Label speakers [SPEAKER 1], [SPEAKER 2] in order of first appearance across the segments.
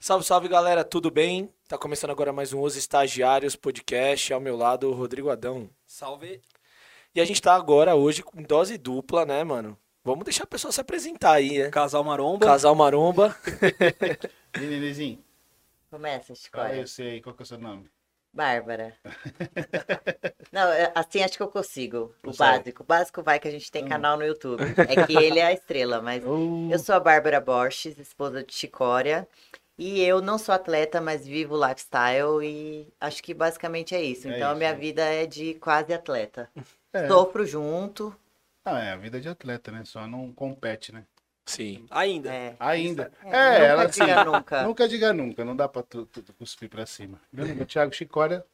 [SPEAKER 1] Salve, salve galera, tudo bem? Tá começando agora mais um Os Estagiários Podcast. Ao meu lado, o Rodrigo Adão.
[SPEAKER 2] Salve.
[SPEAKER 1] E a gente tá agora hoje com dose dupla, né, mano? Vamos deixar a pessoa se apresentar aí, né?
[SPEAKER 2] Casal Maromba.
[SPEAKER 1] Casal Maromba.
[SPEAKER 3] Nenenzinho,
[SPEAKER 4] Começa a
[SPEAKER 3] fala
[SPEAKER 4] história.
[SPEAKER 3] Ah, eu sei, qual que é o seu nome?
[SPEAKER 4] Bárbara. Não, é- assim acho que eu consigo. O
[SPEAKER 3] Consegue. Tá
[SPEAKER 4] básico. O básico vai que a gente tem canal no YouTube. É que ele é a estrela, mas. Eu sou a Bárbara Borges, esposa de Chicória. E eu não sou atleta, mas vivo lifestyle e acho que basicamente é isso.
[SPEAKER 3] É
[SPEAKER 4] Então a
[SPEAKER 3] isso,
[SPEAKER 4] minha
[SPEAKER 3] né?
[SPEAKER 4] vida é de quase atleta.
[SPEAKER 3] É.
[SPEAKER 4] Sofro junto.
[SPEAKER 3] Ah, é a vida de atleta, né? Só não compete, né?
[SPEAKER 1] Sim.
[SPEAKER 2] Ainda.
[SPEAKER 4] É.
[SPEAKER 3] Ainda.
[SPEAKER 4] É,
[SPEAKER 3] É,
[SPEAKER 4] nunca
[SPEAKER 3] ela assim,
[SPEAKER 4] diga nunca.
[SPEAKER 3] nunca diga nunca, não dá pra tu, tu, tu cuspir pra cima. Meu nome é Thiago Chicória,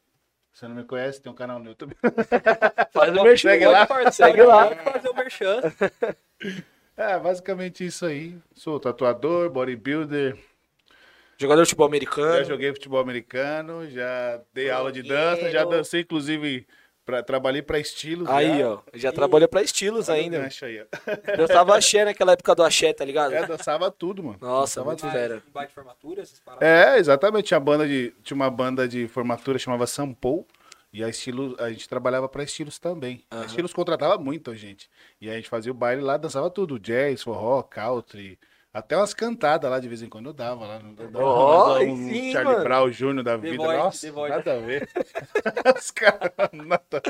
[SPEAKER 3] você não me conhece, tem um canal no YouTube.
[SPEAKER 1] Faz o merchan.
[SPEAKER 3] Segue lá,
[SPEAKER 2] parceiro,
[SPEAKER 1] segue lá.
[SPEAKER 2] vamos fazer o merchan.
[SPEAKER 3] É, basicamente isso aí. Sou tatuador, bodybuilder,
[SPEAKER 1] Jogador de futebol
[SPEAKER 3] já
[SPEAKER 1] americano.
[SPEAKER 3] joguei futebol americano, já dei aula de dança,
[SPEAKER 4] Blogueiro.
[SPEAKER 3] já dancei, inclusive, pra, trabalhei pra estilos.
[SPEAKER 1] Aí,
[SPEAKER 3] já.
[SPEAKER 1] ó. tá Já trabalha pra estilos
[SPEAKER 3] Olha o
[SPEAKER 1] ainda. né?
[SPEAKER 3] gancho aí, ó.
[SPEAKER 1] Eu tava axé naquela época do axé, tá ligado?
[SPEAKER 3] É, dançava tudo, mano.
[SPEAKER 1] Nossa,
[SPEAKER 3] dançava
[SPEAKER 1] muito fera.
[SPEAKER 2] Vai de formatura, essas paradas.
[SPEAKER 3] É, exatamente. Tinha, banda de, tinha uma banda de formatura chamava Sampou. E a, estilo, a gente trabalhava pra estilos também. A
[SPEAKER 1] Aham.
[SPEAKER 3] Estilos contratava muito a gente. E a gente fazia o baile lá, dançava tudo: jazz, forró, country. Até umas cantadas lá de vez em quando eu dava lá. Eu dava
[SPEAKER 1] Ó,
[SPEAKER 3] lá
[SPEAKER 1] aí sim,
[SPEAKER 3] Charlie
[SPEAKER 1] mano.
[SPEAKER 3] Brown Jr. da vida.
[SPEAKER 2] Voice,
[SPEAKER 3] Nossa,
[SPEAKER 2] The Voice.
[SPEAKER 3] nada a ver. Os caras, nada.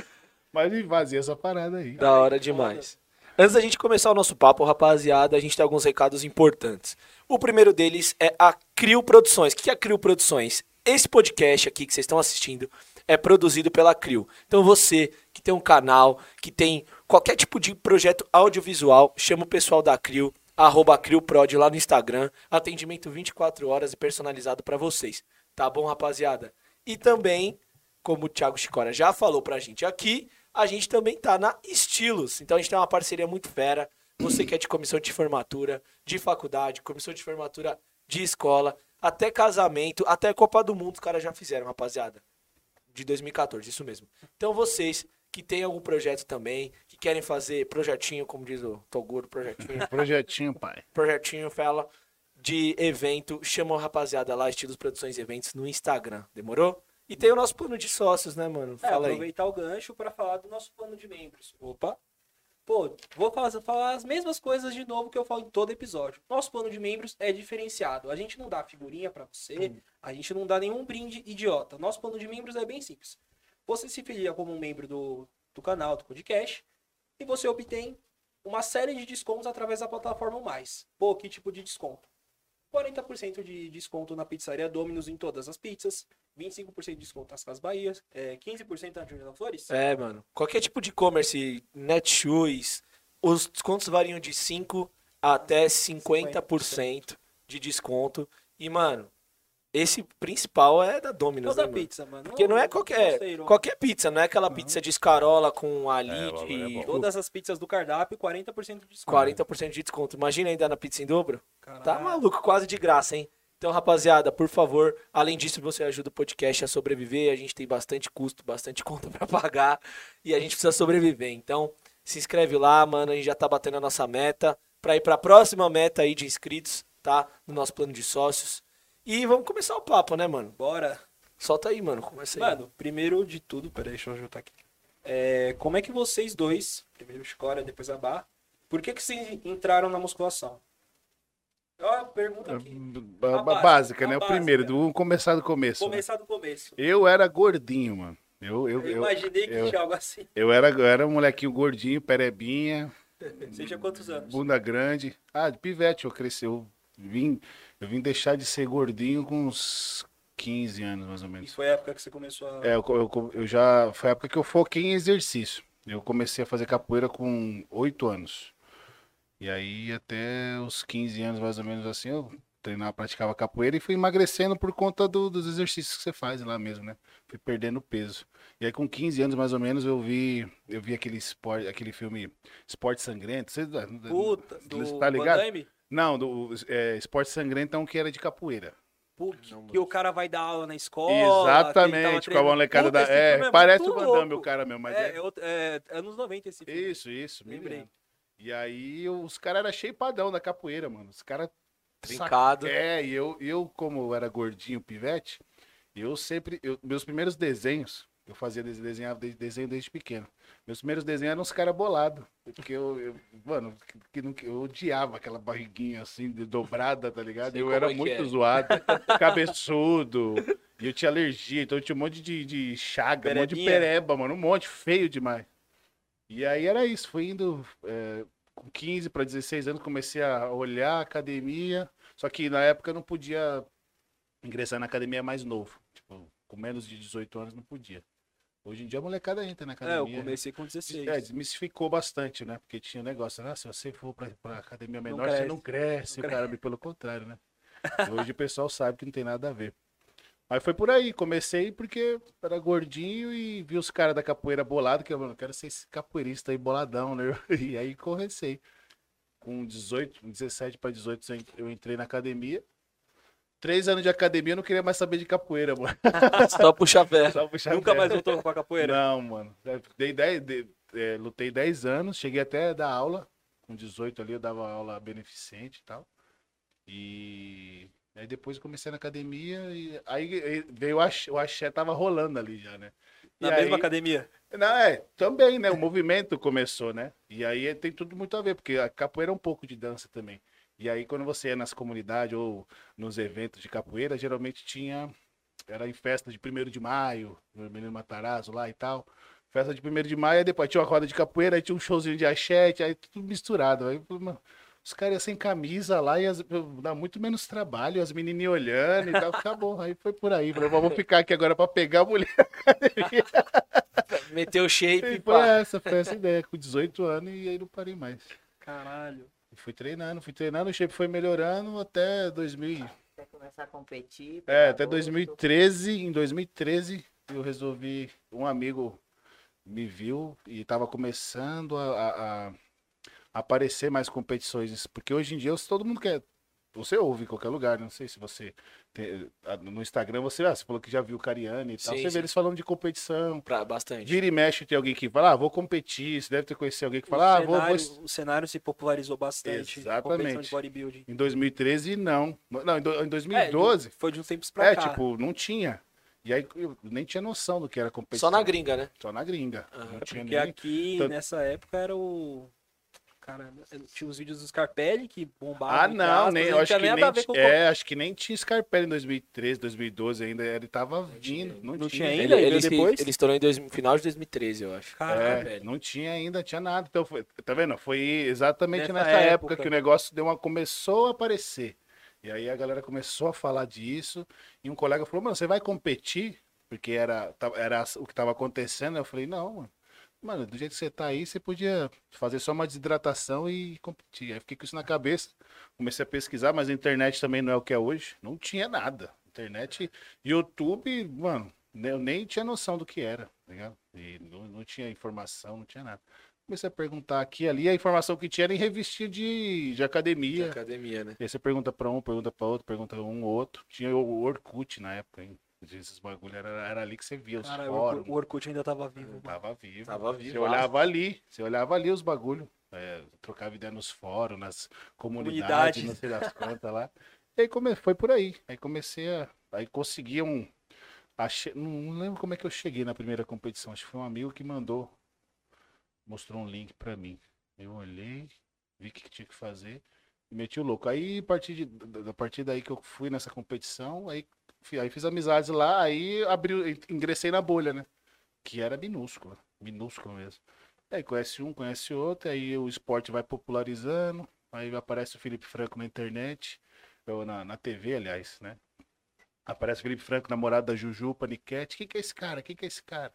[SPEAKER 3] Mas ele fazia essa parada aí.
[SPEAKER 2] Tá.
[SPEAKER 1] Da hora demais. Antes da gente começar o nosso papo, rapaziada, a gente tem alguns recados importantes. O primeiro deles é a Crio Produções. O que é a Crio Produções? Esse podcast aqui que vocês estão assistindo é produzido pela Crio. Então você que tem um canal, que tem qualquer tipo de projeto audiovisual, chama o pessoal da Crio, arroba CrioProd lá no Instagram. Atendimento 24 horas e personalizado para vocês. Tá bom, rapaziada? E também como o Thiago Chicora já falou pra gente aqui, a gente também tá na Estilos. Então a gente tem uma parceria muito fera. Você que é de comissão de formatura, de faculdade, comissão de formatura de escola, até casamento, até Copa do Mundo, os caras já fizeram, rapaziada. De 2014, isso mesmo. Então vocês que têm algum projeto também, que querem fazer projetinho, como diz o Toguro, projetinho,
[SPEAKER 3] Um Projetinho, pai.
[SPEAKER 1] projetinho fala de evento, chama a rapaziada lá, Estilos Produções e Eventos no Instagram, demorou? E tem o nosso plano de sócios, né, mano?
[SPEAKER 2] É,
[SPEAKER 1] Fala aí.
[SPEAKER 2] aproveitar o gancho para falar do nosso plano de membros. Opa. Pô, vou fazer- falar as mesmas coisas de novo que eu falo em todo episódio. Nosso plano de membros é diferenciado. A gente não dá figurinha para você,
[SPEAKER 1] Hum.
[SPEAKER 2] a gente não dá nenhum brinde idiota. Nosso plano de membros é bem simples. Você se filia como um membro do, do canal, do podcast, e você obtém uma série de descontos através da plataforma Mais. Pô, que tipo de desconto? 40% de desconto na pizzaria Domino's em todas as pizzas, 25% de desconto nas Casas Bahia, é, 15% na Júlia Flores.
[SPEAKER 1] É, mano. Qualquer tipo de e-commerce, Netshoes, os descontos variam de 5 até 50% de desconto. E, mano, esse principal é da Domino's,
[SPEAKER 2] Toda
[SPEAKER 1] né, mano?
[SPEAKER 2] pizza, mano.
[SPEAKER 1] Porque não é qualquer,
[SPEAKER 2] sei, não.
[SPEAKER 1] qualquer pizza, não é aquela pizza de escarola com ali
[SPEAKER 3] É, o bagulho é
[SPEAKER 1] de
[SPEAKER 3] bom.
[SPEAKER 2] Todas as pizzas do cardápio, 40% de desconto.
[SPEAKER 1] 40% de desconto. Imagina ainda na pizza em dobro.
[SPEAKER 2] Caralho.
[SPEAKER 1] Tá maluco, quase de graça, hein? Então, rapaziada, por favor, além disso, você ajuda o podcast a sobreviver. A gente tem bastante custo, bastante conta pra pagar e a gente precisa sobreviver. Então, se inscreve lá, mano. A gente já tá batendo a nossa meta pra ir pra próxima meta aí de inscritos, tá? No nosso plano de sócios. E vamos começar o papo, né, mano?
[SPEAKER 2] Bora.
[SPEAKER 1] Solta aí, mano. Começa aí.
[SPEAKER 2] Mano, primeiro de tudo, peraí, deixa eu juntar aqui. É, como é que vocês dois, primeiro o Chicória, depois a Bar, por que que vocês entraram na musculação? Ó, a pergunta Tá aqui.
[SPEAKER 3] Ba-
[SPEAKER 2] A básica,
[SPEAKER 3] básica,
[SPEAKER 2] a
[SPEAKER 3] né? O
[SPEAKER 2] básica.
[SPEAKER 3] primeiro, do- vamos começar do começo. né?
[SPEAKER 2] Começar do começo.
[SPEAKER 3] Eu era gordinho, mano. Eu, eu,
[SPEAKER 2] Eu
[SPEAKER 3] eu,
[SPEAKER 2] imaginei que
[SPEAKER 3] eu-
[SPEAKER 2] tinha algo assim.
[SPEAKER 3] eu era, eu era um molequinho gordinho, perebinha,
[SPEAKER 2] Você tinha quantos anos?
[SPEAKER 3] bunda grande. Ah, de pivete eu cresci. Eu vim, eu vim deixar de ser gordinho com uns 15 anos, mais ou
[SPEAKER 2] E
[SPEAKER 3] menos.
[SPEAKER 2] foi a época que você começou a.
[SPEAKER 3] É, eu, co- eu co- eu já. Foi a época que eu foquei em exercício. Eu comecei a fazer capoeira com 8 anos. E aí, até os 15 anos, mais ou menos assim, eu treinava, praticava capoeira e fui emagrecendo por conta do- dos exercícios que você faz lá mesmo, né? Fui perdendo peso. E aí, com 15 anos, mais ou menos, eu vi, eu vi aquele, esporte, aquele filme Esporte Sangrento. Você,
[SPEAKER 2] Puta, do
[SPEAKER 3] tá ligado?
[SPEAKER 2] Van Damme?
[SPEAKER 3] Não, do, é, Esporte Sangrento é um que era de capoeira.
[SPEAKER 2] Pô, que, que o cara vai dar aula na escola.
[SPEAKER 3] Exatamente,
[SPEAKER 2] que ele tava
[SPEAKER 3] com a
[SPEAKER 2] treinando.
[SPEAKER 3] molecada
[SPEAKER 2] Puta,
[SPEAKER 3] da.
[SPEAKER 2] esse filme
[SPEAKER 3] É,
[SPEAKER 2] muito
[SPEAKER 3] parece o Van Damme,
[SPEAKER 2] louco.
[SPEAKER 3] o cara mesmo, mas é
[SPEAKER 2] É, é outro- é, anos 90 esse filme.
[SPEAKER 3] Isso, isso, me
[SPEAKER 2] Lembrei.
[SPEAKER 3] lembro. E aí os caras eram cheipadão da capoeira, mano. Os caras
[SPEAKER 1] Trincado.
[SPEAKER 3] É, e eu, eu, como eu era gordinho, pivete, eu sempre. eu- meus primeiros desenhos, eu fazia des- desenhava de- desenho desde pequeno. Meus primeiros desenhos eram uns caras bolados. Porque eu, eu- mano, que- que não- que eu odiava aquela barriguinha assim, de- dobrada, tá ligado?
[SPEAKER 1] Sei
[SPEAKER 3] eu
[SPEAKER 1] como
[SPEAKER 3] era
[SPEAKER 1] é que
[SPEAKER 3] muito
[SPEAKER 1] é.
[SPEAKER 3] zoado, cabeçudo. E eu tinha alergia, então eu tinha um monte de, de chaga, um monte de
[SPEAKER 1] Perebinha.
[SPEAKER 3] pereba, mano. Um monte, feio demais. E aí era isso, fui indo é, com 15 para 16 anos, comecei a olhar a academia. Só que na época eu não podia ingressar na academia mais novo. Tipo, com menos de 18 anos não podia. Hoje em dia a molecada entra na
[SPEAKER 2] É, eu
[SPEAKER 3] academia. né?
[SPEAKER 2] comecei com 16.
[SPEAKER 3] É, desmistificou bastante, né? Porque tinha um negócio, ah, se você for pra, pra academia menor, você
[SPEAKER 2] cresce.
[SPEAKER 3] não cresce,
[SPEAKER 2] Não
[SPEAKER 3] caramba, e pelo contrário, né? E Hoje o pessoal sabe que não tem nada a ver. Mas foi por aí, comecei porque era gordinho e vi os caras da capoeira bolado, que eu mano, eu quero ser esse capoeirista aí boladão, né? E aí comecei. Com 18, 17 para 18 eu entrei na academia. Três anos de academia eu não queria mais saber de capoeira, mano.
[SPEAKER 1] Só puxa a perna.
[SPEAKER 3] Só puxar
[SPEAKER 2] Nunca
[SPEAKER 3] ferro.
[SPEAKER 2] mais voltou pra capoeira?
[SPEAKER 3] Não, mano. Eu Dei 10, de- é, lutei 10 anos, cheguei até a dar aula. Com 18 ali eu dava aula beneficente e tal. E aí depois eu comecei na academia e aí e- veio o axé, o axé tava rolando ali já, né? E
[SPEAKER 2] Na
[SPEAKER 3] aí-
[SPEAKER 2] mesma academia?
[SPEAKER 3] Não, é, também, né? O movimento começou, né? E aí tem tudo muito a ver, porque a capoeira é um pouco de dança também. E aí quando você é nas comunidades ou nos eventos de capoeira, geralmente tinha era em festa de 1 de maio, no Menino Matarazzo lá e tal. Festa de 1 de maio, aí depois tinha uma roda de capoeira, aí tinha um showzinho de axé, aí tudo misturado. Aí, eu falei, mano, os caras iam sem camisa lá e as- dá muito menos trabalho, as menininhas olhando e tal, acabou. Aí foi por aí, falei, vamos ficar aqui agora pra pegar a mulher.
[SPEAKER 1] Meteu o shape e
[SPEAKER 2] é.
[SPEAKER 3] E foi
[SPEAKER 1] pá.
[SPEAKER 3] essa, foi essa ideia, com 18 anos e aí não parei mais.
[SPEAKER 2] Caralho.
[SPEAKER 3] E fui treinando, fui treinando, o shape foi melhorando até 2000,
[SPEAKER 4] Vai começar a competir.
[SPEAKER 3] É,
[SPEAKER 4] pegar
[SPEAKER 3] até
[SPEAKER 4] gosto.
[SPEAKER 3] 2013. Em 2013, eu resolvi. Um amigo me viu e tava começando a, a- a aparecer mais competições. Porque hoje em dia eu- todo mundo quer. Você ouve em qualquer lugar, né? não sei se você. tem- ah, no Instagram você, ah, você falou que já viu o Cariani e tal.
[SPEAKER 1] Sim,
[SPEAKER 3] você
[SPEAKER 1] sim.
[SPEAKER 3] vê eles falando de competição.
[SPEAKER 1] Pra bastante.
[SPEAKER 3] Vira e mexe tem alguém que fala, ah, vou competir. Você deve ter conhecido alguém que fala, ah,
[SPEAKER 2] o,
[SPEAKER 3] vou,
[SPEAKER 2] cenário,
[SPEAKER 3] vou.
[SPEAKER 2] o cenário se popularizou bastante.
[SPEAKER 3] Exatamente.
[SPEAKER 2] Competição de bodybuilding.
[SPEAKER 3] Em 2013, não. Não, em do- em
[SPEAKER 2] É,
[SPEAKER 3] 2012.
[SPEAKER 2] Foi de uns tempos pra
[SPEAKER 3] É,
[SPEAKER 2] cá.
[SPEAKER 3] tipo, não tinha. E aí eu nem tinha noção do que era
[SPEAKER 1] Só
[SPEAKER 3] competição.
[SPEAKER 1] na gringa, né?
[SPEAKER 3] Só na gringa.
[SPEAKER 1] Ah,
[SPEAKER 3] não
[SPEAKER 1] é
[SPEAKER 3] tinha
[SPEAKER 2] Porque
[SPEAKER 3] nem...
[SPEAKER 2] aqui,
[SPEAKER 3] Tanto-
[SPEAKER 2] nessa época, era o. Cara, tinha os vídeos do Scarpelli que bombavam.
[SPEAKER 3] Ah,
[SPEAKER 2] entre
[SPEAKER 3] não,
[SPEAKER 2] aspas,
[SPEAKER 3] nem,
[SPEAKER 2] não
[SPEAKER 3] eu acho
[SPEAKER 2] tinha
[SPEAKER 3] que
[SPEAKER 2] nada a
[SPEAKER 3] nem,
[SPEAKER 2] ver com
[SPEAKER 3] ti- é, acho que nem tinha Scarpelli em 2013, 2012 ainda, ele tava vindo, não,
[SPEAKER 2] não
[SPEAKER 3] tinha.
[SPEAKER 2] tinha ainda.
[SPEAKER 1] Ele,
[SPEAKER 2] veio
[SPEAKER 1] ele, se-
[SPEAKER 2] depois?
[SPEAKER 1] ele estourou em dois, final de 2013, eu acho.
[SPEAKER 2] Caraca,
[SPEAKER 3] É,
[SPEAKER 2] velho.
[SPEAKER 3] não tinha ainda, tinha nada. Então, foi, tá vendo? Foi exatamente
[SPEAKER 2] Nessa
[SPEAKER 3] nessa, época,
[SPEAKER 2] época.
[SPEAKER 3] que o negócio deu uma, começou a aparecer. E aí a galera começou a falar disso. E um colega falou, mano, você vai competir? Porque era, ta- era o que tava acontecendo. Eu falei, não, mano. Mano, do jeito que você tá aí, você podia fazer só uma desidratação e competir. Aí fiquei com isso na cabeça. Comecei a pesquisar, mas a internet também não é o que é hoje. Não tinha nada. Internet, YouTube, mano, ne- eu nem tinha noção do que era, tá ligado? E não, não tinha informação, não tinha nada. Comecei a perguntar aqui e ali, a informação que tinha era em revistinha de, de
[SPEAKER 1] De
[SPEAKER 3] academia.
[SPEAKER 1] academia, né?
[SPEAKER 3] E aí você pergunta pra um, pergunta pra outro, pergunta um outro. Tinha o Orkut na época, hein? Esses bagulho era, era ali que você via os
[SPEAKER 2] Cara, o
[SPEAKER 3] fóruns.
[SPEAKER 2] Orkut- o Orkut ainda tava vivo. mano.
[SPEAKER 3] Tava vivo.
[SPEAKER 1] Tava
[SPEAKER 3] Você
[SPEAKER 1] vivo.
[SPEAKER 3] olhava ali, você olhava ali os bagulho. É, trocava ideia nos fóruns, nas comunidades,
[SPEAKER 2] Comunidades.
[SPEAKER 3] não sei das quantas lá. E aí come... foi por aí. Aí comecei a. Aí consegui um. Achei... Não não lembro como é que eu cheguei na primeira competição. Acho que foi um amigo que mandou. Mostrou um link pra mim. Eu olhei, vi o que que tinha que fazer e meti o louco. Aí, a partir, de, da- a partir daí que eu fui nessa competição, aí, fi- aí fiz amizades lá, aí abriu, ingressei na bolha, né? que era minúscula, minúscula mesmo. Aí conhece um, conhece outro, aí o esporte vai popularizando, aí aparece o Felipe Franco na internet, ou na, na TV, aliás, né? Aparece o Felipe Franco, namorado da Juju, Paniquete, quem que é esse cara? Quem que é esse cara?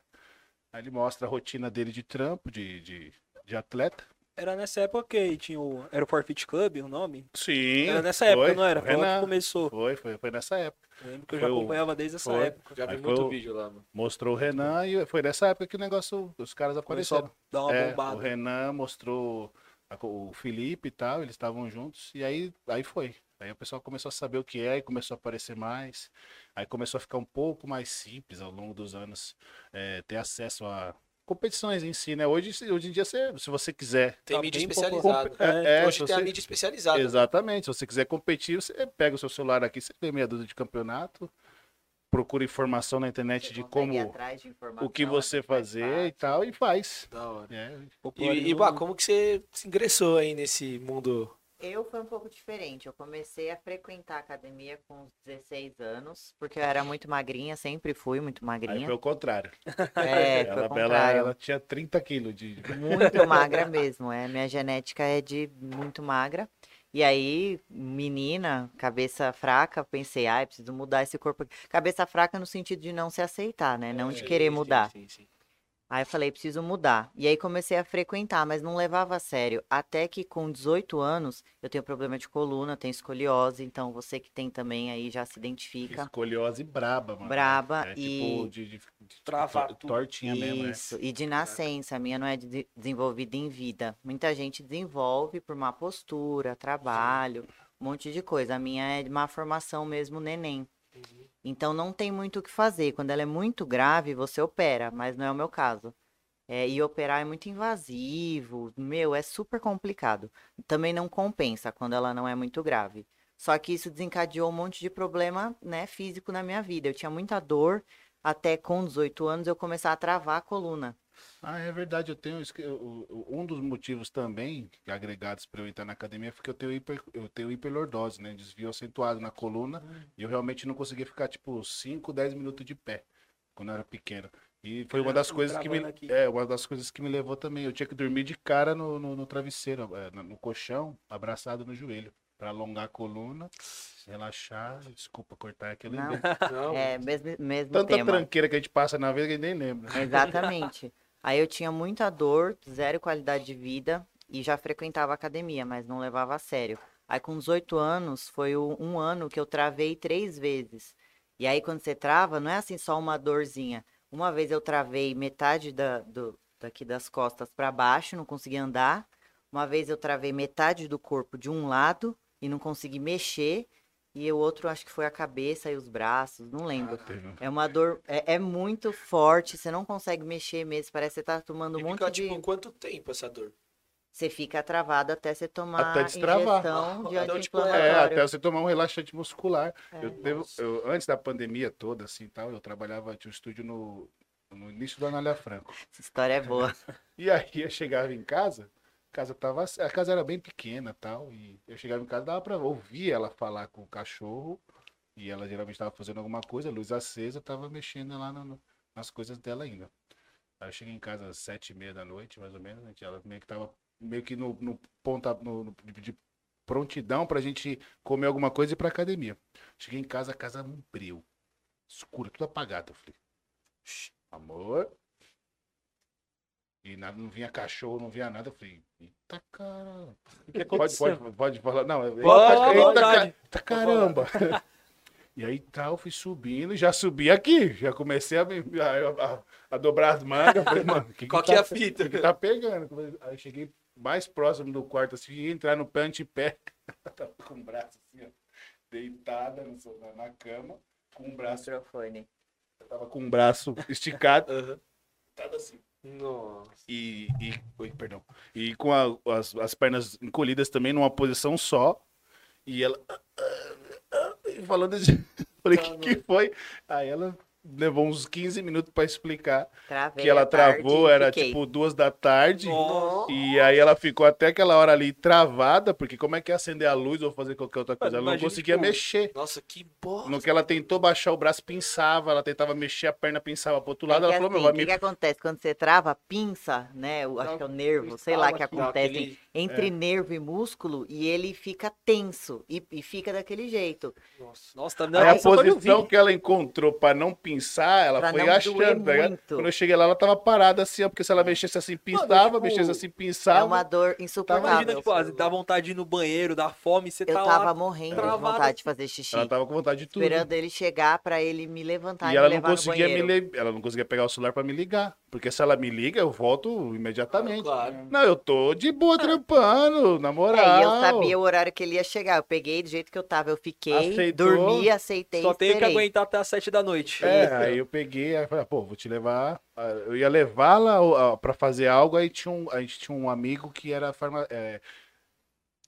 [SPEAKER 3] Aí ele mostra a rotina dele de trampo, de, de, de atleta.
[SPEAKER 2] Era nessa época que tinha o. Era o Forfeit Club o nome?
[SPEAKER 3] Sim.
[SPEAKER 2] Era nessa época,
[SPEAKER 3] foi,
[SPEAKER 2] não era? Foi
[SPEAKER 3] Foi,
[SPEAKER 2] lá que
[SPEAKER 3] na-
[SPEAKER 2] começou.
[SPEAKER 3] foi, foi, foi nessa época.
[SPEAKER 2] Eu lembro que eu
[SPEAKER 3] Foi
[SPEAKER 2] já
[SPEAKER 3] o-
[SPEAKER 2] acompanhava desde essa
[SPEAKER 3] foi.
[SPEAKER 2] época.
[SPEAKER 1] Já vi
[SPEAKER 3] Aí foi
[SPEAKER 1] muito
[SPEAKER 3] o-
[SPEAKER 1] vídeo lá, mano.
[SPEAKER 3] Mostrou o Renan e foi nessa época que o negócio, os caras
[SPEAKER 2] Começou
[SPEAKER 3] apareceram.
[SPEAKER 2] a dar uma
[SPEAKER 3] É, o
[SPEAKER 2] bombada.
[SPEAKER 3] Renan mostrou a co- o Felipe e tal, eles estavam juntos, e aí, aí foi. Aí o pessoal começou a saber o que é e começou a aparecer mais. Aí começou a ficar um pouco mais simples ao longo dos anos é, ter acesso a competições em si, né? Hoje, hoje em dia, você, se você quiser.
[SPEAKER 1] Tem
[SPEAKER 2] Tá
[SPEAKER 1] mídia
[SPEAKER 2] bem
[SPEAKER 1] especializada.
[SPEAKER 3] popular. É, é,
[SPEAKER 1] Hoje
[SPEAKER 3] se
[SPEAKER 1] tem a
[SPEAKER 3] você-
[SPEAKER 1] mídia especializada.
[SPEAKER 3] Exatamente. Se você quiser competir, você pega o seu celular aqui, você vê meia dúzia de campeonato, procura informação na internet de
[SPEAKER 4] consegue ir
[SPEAKER 3] como
[SPEAKER 4] atrás de informação,
[SPEAKER 3] o que você
[SPEAKER 4] é mais
[SPEAKER 3] fazer e
[SPEAKER 4] fácil.
[SPEAKER 3] tal, e faz.
[SPEAKER 1] Da hora.
[SPEAKER 3] É,
[SPEAKER 1] E, e Bá, como que você se ingressou aí nesse mundo?
[SPEAKER 4] Eu foi um pouco diferente. Eu comecei a frequentar a academia com uns 16 anos, porque eu era muito magrinha, sempre fui muito
[SPEAKER 3] aí
[SPEAKER 4] magrinha.
[SPEAKER 3] foi o contrário.
[SPEAKER 4] É, foi
[SPEAKER 3] ela,
[SPEAKER 4] o
[SPEAKER 3] ela-
[SPEAKER 4] contrário.
[SPEAKER 3] ela tinha 30 quilos de.
[SPEAKER 4] Muito magra mesmo, é. Minha genética é de muito magra. E aí, menina, cabeça fraca, pensei, ai, preciso mudar esse corpo. aqui." Cabeça fraca no sentido de não se aceitar, né? Não
[SPEAKER 3] É,
[SPEAKER 4] de querer mudar.
[SPEAKER 1] É, Sim, sim, sim.
[SPEAKER 4] Aí eu falei, preciso mudar. E aí comecei a frequentar, mas não levava a sério. Até que com 18 anos, eu tenho problema de coluna, tenho escoliose, então você que tem também aí já se identifica.
[SPEAKER 3] Escoliose braba, mano.
[SPEAKER 4] Braba
[SPEAKER 3] é,
[SPEAKER 4] e-
[SPEAKER 3] Tipo, de, de, de
[SPEAKER 2] Travar
[SPEAKER 3] tor-
[SPEAKER 2] tudo.
[SPEAKER 3] tortinha mesmo, né?
[SPEAKER 4] Isso, e de nascença, a minha não é de- desenvolvida em vida. Muita gente desenvolve por má postura, trabalho, um monte de coisa. A minha é de má formação mesmo, neném. Então não tem muito o que fazer. Quando ela é muito grave, você opera, mas não é o meu caso. É, e operar é muito invasivo, meu, é super complicado. Também não compensa quando ela não é muito grave. Só que isso desencadeou um monte de problema, né, físico na minha vida. Eu tinha muita dor, até com 18 anos eu começar a travar a coluna.
[SPEAKER 3] Ah, é verdade, eu tenho esque- o- o- um dos motivos também agregados para eu entrar na academia foi que eu tenho hiper, eu tenho hiperlordose, né? Desvio acentuado na coluna e eu realmente não conseguia ficar tipo 5, 10 minutos de pé quando eu era pequeno. E foi uma das
[SPEAKER 2] Caramba,
[SPEAKER 3] coisas que me
[SPEAKER 2] travando aqui.
[SPEAKER 3] é, uma das coisas que me levou também. Eu tinha que dormir de cara no, no, no travesseiro, é, no, no colchão, abraçado no joelho, para alongar a coluna, relaxar. Desculpa cortar aqui, eu
[SPEAKER 4] Não,
[SPEAKER 3] lembrei.
[SPEAKER 1] Não,
[SPEAKER 4] É, mesmo, mesmo
[SPEAKER 3] Tanta
[SPEAKER 4] tema.
[SPEAKER 3] tranqueira que a gente passa na vez que a gente nem lembra. né?
[SPEAKER 4] Exatamente. Aí eu tinha muita dor, zero qualidade de vida e já frequentava academia, mas não levava a sério. Aí com 18 anos, foi o- um ano que eu travei três vezes. E aí quando você trava, não é assim só uma dorzinha. Uma vez eu travei metade da, do, daqui das costas para baixo, não consegui andar. Uma vez eu travei metade do corpo de um lado e não consegui mexer. E o outro acho que foi a cabeça e os braços, não lembro.
[SPEAKER 3] Teve um-
[SPEAKER 4] É uma dor, é, é muito forte, você não consegue mexer mesmo, parece que você tá tomando um
[SPEAKER 1] e
[SPEAKER 4] monte
[SPEAKER 1] fica,
[SPEAKER 4] de...
[SPEAKER 1] tipo, quanto tempo essa dor?
[SPEAKER 4] Você fica travado até você tomar
[SPEAKER 3] Até destravar.
[SPEAKER 4] injeção de
[SPEAKER 1] Então, tipo, é,
[SPEAKER 3] É,
[SPEAKER 4] anti-inflamatório.
[SPEAKER 3] até você tomar um relaxante muscular.
[SPEAKER 4] É.
[SPEAKER 3] Eu teve- eu- antes da pandemia toda, assim, tal, eu trabalhava, tinha um estúdio no, no início do Anália Franco.
[SPEAKER 4] Essa história é boa.
[SPEAKER 3] E aí eu chegava em casa, a casa, tava, a casa era bem pequena tal, e eu chegava em casa, dava pra ouvir ela falar com o cachorro, e ela geralmente estava fazendo alguma coisa, luz acesa, tava mexendo lá no- no- nas coisas dela ainda. Aí eu cheguei em casa às sete e meia da noite, mais ou menos, né, que ela meio que tava meio que no, no ponta, no, no- de, de prontidão pra gente comer alguma coisa e ir pra academia. Cheguei em casa, a casa abriu, escura, tudo apagado. Eu falei, "Shh, amor, e nada, não vinha cachorro, não vinha nada. Eu falei, eita caramba. Pode,
[SPEAKER 2] aconteceu?
[SPEAKER 3] pode, pode falar. Não, é-
[SPEAKER 2] Fala à
[SPEAKER 3] eita,
[SPEAKER 2] vontade.
[SPEAKER 3] ca- eita caramba. E aí tal, fui subindo, já subi aqui. Já comecei a, me- a- a- a dobrar as mangas. Falei, mano, o que,
[SPEAKER 1] Qual
[SPEAKER 3] que,
[SPEAKER 1] que é
[SPEAKER 3] tá,
[SPEAKER 1] a fita?
[SPEAKER 3] que que tá pegando? Aí eu cheguei mais próximo do quarto, assim, ia entrar no pé antepé. Tava com o braço assim, ó, deitada no sofá, na cama, com o braço.
[SPEAKER 4] Microfone.
[SPEAKER 3] Eu tava com o braço esticado,
[SPEAKER 1] Aham.
[SPEAKER 3] deitada assim
[SPEAKER 1] Nossa.
[SPEAKER 3] e, e- oi, perdão. E com a- as, as pernas encolhidas também numa posição só. E ela falando assim, falei, o que, que foi? Aí ela levou uns 15 minutos pra explicar
[SPEAKER 4] Travei
[SPEAKER 3] que ela
[SPEAKER 4] à tarde
[SPEAKER 3] travou,
[SPEAKER 4] e
[SPEAKER 3] era
[SPEAKER 4] fiquei.
[SPEAKER 3] tipo duas da tarde.
[SPEAKER 2] Nossa.
[SPEAKER 3] E aí ela ficou até aquela hora ali travada, porque como é que ia acender a luz ou fazer qualquer outra coisa? Ela não
[SPEAKER 2] imagina,
[SPEAKER 3] conseguia
[SPEAKER 2] tipo,
[SPEAKER 3] mexer.
[SPEAKER 1] Nossa, que bosta.
[SPEAKER 3] No que ela tentou baixar o braço, pinçava, ela tentava mexer a perna, pinçava pro outro
[SPEAKER 4] É
[SPEAKER 3] lado,
[SPEAKER 4] que
[SPEAKER 3] ela falou,
[SPEAKER 4] assim,
[SPEAKER 3] meu,
[SPEAKER 4] o
[SPEAKER 3] vai
[SPEAKER 4] que,
[SPEAKER 3] me
[SPEAKER 4] que acontece? Quando você trava, pinça, né? Eu acho que é o nervo, sei lá o que
[SPEAKER 1] aqui, ó,
[SPEAKER 4] acontece
[SPEAKER 1] aquele-
[SPEAKER 4] entre nervo e músculo e ele fica tenso e, e fica daquele jeito.
[SPEAKER 2] Nossa, nossa, tá me
[SPEAKER 3] Aí
[SPEAKER 4] é
[SPEAKER 2] dando
[SPEAKER 3] a
[SPEAKER 2] só pra eu
[SPEAKER 3] posição
[SPEAKER 2] vir.
[SPEAKER 3] que ela encontrou pra não pinçar, ela
[SPEAKER 4] Pra
[SPEAKER 3] foi
[SPEAKER 4] não doer
[SPEAKER 3] achando. tá ligado?
[SPEAKER 4] muito.
[SPEAKER 3] Quando eu cheguei lá, ela tava parada assim, ó, porque se ela mexesse assim, pinçava,
[SPEAKER 2] tipo,
[SPEAKER 3] mexesse assim,
[SPEAKER 4] É
[SPEAKER 3] pinçava.
[SPEAKER 4] uma dor
[SPEAKER 2] Imagina,
[SPEAKER 4] insuportável.
[SPEAKER 2] tipo, ah, dá vontade de ir no banheiro, dá fome, você
[SPEAKER 4] Eu
[SPEAKER 2] tá
[SPEAKER 4] tava
[SPEAKER 2] lá.
[SPEAKER 4] morrendo de
[SPEAKER 2] travada,
[SPEAKER 4] vontade de fazer xixi.
[SPEAKER 3] Ela tava com vontade de tudo.
[SPEAKER 4] esperando ele chegar pra ele me levantar e,
[SPEAKER 3] E ela não
[SPEAKER 4] me levar no
[SPEAKER 3] conseguia me
[SPEAKER 4] banheiro.
[SPEAKER 3] li- ela não conseguia pegar o celular pra me ligar. Porque se ela me liga, eu volto imediatamente.
[SPEAKER 4] É.
[SPEAKER 1] Claro.
[SPEAKER 3] Não, eu tô de boa trampando, na moral.
[SPEAKER 4] Aí Ah. É, eu sabia o horário que ele ia chegar. Eu peguei do jeito que eu tava. Eu fiquei,
[SPEAKER 3] Aceitou.
[SPEAKER 4] dormi, aceitei.
[SPEAKER 2] Só tenho que
[SPEAKER 4] esperei.
[SPEAKER 2] aguentar até as 7 da noite.
[SPEAKER 3] É, aí eu peguei, aí eu falei, pô, vou te levar. Ah, Eu ia levá-la ó, pra fazer algo, aí tinha um, a gente tinha um amigo que era farma, é,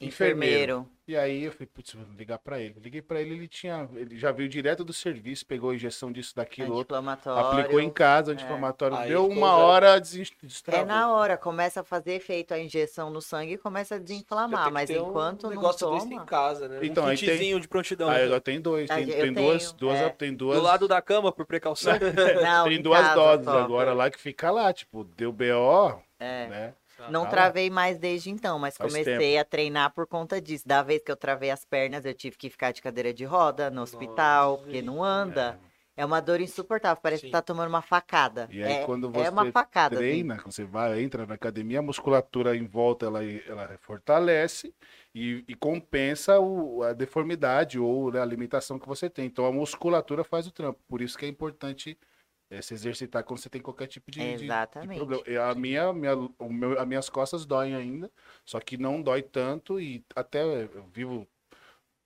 [SPEAKER 3] enfermeiro.
[SPEAKER 4] Enfermeiro.
[SPEAKER 3] E aí eu falei, putz, vou ligar pra ele. Liguei pra ele, ele tinha. Ele já veio direto do serviço, pegou a injeção disso, daquilo, outro.
[SPEAKER 4] Anti-inflamatório.
[SPEAKER 3] Aplicou em casa, anti-inflamatório.
[SPEAKER 1] Aí
[SPEAKER 3] Deu
[SPEAKER 1] ficou
[SPEAKER 3] uma
[SPEAKER 1] já-
[SPEAKER 3] hora, desin-
[SPEAKER 4] É
[SPEAKER 3] destravou.
[SPEAKER 4] na hora, começa a fazer efeito a injeção no sangue e começa a desinflamar, mas enquanto não
[SPEAKER 1] um negócio desse em
[SPEAKER 4] toma,
[SPEAKER 1] casa, né?
[SPEAKER 3] Então,
[SPEAKER 2] um
[SPEAKER 3] aí tem-
[SPEAKER 2] kitzinho de prontidão. né?
[SPEAKER 3] Ah, eu tenho dois.
[SPEAKER 4] Ah,
[SPEAKER 3] Tem,
[SPEAKER 4] eu
[SPEAKER 3] tem duas,
[SPEAKER 4] tenho,
[SPEAKER 3] duas,
[SPEAKER 4] é.
[SPEAKER 3] tem duas.
[SPEAKER 2] Do lado da cama, por precaução.
[SPEAKER 4] não,
[SPEAKER 3] tem
[SPEAKER 4] em
[SPEAKER 3] duas
[SPEAKER 4] casa
[SPEAKER 3] doses
[SPEAKER 4] só.
[SPEAKER 3] agora lá que fica lá, tipo, deu BO,
[SPEAKER 4] É.
[SPEAKER 3] né?
[SPEAKER 4] Não
[SPEAKER 2] Tá.
[SPEAKER 3] Ah,
[SPEAKER 4] travei mais desde então, mas
[SPEAKER 3] Faz
[SPEAKER 4] comecei a treinar por conta disso. Da vez que eu travei as pernas, eu tive que ficar de cadeira de roda no hospital, porque não anda. É, uma dor insuportável, parece
[SPEAKER 1] Sim.
[SPEAKER 4] que tá tomando uma facada.
[SPEAKER 3] E aí,
[SPEAKER 4] é,
[SPEAKER 3] quando
[SPEAKER 4] é
[SPEAKER 3] você
[SPEAKER 4] uma facada. assim.
[SPEAKER 3] Treina, quando você vai, entra na academia, a musculatura em volta ela, ela fortalece e, e compensa o- a deformidade ou né, a limitação que você tem. Então a musculatura faz o trampo. Por isso que é importante eh, se exercitar quando você tem qualquer tipo de, de- de
[SPEAKER 4] Exatamente.
[SPEAKER 3] problema. E a minha, minha, o meu, as minhas costas doem ainda, só que não dói tanto e até eu vivo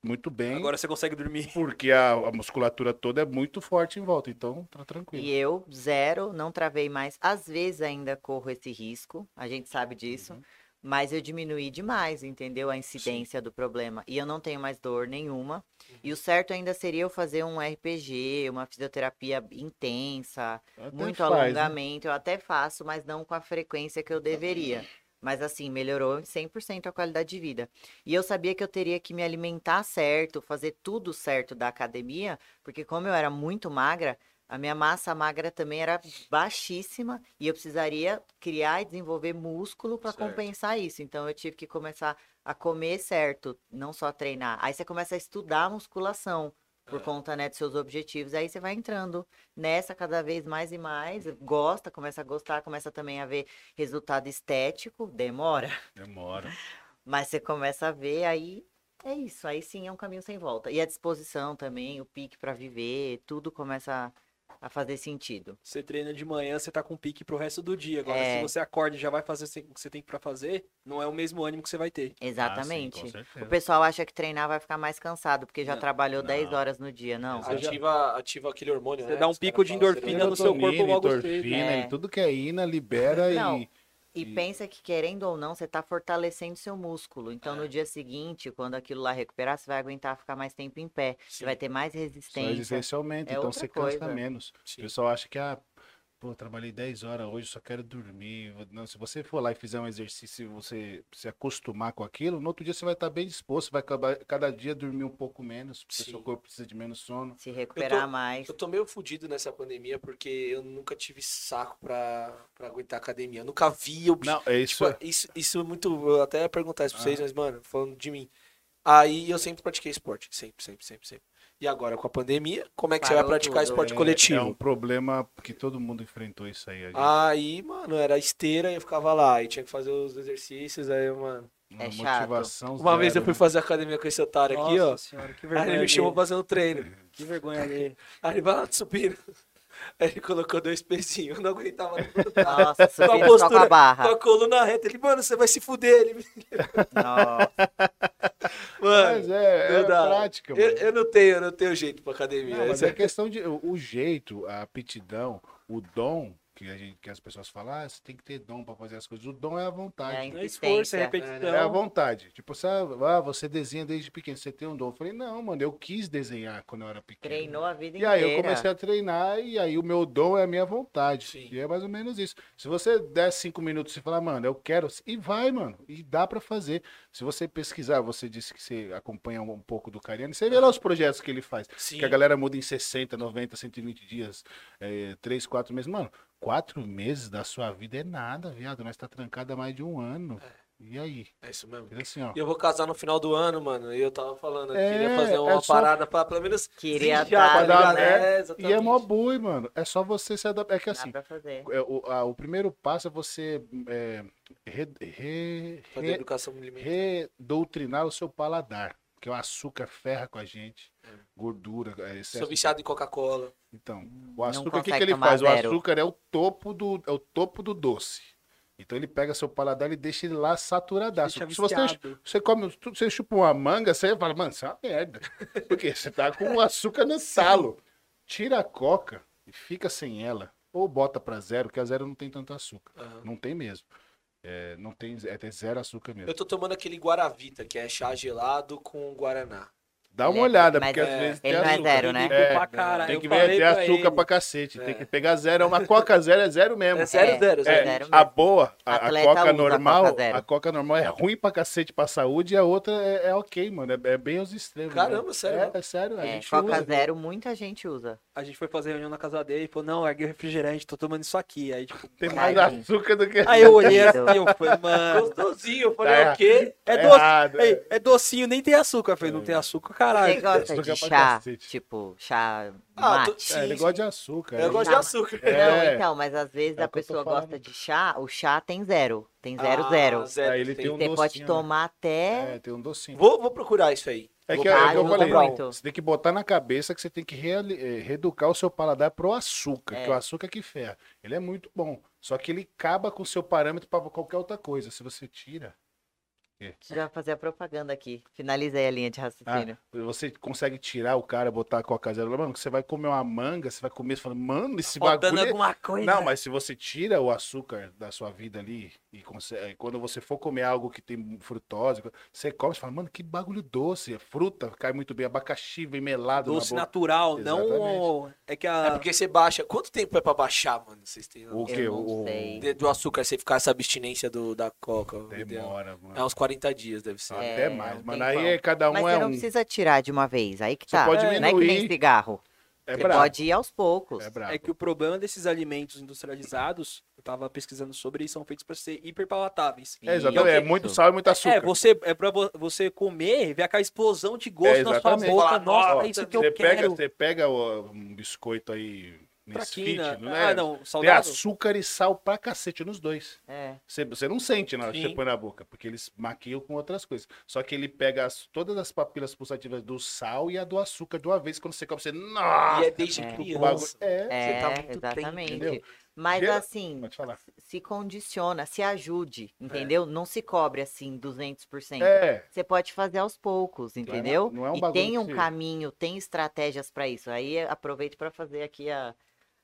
[SPEAKER 3] muito bem.
[SPEAKER 2] Agora você consegue dormir.
[SPEAKER 3] Porque a, a musculatura toda é muito forte em volta, então tá tranquilo.
[SPEAKER 4] E eu, zero, não travei mais. Às vezes ainda corro esse risco, a gente sabe disso.
[SPEAKER 3] Uhum.
[SPEAKER 4] Mas eu diminuí demais, entendeu? A incidência do problema. E eu não tenho mais dor nenhuma. E o
[SPEAKER 3] Uhum.
[SPEAKER 4] certo ainda seria eu fazer um RPG, uma fisioterapia intensa,
[SPEAKER 3] Até
[SPEAKER 4] muito
[SPEAKER 3] faz, né?
[SPEAKER 4] alongamento. Eu até faço, mas não com a frequência que eu deveria. Mas assim, melhorou em 100% a qualidade de vida. E eu sabia que eu teria que me alimentar certo, fazer tudo certo da academia, porque como eu era muito magra, a minha massa magra também era baixíssima e eu precisaria criar e desenvolver músculo para
[SPEAKER 1] Certo.
[SPEAKER 4] compensar isso. Então eu tive que começar a comer certo, não só treinar. Aí você começa a estudar a musculação por conta né, dos seus objetivos. Aí você vai entrando nessa cada vez mais e mais, gosta, começa a gostar, começa também a ver resultado estético, demora,
[SPEAKER 3] Demora.
[SPEAKER 4] mas você começa a ver aí é isso, aí sim é um caminho sem volta. E a disposição também, o pique para viver, tudo começa a, a fazer
[SPEAKER 3] Ah,
[SPEAKER 4] sentido.
[SPEAKER 2] Você treina de manhã, você tá com pique pro resto do dia. Agora,
[SPEAKER 4] É.
[SPEAKER 2] se você acorda e já vai fazer o que você tem pra fazer, não é o mesmo ânimo que você vai ter.
[SPEAKER 3] Ah,
[SPEAKER 4] Exatamente.
[SPEAKER 3] sim, com
[SPEAKER 4] o
[SPEAKER 3] certeza.
[SPEAKER 4] pessoal acha que treinar vai ficar mais cansado, porque já
[SPEAKER 2] Não,
[SPEAKER 4] trabalhou
[SPEAKER 3] não.
[SPEAKER 4] 10 horas no dia. Não,
[SPEAKER 2] Exato.
[SPEAKER 1] Ativa, ativa aquele hormônio,
[SPEAKER 2] Você
[SPEAKER 1] né?
[SPEAKER 2] dá um
[SPEAKER 1] Os caras
[SPEAKER 2] pico de
[SPEAKER 1] falam
[SPEAKER 2] endorfina no seu corpo
[SPEAKER 3] Serotonina,
[SPEAKER 2] logo cedo.
[SPEAKER 3] endorfina,
[SPEAKER 4] É.
[SPEAKER 3] e tudo que é ina libera
[SPEAKER 4] Não,
[SPEAKER 3] e
[SPEAKER 4] E
[SPEAKER 3] E-
[SPEAKER 4] pensa que, querendo ou não, você está fortalecendo seu músculo. Então,
[SPEAKER 3] É.
[SPEAKER 4] no dia seguinte, quando aquilo lá recuperar, você vai aguentar ficar mais tempo em pé. Você vai ter mais
[SPEAKER 3] sua
[SPEAKER 4] resistência.
[SPEAKER 3] resistência aumenta,
[SPEAKER 4] É
[SPEAKER 3] então
[SPEAKER 4] outra
[SPEAKER 3] você
[SPEAKER 4] coisa.
[SPEAKER 3] cansa menos. O pessoal acha que, ah, pô, trabalhei 10 horas hoje, só quero dormir. Não, se você for lá e fizer um exercício e você se acostumar com aquilo, no outro dia você vai estar bem disposto, vai acabar, cada dia dormir um pouco menos, porque
[SPEAKER 1] Sim.
[SPEAKER 3] seu corpo precisa de menos sono.
[SPEAKER 4] Se recuperar
[SPEAKER 1] Eu tô-
[SPEAKER 4] mais.
[SPEAKER 1] Eu tô meio fudido nessa pandemia porque eu nunca tive saco pra, pra aguentar academia. Eu nunca vi o bicho.
[SPEAKER 3] Não, é isso.
[SPEAKER 1] Tipo, isso, isso é muito. Eu até ia perguntar isso pra vocês,
[SPEAKER 3] Ah.
[SPEAKER 1] mas, mano, falando de mim. Aí eu sempre pratiquei esporte. Sempre, sempre, sempre, sempre. E agora com a pandemia, como é que você vai
[SPEAKER 4] Parou
[SPEAKER 1] praticar
[SPEAKER 4] tudo.
[SPEAKER 1] esporte
[SPEAKER 3] é-
[SPEAKER 1] coletivo?
[SPEAKER 3] É um problema que todo mundo enfrentou isso aí. A gente,
[SPEAKER 4] Ah,
[SPEAKER 1] Aí, mano, era esteira e eu ficava lá. E tinha que fazer os exercícios. Aí, mano.
[SPEAKER 3] uma
[SPEAKER 4] é chato.
[SPEAKER 3] motivação
[SPEAKER 1] Uma vez eu
[SPEAKER 3] zero, né?
[SPEAKER 1] fui fazer academia com esse otário aqui, ó.
[SPEAKER 2] senhora, que
[SPEAKER 1] Aí
[SPEAKER 2] vergonha.
[SPEAKER 1] ele me chamou
[SPEAKER 2] alheia.
[SPEAKER 1] fazendo treino.
[SPEAKER 2] Que vergonha ali.
[SPEAKER 1] Aí ele vai lá subindo. Aí ele colocou dois pezinhos. Eu não aguentava levantar.
[SPEAKER 4] Nossa,
[SPEAKER 1] com a
[SPEAKER 4] subindo só com
[SPEAKER 1] postura,
[SPEAKER 4] a
[SPEAKER 1] com a
[SPEAKER 4] barra.
[SPEAKER 1] coluna reta. Ele, mano, você vai se fuder. Ele,
[SPEAKER 4] Nossa,
[SPEAKER 1] mano,
[SPEAKER 3] Mas é, é
[SPEAKER 1] não dá.
[SPEAKER 3] prática,
[SPEAKER 1] eu,
[SPEAKER 3] mano.
[SPEAKER 1] eu não tenho, eu não tenho jeito pra academia.
[SPEAKER 3] Não, mas
[SPEAKER 1] Isso é-
[SPEAKER 3] é questão de o o jeito, a aptidão, o dom que a gente que as pessoas falam, ah, você tem que ter dom para fazer as coisas. O dom é a
[SPEAKER 4] é a
[SPEAKER 3] vontade.
[SPEAKER 2] É esforço, é
[SPEAKER 4] insistência.
[SPEAKER 2] repetição.
[SPEAKER 3] É, a vontade. Tipo, você, ah, você desenha desde pequeno, você tem um dom. Eu falei, não, mano, eu quis desenhar quando eu era pequeno.
[SPEAKER 4] Treinou a vida
[SPEAKER 3] E
[SPEAKER 4] inteira.
[SPEAKER 3] aí eu comecei a treinar e aí o meu dom é a minha vontade.
[SPEAKER 1] Sim.
[SPEAKER 3] E é mais ou menos isso. Se você der cinco minutos e falar, mano, eu quero, e vai, mano, e dá pra fazer. Se você pesquisar, você disse que você acompanha um pouco do Cariano, você vê lá os projetos que ele faz.
[SPEAKER 1] Sim.
[SPEAKER 3] Que a galera muda em 60, 90, 120 dias, é, 3, 4 meses. Mano, 4 meses da sua vida é nada, viado. Nós tá trancada há mais de um ano. E aí?
[SPEAKER 1] É isso mesmo.
[SPEAKER 3] Fica assim, ó.
[SPEAKER 1] E eu vou casar no final do ano, mano. E eu tava falando, eu
[SPEAKER 3] É,
[SPEAKER 1] queria fazer uma
[SPEAKER 3] é só-
[SPEAKER 1] parada pra pelo menos.
[SPEAKER 4] Queria tá
[SPEAKER 1] zinjar,
[SPEAKER 4] dar,
[SPEAKER 1] ligado?
[SPEAKER 3] né?
[SPEAKER 1] É,
[SPEAKER 3] E
[SPEAKER 1] exatamente.
[SPEAKER 3] é mó bui, mano. É só você se adaptar. É que
[SPEAKER 4] Dá
[SPEAKER 3] assim,
[SPEAKER 4] pra fazer.
[SPEAKER 3] é, o, a- o primeiro passo é você é, re- re-
[SPEAKER 1] Fazer
[SPEAKER 3] re-
[SPEAKER 1] educação alimentar.
[SPEAKER 3] redoutrinar o seu paladar. Porque o açúcar ferra com a gente. Gordura, é, excesso.
[SPEAKER 1] Sou viciado em Coca-Cola.
[SPEAKER 3] Então, o
[SPEAKER 4] não
[SPEAKER 3] açúcar, o que, que
[SPEAKER 4] consegue
[SPEAKER 3] ele
[SPEAKER 4] tomar
[SPEAKER 3] faz? O
[SPEAKER 4] zero.
[SPEAKER 3] açúcar é o topo do, é o topo do doce. Então ele pega seu paladar e deixa ele lá saturadaço.
[SPEAKER 2] Deixa
[SPEAKER 3] Se você,
[SPEAKER 2] viciado.
[SPEAKER 3] você come, tudo, você chupa uma manga, você fala, mano, isso é uma merda. Porque você tá com o açúcar no salo. Tira a coca e fica sem ela. Ou bota pra zero, que a zero não tem tanto açúcar.
[SPEAKER 1] Aham.
[SPEAKER 3] Não tem mesmo. É, não tem, é até zero açúcar mesmo.
[SPEAKER 1] Eu tô tomando aquele Guaravita, que é chá gelado com Guaraná.
[SPEAKER 3] Dá uma
[SPEAKER 4] Ele é-
[SPEAKER 3] olhada,
[SPEAKER 4] mas
[SPEAKER 3] porque às
[SPEAKER 1] é-
[SPEAKER 3] vezes
[SPEAKER 4] ele
[SPEAKER 3] tem
[SPEAKER 4] não é
[SPEAKER 3] açúcar.
[SPEAKER 4] zero, né?
[SPEAKER 2] Ligo
[SPEAKER 3] É,
[SPEAKER 2] pra cara.
[SPEAKER 3] Tem
[SPEAKER 2] eu
[SPEAKER 3] que
[SPEAKER 2] falei
[SPEAKER 3] vender
[SPEAKER 2] pra
[SPEAKER 3] açúcar
[SPEAKER 2] ele.
[SPEAKER 3] pra cacete.
[SPEAKER 1] É.
[SPEAKER 3] Tem que pegar zero. Uma coca zero é zero mesmo.
[SPEAKER 1] É zero,
[SPEAKER 4] É,
[SPEAKER 1] zero, zero.
[SPEAKER 3] É,
[SPEAKER 4] zero mesmo.
[SPEAKER 3] a boa, a, a
[SPEAKER 4] Atleta usa
[SPEAKER 3] coca
[SPEAKER 4] a
[SPEAKER 3] normal,
[SPEAKER 4] Coca Zero.
[SPEAKER 3] a coca normal é ruim pra cacete pra saúde e a outra é, é ok, mano. É, é bem aos extremos.
[SPEAKER 1] Caramba,
[SPEAKER 3] né?
[SPEAKER 1] sério?
[SPEAKER 3] É, é sério, a
[SPEAKER 4] É,
[SPEAKER 3] gente
[SPEAKER 4] Coca
[SPEAKER 3] usa.
[SPEAKER 4] Zero muita gente usa.
[SPEAKER 2] A gente foi fazer reunião na casa dele e falou, não, larguei o refrigerante, tô tomando isso aqui. Aí, tipo,
[SPEAKER 4] é
[SPEAKER 3] Tem mais
[SPEAKER 4] Caramba.
[SPEAKER 3] açúcar do que.
[SPEAKER 2] aí eu olhei assim e eu falei, mano,
[SPEAKER 1] Gostosinho. Eu falei,
[SPEAKER 3] Tá.
[SPEAKER 1] o quê?
[SPEAKER 2] é
[SPEAKER 3] Tá
[SPEAKER 2] doce.
[SPEAKER 3] errado,
[SPEAKER 2] Ei, é docinho, nem tem açúcar. Eu falei,
[SPEAKER 3] É.
[SPEAKER 2] não tem açúcar,
[SPEAKER 4] Você
[SPEAKER 2] caralho.
[SPEAKER 4] gosta
[SPEAKER 3] açúcar
[SPEAKER 4] de
[SPEAKER 3] Ah, pra
[SPEAKER 4] chá,
[SPEAKER 3] cacete.
[SPEAKER 4] tipo, chá
[SPEAKER 1] Ah, tô-
[SPEAKER 4] mate?
[SPEAKER 3] É, ele gosta de açúcar.
[SPEAKER 1] Eu
[SPEAKER 3] é.
[SPEAKER 1] gosto de açúcar.
[SPEAKER 3] É.
[SPEAKER 4] Não, então, mas às vezes
[SPEAKER 3] É o
[SPEAKER 4] a
[SPEAKER 3] que eu tô
[SPEAKER 4] pessoa
[SPEAKER 3] falando.
[SPEAKER 4] gosta de chá, o chá tem zero. Tem zero,
[SPEAKER 1] Ah,
[SPEAKER 4] zero.
[SPEAKER 3] Aí ele tem um
[SPEAKER 4] Você pode
[SPEAKER 3] docinho, né?
[SPEAKER 4] tomar até.
[SPEAKER 3] É, tem um docinho.
[SPEAKER 1] Vou, vou procurar isso aí.
[SPEAKER 3] É
[SPEAKER 1] Vou
[SPEAKER 3] que é,
[SPEAKER 1] procurar,
[SPEAKER 3] o que eu
[SPEAKER 1] vou
[SPEAKER 3] falei,
[SPEAKER 1] comprar um.
[SPEAKER 4] muito.
[SPEAKER 3] você tem que botar na cabeça que você tem que reali- eh, reeducar o seu paladar pro açúcar,
[SPEAKER 4] É.
[SPEAKER 3] que o açúcar que ferra. Ele é muito bom, só que ele acaba com o seu parâmetro para qualquer outra coisa. Se você tira,
[SPEAKER 4] Já vou fazer a propaganda aqui. Finalizei a linha de raciocínio.
[SPEAKER 3] você consegue tirar o cara, botar a Coca Zero, mano, você vai comer uma manga, você vai comer, você fala, mano, esse
[SPEAKER 2] Faltando
[SPEAKER 3] bagulho... é-
[SPEAKER 2] alguma coisa.
[SPEAKER 3] Não, mas se você tira o açúcar da sua vida ali, e consegue- quando você for comer algo que tem frutose, você come, você fala, mano, que bagulho doce, é fruta, cai muito bem, abacaxi, vem melado
[SPEAKER 2] É Doce
[SPEAKER 3] na boca.
[SPEAKER 2] natural, não.
[SPEAKER 3] Exatamente.
[SPEAKER 2] É que
[SPEAKER 1] É
[SPEAKER 2] a.
[SPEAKER 1] porque você baixa. Quanto tempo é pra baixar, mano? Vocês têm
[SPEAKER 3] O
[SPEAKER 4] Eu
[SPEAKER 3] que?
[SPEAKER 4] não
[SPEAKER 3] O...
[SPEAKER 4] sei.
[SPEAKER 1] De- do açúcar, você ficar essa abstinência do, da coca. o ideal.
[SPEAKER 3] Demora, mano.
[SPEAKER 1] É uns 40 dias, deve ser.
[SPEAKER 3] Até
[SPEAKER 4] É,
[SPEAKER 3] mais,
[SPEAKER 4] um
[SPEAKER 3] mano.
[SPEAKER 4] tempão.
[SPEAKER 3] Aí é, cada um
[SPEAKER 4] Mas
[SPEAKER 3] é
[SPEAKER 4] você não
[SPEAKER 3] um.
[SPEAKER 4] precisa tirar de uma vez, aí que
[SPEAKER 3] Você
[SPEAKER 4] tá.
[SPEAKER 3] pode
[SPEAKER 4] Não é que nem
[SPEAKER 3] diminuir.
[SPEAKER 4] cigarro.
[SPEAKER 3] É
[SPEAKER 4] Você
[SPEAKER 3] brabo.
[SPEAKER 4] pode ir aos poucos.
[SPEAKER 3] É brabo.
[SPEAKER 2] É que o problema desses alimentos industrializados, eu tava pesquisando sobre, eles são feitos para ser hiperpalatáveis.
[SPEAKER 3] É, exatamente. É
[SPEAKER 4] Isso.
[SPEAKER 3] muito sal e muito açúcar.
[SPEAKER 2] É, você, é pra vo- você comer e ver aquela explosão de gosto
[SPEAKER 3] É,
[SPEAKER 2] na sua
[SPEAKER 3] exatamente.
[SPEAKER 2] boca.
[SPEAKER 1] Falar,
[SPEAKER 2] Nossa,
[SPEAKER 3] Ó,
[SPEAKER 2] é isso que eu
[SPEAKER 3] você pega,
[SPEAKER 2] quero.
[SPEAKER 3] Você pega ó, um biscoito aí nesse fit,
[SPEAKER 2] Traquina.
[SPEAKER 3] não é?
[SPEAKER 2] Ah, não,
[SPEAKER 3] Tem
[SPEAKER 2] saudável.
[SPEAKER 3] açúcar e sal pra cacete nos dois.
[SPEAKER 4] É.
[SPEAKER 3] Você, você não sente na hora que
[SPEAKER 1] Sim.
[SPEAKER 3] você põe na boca, porque eles maquiam com outras coisas. Só que ele pega as- todas as papilas pulsativas do sal e a do açúcar de uma vez. Quando você come, você.
[SPEAKER 1] E é
[SPEAKER 3] Nossa!
[SPEAKER 1] desde
[SPEAKER 4] É.
[SPEAKER 3] o bagulho-
[SPEAKER 1] criança.
[SPEAKER 3] É,
[SPEAKER 4] É,
[SPEAKER 1] tá muito bem,
[SPEAKER 4] exatamente.
[SPEAKER 3] entendeu?
[SPEAKER 4] Mas
[SPEAKER 3] Gera-
[SPEAKER 4] assim,
[SPEAKER 3] pode falar.
[SPEAKER 4] se condiciona, se ajude, entendeu? Não se cobre assim 200%.
[SPEAKER 3] É.
[SPEAKER 4] Você pode fazer aos poucos,
[SPEAKER 3] é uma-
[SPEAKER 4] entendeu?
[SPEAKER 3] não é um
[SPEAKER 4] e
[SPEAKER 3] bagulho
[SPEAKER 4] tem
[SPEAKER 3] que
[SPEAKER 4] um
[SPEAKER 3] se-
[SPEAKER 4] caminho, tem estratégias para isso. Aí aproveito para fazer aqui a,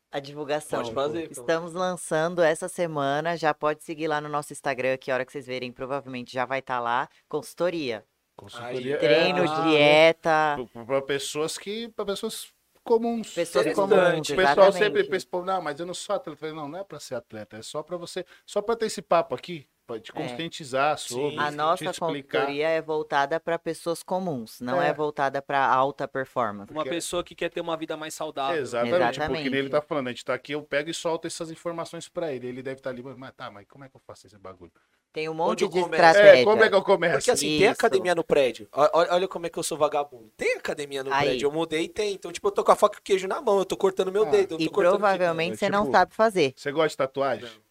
[SPEAKER 4] a divulgação.
[SPEAKER 1] Pode fazer. então. pô.
[SPEAKER 4] Estamos lançando essa semana, já pode seguir lá no nosso Instagram, que a hora que vocês verem, provavelmente já vai estar lá, consultoria.
[SPEAKER 3] Consultoria.
[SPEAKER 1] Aí,
[SPEAKER 4] Treino,
[SPEAKER 1] ah,
[SPEAKER 4] dieta,
[SPEAKER 3] para pessoas que para pessoas comuns
[SPEAKER 4] pessoas
[SPEAKER 1] interessante.
[SPEAKER 4] comuns,
[SPEAKER 3] o pessoal
[SPEAKER 4] exatamente.
[SPEAKER 3] sempre pensa, "Pô, não, mas eu não sou atleta. Eu falei, não, não é para ser atleta, é só para você, só para ter esse papo aqui, para te conscientizar sobre,
[SPEAKER 4] É. A
[SPEAKER 3] te
[SPEAKER 4] nossa
[SPEAKER 3] explicar.
[SPEAKER 4] consultoria é voltada para pessoas comuns, não é,
[SPEAKER 3] É.
[SPEAKER 4] voltada para alta performance.
[SPEAKER 2] Uma
[SPEAKER 3] porque-
[SPEAKER 2] pessoa que quer ter uma vida mais saudável.
[SPEAKER 3] Exatamente,
[SPEAKER 4] é Exatamente.
[SPEAKER 3] porque ele tá falando, a gente tá aqui, eu pego e solto essas informações para ele. Ele deve estar ali, mas tá, mas como é que eu faço esse bagulho?
[SPEAKER 4] Tem um
[SPEAKER 1] Onde
[SPEAKER 4] monte
[SPEAKER 1] eu
[SPEAKER 4] de
[SPEAKER 1] começo?
[SPEAKER 4] estratégia.
[SPEAKER 3] É, como é que eu começo?
[SPEAKER 1] Porque assim, tem
[SPEAKER 4] Isso.
[SPEAKER 1] academia no prédio. Ó- ó- Olha como é que eu sou vagabundo. Tem academia no
[SPEAKER 4] Aí.
[SPEAKER 1] prédio. Eu mudei e tem. Então, tipo, eu tô com a faca e o queijo na mão. Eu tô cortando meu
[SPEAKER 3] Ah.
[SPEAKER 1] dedo. Eu
[SPEAKER 4] E
[SPEAKER 1] tô cortando o
[SPEAKER 4] provavelmente
[SPEAKER 3] É
[SPEAKER 4] você não
[SPEAKER 3] tipo-
[SPEAKER 4] sabe fazer.
[SPEAKER 3] Você gosta de tatuagem?
[SPEAKER 1] queijo.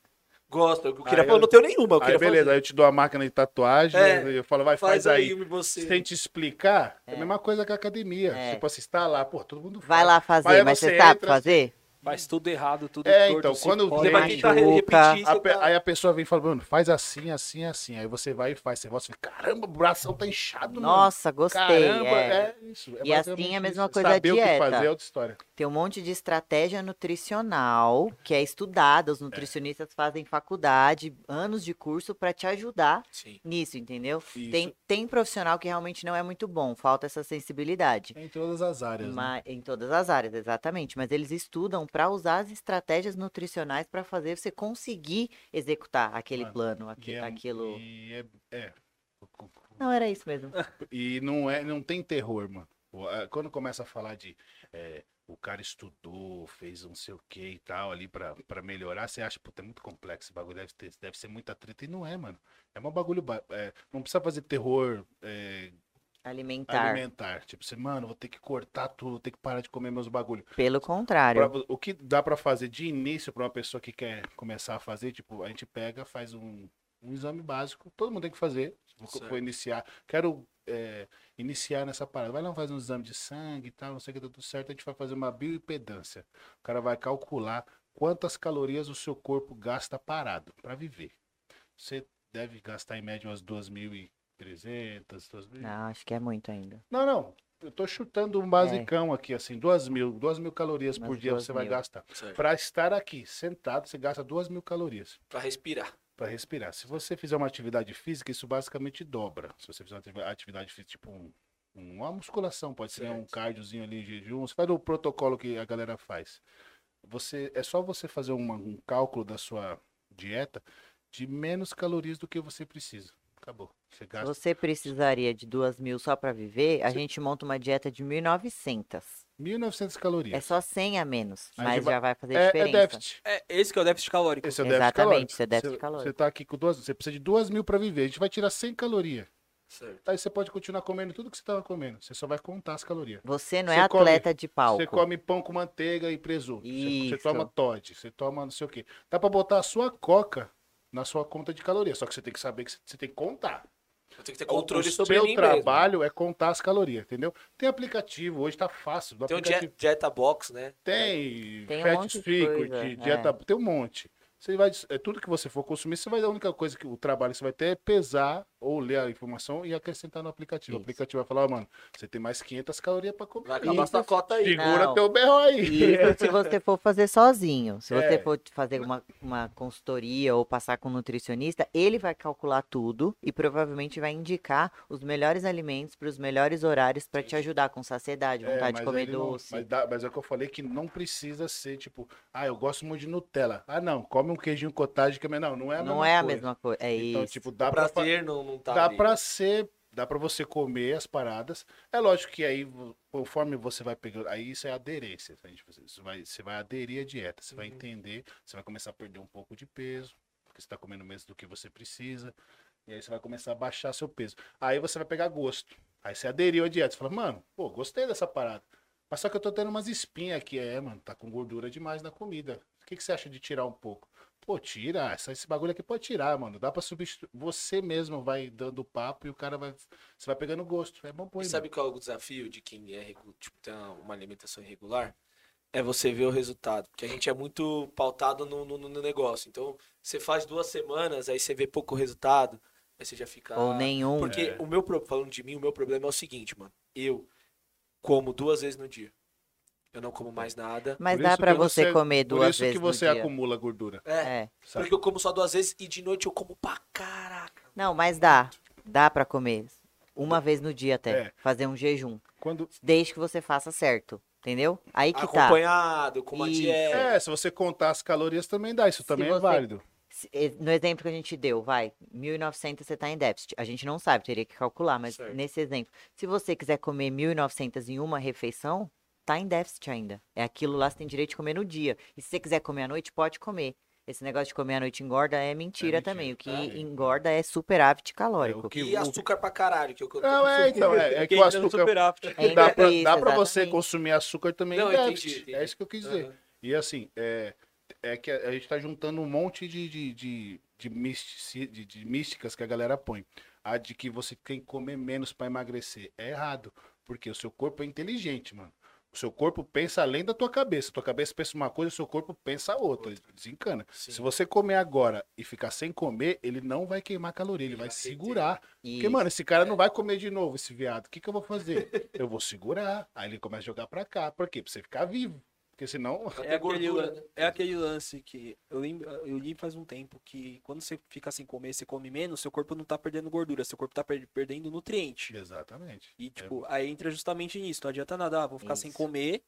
[SPEAKER 1] Gosto. Eu queria
[SPEAKER 3] Aí
[SPEAKER 1] falar,
[SPEAKER 3] eu-
[SPEAKER 1] não tenho nenhuma. Eu
[SPEAKER 3] Aí
[SPEAKER 1] queria
[SPEAKER 3] beleza,
[SPEAKER 1] fazer.
[SPEAKER 3] aí eu te dou a máquina de tatuagem,
[SPEAKER 1] É.
[SPEAKER 3] eu falo, vai, faz,
[SPEAKER 1] Faz aí,
[SPEAKER 3] aí.
[SPEAKER 1] você.
[SPEAKER 3] Sem te explicar, é a mesma coisa que a academia.
[SPEAKER 4] É.
[SPEAKER 3] Tipo assim, está lá, pô, todo mundo
[SPEAKER 4] Vai
[SPEAKER 3] faz.
[SPEAKER 4] lá fazer,
[SPEAKER 3] Mas aí
[SPEAKER 4] mas
[SPEAKER 3] você
[SPEAKER 4] você sabe
[SPEAKER 3] entra,
[SPEAKER 4] fazer?
[SPEAKER 2] Faz tudo errado, tudo
[SPEAKER 3] É,
[SPEAKER 2] torto.
[SPEAKER 3] então,
[SPEAKER 2] se
[SPEAKER 3] quando
[SPEAKER 2] fode,
[SPEAKER 1] Você vai
[SPEAKER 3] Gente,
[SPEAKER 1] tentar re-
[SPEAKER 4] machuca.
[SPEAKER 1] repetir.
[SPEAKER 3] A
[SPEAKER 1] você
[SPEAKER 3] pe-
[SPEAKER 1] tá-
[SPEAKER 3] Aí a pessoa vem e fala, mano, faz assim, assim, assim. Aí você vai e faz. Você volta e fala, caramba, o bração tá inchado, mano.
[SPEAKER 4] Nossa, gostei.
[SPEAKER 3] Caramba,
[SPEAKER 4] é.
[SPEAKER 3] é, isso. é
[SPEAKER 4] E assim é a
[SPEAKER 3] basicamente
[SPEAKER 4] mesma
[SPEAKER 3] isso.
[SPEAKER 4] coisa a
[SPEAKER 3] Saber o que
[SPEAKER 4] dieta.
[SPEAKER 3] fazer é outra história.
[SPEAKER 4] Tem um monte de estratégia nutricional que é estudada. Os nutricionistas fazem faculdade, anos de curso para te ajudar
[SPEAKER 1] Sim.
[SPEAKER 4] nisso, entendeu?
[SPEAKER 3] Isso.
[SPEAKER 4] Tem, tem profissional que realmente não é muito bom, falta essa sensibilidade.
[SPEAKER 3] Em todas as áreas, né?
[SPEAKER 4] Ma- Em todas as áreas, exatamente. Mas eles estudam para usar as estratégias nutricionais para fazer você conseguir executar aquele
[SPEAKER 3] Mano,
[SPEAKER 4] plano, aque-
[SPEAKER 3] E é-
[SPEAKER 4] tá aquilo.
[SPEAKER 3] E, é- é.
[SPEAKER 4] Não, era isso mesmo.
[SPEAKER 3] E não, é, não tem terror, mano. O- a- Quando começa a falar de é, o cara estudou, fez não sei o que e tal ali pra, pra melhorar, você acha, puta, é muito complexo esse bagulho, deve, ter- deve ser muita treta. E não é, mano. É um bagulho. ba- é, não precisa fazer terror é,
[SPEAKER 4] Alimentar.
[SPEAKER 3] alimentar. Tipo assim, mano, vou ter que cortar tudo, vou ter que parar de comer meus bagulho.
[SPEAKER 4] Pelo contrário.
[SPEAKER 3] Pra- o que dá pra fazer de início pra uma pessoa que quer começar a fazer, tipo, a gente pega, faz um, um exame básico, todo mundo tem que fazer. Vou,
[SPEAKER 1] Certo.
[SPEAKER 3] vou iniciar. Quero é, iniciar nessa parada. Vai lá fazer um exame de sangue e tal, não sei o que, tá tudo certo. A gente vai fazer uma bioimpedância. O cara vai calcular quantas calorias o seu corpo gasta parado para viver. Você deve gastar em média umas 2.300, 2.000.
[SPEAKER 4] Não, acho que é muito ainda.
[SPEAKER 3] Não, não. Eu tô chutando um basicão aqui, assim, duas mil, duas mil calorias
[SPEAKER 4] Umas
[SPEAKER 3] por dia
[SPEAKER 4] duas
[SPEAKER 3] você vai
[SPEAKER 4] mil.
[SPEAKER 3] gastar.
[SPEAKER 1] Certo.
[SPEAKER 3] Para estar aqui, sentado, você gasta duas mil calorias
[SPEAKER 1] Pra respirar.
[SPEAKER 3] para respirar. Se você fizer uma atividade física, isso basicamente dobra. Se você fizer uma ativi- atividade física, tipo um- um- uma musculação, pode ser um
[SPEAKER 1] Certo.
[SPEAKER 3] cardiozinho ali em jejum, você faz o protocolo que a galera faz. Você é só você fazer uma- um cálculo da sua dieta de menos calorias do que você precisa. Acabou. Você
[SPEAKER 4] Se
[SPEAKER 3] gasta
[SPEAKER 4] você precisaria de duas mil só pra viver, a
[SPEAKER 3] é Sim.
[SPEAKER 4] gente monta uma dieta de 1.900.
[SPEAKER 3] 1.900 calorias.
[SPEAKER 4] É só 100 a menos,
[SPEAKER 3] Aí
[SPEAKER 4] mas
[SPEAKER 3] vai-
[SPEAKER 4] já vai fazer
[SPEAKER 3] É- é
[SPEAKER 4] diferença.
[SPEAKER 3] déficit.
[SPEAKER 2] É, esse que é o déficit calórico.
[SPEAKER 3] Esse é o
[SPEAKER 4] Exatamente,
[SPEAKER 3] déficit calórico.
[SPEAKER 4] esse é o déficit
[SPEAKER 3] Você-
[SPEAKER 4] calórico.
[SPEAKER 3] Você tá aqui com duas, você precisa de duas mil para viver. A gente vai tirar 100 calorias.
[SPEAKER 1] Certo.
[SPEAKER 3] Aí você pode continuar comendo tudo que você estava comendo. Você só vai contar as calorias.
[SPEAKER 4] Você não é
[SPEAKER 3] Você come-
[SPEAKER 4] atleta de palco.
[SPEAKER 3] Você come pão com manteiga e presunto. Você, você
[SPEAKER 4] Isso.
[SPEAKER 3] toma Todd, você toma não sei o quê. Dá para botar a sua coca na sua conta de calorias. Só que você tem que saber que você- você tem que contar.
[SPEAKER 1] Eu tenho que ter controle
[SPEAKER 3] o
[SPEAKER 1] sobre
[SPEAKER 3] seu
[SPEAKER 1] mim mesmo.
[SPEAKER 3] trabalho é contar as calorias, entendeu? Tem aplicativo, hoje tá fácil. do
[SPEAKER 1] Tem um
[SPEAKER 3] aplicativo.
[SPEAKER 1] die- dieta box, né?
[SPEAKER 3] Tem,
[SPEAKER 4] Tem um
[SPEAKER 3] fat
[SPEAKER 4] monte de
[SPEAKER 3] secret,
[SPEAKER 4] coisa, é.
[SPEAKER 3] dieta, tem um monte. Você vai, é tudo que você for consumir, você vai a única coisa que o trabalho que você vai ter é pesar ou ler a informação e acrescentar no aplicativo. O
[SPEAKER 4] Isso.
[SPEAKER 3] aplicativo vai falar, ó, mano, você tem mais 500 calorias pra comer.
[SPEAKER 1] Vai acabar
[SPEAKER 3] Ih,
[SPEAKER 1] sua cota aí. né?
[SPEAKER 3] Segura
[SPEAKER 4] Não.
[SPEAKER 3] teu berro aí.
[SPEAKER 4] Isso se você for fazer sozinho. Se
[SPEAKER 3] É.
[SPEAKER 4] você for fazer uma, uma consultoria ou passar com um nutricionista, ele vai calcular tudo e provavelmente vai indicar os melhores alimentos para os melhores horários para te ajudar com saciedade,
[SPEAKER 3] É,
[SPEAKER 4] vontade
[SPEAKER 3] mas
[SPEAKER 4] de comer
[SPEAKER 3] ele não-
[SPEAKER 4] doce.
[SPEAKER 3] mas, dá- mas é o que eu falei que não precisa ser tipo, ah, eu gosto muito de Nutella. Ah, não, come um queijinho cottage que é melhor. Não, não é a
[SPEAKER 4] não
[SPEAKER 3] mesma
[SPEAKER 4] é a
[SPEAKER 3] coisa.
[SPEAKER 4] mesma coisa. É
[SPEAKER 3] Então,
[SPEAKER 4] isso.
[SPEAKER 3] tipo, dá pra,
[SPEAKER 1] Prazer não, não tá
[SPEAKER 3] dá
[SPEAKER 1] ali.
[SPEAKER 3] pra ser, dá pra você comer as paradas. É lógico que aí, vo- conforme você vai pegando, aí isso é aderência. A gente, você, vai, você vai aderir à dieta, você
[SPEAKER 1] Uhum.
[SPEAKER 3] vai entender, você vai começar a perder um pouco de peso, porque você tá comendo menos do que você precisa, e aí você vai começar a baixar seu peso. Aí você vai pegar gosto. Aí você aderiu à dieta, você fala, mano, pô, gostei dessa parada. Mas só que eu tô tendo umas espinhas aqui, é, mano, tá com gordura demais na comida. O que, que você acha de tirar um pouco? Pô, tira, essa- esse bagulho aqui pode tirar, mano. Dá pra substituir. Você mesmo vai dando papo e o cara vai. Você vai pegando gosto. É bom pôr.
[SPEAKER 1] E
[SPEAKER 3] mano.
[SPEAKER 1] sabe qual é o desafio de quem é regu- tipo, tem uma- uma alimentação irregular? É você ver o resultado. Porque a gente é muito pautado no, no- no negócio. Então, você faz duas semanas, aí você vê pouco resultado, aí você já fica.
[SPEAKER 4] Ou nenhum.
[SPEAKER 1] Porque
[SPEAKER 3] É.
[SPEAKER 1] o meu pro- falando de mim, o meu problema é o seguinte, mano. Eu como duas vezes no dia. Eu não como mais nada.
[SPEAKER 4] Mas
[SPEAKER 3] Por
[SPEAKER 4] dá
[SPEAKER 3] isso
[SPEAKER 4] para
[SPEAKER 3] que
[SPEAKER 4] você
[SPEAKER 3] você-
[SPEAKER 4] comer
[SPEAKER 3] Por
[SPEAKER 4] duas
[SPEAKER 3] isso
[SPEAKER 4] vezes
[SPEAKER 3] que você
[SPEAKER 4] no dia.
[SPEAKER 3] acumula gordura.
[SPEAKER 1] É,
[SPEAKER 4] É.
[SPEAKER 3] Sabe?
[SPEAKER 1] porque eu como só duas vezes e de noite eu como pra caraca.
[SPEAKER 4] Não, mas dá. Dá para comer uma vez no dia até.
[SPEAKER 3] É.
[SPEAKER 4] Fazer um jejum.
[SPEAKER 3] Quando.
[SPEAKER 4] Desde que você faça certo. Entendeu? Aí que tá.
[SPEAKER 1] Acompanhado, com uma
[SPEAKER 4] Isso.
[SPEAKER 1] dieta.
[SPEAKER 3] É, se você contar as calorias também dá. Isso
[SPEAKER 4] Se
[SPEAKER 3] também é
[SPEAKER 4] você-
[SPEAKER 3] válido.
[SPEAKER 4] Se- eh, No exemplo que a gente deu, vai, 1.900 você tá em déficit. A gente não sabe, teria que calcular, mas
[SPEAKER 1] Certo.
[SPEAKER 4] nesse exemplo, se você quiser comer 1.900 em uma refeição, tá em déficit ainda. É aquilo lá, você tem direito de comer no dia. E se você quiser comer à noite, pode comer. Esse negócio de comer à noite engorda é mentira,
[SPEAKER 3] mentira.
[SPEAKER 4] também. O que
[SPEAKER 3] É.
[SPEAKER 4] engorda é superávit calórico.
[SPEAKER 3] É, o que-
[SPEAKER 1] E açúcar pra caralho, que eu que eu tô
[SPEAKER 3] Não, é, então, é, é que
[SPEAKER 2] Quem
[SPEAKER 3] o
[SPEAKER 2] entra no
[SPEAKER 3] açúcar.
[SPEAKER 2] superávit.
[SPEAKER 4] É,
[SPEAKER 3] Dá pra,
[SPEAKER 4] isso,
[SPEAKER 3] dá pra você
[SPEAKER 4] exatamente.
[SPEAKER 3] consumir açúcar também
[SPEAKER 1] Não,
[SPEAKER 3] em
[SPEAKER 1] entendi,
[SPEAKER 3] déficit.
[SPEAKER 1] entendi.
[SPEAKER 3] É isso que eu quis dizer.
[SPEAKER 1] Aham.
[SPEAKER 3] E assim, é, é que a a gente tá juntando um monte de, de, de, de mistici- de- de místicas que a galera põe. A de que você tem que comer menos para emagrecer. É errado, porque o seu corpo é inteligente, mano. O seu corpo pensa além da tua cabeça. Tua cabeça pensa uma coisa, o seu corpo pensa outra. Ele Desencana.
[SPEAKER 1] Sim.
[SPEAKER 3] Se você comer agora e ficar sem comer, ele não vai queimar caloria, ele vai É.
[SPEAKER 1] vai derreter.
[SPEAKER 3] segurar. Porque,
[SPEAKER 4] E
[SPEAKER 3] mano, esse cara não vai comer de novo, esse viado. O que, que eu vou fazer? eu vou segurar. Aí ele começa a jogar pra cá. Por quê? Pra você ficar vivo. Porque senão.
[SPEAKER 1] Pra ter
[SPEAKER 2] É aquele,
[SPEAKER 1] gordura,
[SPEAKER 2] lan-
[SPEAKER 1] né?
[SPEAKER 2] é aquele lance que eu, lembro, eu li faz um tempo que quando você fica sem comer, você come menos, seu corpo não tá perdendo gordura, seu corpo tá per- perdendo nutriente.
[SPEAKER 3] Exatamente.
[SPEAKER 1] É.
[SPEAKER 2] E, tipo, aí entra justamente nisso. Não adianta nada, ah, vou ficar sem
[SPEAKER 4] Isso.
[SPEAKER 2] comer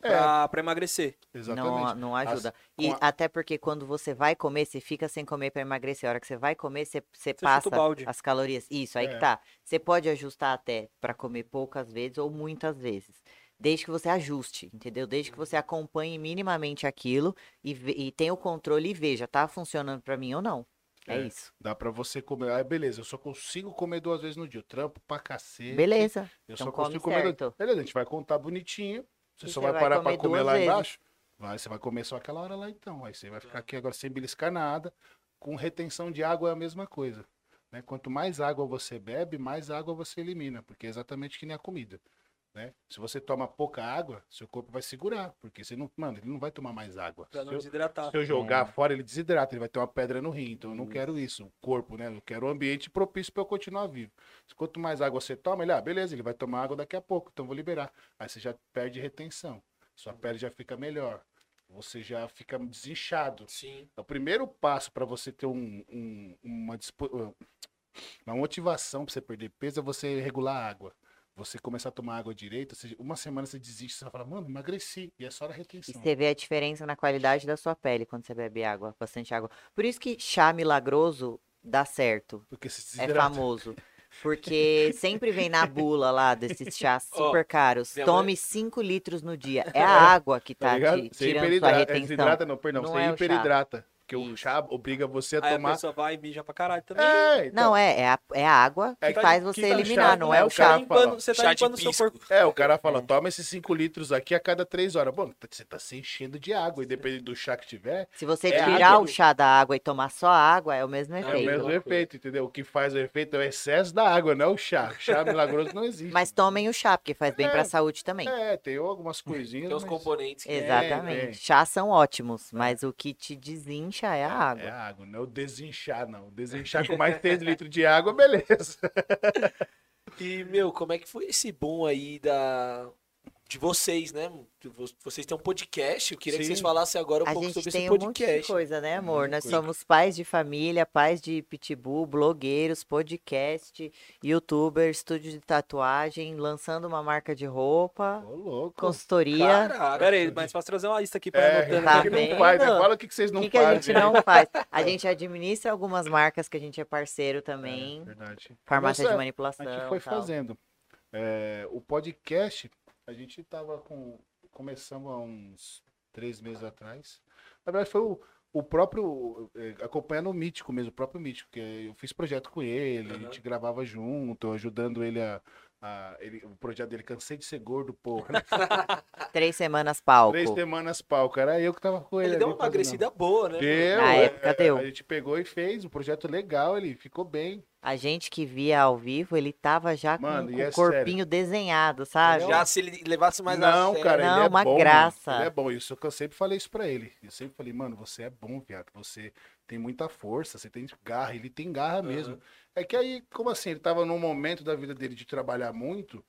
[SPEAKER 3] É.
[SPEAKER 2] pra, pra emagrecer.
[SPEAKER 3] Exatamente.
[SPEAKER 4] não, não ajuda.
[SPEAKER 3] com
[SPEAKER 4] E
[SPEAKER 3] a-
[SPEAKER 4] até porque quando você vai comer, você fica sem comer para emagrecer. A hora que você vai comer, você, você
[SPEAKER 2] chuta o
[SPEAKER 4] passa
[SPEAKER 2] balde.
[SPEAKER 4] as calorias. Isso, aí
[SPEAKER 3] É.
[SPEAKER 4] que tá. Você pode ajustar até para comer poucas vezes ou muitas vezes. Desde que você ajuste, entendeu? Desde que
[SPEAKER 3] Uhum.
[SPEAKER 4] você acompanhe minimamente aquilo e, ve- e tenha o controle e veja, tá funcionando para mim ou não. É,
[SPEAKER 3] É.
[SPEAKER 4] isso.
[SPEAKER 3] Dá pra você comer. Ah, beleza, eu só consigo comer duas vezes no dia. Eu trampo pra cacete.
[SPEAKER 4] Beleza.
[SPEAKER 3] Eu
[SPEAKER 4] Então
[SPEAKER 3] só
[SPEAKER 4] come
[SPEAKER 3] consigo comer. duas-
[SPEAKER 4] certo.
[SPEAKER 3] Beleza, a gente vai contar bonitinho. Você
[SPEAKER 4] E
[SPEAKER 3] só
[SPEAKER 4] você
[SPEAKER 3] vai,
[SPEAKER 4] vai
[SPEAKER 3] parar
[SPEAKER 4] comer
[SPEAKER 3] pra comer
[SPEAKER 4] duas
[SPEAKER 3] lá
[SPEAKER 4] vezes.
[SPEAKER 3] embaixo? Vai, você vai comer só aquela hora lá então. Aí você vai ficar aqui agora sem beliscar nada. com retenção de água é a mesma coisa. Né? Quanto mais água você bebe, mais água você elimina, porque é exatamente que nem a comida. Né? Se você toma pouca água, seu corpo vai segurar, porque você não, mano, ele não vai tomar mais água.
[SPEAKER 2] Pra
[SPEAKER 3] Se
[SPEAKER 2] não
[SPEAKER 3] eu-
[SPEAKER 4] tá
[SPEAKER 2] desidratar.
[SPEAKER 3] se eu jogar fora, ele desidrata, ele vai ter uma pedra no rim. Então eu não quero isso. O corpo, né? Eu quero um ambiente propício para eu continuar vivo. Quanto mais água você toma, ele, ah, beleza, ele vai tomar água daqui a pouco, então eu vou liberar. Aí você já perde retenção. Sua pele já fica melhor. Você já fica desinchado. É
[SPEAKER 2] Sim.
[SPEAKER 3] O primeiro passo para você ter um- um- uma, dispo- uma motivação para você perder peso é você regular a água. Você começar a tomar água direito, ou seja, uma semana você desiste, você vai falar, mano, emagreci. E é só a
[SPEAKER 4] E
[SPEAKER 3] retenção.
[SPEAKER 4] você vê a diferença na qualidade da sua pele quando você bebe água, bastante água. Por isso que chá milagroso dá certo,
[SPEAKER 3] Porque se
[SPEAKER 4] é
[SPEAKER 3] desidrata.
[SPEAKER 4] famoso. Porque sempre vem na bula lá desses chás
[SPEAKER 1] Ó,
[SPEAKER 4] super caros.
[SPEAKER 1] minha
[SPEAKER 4] Tome 5 litros no dia. É a água que tá,
[SPEAKER 3] ligado?
[SPEAKER 4] te
[SPEAKER 3] Você
[SPEAKER 4] tirando sua
[SPEAKER 3] hiperidrata- é,
[SPEAKER 4] retenção.
[SPEAKER 3] desidrata não, perdão,
[SPEAKER 4] Não
[SPEAKER 3] você
[SPEAKER 4] é o chá.
[SPEAKER 3] hiperidrata. Porque o
[SPEAKER 4] Isso.
[SPEAKER 3] chá obriga você a
[SPEAKER 2] Aí a
[SPEAKER 3] tomar.
[SPEAKER 2] pessoa vai e mija pra caralho também.
[SPEAKER 3] É, então,
[SPEAKER 4] Não, é, é a, é a água que
[SPEAKER 3] É que tá-
[SPEAKER 4] faz
[SPEAKER 3] que
[SPEAKER 4] você
[SPEAKER 3] tá o
[SPEAKER 4] eliminar,
[SPEAKER 3] chá,
[SPEAKER 4] não
[SPEAKER 3] não é
[SPEAKER 4] é
[SPEAKER 3] o
[SPEAKER 4] o
[SPEAKER 3] chá.
[SPEAKER 4] chá.
[SPEAKER 2] Tá limpando- você tá
[SPEAKER 1] Chá de
[SPEAKER 2] limpando o seu
[SPEAKER 1] pisco.
[SPEAKER 2] corpo.
[SPEAKER 3] é, o cara fala, toma esses 5 litros aqui a cada 3 horas. Bom, tá- você tá se enchendo de água, e dependendo do chá que tiver,
[SPEAKER 4] Se você
[SPEAKER 3] É
[SPEAKER 4] tirar
[SPEAKER 3] água.
[SPEAKER 4] o chá da água e tomar só a água, é o mesmo
[SPEAKER 3] é o
[SPEAKER 4] efeito.
[SPEAKER 3] mesmo
[SPEAKER 1] loucura.
[SPEAKER 3] efeito, entendeu? O que faz o efeito é o excesso da água, não é o chá. O chá milagroso não existe.
[SPEAKER 4] Mas tomem o chá, porque faz bem
[SPEAKER 3] É,
[SPEAKER 4] pra saúde também.
[SPEAKER 3] É, tem algumas coisinhas.
[SPEAKER 1] Tem uns
[SPEAKER 3] mas-
[SPEAKER 1] componentes. que-
[SPEAKER 4] Exatamente.
[SPEAKER 3] é.
[SPEAKER 4] Chás são ótimos, mas o que te desincha é a água.
[SPEAKER 3] É a água, não é o desinchar, não. Desinchar com mais 3 litros de água, beleza.
[SPEAKER 1] E, meu, como é que foi esse boom aí da... de vocês, né? De vo- Vocês têm um podcast, eu queria que
[SPEAKER 3] Sim.
[SPEAKER 1] vocês falassem agora um
[SPEAKER 4] A
[SPEAKER 1] pouco
[SPEAKER 4] gente
[SPEAKER 1] sobre esse
[SPEAKER 4] tem um monte de
[SPEAKER 1] podcast.
[SPEAKER 4] coisa, né, amor? Nós
[SPEAKER 3] coisa.
[SPEAKER 4] somos pais de família, pais de pitbull, blogueiros, podcast, youtuber, estúdio de tatuagem, lançando uma marca de roupa,
[SPEAKER 3] Ô, louco.
[SPEAKER 4] consultoria.
[SPEAKER 1] Caraca,
[SPEAKER 2] Ah, Pera aí, mas posso trazer uma lista aqui pra
[SPEAKER 3] É,
[SPEAKER 2] ir anotando.
[SPEAKER 4] Tá
[SPEAKER 3] o que que
[SPEAKER 4] vendo?
[SPEAKER 3] não faz, né? Fala o que, que vocês
[SPEAKER 4] O
[SPEAKER 3] não
[SPEAKER 4] que, que a
[SPEAKER 3] fazem. É
[SPEAKER 4] gente não faz? A gente administra algumas marcas que a gente é parceiro
[SPEAKER 3] É,
[SPEAKER 4] também,
[SPEAKER 3] verdade.
[SPEAKER 4] farmácia de
[SPEAKER 3] Nossa,
[SPEAKER 4] manipulação.
[SPEAKER 3] A gente foi
[SPEAKER 4] tal.
[SPEAKER 3] fazendo. É, o podcast, a gente tava com. Começamos há uns três meses atrás. Na verdade, foi o, o próprio. é, acompanhando o Mítico mesmo, o próprio Mítico, que eu fiz projeto com ele, a gente gravava junto, ajudando ele a. a- ele, o projeto dele, cansei de ser gordo, porra.
[SPEAKER 4] Três semanas palco.
[SPEAKER 3] Três semanas pau, cara. Era eu que tava com ele.
[SPEAKER 1] ele deu
[SPEAKER 3] ali
[SPEAKER 1] uma
[SPEAKER 3] fazendo.
[SPEAKER 1] emagrecida boa, né?
[SPEAKER 3] é Deu,
[SPEAKER 4] Na
[SPEAKER 3] é,
[SPEAKER 4] época
[SPEAKER 3] é,
[SPEAKER 4] deu.
[SPEAKER 3] A gente pegou e fez um projeto legal, ele ficou bem.
[SPEAKER 4] A gente que via ao vivo, ele tava já com-
[SPEAKER 3] Mano,
[SPEAKER 4] com
[SPEAKER 3] e é
[SPEAKER 4] o corpinho desenhado, sabe?
[SPEAKER 1] Ah, Já se ele levasse mais a
[SPEAKER 3] não,
[SPEAKER 1] sério.
[SPEAKER 3] cara,
[SPEAKER 4] Não,
[SPEAKER 3] ele é
[SPEAKER 4] uma
[SPEAKER 3] bom, mano.
[SPEAKER 4] graça.
[SPEAKER 3] Ele é bom. Isso que eu sempre falei isso pra ele. Eu sempre falei, mano, você é bom, viado. Você tem muita força, você tem garra, ele tem garra mesmo. É que aí, como assim, ele tava num momento da vida dele de trabalhar muito.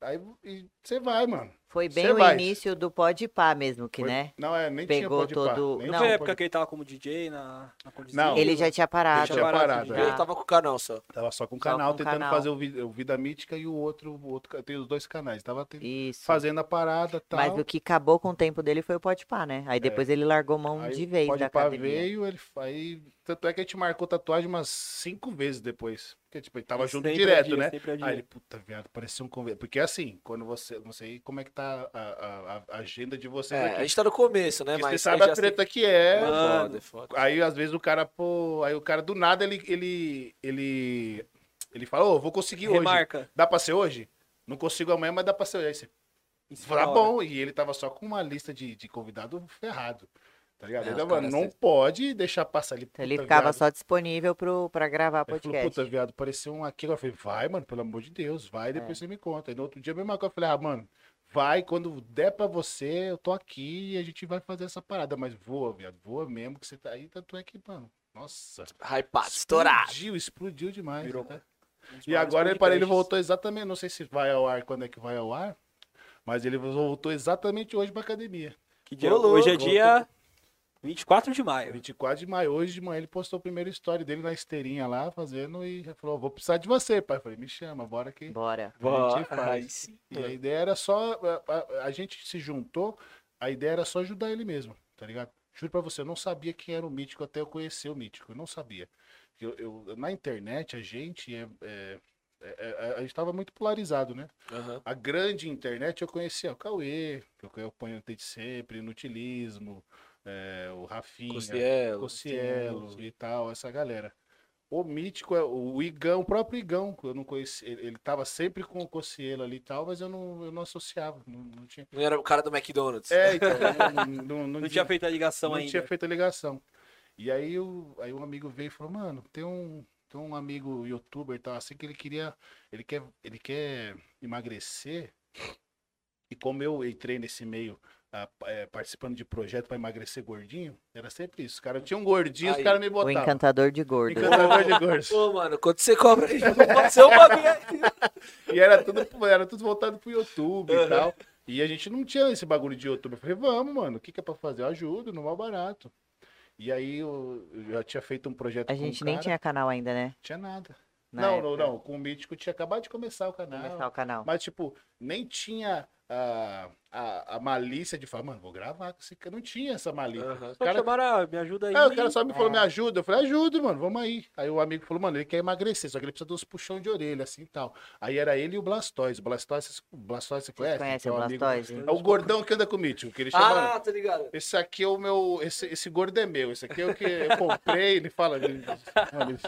[SPEAKER 3] Aí e você vai, mano.
[SPEAKER 4] Foi bem
[SPEAKER 3] Cê
[SPEAKER 4] o
[SPEAKER 3] vai.
[SPEAKER 4] início do Pode Pá mesmo, que
[SPEAKER 3] Foi-
[SPEAKER 4] né?
[SPEAKER 3] Não, é, nem
[SPEAKER 4] Pegou
[SPEAKER 3] tinha Podpah,
[SPEAKER 4] todo-
[SPEAKER 3] nem
[SPEAKER 2] Não foi
[SPEAKER 4] Não,
[SPEAKER 2] a
[SPEAKER 3] tinha
[SPEAKER 2] época
[SPEAKER 3] Podpah.
[SPEAKER 2] que ele tava como DJ na, na condição.
[SPEAKER 3] Não.
[SPEAKER 4] Ele já tinha
[SPEAKER 3] Ele
[SPEAKER 4] parado.
[SPEAKER 3] já tinha parado,
[SPEAKER 2] né?
[SPEAKER 1] Eu tava com o canal só.
[SPEAKER 3] Tava só com o
[SPEAKER 4] Tava
[SPEAKER 3] canal,
[SPEAKER 4] com o
[SPEAKER 3] tentando
[SPEAKER 4] canal.
[SPEAKER 3] fazer o, vi- o Vida Mítica e o outro, o outro. Tem os dois canais. Tava tentando-
[SPEAKER 4] Isso.
[SPEAKER 3] fazendo a parada tal. É.
[SPEAKER 4] Mas o que acabou com o tempo dele foi o Pode Pá, né? Aí depois ele largou mão
[SPEAKER 3] Aí
[SPEAKER 4] Então, de vez
[SPEAKER 3] pode
[SPEAKER 4] da
[SPEAKER 3] pá
[SPEAKER 4] academia. Então,
[SPEAKER 3] veio, ele aí tanto é que a gente marcou tatuagem umas cinco vezes depois, porque tipo, ele tava
[SPEAKER 2] Ele
[SPEAKER 3] junto
[SPEAKER 2] sempre
[SPEAKER 3] direto,
[SPEAKER 2] adia,
[SPEAKER 3] né?
[SPEAKER 2] sempre é adia.
[SPEAKER 3] Aí ele, puta, viado, parecia um convênio. Porque assim, quando você, não sei como é que tá a, a- a agenda de vocês
[SPEAKER 1] É,
[SPEAKER 3] aqui.
[SPEAKER 1] a gente tá no começo, né?
[SPEAKER 3] Porque você
[SPEAKER 1] Mas
[SPEAKER 3] sabe
[SPEAKER 1] é
[SPEAKER 3] a
[SPEAKER 1] já
[SPEAKER 3] treta que é.
[SPEAKER 1] É
[SPEAKER 3] mano.
[SPEAKER 1] foda, é foda.
[SPEAKER 3] Aí às vezes o cara, pô, aí o cara do nada ele ele ele ele fala, ô, vou conseguir hoje. Tá
[SPEAKER 2] Remarca.
[SPEAKER 3] Dá pra ser hoje? Não consigo amanhã, mas dá pra ser hoje. Aí você,
[SPEAKER 2] Isso
[SPEAKER 3] Tá
[SPEAKER 2] da hora.
[SPEAKER 3] bom, e ele tava só com uma lista de, de convidado ferrado. Tá ligado?
[SPEAKER 1] É,
[SPEAKER 3] Ele,
[SPEAKER 1] os
[SPEAKER 3] mano,
[SPEAKER 1] caras
[SPEAKER 3] não
[SPEAKER 1] se-
[SPEAKER 3] pode deixar passar ali.
[SPEAKER 4] Então ele
[SPEAKER 3] puta,
[SPEAKER 4] ficava
[SPEAKER 3] viado.
[SPEAKER 4] só disponível pro, pra gravar
[SPEAKER 3] Ele
[SPEAKER 4] podcast.
[SPEAKER 3] falou, puta, viado, pareceu um aqui. Eu falei, vai, mano, pelo amor de Deus, vai, depois você me conta. Aí no outro dia, a mesma coisa, eu falei, ah, mano, vai, quando der pra você, eu tô aqui e a gente vai fazer essa parada. Mas voa, viado, voa mesmo que você tá aí. Tanto é que, mano, nossa.
[SPEAKER 1] Hypado, estourado.
[SPEAKER 3] Explodiu, explodiu demais.
[SPEAKER 2] Virou
[SPEAKER 3] né?
[SPEAKER 2] Um dos
[SPEAKER 3] E
[SPEAKER 2] maiores
[SPEAKER 3] agora ele, parei, ele
[SPEAKER 2] podcasts.
[SPEAKER 3] voltou exatamente, não sei se vai ao ar, quando é que vai ao ar, mas ele voltou exatamente hoje pra academia.
[SPEAKER 2] Que dia?
[SPEAKER 1] Ô, louco.
[SPEAKER 2] Hoje é dia 24 de maio.
[SPEAKER 3] 24 de maio, hoje de manhã ele postou o primeiro story dele na esteirinha lá, fazendo, e falou, vou precisar de você, pai. Eu falei, me chama, bora que
[SPEAKER 4] Bora.
[SPEAKER 3] a gente
[SPEAKER 1] Ai,
[SPEAKER 3] faz.
[SPEAKER 1] sim.
[SPEAKER 3] E a ideia era só, a, a- a gente se juntou, a ideia era só ajudar ele mesmo, tá ligado? Juro pra você, eu não sabia quem era o Mítico até eu conhecer o Mítico, eu não sabia. Eu, eu- na internet, a gente é- é- é- é- a gente tava muito polarizado, né?
[SPEAKER 1] Aham.
[SPEAKER 3] A grande internet eu conhecia é o Cauê, que eu acompanho desde sempre, Inutilismo, é, o Rafinha,
[SPEAKER 1] Cossielo.
[SPEAKER 3] Cocielo e tal, essa galera. O mítico é o Igão, o próprio Igão, que eu não conheci, ele, ele tava sempre com o Cocielo ali e tal, mas eu não, eu não associava, não, não tinha.
[SPEAKER 1] Não era o cara do McDonald's.
[SPEAKER 3] É, então, eu não, não, não
[SPEAKER 2] Não
[SPEAKER 3] tinha,
[SPEAKER 2] tinha feito a ligação
[SPEAKER 3] não
[SPEAKER 2] ainda.
[SPEAKER 3] tinha feito a ligação. E aí, eu, aí um amigo veio e falou, mano, tem um, tem um amigo youtuber e tal, assim, que ele queria. Ele quer, ele quer emagrecer. E como eu entrei nesse meio ah, é, participando de projeto pra emagrecer gordinho, era sempre isso. Os caras tinham um gordinho, os
[SPEAKER 1] Aí,
[SPEAKER 3] caras me
[SPEAKER 4] O
[SPEAKER 3] botavam.
[SPEAKER 4] encantador de gordo.
[SPEAKER 3] Encantador de gordos.
[SPEAKER 1] Pô, mano, quanto você cobra aí? Pode ser uma vez.
[SPEAKER 3] E era tudo, era tudo voltado pro YouTube
[SPEAKER 1] Aham.
[SPEAKER 3] e tal. E a gente não tinha esse bagulho de YouTube. Eu falei, vamos, mano, o que, que é pra fazer? Eu ajudo, não mal barato. E aí eu, eu já tinha feito um projeto
[SPEAKER 4] A
[SPEAKER 3] com um
[SPEAKER 4] gente nem
[SPEAKER 3] cara,
[SPEAKER 4] tinha canal ainda, né?
[SPEAKER 3] tinha nada.
[SPEAKER 4] Na
[SPEAKER 3] não,
[SPEAKER 4] época.
[SPEAKER 3] não, não. Com o Mítico tinha acabado de começar o canal.
[SPEAKER 4] Começar o canal.
[SPEAKER 3] Mas, tipo, nem tinha a, a, a malícia de falar, mano, vou gravar com esse cara. Não tinha essa malícia.
[SPEAKER 1] Aham.
[SPEAKER 3] Os cara-
[SPEAKER 2] chamaram, ah, me ajuda aí.
[SPEAKER 3] Aí o cara só me falou,
[SPEAKER 4] É.
[SPEAKER 3] me ajuda. Eu falei, ajuda, mano, vamos aí. Aí o amigo falou, mano, ele quer emagrecer, só que ele precisa dos puxão de orelha, assim e tal. Aí era ele e o Blastoise. O Blastoise, o Blastoise você
[SPEAKER 4] Vocês
[SPEAKER 3] conhece?
[SPEAKER 4] conhecem o
[SPEAKER 3] Que é um amigo-
[SPEAKER 4] Blastoise?
[SPEAKER 3] É o gordão que anda com o Mítico, que ele chama.
[SPEAKER 1] Ah, tá ligado.
[SPEAKER 3] Esse aqui é o meu. Esse, esse gordo é meu. Esse aqui é o que eu comprei. Ele fala. Ele, mano, ele-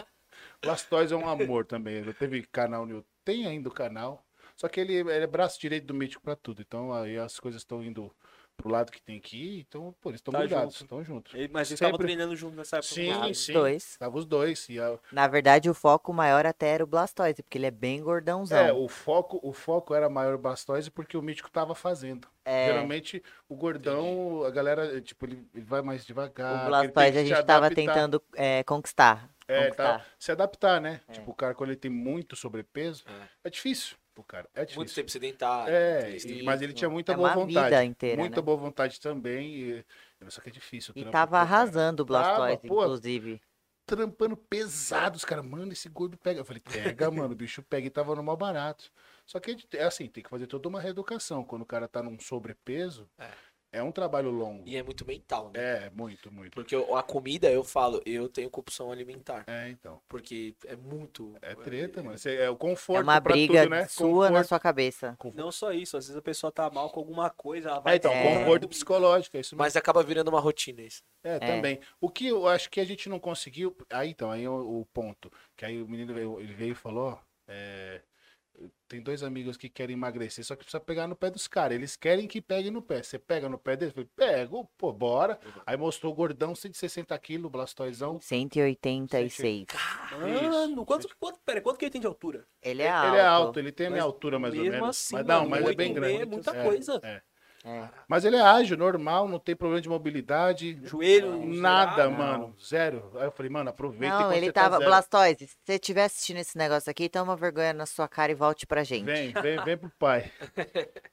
[SPEAKER 3] Blastoise é um amor também. Ele teve canal no Tem ainda o canal. Só que ele, ele é braço direito do Mítico pra tudo. Então aí as coisas estão indo pro lado que tem que ir. Então, pô, eles estão
[SPEAKER 2] Tá
[SPEAKER 3] ligados,
[SPEAKER 2] junto.
[SPEAKER 3] estão juntos.
[SPEAKER 2] Ele- Mas eles
[SPEAKER 3] Sempre-
[SPEAKER 2] estavam treinando junto nessa época.
[SPEAKER 3] Sim,
[SPEAKER 2] Ah,
[SPEAKER 3] sim.
[SPEAKER 4] Tá, Dois.
[SPEAKER 3] Tava os dois. E a-
[SPEAKER 4] Na verdade, o foco maior até era o Blastoise, porque ele é bem gordãozão.
[SPEAKER 3] é, o foco, o foco era maior Blastoise porque o Mítico tava fazendo.
[SPEAKER 4] É,
[SPEAKER 3] Geralmente o gordão, a galera, tipo, ele, ele vai mais devagar.
[SPEAKER 4] o
[SPEAKER 3] ele tem
[SPEAKER 4] Blastoise
[SPEAKER 3] que
[SPEAKER 4] a
[SPEAKER 3] se
[SPEAKER 4] gente tava
[SPEAKER 3] adaptar.
[SPEAKER 4] tentando é, conquistar.
[SPEAKER 3] É,
[SPEAKER 4] conquistar. É.
[SPEAKER 3] tá, se adaptar, né? Tipo, o cara, quando ele tem muito sobrepeso, é, difícil pro cara. É difícil.
[SPEAKER 1] Muito tempo sedentário.
[SPEAKER 3] É,
[SPEAKER 1] triste.
[SPEAKER 3] e- mas ele tinha muita
[SPEAKER 4] É
[SPEAKER 3] boa
[SPEAKER 4] uma
[SPEAKER 3] vontade.
[SPEAKER 4] vida inteira,
[SPEAKER 3] muita
[SPEAKER 4] né?
[SPEAKER 3] boa vontade também. E... Só que é difícil. o
[SPEAKER 4] E
[SPEAKER 3] trampo
[SPEAKER 4] tava
[SPEAKER 3] pro cara.
[SPEAKER 4] arrasando o Blastoise,
[SPEAKER 3] Tava, pô.
[SPEAKER 4] inclusive.
[SPEAKER 3] trampando pesado. Os caras, mano, esse gordo pega. Eu falei, pega, mano, o bicho pega e tava no mal barato. Só que é assim, tem que fazer toda uma reeducação. Quando o cara tá num sobrepeso, é, um trabalho longo.
[SPEAKER 1] E é muito mental, né?
[SPEAKER 3] É, muito, muito.
[SPEAKER 1] Porque eu- a comida, eu falo, eu tenho compulsão alimentar.
[SPEAKER 3] É, então.
[SPEAKER 1] Porque é muito.
[SPEAKER 3] É treta, mano. Cê- é o conforto
[SPEAKER 4] É uma
[SPEAKER 3] pra
[SPEAKER 4] briga
[SPEAKER 3] tudo, né?
[SPEAKER 4] sua na sua cabeça.
[SPEAKER 2] Não só isso, às vezes a pessoa tá mal com alguma coisa, ela vai
[SPEAKER 3] É, então,
[SPEAKER 4] É.
[SPEAKER 3] conforto psicológico, é isso mesmo.
[SPEAKER 1] Mas acaba virando uma rotina isso.
[SPEAKER 3] É, também. O que eu acho que a gente não conseguiu. Aí então, aí é o, o ponto. Que aí o menino veio, ele veio e falou: ó, é, tem dois amigos que querem emagrecer, só que precisa pegar no pé dos caras. Eles querem que pegue no pé. Você pega no pé deles? Eu Falei, pego, pô, bora. Aí mostrou o gordão, 160 quilos, blastoizão.
[SPEAKER 4] 186.
[SPEAKER 2] Mano, quanto, quanto, pera, quanto que ele tem de altura?
[SPEAKER 4] Ele é alto.
[SPEAKER 3] Ele é alto, ele tem a minha
[SPEAKER 2] Mas
[SPEAKER 3] altura mais ou
[SPEAKER 2] mesmo
[SPEAKER 3] menos.
[SPEAKER 2] assim,
[SPEAKER 3] mas não,
[SPEAKER 2] mano,
[SPEAKER 3] mas é
[SPEAKER 2] oito
[SPEAKER 3] bem
[SPEAKER 2] e
[SPEAKER 3] grande.
[SPEAKER 2] meia é muita
[SPEAKER 3] É,
[SPEAKER 2] coisa.
[SPEAKER 3] é.
[SPEAKER 4] É.
[SPEAKER 3] Mas ele é ágil, normal, não tem problema de mobilidade.
[SPEAKER 2] Joelho,
[SPEAKER 3] Nada,
[SPEAKER 2] girado.
[SPEAKER 3] mano. Zero. Aí eu falei, mano, aproveita
[SPEAKER 4] Não,
[SPEAKER 3] enquanto
[SPEAKER 4] ele
[SPEAKER 3] você tá
[SPEAKER 4] tava.
[SPEAKER 3] zero.
[SPEAKER 4] Blastoise, se você estiver assistindo esse negócio aqui, toma vergonha na sua cara e volte pra gente.
[SPEAKER 3] Vem, vem, vem pro pai.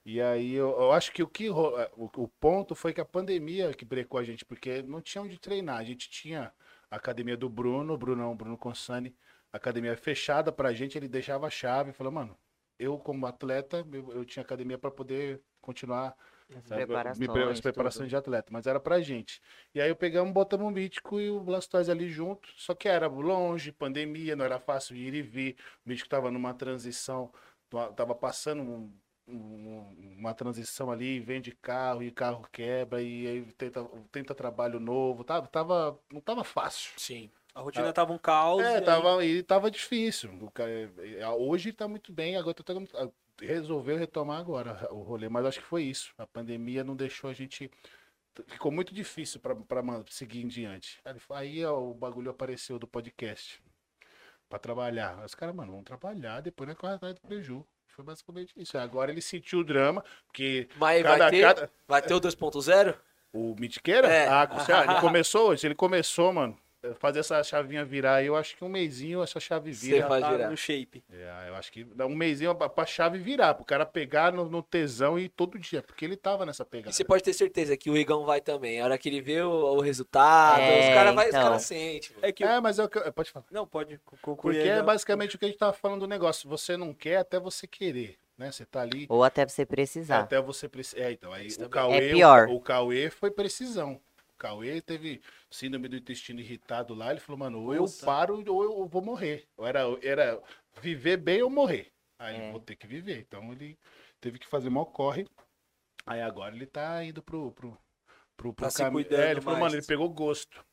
[SPEAKER 3] E aí eu, eu acho que o que ro- é, o, o ponto foi que a pandemia que brecou a gente, porque não tinha onde treinar. A gente tinha a academia do Bruno, Brunão, Bruno Consani, a academia fechada pra gente, ele deixava a chave e falou, mano, eu como atleta, eu, eu tinha academia pra poder continuar sabe,
[SPEAKER 4] preparações,
[SPEAKER 3] me pre- as preparações de atleta, mas era pra gente. E aí eu pegamos, botamos o Mítico e o Blastoise ali junto, só que era longe, pandemia, não era fácil de ir e vir. O Mítico tava numa transição, tava- tava passando um- um- uma transição ali, vende carro e carro quebra, e aí tenta, tenta trabalho novo, tava, tava, não tava fácil.
[SPEAKER 1] Sim.
[SPEAKER 2] A rotina tava um caos. e
[SPEAKER 3] É,
[SPEAKER 1] né?
[SPEAKER 2] aí-
[SPEAKER 3] tava, e tava difícil. O cara- é, hoje tá muito bem, agora tá, tá- resolveu retomar agora o rolê, mas acho que foi isso. A pandemia não deixou a gente. Ficou muito difícil pra, pra mano, seguir em diante. Aí ele falou- Aí ó, o bagulho apareceu do podcast pra trabalhar. Aí Os caras, mano, vão trabalhar, depois na corre atrás do preju. Foi basicamente isso. Aí Agora ele sentiu o drama, porque
[SPEAKER 1] Mas vai,
[SPEAKER 3] cada,
[SPEAKER 1] ter,
[SPEAKER 3] cada.
[SPEAKER 1] vai ter o 2.0?
[SPEAKER 3] O Mitiqueira?
[SPEAKER 1] É.
[SPEAKER 3] Ah, com certeza. ele começou hoje, ele começou, mano. Fazer essa chavinha virar aí, eu acho que um mêsinho essa chave
[SPEAKER 1] Você
[SPEAKER 3] vira. tá?
[SPEAKER 1] vai
[SPEAKER 2] tava
[SPEAKER 1] girar.
[SPEAKER 2] no shape.
[SPEAKER 3] É, eu acho que dá um mêsinho pra, pra chave virar, pro cara pegar no, no tesão e ir todo dia, porque ele tava nessa pegada.
[SPEAKER 1] E você pode ter certeza que o Igão vai também. A hora que ele vê o, o resultado,
[SPEAKER 4] É,
[SPEAKER 1] os caras vai, os
[SPEAKER 4] então.
[SPEAKER 1] cara sentem. mano.
[SPEAKER 2] É que.
[SPEAKER 3] É, mas é o que eu- Pode falar.
[SPEAKER 2] Não, pode co- concluir.
[SPEAKER 3] Porque
[SPEAKER 2] aí,
[SPEAKER 3] é
[SPEAKER 2] não.
[SPEAKER 3] basicamente o que a gente tava falando do negócio. Você não quer até você querer, né? Você tá ali.
[SPEAKER 4] Ou até você precisar.
[SPEAKER 3] Até você precisar. É, então, aí
[SPEAKER 1] Isso
[SPEAKER 3] o
[SPEAKER 1] também.
[SPEAKER 3] Cauê,
[SPEAKER 4] É pior.
[SPEAKER 3] O, o Cauê foi precisão. O Cauê teve síndrome do intestino irritado lá. Ele falou, mano, ou eu
[SPEAKER 2] Nossa.
[SPEAKER 3] paro ou eu vou morrer. Ou Era, era viver bem ou morrer. Aí
[SPEAKER 4] É.
[SPEAKER 3] eu vou ter que viver. Então ele teve que fazer mó corre. Aí agora ele tá indo pro, pro, pro, pro
[SPEAKER 2] Tá se
[SPEAKER 3] caminho.
[SPEAKER 2] cuidando
[SPEAKER 3] É, ele falou,
[SPEAKER 2] mais.
[SPEAKER 3] mano, ele pegou gosto.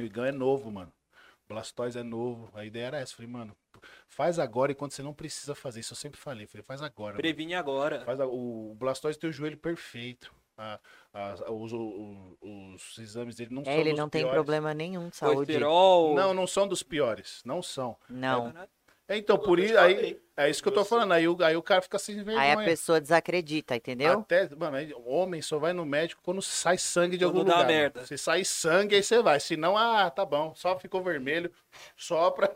[SPEAKER 3] O Igão é novo, mano. Blastoise é novo. A ideia era essa. Eu Falei, mano, faz agora enquanto você não precisa fazer. Isso eu sempre falei. Eu Falei, faz agora. mano.
[SPEAKER 2] Previne agora.
[SPEAKER 3] Faz a- o Blastoise tem o joelho perfeito. a- a- os, o- o- os exames dele não são
[SPEAKER 4] É, ele
[SPEAKER 3] dos
[SPEAKER 4] não tem
[SPEAKER 3] piores.
[SPEAKER 4] problema nenhum de saúde.
[SPEAKER 2] Colesterol.
[SPEAKER 3] Não, não são dos piores. Não são.
[SPEAKER 4] Não.
[SPEAKER 3] É, Então, por
[SPEAKER 1] Eu te
[SPEAKER 3] isso, aí,
[SPEAKER 1] falei.
[SPEAKER 3] é isso que eu tô falando. Aí o, aí o cara fica sem vergonha. Ah,
[SPEAKER 4] Aí a pessoa desacredita, entendeu?
[SPEAKER 3] Até, mano, aí, homem só vai no médico quando sai sangue de
[SPEAKER 2] Quando
[SPEAKER 3] algum
[SPEAKER 2] dá
[SPEAKER 3] lugar. mano.
[SPEAKER 2] merda.
[SPEAKER 3] Se sai sangue, aí você vai. Se não, ah, tá bom. Só ficou vermelho, sopra.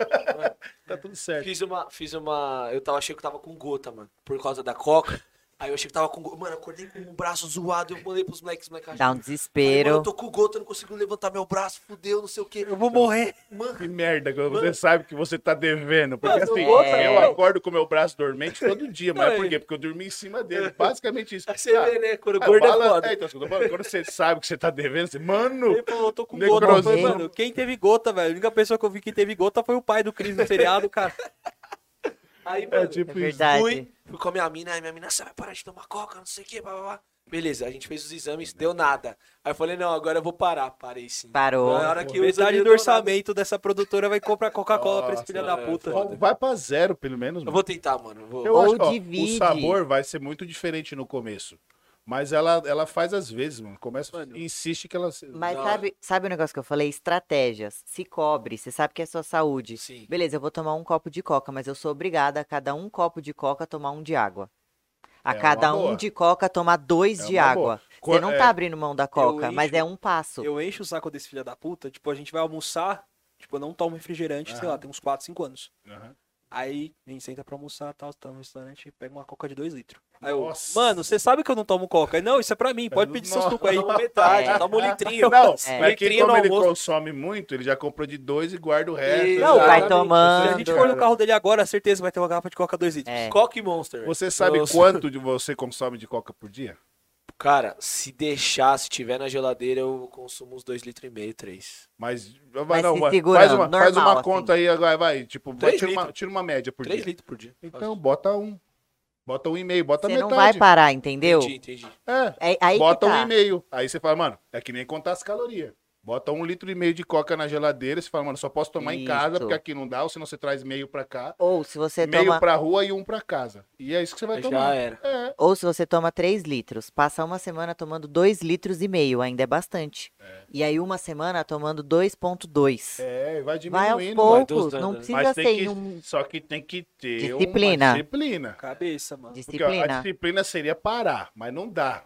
[SPEAKER 3] tá tudo certo.
[SPEAKER 1] Fiz uma. Fiz uma. Eu tava, achei que eu tava com gota, mano. Por causa da coca. Aí eu achei que tava com gota. Mano, eu acordei com um braço zoado. Eu mandei pros moleques, os moleques.
[SPEAKER 4] Dá um
[SPEAKER 1] Mano, eu
[SPEAKER 4] desespero.
[SPEAKER 1] tô com gota, eu não consigo levantar meu braço, fudeu, não sei o quê.
[SPEAKER 2] Eu vou morrer.
[SPEAKER 1] Mano,
[SPEAKER 3] Que merda, quando você sabe que você tá devendo. Porque
[SPEAKER 1] Mas o
[SPEAKER 3] assim,
[SPEAKER 1] outro-
[SPEAKER 3] eu acordo com meu braço dormente todo dia. Mas
[SPEAKER 2] Não,
[SPEAKER 3] é por
[SPEAKER 2] e-
[SPEAKER 3] quê? Porque eu dormi em cima dele. Basicamente isso.
[SPEAKER 1] aí você
[SPEAKER 3] Ah,
[SPEAKER 1] vê, né? Quando
[SPEAKER 3] a
[SPEAKER 1] gordo é
[SPEAKER 3] bala-
[SPEAKER 1] foda.
[SPEAKER 3] é, então, quando você sabe que você tá devendo, você, mano,
[SPEAKER 2] Ele falou, eu tô com
[SPEAKER 3] Necrosismo.
[SPEAKER 2] gota. Eu falei, mano, quem teve gota, velho? A única pessoa que eu vi que teve gota foi o pai do Cris no seriado, cara.
[SPEAKER 1] Aí, mano,
[SPEAKER 3] é tipo
[SPEAKER 4] É
[SPEAKER 3] isso.
[SPEAKER 4] verdade.
[SPEAKER 1] fui, fui com a minha mina, aí minha mina, você vai parar de tomar coca, não sei o quê, blá, blá, blá. Beleza, a gente fez os exames, deu nada. Aí eu falei, não, agora eu vou parar. Parei sim.
[SPEAKER 4] Parou.
[SPEAKER 1] Na hora que eu
[SPEAKER 2] Metade
[SPEAKER 1] examinei,
[SPEAKER 2] do
[SPEAKER 1] eu dou nada.
[SPEAKER 2] orçamento dessa produtora vai comprar Coca-Cola pra esse
[SPEAKER 3] Nossa,
[SPEAKER 2] filho da
[SPEAKER 1] é,
[SPEAKER 2] puta.
[SPEAKER 1] foda.
[SPEAKER 3] Vai pra zero, pelo menos.
[SPEAKER 1] Eu
[SPEAKER 3] mano.
[SPEAKER 1] vou tentar, mano. eu Vou...
[SPEAKER 3] Eu
[SPEAKER 4] Ou
[SPEAKER 3] acho, ó,
[SPEAKER 4] divide.
[SPEAKER 3] o sabor vai ser muito diferente no começo. Mas ela, ela faz às vezes, mano. Começa,
[SPEAKER 1] Mano.
[SPEAKER 3] insiste que ela. se-
[SPEAKER 4] Mas
[SPEAKER 1] Não.
[SPEAKER 4] sabe, sabe o negócio que eu falei? Estratégias. Se cobre, você sabe que é sua saúde.
[SPEAKER 1] Sim.
[SPEAKER 4] Beleza, eu vou tomar um copo de coca, mas eu sou obrigada a cada um copo de coca tomar um de água. A
[SPEAKER 3] É uma
[SPEAKER 4] cada um
[SPEAKER 3] boa.
[SPEAKER 4] de coca tomar dois
[SPEAKER 3] É
[SPEAKER 4] de
[SPEAKER 3] uma
[SPEAKER 4] água.
[SPEAKER 3] boa.
[SPEAKER 4] Você não
[SPEAKER 3] Co-
[SPEAKER 4] tá
[SPEAKER 3] é.
[SPEAKER 4] abrindo mão da coca,
[SPEAKER 2] encho-
[SPEAKER 4] mas é um passo.
[SPEAKER 2] Eu encho o saco desse filho da puta, tipo, a gente vai almoçar, tipo, eu não tomo refrigerante, sei
[SPEAKER 3] Aham.
[SPEAKER 2] lá, tem uns 4, 5 anos.
[SPEAKER 3] Aham.
[SPEAKER 2] Aí, a gente senta pra almoçar, tal, tá no restaurante e pega uma coca de 2 litros. Aí eu,
[SPEAKER 3] Nossa.
[SPEAKER 2] mano, você sabe que eu não tomo coca? Aí, Não, isso é pra mim, pode pedir seu
[SPEAKER 3] Nossa.
[SPEAKER 2] suco aí.
[SPEAKER 1] Toma metade,
[SPEAKER 4] É.
[SPEAKER 1] toma um litrinho.
[SPEAKER 3] Não,
[SPEAKER 4] É.
[SPEAKER 3] mas que
[SPEAKER 1] Letrinha no
[SPEAKER 3] como ele
[SPEAKER 1] almoço.
[SPEAKER 3] consome muito, ele já comprou de dois e guarda o resto.
[SPEAKER 4] Não, vai
[SPEAKER 1] Exatamente.
[SPEAKER 4] tomando.
[SPEAKER 2] Se a gente for no
[SPEAKER 3] cara.
[SPEAKER 2] carro dele agora, certeza que vai ter uma garrafa de coca 2 litros.
[SPEAKER 4] É.
[SPEAKER 1] Coca e Monster.
[SPEAKER 3] Você sabe
[SPEAKER 1] Nossa.
[SPEAKER 3] quanto de você consome de coca por dia?
[SPEAKER 1] Cara, se deixar, se tiver na geladeira, eu consumo uns 2,5 litros, e meio, 3.
[SPEAKER 3] Mas, vai,
[SPEAKER 4] Mas
[SPEAKER 3] não,
[SPEAKER 4] se
[SPEAKER 3] vai,
[SPEAKER 4] segurando,
[SPEAKER 3] faz uma, faz
[SPEAKER 4] normal,
[SPEAKER 3] uma
[SPEAKER 4] assim.
[SPEAKER 3] conta aí agora, vai. Tipo, vai,
[SPEAKER 1] Três
[SPEAKER 3] tira, uma,
[SPEAKER 1] litros.
[SPEAKER 3] tira uma média por
[SPEAKER 1] 3
[SPEAKER 3] dia.
[SPEAKER 1] litros por dia.
[SPEAKER 3] Então, bota um. Bota um e meio, bota
[SPEAKER 4] Você não
[SPEAKER 3] metade.
[SPEAKER 4] vai parar, entendeu?
[SPEAKER 1] entendi, entendi.
[SPEAKER 3] É,
[SPEAKER 4] É aí
[SPEAKER 3] bota
[SPEAKER 4] que tá.
[SPEAKER 3] um e-mail. Aí você fala, mano, é que nem contar as calorias. Bota um litro e meio de coca na geladeira. Você fala, mano, só posso tomar em casa,
[SPEAKER 4] Isso.
[SPEAKER 3] porque aqui não dá, ou senão você traz meio pra cá,
[SPEAKER 4] Ou se você
[SPEAKER 3] meio
[SPEAKER 4] toma,
[SPEAKER 3] pra rua e um pra casa. E é isso que você vai
[SPEAKER 1] Aí
[SPEAKER 3] tomar.
[SPEAKER 1] já era.
[SPEAKER 3] É.
[SPEAKER 4] ou se você toma 3 litros, passa uma semana tomando 2 litros e meio, ainda é bastante. E aí uma semana tomando 2.2.
[SPEAKER 3] É, vai
[SPEAKER 4] Vai aos
[SPEAKER 3] diminuindo. vai.
[SPEAKER 4] poucos,
[SPEAKER 1] dosando,
[SPEAKER 4] não
[SPEAKER 1] né?
[SPEAKER 4] precisa ser
[SPEAKER 3] tem
[SPEAKER 4] em
[SPEAKER 3] que,
[SPEAKER 4] um
[SPEAKER 3] Só que tem que ter
[SPEAKER 4] Disciplina.
[SPEAKER 3] uma disciplina.
[SPEAKER 2] Cabeça, mano.
[SPEAKER 3] Porque ó, a
[SPEAKER 4] disciplina.
[SPEAKER 3] disciplina seria parar, mas não dá.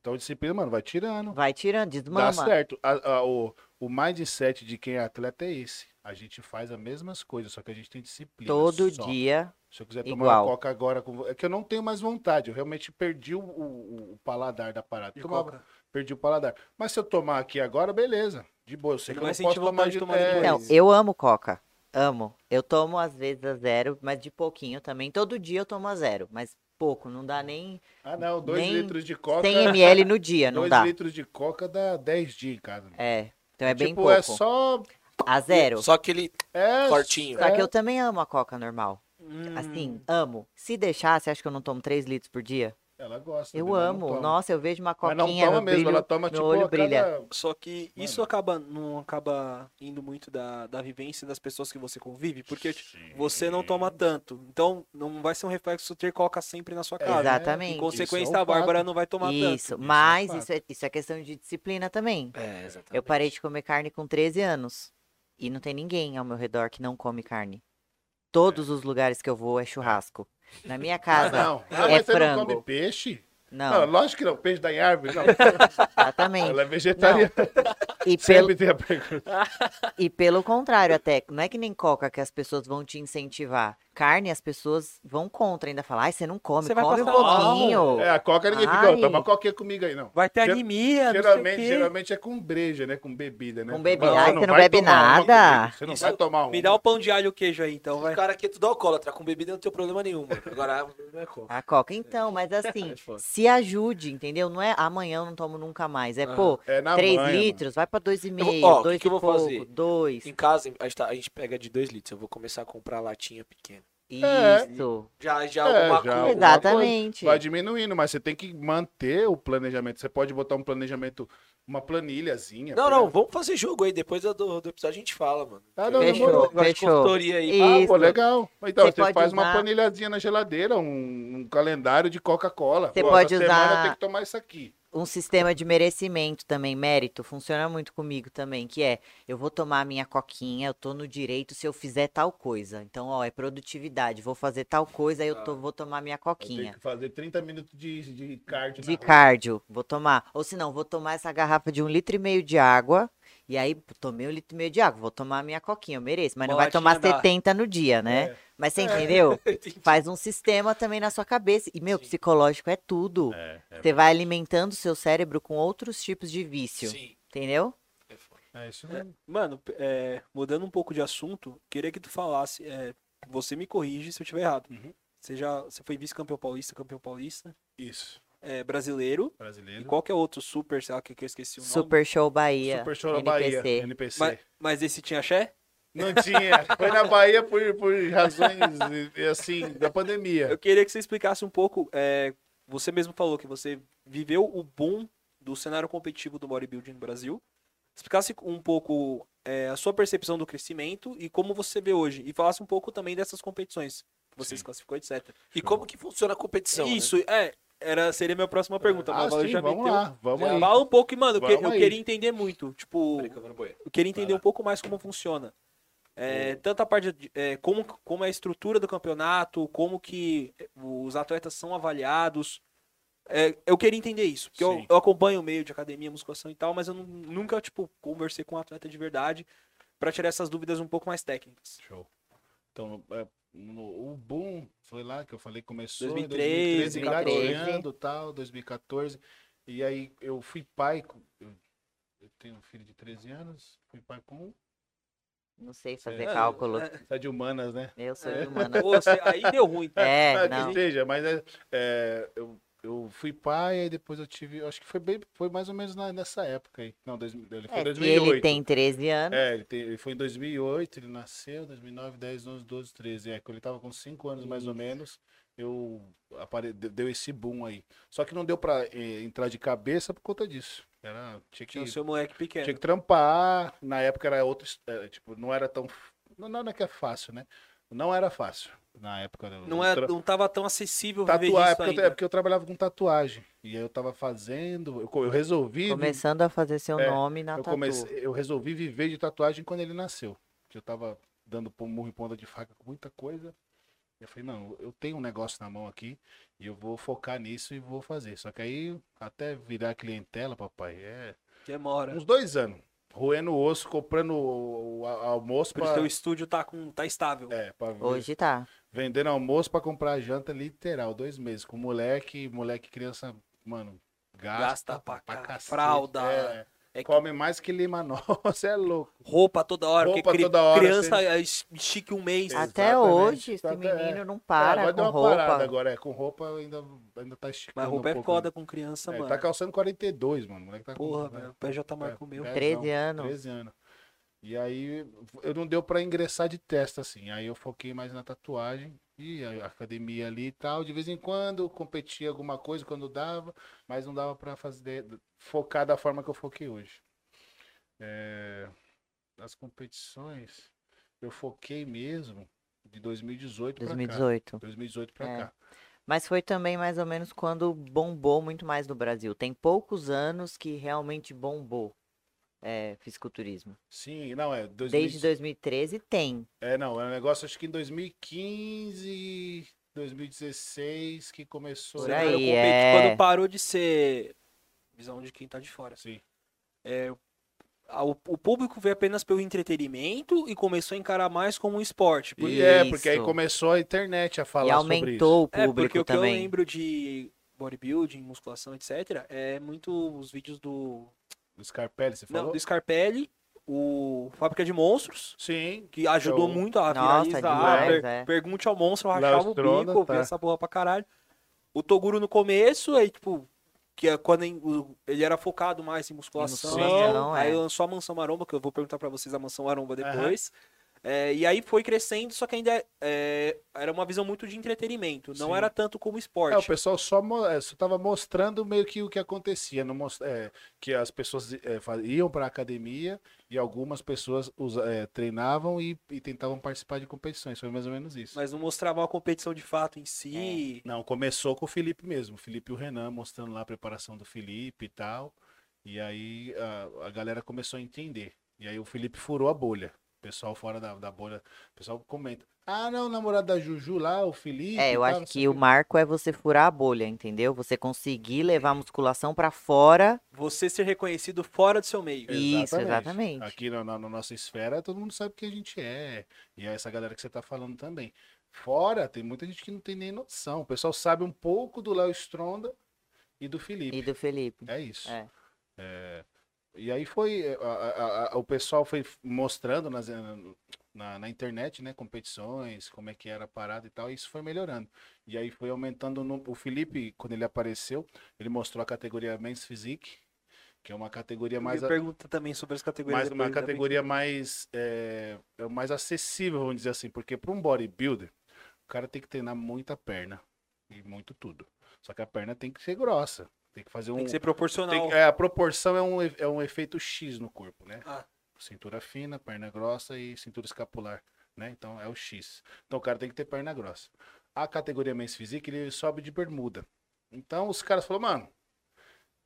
[SPEAKER 3] Então disciplina, mano, vai tirando.
[SPEAKER 4] Vai tirando,
[SPEAKER 3] Dá
[SPEAKER 4] desmama.
[SPEAKER 3] certo. A- a- o, o mindset de quem é atleta é esse. A gente faz as mesmas coisas, só que a gente tem disciplina.
[SPEAKER 4] Todo
[SPEAKER 3] só.
[SPEAKER 4] dia.
[SPEAKER 3] Se eu quiser
[SPEAKER 4] Igual.
[SPEAKER 3] tomar uma coca agora, com vo- é que eu não tenho mais vontade. Eu realmente perdi o, o- o paladar da parada.
[SPEAKER 2] De
[SPEAKER 3] Tomava-
[SPEAKER 2] coca.
[SPEAKER 3] Perdi o paladar. Mas se eu tomar aqui agora, beleza. De boa. Eu
[SPEAKER 2] Você
[SPEAKER 3] sei que eu
[SPEAKER 2] não
[SPEAKER 3] não
[SPEAKER 2] vai
[SPEAKER 3] posso
[SPEAKER 2] sentir vontade
[SPEAKER 3] tomar
[SPEAKER 2] de
[SPEAKER 3] de
[SPEAKER 2] tomar
[SPEAKER 3] é,
[SPEAKER 4] Então,
[SPEAKER 2] Mas-
[SPEAKER 4] eu amo coca. Amo. Eu tomo às vezes a zero, mas de pouquinho também. Todo dia eu tomo a zero, mas pouco. Não dá nem
[SPEAKER 3] Ah, não. Dois
[SPEAKER 4] nem
[SPEAKER 3] litros de coca.
[SPEAKER 4] 100 ml no dia, não
[SPEAKER 3] dois
[SPEAKER 4] dá.
[SPEAKER 3] litros de coca dá 10 dias em casa.
[SPEAKER 4] É. Então é bem
[SPEAKER 3] tipo,
[SPEAKER 4] pouco.
[SPEAKER 3] é só.
[SPEAKER 4] A zero.
[SPEAKER 1] Só que ele.
[SPEAKER 3] É,
[SPEAKER 1] Cortinho.
[SPEAKER 4] Só
[SPEAKER 3] é,
[SPEAKER 4] que eu também amo a coca normal.
[SPEAKER 2] Hum.
[SPEAKER 4] Assim, amo. Se deixar, você acha que eu não tomo 3 litros por dia?
[SPEAKER 3] Ela gosta.
[SPEAKER 4] Eu
[SPEAKER 3] mas não
[SPEAKER 4] amo.
[SPEAKER 3] toma.
[SPEAKER 4] Nossa, eu vejo uma
[SPEAKER 3] Mas não
[SPEAKER 4] coquinha,
[SPEAKER 3] toma
[SPEAKER 4] meu,
[SPEAKER 3] mesmo.
[SPEAKER 4] brilho,
[SPEAKER 3] ela toma
[SPEAKER 4] meu
[SPEAKER 3] tipo.
[SPEAKER 4] olho
[SPEAKER 3] a cada-
[SPEAKER 4] brilha.
[SPEAKER 2] Só que
[SPEAKER 3] Mano.
[SPEAKER 2] isso acaba não acaba indo muito da, da vivência das pessoas que você convive, porque você não toma tanto. Então não vai ser um reflexo ter coca sempre na sua casa.
[SPEAKER 4] Exatamente.
[SPEAKER 2] Ah, né? Em
[SPEAKER 4] É, Isso
[SPEAKER 2] consequência,
[SPEAKER 3] é um
[SPEAKER 2] a Bárbara
[SPEAKER 3] fato.
[SPEAKER 2] não vai tomar
[SPEAKER 4] Isso,
[SPEAKER 2] tanto.
[SPEAKER 4] mas
[SPEAKER 3] fato.
[SPEAKER 4] isso é, isso é questão de disciplina também.
[SPEAKER 1] É, exatamente.
[SPEAKER 4] Eu parei de comer carne com 13 anos. E não tem ninguém ao meu redor que não come carne. Todos os lugares que eu vou é
[SPEAKER 1] Tá.
[SPEAKER 4] churrasco. Na minha
[SPEAKER 3] Ah,
[SPEAKER 4] casa,
[SPEAKER 3] não. Ah,
[SPEAKER 4] é
[SPEAKER 3] mas você não
[SPEAKER 4] frango.
[SPEAKER 3] come peixe?
[SPEAKER 4] não,
[SPEAKER 3] Não, lógico que não. Peixe da árvore, não.
[SPEAKER 4] exatamente.
[SPEAKER 3] Ela é vegetariana.
[SPEAKER 4] E pelo,
[SPEAKER 3] Sempre tem a pergunta.
[SPEAKER 4] e pelo contrário, até, não é que nem coca que as pessoas vão te incentivar. Carne, as pessoas vão contra, ainda falar, ai, você não come,
[SPEAKER 2] Você vai
[SPEAKER 4] come um
[SPEAKER 2] passar mal."
[SPEAKER 4] pouquinho.
[SPEAKER 3] É, a coca ninguém fica,
[SPEAKER 4] Ai.
[SPEAKER 3] ó, toma coquinha comigo aí, não.
[SPEAKER 2] Vai ter
[SPEAKER 3] Ger-
[SPEAKER 2] anemia, não sei o
[SPEAKER 3] Geralmente,
[SPEAKER 2] quê.
[SPEAKER 3] geralmente é com breja, né? Com bebida, né?
[SPEAKER 4] Com bebida.
[SPEAKER 3] Não,
[SPEAKER 2] Ai,
[SPEAKER 4] você não
[SPEAKER 3] vai
[SPEAKER 4] bebe
[SPEAKER 3] tomar uma
[SPEAKER 4] nada.
[SPEAKER 3] comigo, Você não
[SPEAKER 1] Isso-
[SPEAKER 3] vai tomar um.
[SPEAKER 2] Me dá o pão de alho e o queijo aí, então, vai.
[SPEAKER 1] O cara aqui é tudo alcoólatra, com bebida não tem problema nenhum, mano. Agora, não é coca.
[SPEAKER 4] A coca, então, mas assim,
[SPEAKER 1] É foda.
[SPEAKER 4] se ajude, entendeu? Não é amanhã eu não tomo nunca mais. É,
[SPEAKER 1] Aham.
[SPEAKER 4] pô,
[SPEAKER 3] É na
[SPEAKER 4] 3
[SPEAKER 3] manha,
[SPEAKER 4] litros, vai pra 2,5,
[SPEAKER 1] Ah, Eu vou- ó, o que
[SPEAKER 4] 2
[SPEAKER 1] que eu vou
[SPEAKER 4] pouco,
[SPEAKER 1] fazer?
[SPEAKER 4] 2.
[SPEAKER 1] Em casa, a gente, tá- a gente pega de 2 litros. Eu vou começar a comprar latinha pequena.
[SPEAKER 3] É.
[SPEAKER 4] Isso.
[SPEAKER 1] Já, já,
[SPEAKER 3] É,
[SPEAKER 1] alguma
[SPEAKER 3] já,
[SPEAKER 1] coisa.
[SPEAKER 3] alguma
[SPEAKER 4] Exatamente.
[SPEAKER 3] Vai diminuindo, mas você tem que manter o planejamento. Você pode botar um planejamento, uma planilhazinha.
[SPEAKER 1] Não,
[SPEAKER 3] por
[SPEAKER 1] não,
[SPEAKER 3] exemplo.
[SPEAKER 1] vamos fazer jogo aí. Depois do, do episódio a gente fala, mano.
[SPEAKER 3] Ah, não,
[SPEAKER 4] Fechou,
[SPEAKER 3] demorou.
[SPEAKER 1] Vai de
[SPEAKER 4] fechou.
[SPEAKER 1] consultoria aí.
[SPEAKER 4] E-
[SPEAKER 3] Ah,
[SPEAKER 4] Isso.
[SPEAKER 3] pô, legal. Então,
[SPEAKER 4] Você
[SPEAKER 3] você,
[SPEAKER 4] pode
[SPEAKER 3] faz
[SPEAKER 4] usar-
[SPEAKER 3] uma planilhazinha na geladeira, um, um calendário de Coca-Cola.
[SPEAKER 4] Você
[SPEAKER 3] Pô,
[SPEAKER 4] pode
[SPEAKER 3] essa semana
[SPEAKER 4] usar-
[SPEAKER 3] tem que tomar isso aqui.
[SPEAKER 4] um sistema de merecimento também, mérito, funciona muito comigo também, que é, eu vou tomar minha coquinha, eu tô no direito se eu fizer tal coisa. Então, ó, é produtividade, vou fazer tal coisa, aí eu tô- vou tomar minha
[SPEAKER 5] Eu tenho
[SPEAKER 4] coquinha.
[SPEAKER 5] que fazer 30 minutos de, de cardio.
[SPEAKER 4] De
[SPEAKER 5] na rua.
[SPEAKER 4] cardio, vou tomar. Ou se não, vou tomar essa garrafa de um litro e meio de água. E aí, pô, tomei um litro e meio de água, vou tomar a minha coquinha, eu mereço. Mas não vai
[SPEAKER 2] Botinha
[SPEAKER 4] tomar
[SPEAKER 2] da-
[SPEAKER 4] 70 no dia, né?
[SPEAKER 5] É.
[SPEAKER 4] Mas você entendeu? Faz um sistema também na sua cabeça. E, meu, psicológico é tudo.
[SPEAKER 5] É, é,
[SPEAKER 4] Você vai alimentando o seu cérebro com outros tipos de vício,
[SPEAKER 1] Sim.
[SPEAKER 4] entendeu?
[SPEAKER 5] é isso mesmo.
[SPEAKER 2] Mano, é, mudando um pouco de assunto, queria que tu falasse. é, você me corrige se eu estiver errado.
[SPEAKER 3] Uhum.
[SPEAKER 2] Você já você foi vice-campeão paulista, campeão paulista,
[SPEAKER 3] Isso,
[SPEAKER 2] é, brasileiro. E
[SPEAKER 3] brasileiro.
[SPEAKER 2] qual que é outro super, sei lá, que que eu esqueci o nome.
[SPEAKER 4] Super Show Bahia.
[SPEAKER 3] Super Show na
[SPEAKER 4] NPC.
[SPEAKER 3] Bahia, NPC.
[SPEAKER 2] Mas, mas esse tinha axé?
[SPEAKER 3] Não tinha. Foi na Bahia por, por razões, e- e assim, da pandemia.
[SPEAKER 2] Eu queria que você explicasse um pouco. é, você mesmo falou que você viveu o boom do cenário competitivo do bodybuilding no Brasil. Explicasse um pouco é, a sua percepção do crescimento e como você vê hoje. E falasse um pouco também dessas competições que você se classificou, etc.
[SPEAKER 1] E como que funciona a competição? né?
[SPEAKER 2] Isso, é. Era, seria minha próxima pergunta.
[SPEAKER 3] Ah,
[SPEAKER 2] mas ela
[SPEAKER 3] sim,
[SPEAKER 2] já
[SPEAKER 3] vamos
[SPEAKER 2] meteu-
[SPEAKER 3] lá, vamos
[SPEAKER 2] Já
[SPEAKER 3] aí.
[SPEAKER 2] Fala um pouco, mano. Eu, que-
[SPEAKER 3] Vamos
[SPEAKER 2] eu
[SPEAKER 3] aí.
[SPEAKER 2] queria entender muito. Tipo,
[SPEAKER 1] Peraí que eu vou no banheiro.
[SPEAKER 2] eu queria entender
[SPEAKER 3] Vai lá.
[SPEAKER 2] um pouco mais como funciona. É, tanto a parte de, é, como, como é a estrutura do campeonato, como que é, os atletas são avaliados. É, eu queria entender isso, porque eu,
[SPEAKER 3] Sim.
[SPEAKER 2] eu acompanho o meio de academia, musculação e tal, mas eu nu- nunca, tipo, conversei com um atleta de verdade pra tirar essas dúvidas um pouco mais técnicas.
[SPEAKER 3] Show. Então, é, no- o boom foi lá que eu falei, começou
[SPEAKER 2] 2013,
[SPEAKER 3] em 2013,
[SPEAKER 4] 2014.
[SPEAKER 3] engatinhando, tal, 2014. E aí eu fui pai, com- eu, eu tenho um filho de 13 anos, fui pai com um.
[SPEAKER 4] Não sei fazer
[SPEAKER 2] É,
[SPEAKER 4] cálculo.
[SPEAKER 2] é,
[SPEAKER 3] tá de humanas, né?
[SPEAKER 4] Eu sou
[SPEAKER 2] é.
[SPEAKER 4] de humana.
[SPEAKER 2] Pô, você- aí deu ruim. tá?
[SPEAKER 4] É,
[SPEAKER 3] Ah,
[SPEAKER 4] não.
[SPEAKER 3] que seja, mas é, é, eu, eu fui pai, aí depois eu tive, eu acho que foi bem, foi mais ou menos na- nessa época aí. Não, dois, ele foi em
[SPEAKER 4] É, se
[SPEAKER 3] 2008.
[SPEAKER 4] ele tem 13 anos.
[SPEAKER 3] É, ele, tem- ele foi em 2008, ele nasceu, 2009, 10, 11, 12, 13. É, quando ele tava com 5 anos mais ou menos, eu apare... de- deu esse boom aí. Só que não deu pra eh, entrar de cabeça por conta disso. Era, tinha que
[SPEAKER 2] Tinha o né? seu moleque pequeno.
[SPEAKER 3] tinha que trampar. Na época era outro. es- eh, Tipo, não era tão. f- Não, não é que é fácil, né? Não era fácil. Na época. eu-
[SPEAKER 2] Não,
[SPEAKER 3] eu
[SPEAKER 2] é,
[SPEAKER 3] tra-
[SPEAKER 2] não tava tão acessível viver
[SPEAKER 3] Tatuar, é
[SPEAKER 2] disso
[SPEAKER 3] porque, eu,
[SPEAKER 2] ainda.
[SPEAKER 3] é porque eu trabalhava com tatuagem. E aí eu tava fazendo. Eu, co- eu resolvi.
[SPEAKER 4] Começando a fazer seu
[SPEAKER 3] É,
[SPEAKER 4] nome na
[SPEAKER 3] eu,
[SPEAKER 4] tatu.
[SPEAKER 3] comecei, eu resolvi viver de tatuagem quando ele nasceu. Que eu tava dando pom- murro e ponta de faca com muita coisa. E eu falei, não, eu tenho um negócio na mão aqui e eu vou focar nisso e vou fazer. Só que aí, até virar clientela, papai, é
[SPEAKER 2] Demora.
[SPEAKER 3] uns dois anos. Roendo o osso, comprando o, o a- almoço
[SPEAKER 2] Por isso
[SPEAKER 3] pra,
[SPEAKER 2] teu estúdio tá, com, tá estável.
[SPEAKER 3] é, pra ver-
[SPEAKER 4] Hoje tá.
[SPEAKER 3] vendendo almoço pra comprar janta, literal, dois meses. Com moleque, moleque, criança, mano, gasta,
[SPEAKER 2] Gasta pra cá,
[SPEAKER 3] cacete,
[SPEAKER 2] fralda,
[SPEAKER 3] é.
[SPEAKER 2] é que-
[SPEAKER 3] Come mais que lima, nossa, é louco.
[SPEAKER 2] Roupa toda hora,
[SPEAKER 3] Roupa
[SPEAKER 2] porque cri-
[SPEAKER 3] toda hora,
[SPEAKER 2] criança é, es- estique um mês.
[SPEAKER 3] Exatamente.
[SPEAKER 4] Até hoje, esse
[SPEAKER 3] Exatamente.
[SPEAKER 4] menino não
[SPEAKER 3] É,
[SPEAKER 4] para
[SPEAKER 3] agora
[SPEAKER 4] com
[SPEAKER 3] deu uma parada
[SPEAKER 4] roupa.
[SPEAKER 3] agora, é. Com roupa ainda, ainda tá esticando.
[SPEAKER 2] Mas roupa
[SPEAKER 3] um
[SPEAKER 2] é
[SPEAKER 3] pouco,
[SPEAKER 2] foda
[SPEAKER 3] né?
[SPEAKER 2] com criança,
[SPEAKER 3] É,
[SPEAKER 2] mano.
[SPEAKER 3] Tá calçando 42, mano. O moleque tá com-
[SPEAKER 2] Porra,
[SPEAKER 3] né?
[SPEAKER 2] velho. O PJ marcou
[SPEAKER 3] É,
[SPEAKER 2] meu.
[SPEAKER 3] dezão,
[SPEAKER 4] 13 anos.
[SPEAKER 3] 13 anos. E aí eu não deu pra ingressar de testa, assim. Aí eu foquei mais na tatuagem e a academia ali e tal. De vez em quando competia alguma coisa quando dava, mas não dava pra fazer focar da forma que eu foquei hoje. É, as competições, eu foquei mesmo de 2018 pra cá.
[SPEAKER 4] 2018.
[SPEAKER 3] 2018 pra
[SPEAKER 4] É.
[SPEAKER 3] cá.
[SPEAKER 4] Mas foi também mais ou menos quando bombou muito mais no Brasil. Tem poucos anos que realmente bombou é, fisiculturismo.
[SPEAKER 3] Sim, não, é. 2000,
[SPEAKER 4] Desde 2013 tem.
[SPEAKER 3] É, não, é um negócio acho que em 2015, 2016 que começou.
[SPEAKER 4] Por
[SPEAKER 3] né?
[SPEAKER 4] aí.
[SPEAKER 2] Eu competi-
[SPEAKER 4] é.
[SPEAKER 2] Quando parou de ser visão de quem tá de fora.
[SPEAKER 3] Sim,
[SPEAKER 2] Ah, O, o público veio apenas pelo entretenimento e começou a encarar mais como um esporte. Por-
[SPEAKER 3] E é, porque aí
[SPEAKER 4] Isso.
[SPEAKER 3] começou a internet a falar
[SPEAKER 4] e
[SPEAKER 3] sobre isso.
[SPEAKER 4] aumentou o
[SPEAKER 2] É,
[SPEAKER 4] público
[SPEAKER 2] porque o que eu
[SPEAKER 4] também.
[SPEAKER 2] lembro de bodybuilding, musculação, etc., é muito os vídeos do.
[SPEAKER 3] O Scarpelli, você
[SPEAKER 2] Não,
[SPEAKER 3] falou?
[SPEAKER 2] do Scarpelli, o Fábrica de Monstros.
[SPEAKER 3] é Sim,
[SPEAKER 2] que ajudou
[SPEAKER 3] Eu-
[SPEAKER 2] muito a
[SPEAKER 4] Nossa,
[SPEAKER 2] viralizar.
[SPEAKER 4] demais,
[SPEAKER 2] per-
[SPEAKER 4] é.
[SPEAKER 2] Pergunte ao monstro, eu
[SPEAKER 3] Lá
[SPEAKER 2] rachava
[SPEAKER 3] os
[SPEAKER 2] o
[SPEAKER 3] trona,
[SPEAKER 2] bico, eu
[SPEAKER 3] tá.
[SPEAKER 2] via essa porra pra caralho. O Toguro no começo, aí, tipo, que é quando em- o- ele era focado mais em musculação. então,
[SPEAKER 4] Em musculação,
[SPEAKER 2] aí
[SPEAKER 4] é.
[SPEAKER 2] lançou a Mansão Maromba, que eu vou perguntar pra vocês a Mansão Maromba depois. É, e aí foi crescendo, só que ainda é, era uma visão muito de entretenimento, não
[SPEAKER 3] Sim.
[SPEAKER 2] era tanto como
[SPEAKER 3] É, o
[SPEAKER 2] esporte.
[SPEAKER 3] pessoal só, mo- é, só tava mostrando meio que o que acontecia, não mos- é, que as pessoas é, fa- iam pra academia e algumas pessoas usa- é, treinavam e, e tentavam participar de competições, foi mais ou menos isso.
[SPEAKER 2] Mas não mostrava uma competição de fato em si.
[SPEAKER 3] Não, começou com o Felipe mesmo, o Felipe e o Renan mostrando lá a preparação do Felipe e tal, e aí a, a galera começou a entender, e aí o Felipe furou a bolha. O pessoal fora da, da bolha, o pessoal comenta, ah não, o namorado da Juju lá, o Felipe...
[SPEAKER 4] É,
[SPEAKER 3] e
[SPEAKER 4] eu
[SPEAKER 3] tal,
[SPEAKER 4] acho
[SPEAKER 3] tá não sei
[SPEAKER 4] que o
[SPEAKER 3] quê."
[SPEAKER 4] marco é você furar a bolha, entendeu? Você conseguir levar a musculação pra fora.
[SPEAKER 2] Você ser reconhecido fora do seu
[SPEAKER 3] É,
[SPEAKER 2] meio.
[SPEAKER 4] Isso, exatamente.
[SPEAKER 3] Aqui na, na- na nossa esfera, todo mundo sabe quem a gente é. E é essa galera que você tá falando também. Fora, tem muita gente que não tem nem noção. O pessoal sabe um pouco do Léo Stronda e do Felipe.
[SPEAKER 4] E do Felipe.
[SPEAKER 3] É isso.
[SPEAKER 4] É.
[SPEAKER 3] É, E aí foi. é, a- a- a- o pessoal foi mostrando nas- é, na, na internet, né? Competições, como é que era a parada e tal. E isso foi melhorando. E aí foi aumentando. no- o Felipe, quando ele apareceu, ele mostrou a categoria Men's Physique, que é uma categoria mais.
[SPEAKER 2] Mais
[SPEAKER 3] a-
[SPEAKER 2] pergunta também sobre as categorias.
[SPEAKER 3] mas uma
[SPEAKER 2] depois, ainda bem
[SPEAKER 3] categoria mais, é, é mais acessível, vamos dizer assim, porque para um bodybuilder, o cara tem que treinar muita perna e muito tudo. Só que a perna tem que ser grossa. Tem que fazer
[SPEAKER 2] que-
[SPEAKER 3] um.
[SPEAKER 2] Tem que ser
[SPEAKER 3] tem
[SPEAKER 2] proporcional.
[SPEAKER 3] que- é, a proporção é um, e- é um efeito X no corpo, né?
[SPEAKER 2] Ah.
[SPEAKER 3] Cintura fina, perna grossa e cintura escapular, né? Então é o X. Então o cara tem que ter perna grossa. A categoria Men's Physique, ele sobe de bermuda. Então os caras falaram, mano,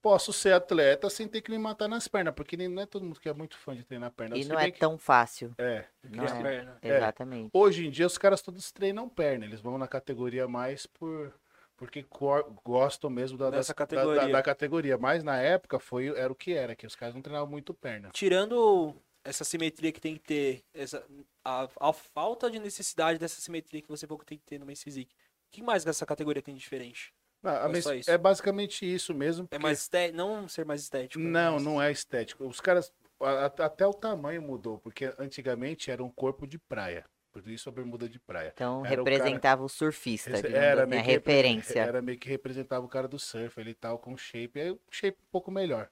[SPEAKER 3] posso ser atleta sem ter que me matar nas pernas, porque nem- não é todo mundo que é muito fã de treinar perna.
[SPEAKER 4] E
[SPEAKER 3] Se
[SPEAKER 4] não é
[SPEAKER 3] bem que-
[SPEAKER 4] tão fácil.
[SPEAKER 3] é.
[SPEAKER 4] Não
[SPEAKER 2] Cria
[SPEAKER 4] é.
[SPEAKER 2] perna.
[SPEAKER 3] É.
[SPEAKER 4] Exatamente.
[SPEAKER 3] Hoje em dia os caras todos treinam perna, eles vão na categoria mais por porque cor- gostam mesmo da,
[SPEAKER 2] Dessa
[SPEAKER 3] dessa
[SPEAKER 2] categoria.
[SPEAKER 3] Da, da- da categoria, mas na época foi era o que era, que os caras não treinavam muito perna.
[SPEAKER 2] Tirando essa simetria que tem que ter, essa, a, a falta de necessidade dessa simetria que você pouco tem que ter no Men's Physique. O que mais que essa categoria tem de diferente?
[SPEAKER 3] Não, a
[SPEAKER 2] É só
[SPEAKER 3] mens-
[SPEAKER 2] isso.
[SPEAKER 3] é basicamente isso mesmo.
[SPEAKER 2] É
[SPEAKER 3] porque-
[SPEAKER 2] mais estético, não ser mais estético. né?
[SPEAKER 3] Não,
[SPEAKER 2] Mas-
[SPEAKER 3] não é estético. Os caras. a- a- até o tamanho mudou, porque antigamente era um corpo de praia. Por isso a bermuda de praia.
[SPEAKER 4] Então
[SPEAKER 3] Era o cara-
[SPEAKER 4] representava o surfista,
[SPEAKER 3] Esse-
[SPEAKER 4] digamos assim, a
[SPEAKER 3] meio que repre-
[SPEAKER 4] referência.
[SPEAKER 3] Era meio que representava o cara do surf, ele tal, com shape. Aí o shape um pouco melhor.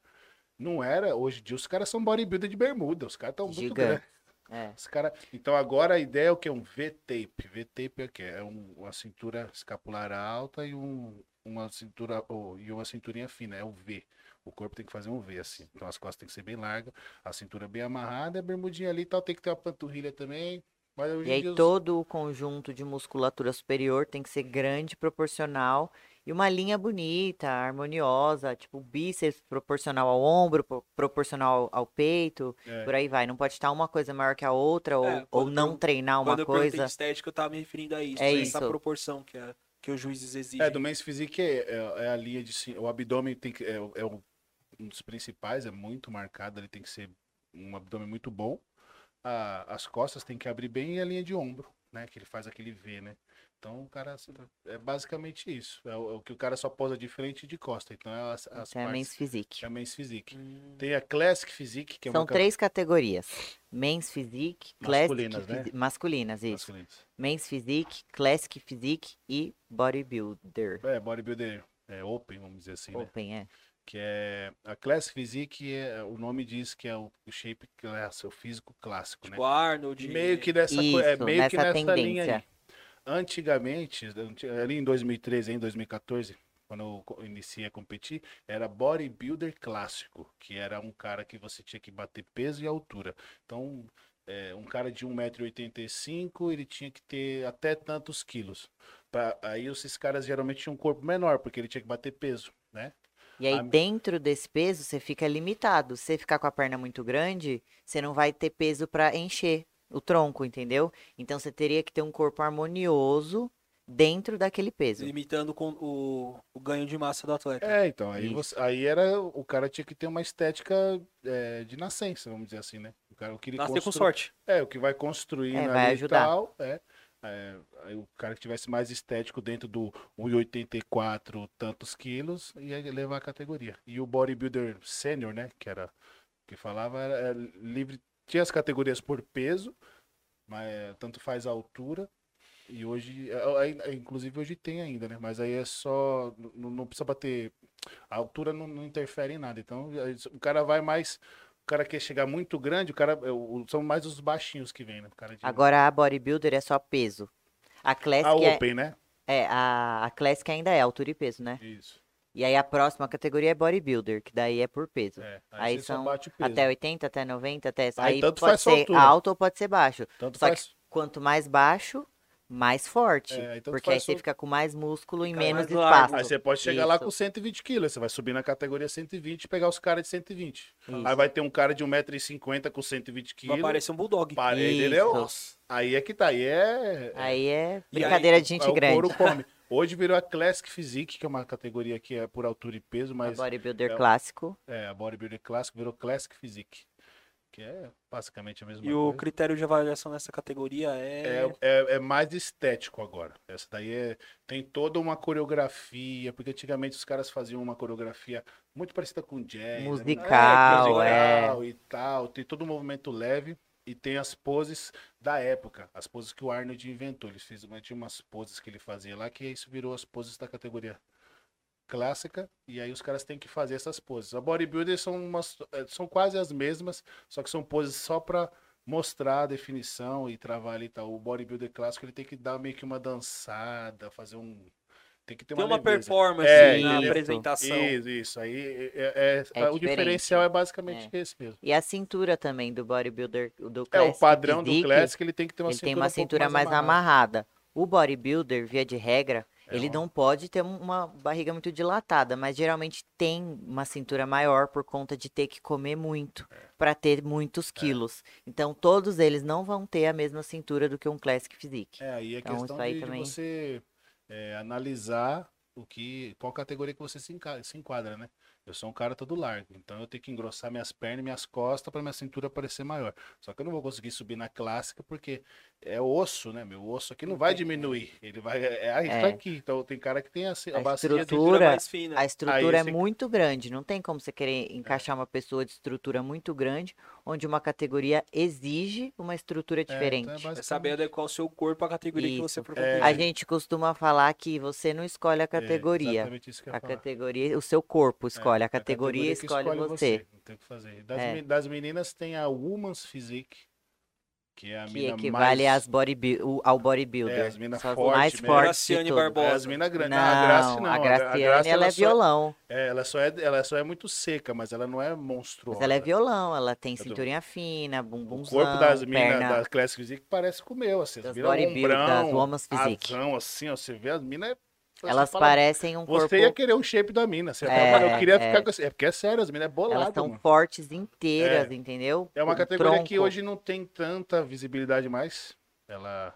[SPEAKER 3] Não era, hoje em dia os caras são bodybuilder de bermuda, os caras estão um muito
[SPEAKER 4] Gigante.
[SPEAKER 3] grandes.
[SPEAKER 4] É.
[SPEAKER 3] Os cara... Então agora a ideia é o que? Um V-tape. V-tape é o que? É um- uma cintura escapular alta e um- uma cintura ou- e uma cinturinha fina. É o V. O corpo tem que fazer um V assim. Então as costas tem que ser bem largas, a cintura bem amarrada, a bermudinha ali e tal. Tem que ter uma panturrilha também. Mas hoje
[SPEAKER 4] E
[SPEAKER 3] em
[SPEAKER 4] aí
[SPEAKER 3] dia os-
[SPEAKER 4] todo o conjunto de musculatura superior tem que ser grande, proporcional e uma linha bonita, harmoniosa, tipo bíceps proporcional ao ombro, pro- proporcional ao peito,
[SPEAKER 3] É.
[SPEAKER 4] por aí vai. Não pode estar uma coisa maior que a outra ou,
[SPEAKER 2] É,
[SPEAKER 4] ou
[SPEAKER 2] quando
[SPEAKER 4] não
[SPEAKER 2] eu-
[SPEAKER 4] treinar
[SPEAKER 2] Quando
[SPEAKER 4] uma
[SPEAKER 2] eu perguntei
[SPEAKER 4] coisa.
[SPEAKER 2] de estética, eu tava me referindo a isso.
[SPEAKER 4] É
[SPEAKER 2] a
[SPEAKER 4] isso.
[SPEAKER 2] Essa proporção que, a- que os juízes exigem.
[SPEAKER 3] É, do Men's Physique é, é- é a linha de... cin- O abdômen tem que, é, o- é o- um dos principais, é muito marcado. Ele tem que ser um abdômen muito bom. A- as costas tem que abrir bem e a linha de ombro, né? Que ele faz aquele V, né? Então, o cara... assim, É basicamente isso. É o, é o que o cara só posa de frente e de costa. Então, é as, as
[SPEAKER 4] Então é men's
[SPEAKER 3] partes...
[SPEAKER 4] physique.
[SPEAKER 3] É Men's Physique.
[SPEAKER 2] Hum,
[SPEAKER 3] Tem a Classic Physique, que é
[SPEAKER 4] São
[SPEAKER 3] uma... ca-
[SPEAKER 4] três categorias: men's physique, classic
[SPEAKER 3] Masculinas, né?
[SPEAKER 4] physique- masculinas, isso.
[SPEAKER 3] masculinas.
[SPEAKER 4] Men's physique, classic physique e bodybuilder.
[SPEAKER 3] É, bodybuilder é, open, vamos dizer assim, né?
[SPEAKER 4] Open, é.
[SPEAKER 3] que é a Classic Physique, é, o nome diz que é o, o shape class, o físico clássico,
[SPEAKER 2] Tipo
[SPEAKER 3] né?
[SPEAKER 2] Arnold.
[SPEAKER 3] Meio que nessa, co- é,
[SPEAKER 4] Isso,
[SPEAKER 3] meio que
[SPEAKER 4] nessa
[SPEAKER 3] nessa linha aí.
[SPEAKER 4] tendência.
[SPEAKER 3] Antigamente, anti- ali em 2013, em 2014, quando eu co- iniciei a competir, era bodybuilder clássico, que era um cara que você tinha que bater peso e altura. Então, é, um cara de 1,85m, ele tinha que ter até tantos quilos. Pra- aí esses caras geralmente tinham um corpo menor, porque ele tinha que bater peso, né?
[SPEAKER 4] E aí,
[SPEAKER 3] A-
[SPEAKER 4] dentro desse peso, você fica limitado. Se você ficar com a perna muito grande, você não vai ter peso para encher o tronco, entendeu? Então, você teria que ter um corpo harmonioso dentro daquele peso.
[SPEAKER 2] Limitando com o, o ganho de massa do atleta.
[SPEAKER 3] É, então, aí,
[SPEAKER 4] Isso.
[SPEAKER 3] você- aí era, o cara tinha que ter uma estética é, de nascença, vamos dizer assim, né? O cara o que ele
[SPEAKER 2] Nascer com
[SPEAKER 3] constru-
[SPEAKER 2] sorte.
[SPEAKER 3] É, o que vai construir
[SPEAKER 4] É,
[SPEAKER 3] na
[SPEAKER 4] vai
[SPEAKER 3] lei e
[SPEAKER 4] ajudar.
[SPEAKER 3] tal, é. É, aí o cara que tivesse mais estético dentro do 1,84 tantos quilos ia levar a categoria. E o bodybuilder sênior, né, que era que falava, era, era livre, tinha as categorias por peso, mas é, tanto faz a altura. E hoje, é, é, inclusive hoje tem ainda, né? Mas aí é só, n- n- não precisa bater, a altura não, não interfere em nada. Então, aí o cara é, vai mais cara quer chegar muito grande, o cara. é, o- são mais os baixinhos que vêm, né? O cara de-
[SPEAKER 4] Agora a bodybuilder é só peso. A
[SPEAKER 3] a
[SPEAKER 4] classic, é,
[SPEAKER 3] Open, né?
[SPEAKER 4] é, a, a classic ainda é altura e peso, né?
[SPEAKER 3] Isso.
[SPEAKER 4] E aí a próxima categoria é bodybuilder, que daí é por peso.
[SPEAKER 3] É.
[SPEAKER 4] Aí
[SPEAKER 3] você
[SPEAKER 4] são
[SPEAKER 3] bate o peso.
[SPEAKER 4] Até 80, até 90, até.
[SPEAKER 3] Aí
[SPEAKER 4] Aí
[SPEAKER 3] tanto
[SPEAKER 4] pode
[SPEAKER 3] faz sua
[SPEAKER 4] ser
[SPEAKER 3] altura.
[SPEAKER 4] alto ou pode ser baixo.
[SPEAKER 3] Tanto
[SPEAKER 4] Só
[SPEAKER 3] faz.
[SPEAKER 4] que quanto mais baixo, mais forte.
[SPEAKER 3] É, aí tanto
[SPEAKER 4] porque aí
[SPEAKER 3] faz
[SPEAKER 4] você
[SPEAKER 3] sua-
[SPEAKER 4] fica com mais músculo e
[SPEAKER 2] Fica
[SPEAKER 4] menos
[SPEAKER 2] mais largo.
[SPEAKER 4] espaço.
[SPEAKER 3] Aí você pode chegar lá
[SPEAKER 4] Isso.
[SPEAKER 3] com 120 quilos. Você vai subir na categoria 120 e pegar os caras de 120.
[SPEAKER 4] Isso.
[SPEAKER 3] Aí vai ter um cara de 1,50m com
[SPEAKER 2] Vai
[SPEAKER 3] 120 quilos.
[SPEAKER 2] aparecer um bulldog.
[SPEAKER 3] Pare-
[SPEAKER 4] Isso.
[SPEAKER 3] entendeu?
[SPEAKER 2] Nossa.
[SPEAKER 3] Aí é que tá. Aí é.
[SPEAKER 4] Aí é
[SPEAKER 2] E aí,
[SPEAKER 4] brincadeira de
[SPEAKER 3] aí
[SPEAKER 4] gente
[SPEAKER 3] o
[SPEAKER 4] grande.
[SPEAKER 3] couro come. Hoje virou a Classic Physique, que é uma categoria que é por altura e peso,
[SPEAKER 4] A
[SPEAKER 3] mas
[SPEAKER 4] bodybuilder
[SPEAKER 3] é o-
[SPEAKER 4] clássico.
[SPEAKER 3] é, a Bodybuilder Classic virou Classic Physique. Que é basicamente a mesma
[SPEAKER 2] E o
[SPEAKER 3] coisa.
[SPEAKER 2] critério de avaliação nessa categoria é.
[SPEAKER 3] É, é, é mais estético agora. Essa daí é, tem toda uma coreografia, porque antigamente os caras faziam uma coreografia muito parecida com jazz. né?
[SPEAKER 4] Musical, é.
[SPEAKER 3] musical E tal, tem todo um movimento leve e tem as poses da época, as poses que o Arnold inventou. Ele fez uma- tinha umas poses que ele fazia lá, que isso virou as poses da categoria clássica, e aí os caras têm que fazer essas poses. A bodybuilder são, umas, eh, são quase as mesmas, só que são poses só pra mostrar a definição e travar ali e tal. O bodybuilder clássico ele tem que dar meio que uma dançada, fazer um. Tem que ter
[SPEAKER 2] Tem
[SPEAKER 3] uma,
[SPEAKER 2] uma
[SPEAKER 3] leveza.
[SPEAKER 2] performance
[SPEAKER 3] É,
[SPEAKER 2] na
[SPEAKER 3] entendeu?
[SPEAKER 2] apresentação.
[SPEAKER 3] Isso, isso. Aí é, é-
[SPEAKER 4] É
[SPEAKER 3] o
[SPEAKER 4] diferente.
[SPEAKER 3] diferencial é basicamente esse mesmo.
[SPEAKER 4] E a cintura também do bodybuilder, do
[SPEAKER 3] É,
[SPEAKER 4] classic
[SPEAKER 3] o padrão do
[SPEAKER 4] physique,
[SPEAKER 3] Classic ele tem que ter uma
[SPEAKER 4] Ele
[SPEAKER 3] cintura.
[SPEAKER 4] tem uma
[SPEAKER 3] um pouco
[SPEAKER 4] cintura mais, amarrada. O bodybuilder, via de regra,
[SPEAKER 3] É
[SPEAKER 4] ele
[SPEAKER 3] uma-
[SPEAKER 4] não pode ter um, uma barriga muito dilatada, mas geralmente tem uma cintura maior por conta de ter que comer muito
[SPEAKER 3] É.
[SPEAKER 4] para ter muitos quilos. Então todos eles não vão ter a mesma cintura do que um classic physique.
[SPEAKER 3] É, aí é
[SPEAKER 4] Então,
[SPEAKER 3] questão
[SPEAKER 4] isso aí
[SPEAKER 3] de, de
[SPEAKER 4] também.
[SPEAKER 3] você é, analisar o que, qual categoria que você se enca- se enquadra, né? Eu sou um cara todo largo, então eu tenho que engrossar minhas pernas e minhas costas para minha cintura parecer maior. Só que eu não vou conseguir subir na clássica porque é osso, né? Meu osso aqui não vai diminuir, ele vai é, é isso
[SPEAKER 4] É.
[SPEAKER 3] aqui. Então tem cara que tem a, ci- a
[SPEAKER 4] A
[SPEAKER 3] bacia de-
[SPEAKER 4] estrutura-
[SPEAKER 2] mais fina.
[SPEAKER 4] A estrutura é
[SPEAKER 3] você-
[SPEAKER 4] muito grande, não tem como você
[SPEAKER 3] É.
[SPEAKER 4] querer encaixar uma pessoa de estrutura muito grande, onde uma categoria exige uma estrutura
[SPEAKER 3] é, então é
[SPEAKER 4] diferente.
[SPEAKER 2] É saber
[SPEAKER 3] basicamente-
[SPEAKER 2] adequar o seu corpo à categoria que
[SPEAKER 4] Isso.
[SPEAKER 2] você for
[SPEAKER 3] É.
[SPEAKER 4] A
[SPEAKER 2] competir.
[SPEAKER 4] gente costuma falar que você não escolhe a
[SPEAKER 3] é,
[SPEAKER 4] categoria.
[SPEAKER 3] exatamente isso que eu ia
[SPEAKER 4] A
[SPEAKER 3] falar.
[SPEAKER 4] categoria, o seu corpo escolhe,
[SPEAKER 3] É,
[SPEAKER 4] a categoria,
[SPEAKER 3] que
[SPEAKER 4] escolhe, você.
[SPEAKER 3] Não tem o que fazer. Das,
[SPEAKER 4] É.
[SPEAKER 3] me- das meninas tem a Woman's Physique, que é a
[SPEAKER 4] Que
[SPEAKER 3] mina
[SPEAKER 4] equivale
[SPEAKER 3] mais...
[SPEAKER 4] às bodybuil- o- ao bodybuilder.
[SPEAKER 3] É, as mina
[SPEAKER 4] São as
[SPEAKER 3] forte
[SPEAKER 4] mais
[SPEAKER 3] mesmo.
[SPEAKER 4] fortes de
[SPEAKER 2] Graciane
[SPEAKER 4] todas.
[SPEAKER 2] Barbosa.
[SPEAKER 3] É, as mina
[SPEAKER 4] Não,
[SPEAKER 3] grandes. a Grace não.
[SPEAKER 4] a
[SPEAKER 3] Graça
[SPEAKER 4] Graciane, ela é violão.
[SPEAKER 3] É, ela, só é, ela só é muito seca, mas ela não é monstruosa.
[SPEAKER 4] Mas ela é violão, ela tem
[SPEAKER 3] tô-
[SPEAKER 4] cinturinha fina,
[SPEAKER 3] O
[SPEAKER 4] bumbumzão,
[SPEAKER 3] corpo das minas
[SPEAKER 4] perna...
[SPEAKER 3] da Classic Physique parece com o meu, assim.
[SPEAKER 4] Das
[SPEAKER 3] As minas
[SPEAKER 4] bodybuilders, das
[SPEAKER 3] ombrão,
[SPEAKER 4] woman's physique.
[SPEAKER 3] asão, assim, ó, você vê as minas... é-
[SPEAKER 4] Elas
[SPEAKER 3] você fala,
[SPEAKER 4] parecem um corpo...
[SPEAKER 3] Você ia querer o shape da mina. Você
[SPEAKER 4] É,
[SPEAKER 3] fala, "Mano, eu queria
[SPEAKER 4] é.
[SPEAKER 3] ficar com... esse-" É porque é sério, as minas é bolada,
[SPEAKER 4] Elas são
[SPEAKER 3] mano.
[SPEAKER 4] fortes inteiras, entendeu?
[SPEAKER 3] É uma
[SPEAKER 4] Com
[SPEAKER 3] categoria que
[SPEAKER 4] tronco.
[SPEAKER 3] hoje não tem tanta visibilidade mais. Ela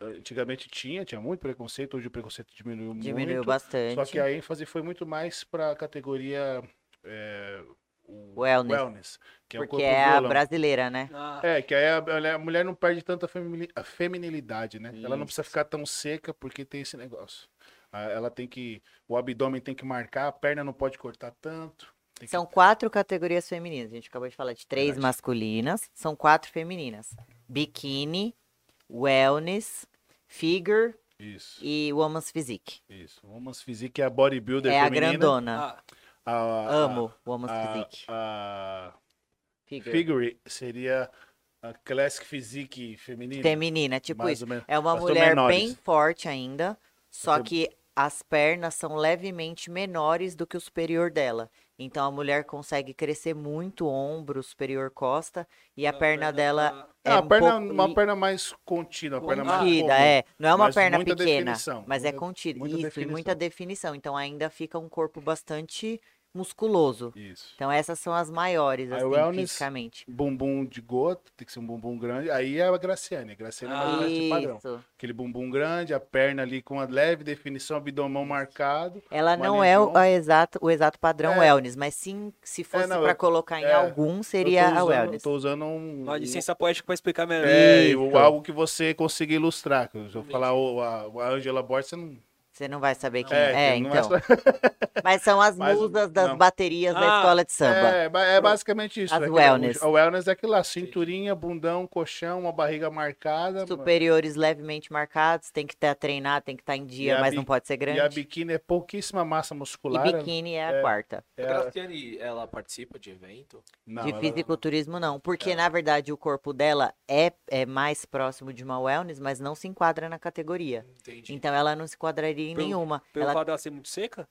[SPEAKER 3] antigamente tinha, tinha muito preconceito, hoje o preconceito diminuiu,
[SPEAKER 4] Diminuiu
[SPEAKER 3] é muito.
[SPEAKER 4] bastante.
[SPEAKER 3] Só que é, a ênfase foi muito mais para a categoria é, o
[SPEAKER 4] Wellness.
[SPEAKER 3] wellness, que é o
[SPEAKER 4] Porque
[SPEAKER 3] corpo
[SPEAKER 4] é a
[SPEAKER 3] violão.
[SPEAKER 4] brasileira, né?
[SPEAKER 2] Ah,
[SPEAKER 3] É, que aí a, a mulher não perde tanta femini- a feminilidade, né? Ela não
[SPEAKER 4] Isso.
[SPEAKER 3] precisa ficar tão seca porque tem esse negócio. A- Ela tem que. O abdômen tem que marcar, a perna não pode cortar tanto. tem que-
[SPEAKER 4] São quatro categorias femininas. A gente acabou de falar de três
[SPEAKER 3] Verdade.
[SPEAKER 4] masculinas, são quatro femininas: biquíni, wellness, figure
[SPEAKER 3] Isso,
[SPEAKER 4] e woman's physique.
[SPEAKER 3] isso. Woman's Physique é a bodybuilder
[SPEAKER 4] é a
[SPEAKER 3] feminina.
[SPEAKER 4] grandona.
[SPEAKER 2] ah,
[SPEAKER 3] A, a-
[SPEAKER 4] Amo woman's
[SPEAKER 3] a,
[SPEAKER 4] physique. é?
[SPEAKER 3] a
[SPEAKER 4] Figure.
[SPEAKER 3] Figure seria a Classic Physique feminina.
[SPEAKER 4] Feminina, tipo
[SPEAKER 3] mais
[SPEAKER 4] isso.
[SPEAKER 3] ou menos.
[SPEAKER 4] É uma
[SPEAKER 3] Elas são
[SPEAKER 4] mulher
[SPEAKER 3] menores.
[SPEAKER 4] bem forte ainda, só
[SPEAKER 3] Mas
[SPEAKER 4] que as pernas são levemente menores do que o superior dela. Então a mulher consegue crescer muito o ombro, superior costa, e a, perna, dela
[SPEAKER 2] tá-
[SPEAKER 3] É,
[SPEAKER 4] é
[SPEAKER 3] uma,
[SPEAKER 4] um
[SPEAKER 3] perna,
[SPEAKER 4] pouco
[SPEAKER 3] uma perna mais contínua, uma perna mais
[SPEAKER 4] Contida,
[SPEAKER 3] comum.
[SPEAKER 4] é. Não é uma
[SPEAKER 3] mas
[SPEAKER 4] perna
[SPEAKER 3] muita
[SPEAKER 4] pequena,
[SPEAKER 3] definição,
[SPEAKER 4] mas é
[SPEAKER 3] muita-
[SPEAKER 4] contida.
[SPEAKER 3] muita
[SPEAKER 4] Isso, e
[SPEAKER 3] definição.
[SPEAKER 4] muita definição. Então ainda fica um corpo bastante musculoso.
[SPEAKER 3] Isso.
[SPEAKER 4] Então essas são as maiores,
[SPEAKER 3] A
[SPEAKER 4] assim,
[SPEAKER 3] wellness-
[SPEAKER 4] fisicamente.
[SPEAKER 3] Bumbum de gota, tem que ser um bumbum grande. Aí é a Graciane. A Graciane
[SPEAKER 4] Ah,
[SPEAKER 3] é mais ou menos esse padrão.
[SPEAKER 4] Isso.
[SPEAKER 3] Aquele bumbum grande, a perna ali com uma leve definição, abdomão marcado.
[SPEAKER 4] Ela
[SPEAKER 3] Uma
[SPEAKER 4] não é o,
[SPEAKER 3] lesão.
[SPEAKER 4] a exato, o exato padrão
[SPEAKER 3] Um É.
[SPEAKER 4] wellness, mas sim, se fosse
[SPEAKER 3] não,
[SPEAKER 4] pra
[SPEAKER 3] eu-
[SPEAKER 4] colocar em
[SPEAKER 3] é,
[SPEAKER 4] algum,
[SPEAKER 3] Eu
[SPEAKER 4] seria
[SPEAKER 3] tô
[SPEAKER 4] a
[SPEAKER 3] usando-
[SPEAKER 4] wellness.
[SPEAKER 3] Tô usando um,
[SPEAKER 2] uma
[SPEAKER 3] um-
[SPEAKER 2] licença poética pra explicar melhor.
[SPEAKER 3] É,
[SPEAKER 4] Isso.
[SPEAKER 3] ou algo que você consiga ilustrar. que Se eu falar o- a, a Angela Borges, você não
[SPEAKER 4] Você não vai saber quem
[SPEAKER 3] que
[SPEAKER 4] é,
[SPEAKER 3] não
[SPEAKER 4] então.
[SPEAKER 3] só-
[SPEAKER 4] Mas são as
[SPEAKER 3] Mas,
[SPEAKER 4] musas das
[SPEAKER 3] não.
[SPEAKER 4] baterias da
[SPEAKER 2] Ah,
[SPEAKER 4] escola de samba.
[SPEAKER 3] É, ba- é basicamente isso.
[SPEAKER 4] As
[SPEAKER 3] né, que
[SPEAKER 4] wellness.
[SPEAKER 3] é O o wellness é aquilo lá, cinturinha, bundão, colchão, uma barriga marcada.
[SPEAKER 4] Superiores levemente marcados, tem que estar treinado, tem que estar em dia,
[SPEAKER 3] a
[SPEAKER 4] mas
[SPEAKER 3] bi-
[SPEAKER 4] não pode ser
[SPEAKER 3] E a
[SPEAKER 4] grande. E,
[SPEAKER 3] biquíni é pouquíssima massa muscular.
[SPEAKER 4] biquíni é a quarta.
[SPEAKER 1] A
[SPEAKER 3] é-
[SPEAKER 1] Graciane, ela participa de evento?
[SPEAKER 3] não,
[SPEAKER 4] de
[SPEAKER 3] ela- É.
[SPEAKER 4] fisiculturismo, não. Porque, na verdade, o corpo dela é, é mais próximo de uma wellness, mas não se enquadra na categoria.
[SPEAKER 1] Entendi.
[SPEAKER 4] Então, ela não se enquadraria em
[SPEAKER 2] Pelo-
[SPEAKER 4] nenhuma.
[SPEAKER 2] Pelo
[SPEAKER 4] ela
[SPEAKER 2] fato dela ser muito seca?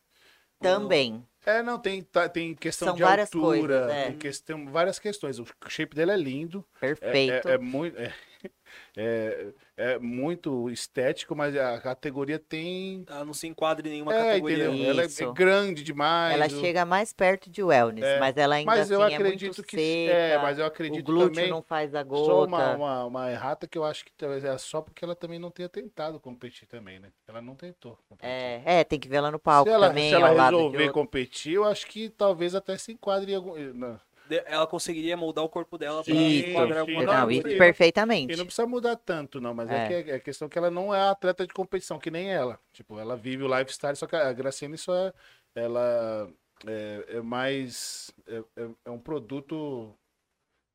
[SPEAKER 4] também.
[SPEAKER 3] É, não, tem, tá- tem questão
[SPEAKER 4] São
[SPEAKER 3] de
[SPEAKER 4] várias
[SPEAKER 3] altura,
[SPEAKER 4] coisas, é.
[SPEAKER 3] tem, questão, várias questões. O shape dela é lindo, é,
[SPEAKER 4] Perfeito.
[SPEAKER 3] é- é muito, é, é- é muito estético, mas a categoria tem...
[SPEAKER 2] Ela não se enquadra em nenhuma
[SPEAKER 3] É,
[SPEAKER 2] categoria.
[SPEAKER 3] entendeu? Ela é- é,
[SPEAKER 4] Isso.
[SPEAKER 3] grande demais.
[SPEAKER 4] ela
[SPEAKER 3] o-
[SPEAKER 4] chega mais perto de wellness,
[SPEAKER 3] É,
[SPEAKER 4] mas ela ainda
[SPEAKER 3] mas eu
[SPEAKER 4] assim é
[SPEAKER 3] acredito
[SPEAKER 4] muito
[SPEAKER 3] que...
[SPEAKER 4] seca.
[SPEAKER 3] É, mas eu
[SPEAKER 4] o
[SPEAKER 3] acredito
[SPEAKER 4] glúteo
[SPEAKER 3] também...
[SPEAKER 4] não faz a gota.
[SPEAKER 3] Só uma, uma, uma errata que eu acho que talvez é só porque ela também não tenha tentado competir também, né? Ela não tentou. competir.
[SPEAKER 4] É, é, tem que ver ela no palco
[SPEAKER 3] se ela,
[SPEAKER 4] também, é
[SPEAKER 3] se ela
[SPEAKER 4] ao lado de
[SPEAKER 3] resolver
[SPEAKER 4] outro.
[SPEAKER 3] competir, eu acho que talvez até se enquadre em algum. eh, Não,
[SPEAKER 2] De- Ela conseguiria moldar o corpo dela pra
[SPEAKER 4] Isso.
[SPEAKER 2] enquadrar alguma
[SPEAKER 3] Sim.
[SPEAKER 4] Não,
[SPEAKER 2] coisa.
[SPEAKER 4] isso
[SPEAKER 3] e-
[SPEAKER 4] perfeitamente.
[SPEAKER 3] e não precisa mudar tanto, não, mas é,
[SPEAKER 4] É.
[SPEAKER 3] que é- é questão que ela não é atleta de competição, que nem ela. Tipo, ela vive o lifestyle, só que a Graciane só é. Ela é, é mais. É, é- é um produto.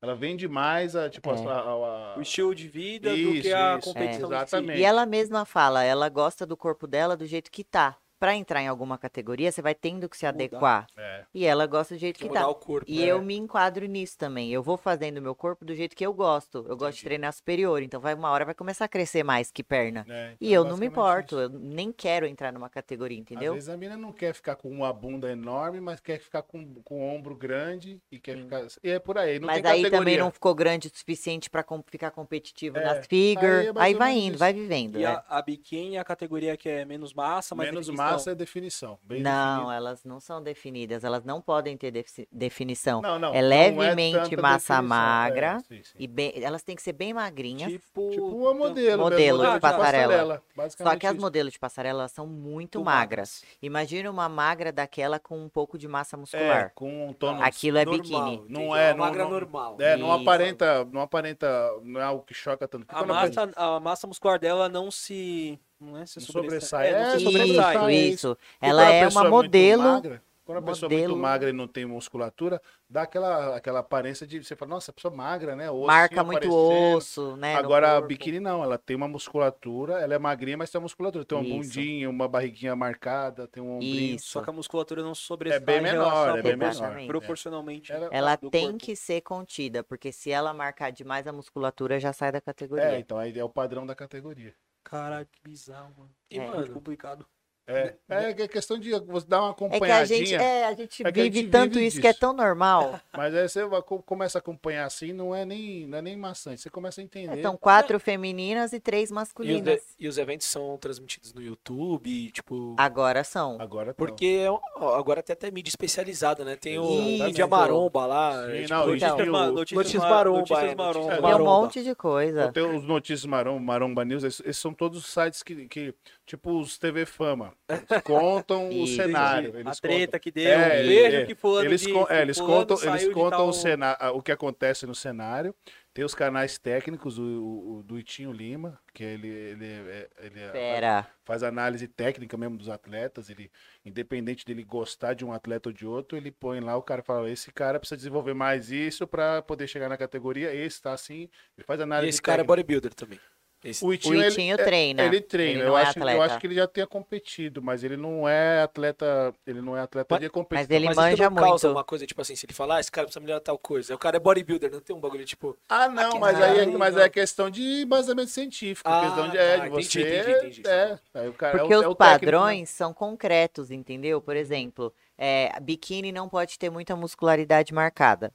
[SPEAKER 3] Ela vende mais a. Tipo,
[SPEAKER 4] É.
[SPEAKER 3] a, a- a-
[SPEAKER 2] O estilo de vida do que
[SPEAKER 3] Isso,
[SPEAKER 2] a
[SPEAKER 3] isso,
[SPEAKER 2] competição. em si.
[SPEAKER 3] exatamente.
[SPEAKER 4] E ela mesma fala, ela gosta do corpo dela do jeito que tá. Pra entrar em alguma categoria, você vai tendo que se
[SPEAKER 2] Mudar.
[SPEAKER 4] adequar.
[SPEAKER 3] é.
[SPEAKER 4] E ela gosta do jeito
[SPEAKER 1] Tem que
[SPEAKER 4] que
[SPEAKER 1] mudar
[SPEAKER 4] tá.
[SPEAKER 1] o corpo.
[SPEAKER 4] E
[SPEAKER 1] né?
[SPEAKER 4] eu me enquadro nisso também. Eu vou fazendo meu corpo do jeito que eu gosto. Eu gosto de treinar superior, então vai uma hora vai começar a crescer mais que perna.
[SPEAKER 3] É, então
[SPEAKER 4] E
[SPEAKER 3] é
[SPEAKER 4] eu não me
[SPEAKER 3] basicamente
[SPEAKER 4] importo,
[SPEAKER 3] isso.
[SPEAKER 4] eu nem quero entrar numa categoria, entendeu?
[SPEAKER 3] Às vezes a mina não quer ficar com uma bunda enorme, mas quer ficar com, com o ombro grande e quer ficar. E é por aí. Não
[SPEAKER 4] Mas
[SPEAKER 3] tem
[SPEAKER 4] aí
[SPEAKER 3] categoria.
[SPEAKER 4] também não ficou grande o suficiente pra com- ficar competitivo
[SPEAKER 3] É,
[SPEAKER 4] nas
[SPEAKER 3] aí
[SPEAKER 4] figure.
[SPEAKER 3] é mais
[SPEAKER 4] Aí,
[SPEAKER 3] ou
[SPEAKER 4] vai
[SPEAKER 3] menos
[SPEAKER 4] indo,
[SPEAKER 3] isso.
[SPEAKER 4] vai vivendo.
[SPEAKER 2] E
[SPEAKER 4] é.
[SPEAKER 2] a, a biquíni é a categoria que é menos massa, mas
[SPEAKER 3] Menos
[SPEAKER 2] definição.
[SPEAKER 3] massa é definição. bem
[SPEAKER 4] Não,
[SPEAKER 3] definido.
[SPEAKER 4] elas não são definidas, elas não podem ter defi- definição.
[SPEAKER 3] não, não.
[SPEAKER 4] é
[SPEAKER 3] não
[SPEAKER 4] levemente
[SPEAKER 3] tanta
[SPEAKER 4] massa
[SPEAKER 3] definição, é,
[SPEAKER 4] magra
[SPEAKER 3] sim, sim.
[SPEAKER 4] E bem- elas têm que ser bem magrinhas.
[SPEAKER 2] Tipo,
[SPEAKER 3] Tipo uma modelo.
[SPEAKER 4] Modelo
[SPEAKER 3] mesmo, né? Tipo
[SPEAKER 4] de passarela.
[SPEAKER 3] basicamente
[SPEAKER 4] Só que as
[SPEAKER 3] isso.
[SPEAKER 4] modelos de passarela elas são muito magras. Imagina uma magra daquela com um pouco de massa
[SPEAKER 3] É,
[SPEAKER 4] muscular.
[SPEAKER 3] com um tom.
[SPEAKER 4] Aquilo é
[SPEAKER 1] Normal,
[SPEAKER 4] biquíni.
[SPEAKER 1] entendi.
[SPEAKER 3] Não
[SPEAKER 1] uma
[SPEAKER 3] é, não-
[SPEAKER 1] magra
[SPEAKER 3] não-
[SPEAKER 1] normal.
[SPEAKER 3] É, não
[SPEAKER 4] Isso.
[SPEAKER 3] aparenta, não aparenta, não é algo que choca tanto. Porque
[SPEAKER 2] A
[SPEAKER 3] quando
[SPEAKER 2] massa, a massa muscular dela não se. Não é se
[SPEAKER 3] Não
[SPEAKER 2] sobressai.
[SPEAKER 3] sobressai. É,
[SPEAKER 2] não se
[SPEAKER 3] isso,
[SPEAKER 2] sobressai.
[SPEAKER 4] Isso,
[SPEAKER 3] sobressai, é
[SPEAKER 4] isso.
[SPEAKER 3] Porque
[SPEAKER 4] Ela
[SPEAKER 3] quando a
[SPEAKER 4] é
[SPEAKER 3] pessoa
[SPEAKER 4] uma
[SPEAKER 3] muito
[SPEAKER 4] modelo.
[SPEAKER 3] magra, quando a pessoa é
[SPEAKER 4] modelo-
[SPEAKER 3] muito magra e não tem musculatura, dá aquela, aquela aparência de. Você fala, nossa, a pessoa magra, né? Osso
[SPEAKER 4] Marca muito
[SPEAKER 3] aparecendo.
[SPEAKER 4] osso, né? no
[SPEAKER 3] Agora, a
[SPEAKER 4] corpo.
[SPEAKER 3] biquíni não, ela tem uma musculatura, ela é magrinha, mas tem uma musculatura. Tem uma
[SPEAKER 4] Isso.
[SPEAKER 3] bundinha, uma barriguinha marcada, tem um ombrinho.
[SPEAKER 4] Isso.
[SPEAKER 2] Só que a musculatura não se sobressai.
[SPEAKER 3] É bem
[SPEAKER 2] em relação
[SPEAKER 3] menor,
[SPEAKER 2] à
[SPEAKER 3] é bem
[SPEAKER 4] proporção.
[SPEAKER 3] menor.
[SPEAKER 4] Exatamente.
[SPEAKER 2] Proporcionalmente.
[SPEAKER 3] Ela-
[SPEAKER 4] Ela
[SPEAKER 2] do
[SPEAKER 4] tem
[SPEAKER 2] corpo.
[SPEAKER 4] que ser contida, porque se ela marcar demais a musculatura, já sai da
[SPEAKER 3] É, é,
[SPEAKER 4] categoria.
[SPEAKER 3] então aí é o padrão da categoria.
[SPEAKER 2] Caralho, que bizarro, mano.
[SPEAKER 1] E,
[SPEAKER 4] É.
[SPEAKER 2] Mano,
[SPEAKER 1] mano,
[SPEAKER 2] complicado.
[SPEAKER 3] É, é que é questão de você dar uma
[SPEAKER 4] né? É, que a
[SPEAKER 3] acompanhadinha,
[SPEAKER 4] gente, é, a gente
[SPEAKER 3] É que a
[SPEAKER 4] vive
[SPEAKER 3] gente
[SPEAKER 4] tanto
[SPEAKER 3] vive
[SPEAKER 4] isso que é
[SPEAKER 3] disso.
[SPEAKER 4] tão normal.
[SPEAKER 3] mas aí você vai- co- começa a acompanhar assim, não é nem, não é nem maçante, você começa a entender.
[SPEAKER 4] São quatro femininas e três
[SPEAKER 1] e, os
[SPEAKER 4] masculinas.
[SPEAKER 1] e- e os eventos são transmitidos no YouTube, e, tipo...
[SPEAKER 4] Agora são.
[SPEAKER 3] Agora não.
[SPEAKER 1] Porque é um- ó, agora tem até mídia especializada, né? Tem o
[SPEAKER 4] Exatamente.
[SPEAKER 1] mídia maromba lá.
[SPEAKER 3] Sim,
[SPEAKER 1] é, tipo,
[SPEAKER 3] não, um
[SPEAKER 1] notícia-
[SPEAKER 3] existe
[SPEAKER 2] Notícias,
[SPEAKER 3] o-
[SPEAKER 2] ma-
[SPEAKER 1] Notícias
[SPEAKER 2] ma-
[SPEAKER 1] Maromba,
[SPEAKER 2] Notícias
[SPEAKER 1] é, notícias
[SPEAKER 2] maromba.
[SPEAKER 4] Tem um
[SPEAKER 1] Maromba.
[SPEAKER 4] monte de
[SPEAKER 2] Tá.
[SPEAKER 4] coisa.
[SPEAKER 3] Tem os notícias Maromba, Maromba News, esses, esses são todos os sites que, que tipo os TV Fama, eles contam o
[SPEAKER 4] Isso.
[SPEAKER 3] é um cenário.
[SPEAKER 2] a
[SPEAKER 3] Eles contam.
[SPEAKER 2] treta que deu,
[SPEAKER 3] É,
[SPEAKER 2] veja
[SPEAKER 3] é.
[SPEAKER 2] que fulano
[SPEAKER 3] Eles,
[SPEAKER 2] disse,
[SPEAKER 3] con- é, eles
[SPEAKER 2] fulano
[SPEAKER 3] contam,
[SPEAKER 2] saiu
[SPEAKER 3] eles
[SPEAKER 2] de
[SPEAKER 3] contam
[SPEAKER 2] tal-
[SPEAKER 3] o, cena- a- o que acontece no cenário. Tem os canais técnicos, o, o, o do Itinho Lima, que ele, ele, é- ele é-
[SPEAKER 4] Pera.
[SPEAKER 3] faz análise técnica mesmo dos atletas. Ele, independente dele gostar de um atleta ou de outro, ele põe lá, o cara fala, esse cara precisa desenvolver mais isso para poder chegar na categoria, esse tá assim, ele faz
[SPEAKER 1] E
[SPEAKER 3] análise
[SPEAKER 1] esse cara é
[SPEAKER 3] técnica.
[SPEAKER 1] bodybuilder também. Esse-
[SPEAKER 3] O
[SPEAKER 4] O
[SPEAKER 3] Itinho, ele- é,
[SPEAKER 4] Itinho treina.
[SPEAKER 3] ele treina,
[SPEAKER 4] Ele não
[SPEAKER 3] eu,
[SPEAKER 4] é
[SPEAKER 3] acho, eu
[SPEAKER 4] atleta.
[SPEAKER 3] acho que ele já tenha competido, mas ele não é atleta, ele não é atleta
[SPEAKER 1] Mas-
[SPEAKER 3] de competição.
[SPEAKER 4] ele
[SPEAKER 1] então, Mas
[SPEAKER 4] manja
[SPEAKER 1] isso não causa
[SPEAKER 4] muito.
[SPEAKER 1] uma coisa, tipo assim, se ele falar, ah, esse cara precisa melhorar tal coisa. Aí O cara é bodybuilder, não tem um bagulho, tipo...
[SPEAKER 3] Ah, não,
[SPEAKER 1] Aqui
[SPEAKER 3] mas
[SPEAKER 1] não.
[SPEAKER 3] aí é, mas aí é questão de embasamento científico,
[SPEAKER 1] Ah,
[SPEAKER 3] questão de,
[SPEAKER 1] tá,
[SPEAKER 3] é, de
[SPEAKER 1] entendi,
[SPEAKER 3] você.
[SPEAKER 1] entendi, entendi.
[SPEAKER 3] É, aí o cara é
[SPEAKER 4] Porque
[SPEAKER 3] o-
[SPEAKER 4] os
[SPEAKER 3] é o técnico, né?
[SPEAKER 4] padrões são concretos, entendeu? Por exemplo, é, a biquíni não pode ter muita muscularidade marcada.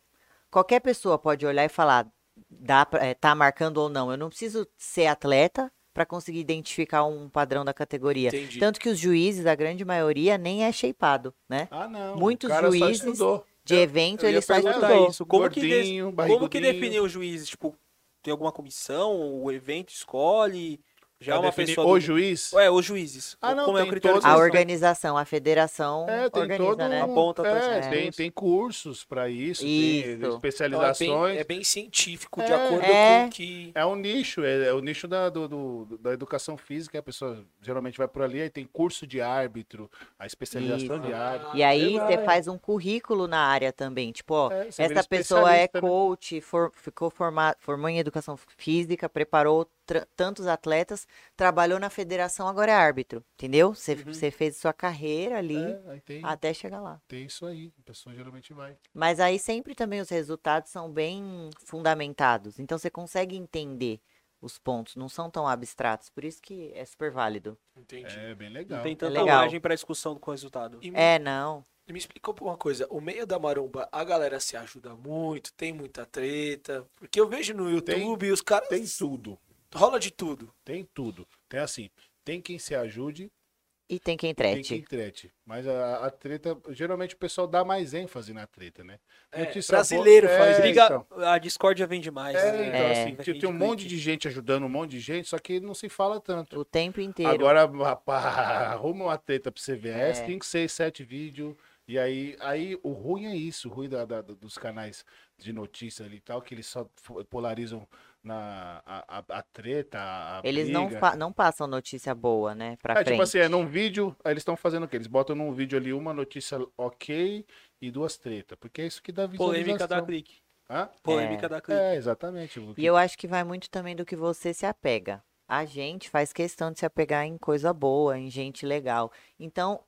[SPEAKER 4] Qualquer pessoa pode olhar e falar, dá pra- é, tá marcando ou não. Eu não preciso ser atleta para conseguir identificar um padrão da categoria.
[SPEAKER 1] Entendi.
[SPEAKER 2] Então,
[SPEAKER 4] Tanto que os juízes, a grande maioria, nem é shapeado, né?
[SPEAKER 3] Ah, não.
[SPEAKER 4] Muitos
[SPEAKER 3] o cara só
[SPEAKER 4] juízes
[SPEAKER 3] estudou.
[SPEAKER 4] De evento,
[SPEAKER 2] eu ia
[SPEAKER 4] ele só
[SPEAKER 2] perguntar
[SPEAKER 4] estudou.
[SPEAKER 2] isso. Como que
[SPEAKER 3] Gordinho,
[SPEAKER 2] Como que
[SPEAKER 3] barrigudinho.
[SPEAKER 2] definiu o juiz? Tipo, tem alguma comissão? O evento escolhe? Já é
[SPEAKER 5] Pra
[SPEAKER 3] Então
[SPEAKER 2] uma
[SPEAKER 5] definir
[SPEAKER 2] pessoa.
[SPEAKER 5] O
[SPEAKER 2] do-
[SPEAKER 5] juiz?
[SPEAKER 2] É, os juízes.
[SPEAKER 3] Ah, não,
[SPEAKER 2] como é o
[SPEAKER 3] tem
[SPEAKER 2] critério
[SPEAKER 3] todos
[SPEAKER 2] de
[SPEAKER 4] A
[SPEAKER 3] os-
[SPEAKER 2] seleção.
[SPEAKER 4] organização, a federação
[SPEAKER 3] É, tem
[SPEAKER 4] organiza,
[SPEAKER 3] todo
[SPEAKER 4] né?
[SPEAKER 3] um-
[SPEAKER 2] Aponta pra
[SPEAKER 3] é,
[SPEAKER 4] isso.
[SPEAKER 3] tem, tem cursos pra isso,
[SPEAKER 4] Isso.
[SPEAKER 3] tem
[SPEAKER 1] Então, é, bem,
[SPEAKER 3] especializações.
[SPEAKER 1] é bem científico, de
[SPEAKER 3] É.
[SPEAKER 1] acordo
[SPEAKER 4] É.
[SPEAKER 1] com o que.
[SPEAKER 3] É um nicho, é, é o nicho da, do- do- da educação física, a pessoa geralmente vai por ali, aí tem curso de árbitro, a especialização
[SPEAKER 4] Isso.
[SPEAKER 3] de árbitro.
[SPEAKER 4] E aí
[SPEAKER 3] Ah,
[SPEAKER 4] você
[SPEAKER 3] é.
[SPEAKER 4] faz um currículo na área também, tipo, ó,
[SPEAKER 3] É, você vira
[SPEAKER 4] essa pessoa é
[SPEAKER 3] especialista, né?
[SPEAKER 4] coach, for- ficou forma, formou em educação fica, preparou tra- tantos atletas, trabalhou na federação, agora é árbitro, entendeu? Você você fez sua carreira ali
[SPEAKER 3] Uhum.
[SPEAKER 4] Ah.
[SPEAKER 3] É, aí tem,
[SPEAKER 4] até chegar lá.
[SPEAKER 3] tem isso aí, a pessoa geralmente vai.
[SPEAKER 4] Mas aí sempre também os resultados são bem fundamentados, então você consegue entender os pontos, não são tão abstratos, por isso que é super válido.
[SPEAKER 1] Entendi.
[SPEAKER 3] É bem
[SPEAKER 2] Não
[SPEAKER 3] legal.
[SPEAKER 2] tem tanta
[SPEAKER 4] Legal.
[SPEAKER 2] margem pra discussão com o resultado.
[SPEAKER 3] Uhum.
[SPEAKER 1] E me,
[SPEAKER 4] É, não.
[SPEAKER 1] me explica uma coisa: o meio da maromba, a galera se ajuda muito, tem muita treta. Porque eu vejo no
[SPEAKER 3] Tem-
[SPEAKER 1] YouTube os caras.
[SPEAKER 3] Tem tudo,
[SPEAKER 1] Rola de tudo.
[SPEAKER 3] tem tudo. Tem assim, tem quem se ajude,
[SPEAKER 4] E tem quem
[SPEAKER 3] tem quem
[SPEAKER 4] trete.
[SPEAKER 3] trete. Mas a, a treta, geralmente o pessoal dá mais ênfase na treta, né?
[SPEAKER 1] É,
[SPEAKER 3] Notícia
[SPEAKER 1] brasileiro
[SPEAKER 3] boa-
[SPEAKER 1] faz
[SPEAKER 3] é,
[SPEAKER 1] isso.
[SPEAKER 2] Briga-
[SPEAKER 3] então.
[SPEAKER 2] A discórdia vem demais. né?
[SPEAKER 3] É, então,
[SPEAKER 4] É.
[SPEAKER 3] assim, tem, tem um monte de gente ajudando um monte de gente, só que não se fala tanto.
[SPEAKER 4] O tempo inteiro.
[SPEAKER 3] Agora, rapaz, arruma uma treta pro CVS,
[SPEAKER 4] É.
[SPEAKER 3] 5, 6, 7 vídeos. E aí, aí o ruim é isso, o ruim da- da- dos canais de notícia ali e tal, que eles só fo- polarizam na, a, a- a treta, a a
[SPEAKER 4] Eles não,
[SPEAKER 3] briga.
[SPEAKER 4] fa- não passam notícia boa, né? Pra
[SPEAKER 3] É,
[SPEAKER 4] frente.
[SPEAKER 3] tipo assim, é num vídeo, aí eles estão fazendo o quê? Eles botam num vídeo ali uma notícia ok e duas tretas, porque é isso que dá visualização.
[SPEAKER 2] Polêmica da clique.
[SPEAKER 3] Hã?
[SPEAKER 2] Polêmica da clique.
[SPEAKER 3] É, exatamente. o que-
[SPEAKER 4] E eu acho que vai muito também do que você se apega. A gente faz questão de se apegar em coisa boa, em gente legal. Então,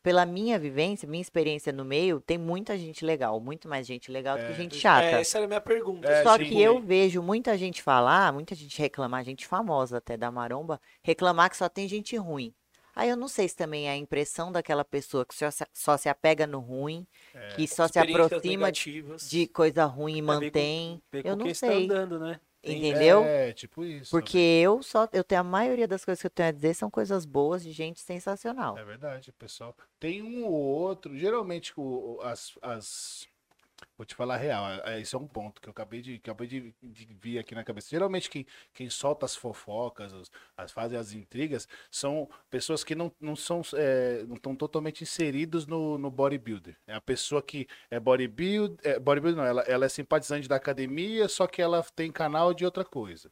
[SPEAKER 4] pela minha vivência, minha experiência no meio, tem muita gente legal, muito mais gente legal do que gente
[SPEAKER 1] É,
[SPEAKER 4] chata.
[SPEAKER 1] essa era a minha pergunta.
[SPEAKER 3] É,
[SPEAKER 4] Só
[SPEAKER 3] sim.
[SPEAKER 4] que eu vejo muita gente falar, muita gente reclamar, gente famosa até da maromba, reclamar que só tem gente ruim. Aí eu não sei se também é a impressão daquela pessoa que só se, só se apega no ruim, que só se
[SPEAKER 1] Experiências
[SPEAKER 4] aproxima de,
[SPEAKER 1] negativas.
[SPEAKER 4] de coisa ruim e
[SPEAKER 2] ver com-
[SPEAKER 4] mantém.
[SPEAKER 2] Ver com
[SPEAKER 4] Eu não
[SPEAKER 2] quem
[SPEAKER 4] sei.
[SPEAKER 2] está andando, né? Tem-
[SPEAKER 4] Entendeu?
[SPEAKER 3] É, tipo isso.
[SPEAKER 4] Porque eu só, eu tenho a maioria das coisas que eu tenho a dizer são coisas boas de gente sensacional.
[SPEAKER 3] É verdade, pessoal. Tem um ou outro. Geralmente, o, o- as, as. Vou te falar a real. é, Esse é um ponto que eu acabei de, acabei de, de vir aqui na cabeça. Geralmente, quem, quem solta as fofocas, as, as fazem as intrigas, são pessoas que não, não são. é, não estão totalmente inseridos no, no bodybuilder. É a pessoa que é bodybuilder. É, bodybuilder não, ela, ela é simpatizante da academia, só que ela tem canal de outra coisa.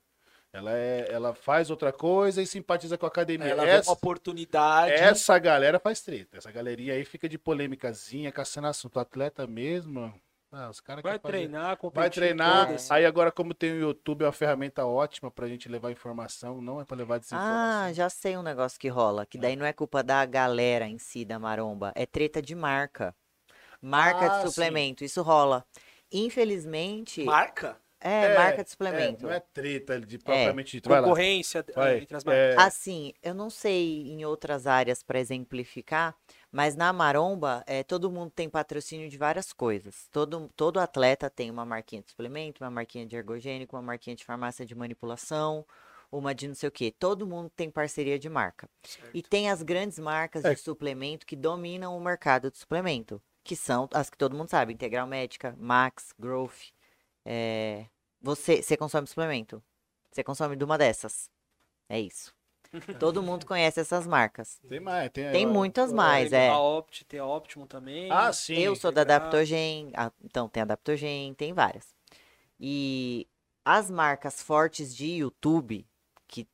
[SPEAKER 3] Ela, é, ela faz outra coisa e simpatiza com a academia.
[SPEAKER 1] Ela vê
[SPEAKER 3] É, Essa-
[SPEAKER 1] uma oportunidade.
[SPEAKER 2] né?
[SPEAKER 3] essa galera faz treta. Essa galerinha aí fica de polêmicazinha, caçando assunto. Atleta mesmo. Ah, os caras
[SPEAKER 2] Vai
[SPEAKER 3] quer fazer-
[SPEAKER 2] treinar, competir.
[SPEAKER 3] Vai treinar.
[SPEAKER 2] foda-se.
[SPEAKER 3] Aí agora, como tem o YouTube, é uma ferramenta ótima pra gente levar informação. Não é pra levar
[SPEAKER 4] Ah,
[SPEAKER 3] desinformação.
[SPEAKER 4] já sei um negócio que rola, que daí não é culpa da galera em si da maromba, é treta de marca. Marca
[SPEAKER 3] Ah,
[SPEAKER 4] de
[SPEAKER 3] sim.
[SPEAKER 4] suplemento, isso rola. Infelizmente,
[SPEAKER 1] Marca?
[SPEAKER 4] é,
[SPEAKER 3] É,
[SPEAKER 4] marca de
[SPEAKER 3] é,
[SPEAKER 4] suplemento.
[SPEAKER 3] não é treta de propriamente dito. Vai lá.
[SPEAKER 2] Concorrência eh,
[SPEAKER 3] Vai.
[SPEAKER 2] entre as marcas.
[SPEAKER 3] É,
[SPEAKER 4] Assim, eu não sei em outras áreas para exemplificar, mas na maromba, eh, todo mundo tem patrocínio de várias coisas. Todo, todo atleta tem uma marquinha de suplemento, uma marquinha de ergogênico, uma marquinha de farmácia de manipulação, uma de não sei o quê. Todo mundo tem parceria de marca. E tem as grandes marcas de
[SPEAKER 3] É.
[SPEAKER 4] suplemento que dominam o mercado de suplemento, que são as que todo mundo sabe: Integral Médica, Max, Growth. eh, Você, você consome suplemento? Você consome de uma dessas? É isso. Todo mundo conhece essas marcas.
[SPEAKER 3] Tem mais. Tem,
[SPEAKER 4] Ah, Tem
[SPEAKER 3] ó,
[SPEAKER 4] muitas
[SPEAKER 3] ó,
[SPEAKER 4] mais,
[SPEAKER 2] Tem
[SPEAKER 4] é.
[SPEAKER 2] A Opt, tem a Optimum também.
[SPEAKER 3] Ah, sim.
[SPEAKER 4] Eu sou da
[SPEAKER 2] integral.
[SPEAKER 4] Adaptogen, a- então tem Adaptogen, tem várias. E as marcas fortes de YouTube, que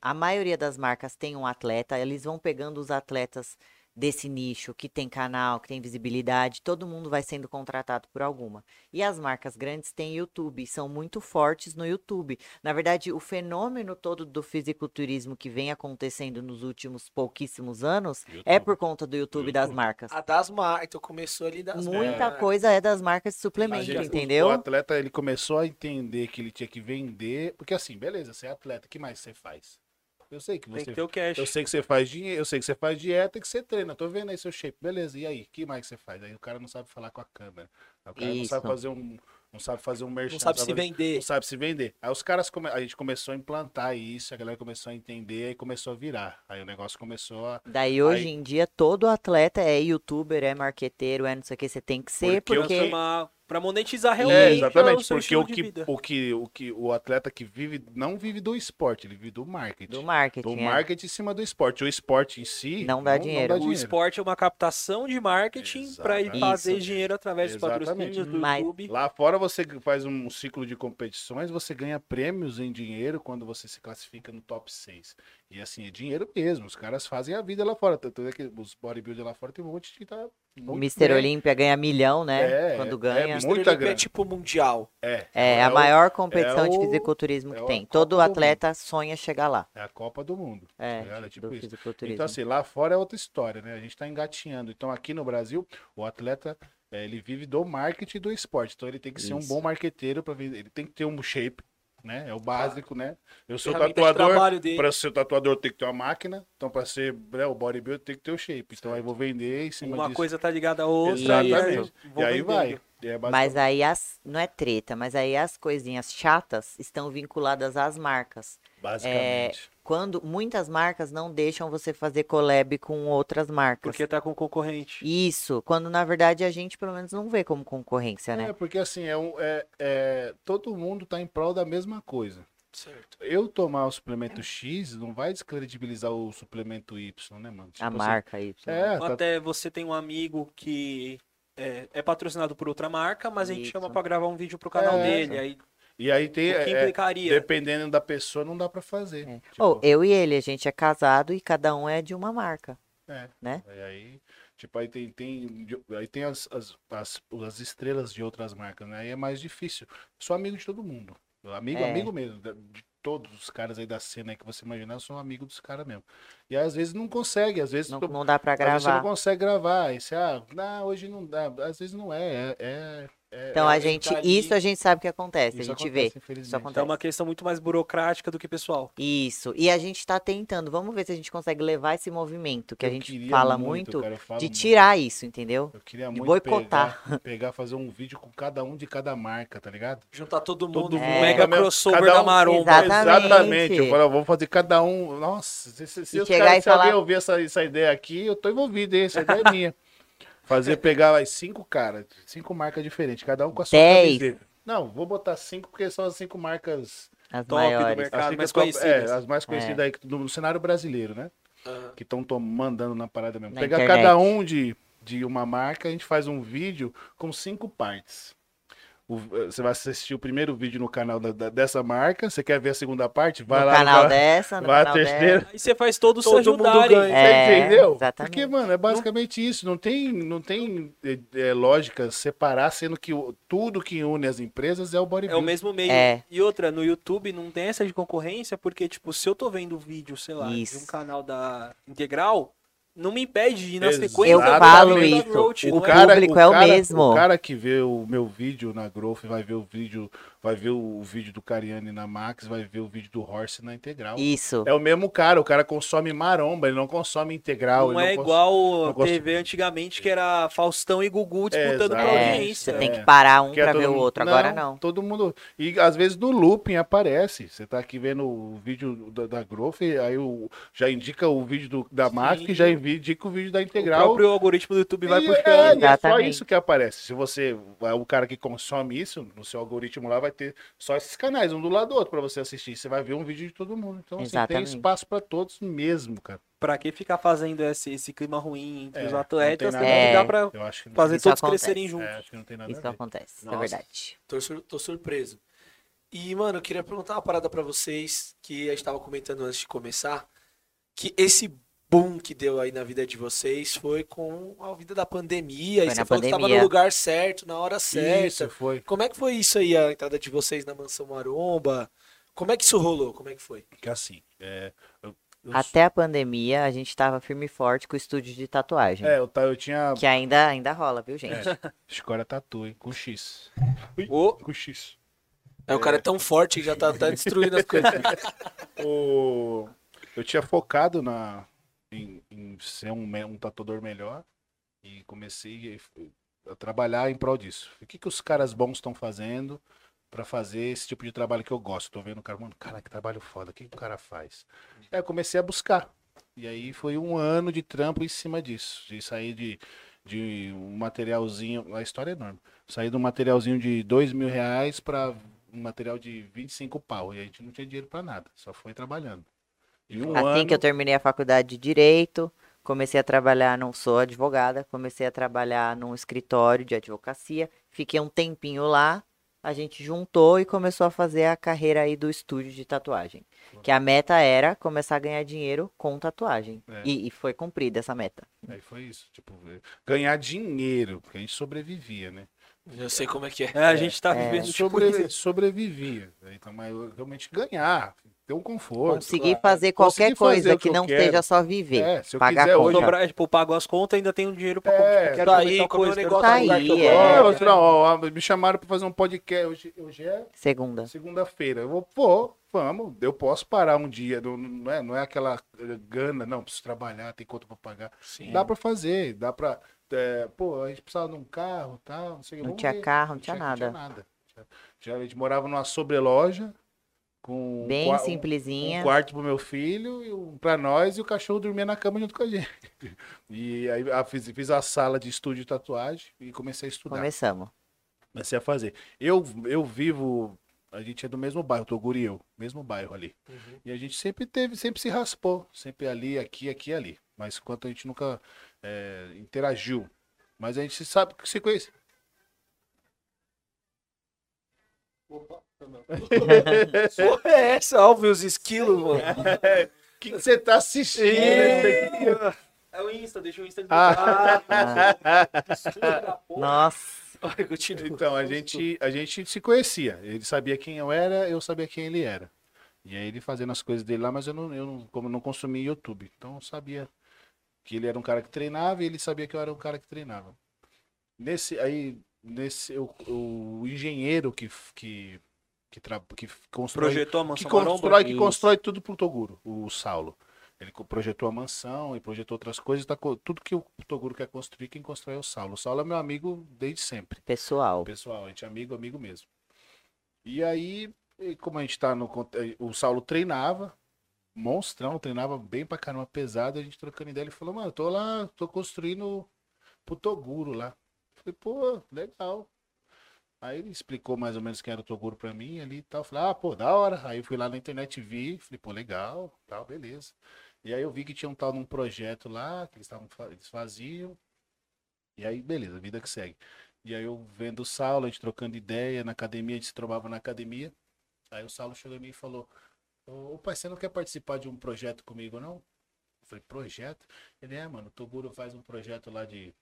[SPEAKER 4] a maioria das marcas tem um atleta, eles vão pegando os atletas desse nicho, que tem canal, que tem visibilidade, todo mundo vai sendo contratado por alguma. E as marcas grandes têm YouTube, são muito fortes no YouTube. Na verdade, o fenômeno todo do fisiculturismo que vem acontecendo nos últimos pouquíssimos anos é
[SPEAKER 3] YouTube.
[SPEAKER 4] por conta do YouTube das
[SPEAKER 3] YouTube.
[SPEAKER 4] marcas.
[SPEAKER 1] A das marcas. Então começou ali das
[SPEAKER 4] Muita
[SPEAKER 1] marcas.
[SPEAKER 4] coisa é das marcas de
[SPEAKER 3] A
[SPEAKER 4] suplemento,
[SPEAKER 3] gente- o- O
[SPEAKER 4] entendeu?
[SPEAKER 3] atleta ele começou a entender que ele tinha que vender. Porque assim, beleza, você é atleta, o que mais você faz? Eu sei que
[SPEAKER 2] Tem que
[SPEAKER 3] você
[SPEAKER 2] ter o cash.
[SPEAKER 3] Eu sei que você faz dinheiro, eu sei que você faz dieta e que você treina. Tô vendo aí seu shape. Beleza, e aí? que mais que você faz? Aí o cara não sabe falar com a câmera. Aí o cara não
[SPEAKER 4] Isso.
[SPEAKER 3] sabe fazer um. Não sabe fazer um merchan.
[SPEAKER 1] Não sabe se
[SPEAKER 3] fazer-
[SPEAKER 1] vender.
[SPEAKER 3] Não sabe se vender. Aí os caras come- a gente começou a implantar isso, a galera começou a entender e começou a virar. Aí o negócio começou a.
[SPEAKER 4] Daí hoje em dia todo atleta é youtuber, é marqueteiro, é não sei o que, você tem que ser,
[SPEAKER 3] Porque eu
[SPEAKER 4] porque
[SPEAKER 2] Transformar Pra monetizar realmente.
[SPEAKER 3] É,
[SPEAKER 2] o
[SPEAKER 3] exatamente,
[SPEAKER 2] seu
[SPEAKER 3] porque
[SPEAKER 2] estilo
[SPEAKER 3] o
[SPEAKER 2] de
[SPEAKER 3] que,
[SPEAKER 2] vida.
[SPEAKER 3] o que o que o atleta que vive não vive do esporte, ele vive do marketing.
[SPEAKER 4] Do
[SPEAKER 3] Do
[SPEAKER 4] marketing.
[SPEAKER 3] marketing,
[SPEAKER 4] é.
[SPEAKER 3] em cima do esporte. O esporte em si
[SPEAKER 4] Não dá dinheiro.
[SPEAKER 2] O esporte é uma captação de marketing pra ir
[SPEAKER 3] Exatamente.
[SPEAKER 2] fazer
[SPEAKER 4] Isso.
[SPEAKER 2] dinheiro através dos
[SPEAKER 3] Exatamente.
[SPEAKER 2] patrocínios do
[SPEAKER 4] Mas-
[SPEAKER 2] YouTube.
[SPEAKER 3] Lá fora você faz um ciclo de competições, você ganha prêmios em dinheiro quando você se classifica no top 6. E assim, é dinheiro mesmo. Os caras fazem a vida lá fora. Tanto é que os bodybuilders lá fora tem um monte que tá.
[SPEAKER 4] O
[SPEAKER 3] muito
[SPEAKER 4] Mr.
[SPEAKER 3] bem.
[SPEAKER 4] Olímpia ganha milhão, né?
[SPEAKER 3] É,
[SPEAKER 4] Quando
[SPEAKER 3] é
[SPEAKER 4] ganha.
[SPEAKER 3] muito
[SPEAKER 1] Mr. Olímpia
[SPEAKER 3] grana.
[SPEAKER 1] é tipo mundial.
[SPEAKER 3] É,
[SPEAKER 4] É,
[SPEAKER 3] é
[SPEAKER 4] a
[SPEAKER 3] o-
[SPEAKER 4] maior competição de
[SPEAKER 3] o-
[SPEAKER 4] fisiculturismo
[SPEAKER 3] é
[SPEAKER 4] que
[SPEAKER 3] a
[SPEAKER 4] tem.
[SPEAKER 3] Copa
[SPEAKER 4] Todo
[SPEAKER 3] do
[SPEAKER 4] atleta sonha chegar lá.
[SPEAKER 3] é a Copa do Mundo.
[SPEAKER 4] É,
[SPEAKER 3] tá ligado? É
[SPEAKER 4] do
[SPEAKER 3] tipo isso.
[SPEAKER 4] fisiculturismo.
[SPEAKER 3] Então, assim, lá fora é outra história, né? A gente tá engatinhando. Então, aqui no Brasil, o atleta, eh, ele vive do marketing e do esporte. Então, ele tem que ser um
[SPEAKER 4] Isso.
[SPEAKER 3] bom marqueteiro para vender. Ele tem que ter um shape, né? É o básico, né? Eu sou
[SPEAKER 1] ferramenta de
[SPEAKER 3] tatuador.
[SPEAKER 1] trabalho dele.
[SPEAKER 3] Para ser tatuador, tem que ter uma máquina. Então, para ser né, o bodybuilder, tem que ter o shape. Então, aí eu vou vender em cima
[SPEAKER 2] Uma
[SPEAKER 3] disso.
[SPEAKER 2] coisa tá ligada à outra. e aí
[SPEAKER 3] Exatamente. E
[SPEAKER 2] vou
[SPEAKER 3] aí
[SPEAKER 2] vendendo.
[SPEAKER 3] vai. É
[SPEAKER 4] Mas
[SPEAKER 3] basicamente-
[SPEAKER 4] aí as. Não é treta, mas aí as coisinhas chatas estão vinculadas às marcas.
[SPEAKER 3] basicamente.
[SPEAKER 4] Quando muitas marcas não deixam você fazer collab com outras marcas.
[SPEAKER 2] Porque tá com concorrente.
[SPEAKER 4] Isso, quando na verdade a gente pelo menos não vê como concorrência, né?
[SPEAKER 3] É, porque assim, é um, é, é, todo mundo tá em prol da mesma coisa.
[SPEAKER 1] Certo.
[SPEAKER 3] eu tomar o suplemento X não vai descredibilizar o suplemento Y, né, mano? Tipo
[SPEAKER 4] a
[SPEAKER 3] assim,
[SPEAKER 4] marca aí.
[SPEAKER 3] É,
[SPEAKER 2] Ou
[SPEAKER 3] tá-
[SPEAKER 2] Então, Até você tem um amigo que é, é patrocinado por outra marca, mas a gente
[SPEAKER 4] Isso.
[SPEAKER 2] chama pra gravar um vídeo pro canal
[SPEAKER 3] É.
[SPEAKER 2] dele. Aí
[SPEAKER 3] e aí tem.
[SPEAKER 2] o que
[SPEAKER 3] é,
[SPEAKER 2] implicaria?
[SPEAKER 3] dependendo da pessoa, não dá pra fazer.
[SPEAKER 4] É.
[SPEAKER 3] Tipo,
[SPEAKER 4] Ou eu e ele, a gente é casado e cada um é de uma marca.
[SPEAKER 3] é.
[SPEAKER 4] né?
[SPEAKER 3] E aí, tipo, aí tem, tem, aí tem as, as, as, as estrelas de outras marcas, né? Aí é mais difícil. Sou amigo de todo mundo. Amigo,
[SPEAKER 4] É.
[SPEAKER 3] amigo mesmo. da- De todos os caras aí da cena aí que você imaginar, eu sou um amigo dos caras mesmo. E aí, às vezes não consegue, às vezes
[SPEAKER 4] Não,
[SPEAKER 3] tu-
[SPEAKER 4] não dá pra
[SPEAKER 3] às vezes você não
[SPEAKER 4] gravar.
[SPEAKER 3] consegue gravar. Aí você, ah, não, hoje não dá. Às vezes não é. é- é- é-
[SPEAKER 4] Então
[SPEAKER 3] é-
[SPEAKER 4] a gente,
[SPEAKER 1] tá ali.
[SPEAKER 4] isso a gente sabe que acontece, a
[SPEAKER 3] Isso
[SPEAKER 4] gente
[SPEAKER 3] acontece, né?
[SPEAKER 4] vê. Isso
[SPEAKER 3] infelizmente.
[SPEAKER 2] Então é
[SPEAKER 4] acontece.
[SPEAKER 2] uma questão muito mais burocrática do que pessoal.
[SPEAKER 4] Isso. E a gente tá tentando, vamos ver se a gente consegue levar esse movimento que a
[SPEAKER 3] Eu
[SPEAKER 4] gente
[SPEAKER 3] queria
[SPEAKER 4] fala muito,
[SPEAKER 3] cara, eu falo
[SPEAKER 4] de
[SPEAKER 3] muito.
[SPEAKER 4] tirar isso, entendeu?
[SPEAKER 3] Eu queria
[SPEAKER 4] de
[SPEAKER 3] muito
[SPEAKER 4] boicotar.
[SPEAKER 3] Pegar, pegar, fazer um vídeo com cada um de cada marca, tá ligado?
[SPEAKER 1] Juntar todo mundo.
[SPEAKER 3] Todo
[SPEAKER 1] um
[SPEAKER 4] mundo.
[SPEAKER 1] mega
[SPEAKER 2] Mega
[SPEAKER 3] Cada-
[SPEAKER 2] crossover
[SPEAKER 3] cada
[SPEAKER 2] da
[SPEAKER 3] um-
[SPEAKER 2] Maromba.
[SPEAKER 3] É.
[SPEAKER 4] Exatamente.
[SPEAKER 3] Exatamente. Eu falo, eu vou fazer cada um. Nossa, se, se, se
[SPEAKER 4] E
[SPEAKER 3] os
[SPEAKER 4] chegar
[SPEAKER 3] caras
[SPEAKER 4] e
[SPEAKER 3] se alguém
[SPEAKER 4] falar-
[SPEAKER 3] ouvir essa, essa ideia aqui, eu tô envolvido, hein? Essa ideia é minha. Fazer pegar as cinco caras, cinco marcas diferentes, cada um com a sua
[SPEAKER 4] Dez.
[SPEAKER 3] camiseta. Não, vou botar cinco porque são as cinco marcas.
[SPEAKER 4] As
[SPEAKER 2] Top do
[SPEAKER 4] maiores.
[SPEAKER 2] mercado. As
[SPEAKER 3] cinco
[SPEAKER 2] mais
[SPEAKER 3] top-
[SPEAKER 2] conhecidas.
[SPEAKER 3] É, as mais conhecidas aí do- no cenário brasileiro, né?
[SPEAKER 1] Aham.
[SPEAKER 3] que estão mandando na parada mesmo.
[SPEAKER 4] Na
[SPEAKER 3] Pegar
[SPEAKER 4] internet.
[SPEAKER 3] cada um de, de uma marca, a gente faz um vídeo com cinco partes. O- eh, você vai assistir o primeiro vídeo no canal da- da- dessa marca, você quer ver a segunda parte? Vai
[SPEAKER 4] no
[SPEAKER 3] lá
[SPEAKER 4] canal
[SPEAKER 3] no canal,
[SPEAKER 4] dessa, no
[SPEAKER 3] vai a
[SPEAKER 4] canal dessa.
[SPEAKER 3] terceira.
[SPEAKER 2] Aí você faz todos se
[SPEAKER 1] Todo mundo
[SPEAKER 2] ajudarem.
[SPEAKER 1] ganha.
[SPEAKER 4] É,
[SPEAKER 3] você entendeu?
[SPEAKER 4] exatamente.
[SPEAKER 3] Porque, mano, é basicamente isso. Não tem, não tem é, é, lógica separar, sendo que o- tudo que une as empresas é o
[SPEAKER 2] É o
[SPEAKER 3] bodybuilding.
[SPEAKER 2] mesmo meio.
[SPEAKER 4] É.
[SPEAKER 2] E outra, no YouTube não tem essa de concorrência, porque, tipo, se eu tô vendo vídeo, sei lá,
[SPEAKER 4] Isso.
[SPEAKER 2] de um canal da Integral, não me impede de ir na
[SPEAKER 3] Exatamente.
[SPEAKER 2] sequência.
[SPEAKER 4] Eu
[SPEAKER 2] da
[SPEAKER 4] falo
[SPEAKER 2] Integral
[SPEAKER 4] isso.
[SPEAKER 2] Roach,
[SPEAKER 4] O
[SPEAKER 2] não é?
[SPEAKER 4] cara- público é o mesmo.
[SPEAKER 3] O cara que vê o meu vídeo na Growth vai ver o vídeo, vai ver o vídeo do Cariani na Max, vai ver o vídeo do Horse na Integral.
[SPEAKER 4] Isso.
[SPEAKER 3] É o mesmo cara, o cara consome maromba, ele não consome integral.
[SPEAKER 2] Não
[SPEAKER 3] ele
[SPEAKER 2] é
[SPEAKER 3] cons-
[SPEAKER 2] igual
[SPEAKER 3] não gosto-
[SPEAKER 2] TV antigamente, que era Faustão e Gugu disputando
[SPEAKER 3] exato.
[SPEAKER 2] pra
[SPEAKER 4] É,
[SPEAKER 2] audiência.
[SPEAKER 4] você tem
[SPEAKER 3] É.
[SPEAKER 4] que parar um
[SPEAKER 3] Que é
[SPEAKER 4] pra
[SPEAKER 3] todo
[SPEAKER 4] ver o
[SPEAKER 3] mundo-
[SPEAKER 4] outro. Agora não.
[SPEAKER 3] Todo mundo. E às vezes no looping aparece. Você tá aqui vendo o vídeo da, da Growth, aí o- já indica o vídeo do- da
[SPEAKER 2] Sim.
[SPEAKER 3] Max, que já indica o vídeo da
[SPEAKER 2] O
[SPEAKER 3] integral.
[SPEAKER 2] próprio algoritmo do YouTube vai
[SPEAKER 3] E
[SPEAKER 2] puxando.
[SPEAKER 3] É, e é só
[SPEAKER 4] Exatamente.
[SPEAKER 3] isso que aparece. Se você é o cara que consome isso, no seu algoritmo lá vai ter só esses canais, um do lado do outro, pra você assistir. Você vai ver um vídeo de todo mundo. Então, assim, tem
[SPEAKER 4] Exatamente.
[SPEAKER 3] espaço pra todos mesmo, cara.
[SPEAKER 2] Pra que ficar fazendo esse, esse clima ruim entre
[SPEAKER 3] É,
[SPEAKER 2] os
[SPEAKER 3] não
[SPEAKER 2] atletas? Tem
[SPEAKER 3] tem
[SPEAKER 4] nada a
[SPEAKER 2] que
[SPEAKER 4] ver.
[SPEAKER 2] dar pra
[SPEAKER 3] Eu acho que não,
[SPEAKER 2] fazer
[SPEAKER 4] É. Isso
[SPEAKER 2] todos
[SPEAKER 4] acontece.
[SPEAKER 2] crescerem juntos.
[SPEAKER 3] é, acho que não tem nada
[SPEAKER 4] Isso
[SPEAKER 3] a ver.
[SPEAKER 4] acontece,
[SPEAKER 1] Nossa.
[SPEAKER 4] é verdade.
[SPEAKER 1] Tô, sur- tô surpreso. E, mano, eu queria perguntar uma parada pra vocês que a gente tava comentando antes de começar. Que esse boom que deu aí na vida de vocês foi com a vida da pandemia. e
[SPEAKER 4] Foi
[SPEAKER 1] você
[SPEAKER 4] na
[SPEAKER 1] falou que tava
[SPEAKER 4] pandemia.
[SPEAKER 1] no lugar certo, na hora certa.
[SPEAKER 3] Isso, foi.
[SPEAKER 1] Como é que foi isso aí, a entrada de vocês na Mansão Maromba? Como é que isso rolou? Como é que foi?
[SPEAKER 3] Que assim, é, eu, eu-
[SPEAKER 4] Até a pandemia, a gente tava firme e forte com o estúdio de tatuagem.
[SPEAKER 3] é, eu, ta- eu tinha
[SPEAKER 4] Que ainda, ainda rola, viu, gente?
[SPEAKER 3] escória é tatu, hein? Com X.
[SPEAKER 2] Ô,
[SPEAKER 3] Com X.
[SPEAKER 1] Aí o cara é tão forte que já tá, tá destruindo as coisas.
[SPEAKER 3] O- Eu tinha focado na... em, em ser um, me- um tatuador melhor e comecei a trabalhar em prol disso. O que, que os caras bons estão fazendo pra fazer esse tipo de trabalho que eu gosto? Tô vendo o cara, mano, cara, que trabalho foda, o que, que o cara faz? É, Aí eu comecei a buscar. E aí foi um ano de trampo em cima disso, de sair de, de um materialzinho. A história é enorme. Saí de um materialzinho de dois mil reais pra um material de 25 pau. E a gente não tinha dinheiro pra nada, só foi trabalhando. E um
[SPEAKER 4] Assim
[SPEAKER 3] ano,
[SPEAKER 4] que eu terminei a faculdade de Direito, comecei a trabalhar, não sou advogada, comecei a trabalhar num escritório de advocacia, fiquei um tempinho lá, a gente juntou e começou a fazer a carreira aí do estúdio de tatuagem. Que a meta era começar a ganhar dinheiro com tatuagem.
[SPEAKER 3] É.
[SPEAKER 4] E, e foi cumprida essa meta.
[SPEAKER 3] Aí foi isso. Tipo, ganhar dinheiro, porque a gente sobrevivia, né?
[SPEAKER 1] Eu sei como é que é.
[SPEAKER 2] É, a gente tá
[SPEAKER 3] Eu
[SPEAKER 2] vivendo tipo,
[SPEAKER 3] sobre- sobrevivia. Então, mas eu realmente ganhar, ter um conforto.
[SPEAKER 4] Consegui
[SPEAKER 3] claro.
[SPEAKER 4] fazer qualquer
[SPEAKER 3] Consegui fazer
[SPEAKER 4] coisa
[SPEAKER 3] o
[SPEAKER 4] que,
[SPEAKER 3] que eu
[SPEAKER 4] não
[SPEAKER 3] quero.
[SPEAKER 4] seja só viver.
[SPEAKER 3] É, se eu
[SPEAKER 4] pagar
[SPEAKER 3] quiser
[SPEAKER 4] a conta.
[SPEAKER 3] hoje-
[SPEAKER 2] sobrar, tipo, eu pago as contas e ainda tenho dinheiro pra
[SPEAKER 3] É,
[SPEAKER 2] comprar. Quero
[SPEAKER 1] tá
[SPEAKER 2] comer
[SPEAKER 1] aí,
[SPEAKER 2] tal
[SPEAKER 1] comer um
[SPEAKER 2] coisa, quero
[SPEAKER 1] negócio,
[SPEAKER 2] tal
[SPEAKER 4] tá aí,
[SPEAKER 2] lugar, tal
[SPEAKER 4] é.
[SPEAKER 2] lugar.
[SPEAKER 3] Ó, outro, ó, ó, me chamaram pra fazer um podcast. Hoje, hoje é
[SPEAKER 4] Segunda.
[SPEAKER 3] segunda-feira. Eu vou, pô, vamos. Eu posso parar um dia. Não, não, é, não é aquela eh, gana, não. Preciso trabalhar, tem conta pra pagar. Dá pra fazer, dá pra. eh, pô, a gente precisava de um carro tal. Não, sei, o que.
[SPEAKER 4] Não
[SPEAKER 3] Vamos
[SPEAKER 4] tinha
[SPEAKER 3] ver.
[SPEAKER 4] carro, não tinha
[SPEAKER 3] Não
[SPEAKER 4] nada.
[SPEAKER 3] tinha nada. Já, a gente morava numa sobreloja. Com um
[SPEAKER 4] Bem
[SPEAKER 3] qua- um-
[SPEAKER 4] simplesinha.
[SPEAKER 3] Um quarto pro meu filho, e um pra nós, e o cachorro dormia na cama junto com a gente. E aí a- fiz, fiz a sala de estúdio de tatuagem e comecei a estudar.
[SPEAKER 4] Começamos.
[SPEAKER 3] Comecei a fazer. Eu, eu vivo. A gente é do mesmo bairro, Toguri e eu, mesmo bairro ali. E a gente sempre teve, sempre se raspou. Sempre ali, aqui, aqui, ali. Mas enquanto a gente nunca eh, interagiu. Mas a gente se sabe que se conhece.
[SPEAKER 1] Que porra é essa? Ó, viu os esquilos, mano.
[SPEAKER 3] O que que você tá assistindo? né?
[SPEAKER 2] É o Insta, deixa o Insta de
[SPEAKER 3] Ah.
[SPEAKER 4] Nossa.
[SPEAKER 1] Vai, continua.
[SPEAKER 3] Então, a gente, a gente se conhecia. Ele sabia quem eu era, eu sabia quem ele era. E aí ele fazendo as coisas dele lá, mas eu não, eu não, como eu não consumia YouTube. Então eu sabia que ele era um cara que treinava e ele sabia que eu era um cara que treinava. Nesse, aí, nesse, o, o engenheiro que, f- que, que, tra, que f- constrói
[SPEAKER 2] Projetou a
[SPEAKER 3] que
[SPEAKER 2] mansão maromba.
[SPEAKER 3] constrói, que constrói tudo pro Toguro, o Saulo. Ele co- projetou a mansão e projetou outras coisas. Tá, co- tudo que o Toguro quer construir, quem constrói é o Saulo. O Saulo é meu amigo desde sempre.
[SPEAKER 4] Pessoal.
[SPEAKER 3] Pessoal, a gente é amigo, amigo mesmo. E aí, e como a gente tá no. cont- eh, O Saulo treinava, monstrão, treinava bem pra caramba, pesado. A gente trocando ideia, ele falou, mano, eu tô lá, tô construindo pro Toguro lá. Eu falei, pô, legal. Aí ele explicou mais ou menos quem era o Toguro pra mim ali e tal. Eu Falei, ah, pô, da hora. Aí eu fui lá na internet e vi, falei, pô, legal, tal, beleza. E aí eu vi que tinha um tal num projeto lá, que eles, tavam, fa- eles faziam. E aí, beleza, vida que segue. E aí eu vendo o Saulo, a gente trocando ideia na academia, a gente se trombava na academia. Aí o Saulo chegou em mim e falou: Ô ô, pai, você não quer participar de um projeto comigo, não? Eu falei, projeto? Ele é, mano, o Toguro faz um projeto lá de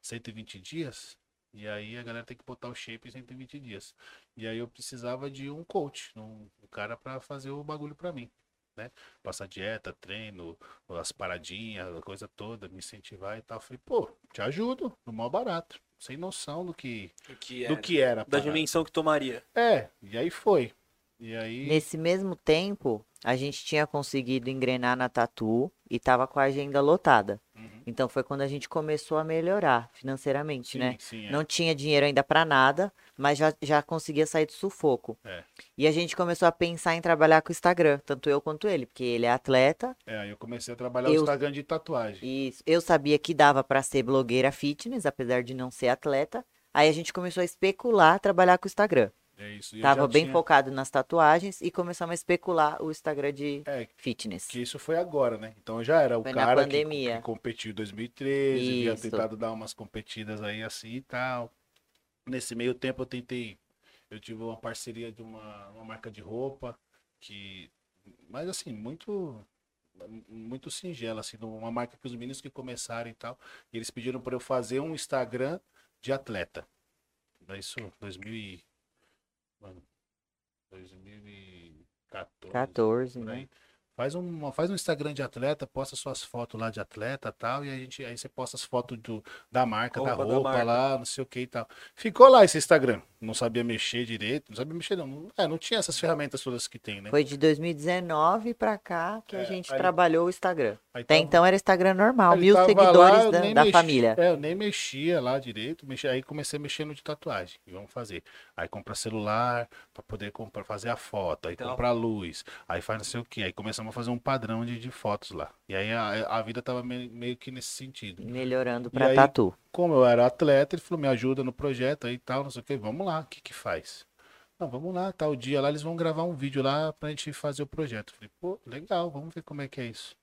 [SPEAKER 3] 120 dias. E aí a galera tem que botar o shape em 120 dias. E aí eu precisava de um coach, um, um cara pra fazer o bagulho pra mim. Né? Passar dieta, treino, as paradinhas, a coisa toda, me incentivar e tal. Eu falei, pô, te ajudo, no maior barato. Sem noção do que,
[SPEAKER 1] O que é?
[SPEAKER 3] do que era. a
[SPEAKER 2] Da
[SPEAKER 3] parada.
[SPEAKER 2] dimensão que tomaria.
[SPEAKER 3] É, e aí foi. E aí.
[SPEAKER 4] Nesse mesmo tempo, a gente tinha conseguido engrenar na Tatu e tava com a agenda lotada.
[SPEAKER 3] Uhum.
[SPEAKER 4] Então foi quando a gente começou a melhorar financeiramente,
[SPEAKER 3] Sim,
[SPEAKER 4] né?
[SPEAKER 3] sim, é.
[SPEAKER 4] Não tinha dinheiro ainda pra nada, mas já, já conseguia sair do sufoco.
[SPEAKER 3] É.
[SPEAKER 4] E a gente começou a pensar em trabalhar com o Instagram, tanto eu quanto ele, porque ele é atleta.
[SPEAKER 3] É, aí eu comecei a trabalhar
[SPEAKER 4] Eu-
[SPEAKER 3] o Instagram de tatuagem.
[SPEAKER 4] E eu sabia que dava pra ser blogueira fitness, apesar de não ser atleta. Aí a gente começou a especular trabalhar com o Instagram.
[SPEAKER 3] É isso. E eu
[SPEAKER 4] Tava
[SPEAKER 3] já
[SPEAKER 4] bem
[SPEAKER 3] tinha-
[SPEAKER 4] focado nas tatuagens e começamos a especular o Instagram de
[SPEAKER 3] É,
[SPEAKER 4] fitness.
[SPEAKER 3] que isso foi agora, né? Então eu já era o
[SPEAKER 4] Foi na
[SPEAKER 3] cara que,
[SPEAKER 4] pandemia.
[SPEAKER 3] que competiu em 2013, havia
[SPEAKER 4] Isso.
[SPEAKER 3] tentado dar umas competidas aí assim e tal. Nesse meio tempo eu tentei. Eu tive uma parceria de uma, uma marca de roupa que. Mas assim, muito. Muito singela, assim, de uma marca que os meninos que começaram e tal. E eles pediram para eu fazer um Instagram de atleta. Daí Isso, 2000 e... Mano, 2014.
[SPEAKER 4] 14,
[SPEAKER 3] por
[SPEAKER 4] né?
[SPEAKER 3] aí. Faz um, faz um Instagram de atleta, posta suas fotos lá de atleta e tal, e a gente, aí você posta as fotos do, da marca, da
[SPEAKER 2] Roupa da
[SPEAKER 3] roupa
[SPEAKER 2] marca.
[SPEAKER 3] lá, não sei o que e tal. Ficou lá esse Instagram. Não sabia mexer direito, não sabia mexer não. É, não tinha essas ferramentas todas que tem, né?
[SPEAKER 4] Foi de 2019 pra cá que a
[SPEAKER 3] É,
[SPEAKER 4] gente
[SPEAKER 3] aí-
[SPEAKER 4] trabalhou o Instagram.
[SPEAKER 3] Aí
[SPEAKER 4] Até
[SPEAKER 3] tava-
[SPEAKER 4] então era Instagram normal,
[SPEAKER 3] Ele
[SPEAKER 4] mil
[SPEAKER 3] tava
[SPEAKER 4] seguidores
[SPEAKER 3] lá, eu
[SPEAKER 4] da,
[SPEAKER 3] nem
[SPEAKER 4] da
[SPEAKER 3] mexi-
[SPEAKER 4] família.
[SPEAKER 3] É, eu nem mexia lá direito, mexi, aí comecei mexendo de tatuagem. E vamos fazer. Aí compra celular pra poder comprar, fazer a foto, aí
[SPEAKER 2] Então.
[SPEAKER 3] compra a luz, aí faz não sei o que. Aí começa começamos a fazer um padrão de, de fotos lá. E aí a, a vida tava me- meio que nesse sentido.
[SPEAKER 4] Melhorando
[SPEAKER 3] E
[SPEAKER 4] pra
[SPEAKER 3] aí-
[SPEAKER 4] tatu.
[SPEAKER 3] Como eu era atleta, ele falou, me ajuda no projeto aí e tal, não sei o que, vamos lá, o que que faz? Não, vamos lá, tal dia lá, eles vão gravar um vídeo lá pra gente fazer o projeto. Eu Falei, pô, legal, vamos ver como é que é isso.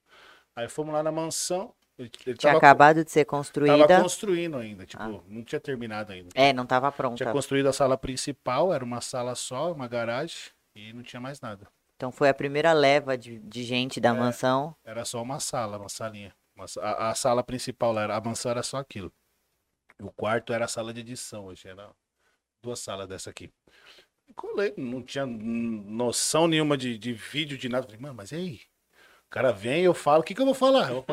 [SPEAKER 3] Aí fomos lá na mansão, ele, ele
[SPEAKER 4] Tinha
[SPEAKER 3] tava,
[SPEAKER 4] acabado de ser
[SPEAKER 3] tava
[SPEAKER 4] construída. Ah.
[SPEAKER 3] construindo ainda, tipo, não tinha terminado ainda.
[SPEAKER 4] É, não tava
[SPEAKER 3] Tinha
[SPEAKER 4] pronta.
[SPEAKER 3] construído a sala principal, era uma sala só, uma garagem, e não tinha mais nada.
[SPEAKER 4] Então foi a primeira leva de, de gente
[SPEAKER 3] É.
[SPEAKER 4] da mansão.
[SPEAKER 3] Era só uma sala, uma salinha. Uma sa- a, a sala principal lá, era- a mansão era só aquilo. E O quarto era a sala de edição, hoje era duas salas dessa aqui. Colei, não tinha hum, noção nenhuma de, de vídeo, de nada. Falei, mano, mas e aí? O cara vem, eu falo, o que, que eu vou falar? O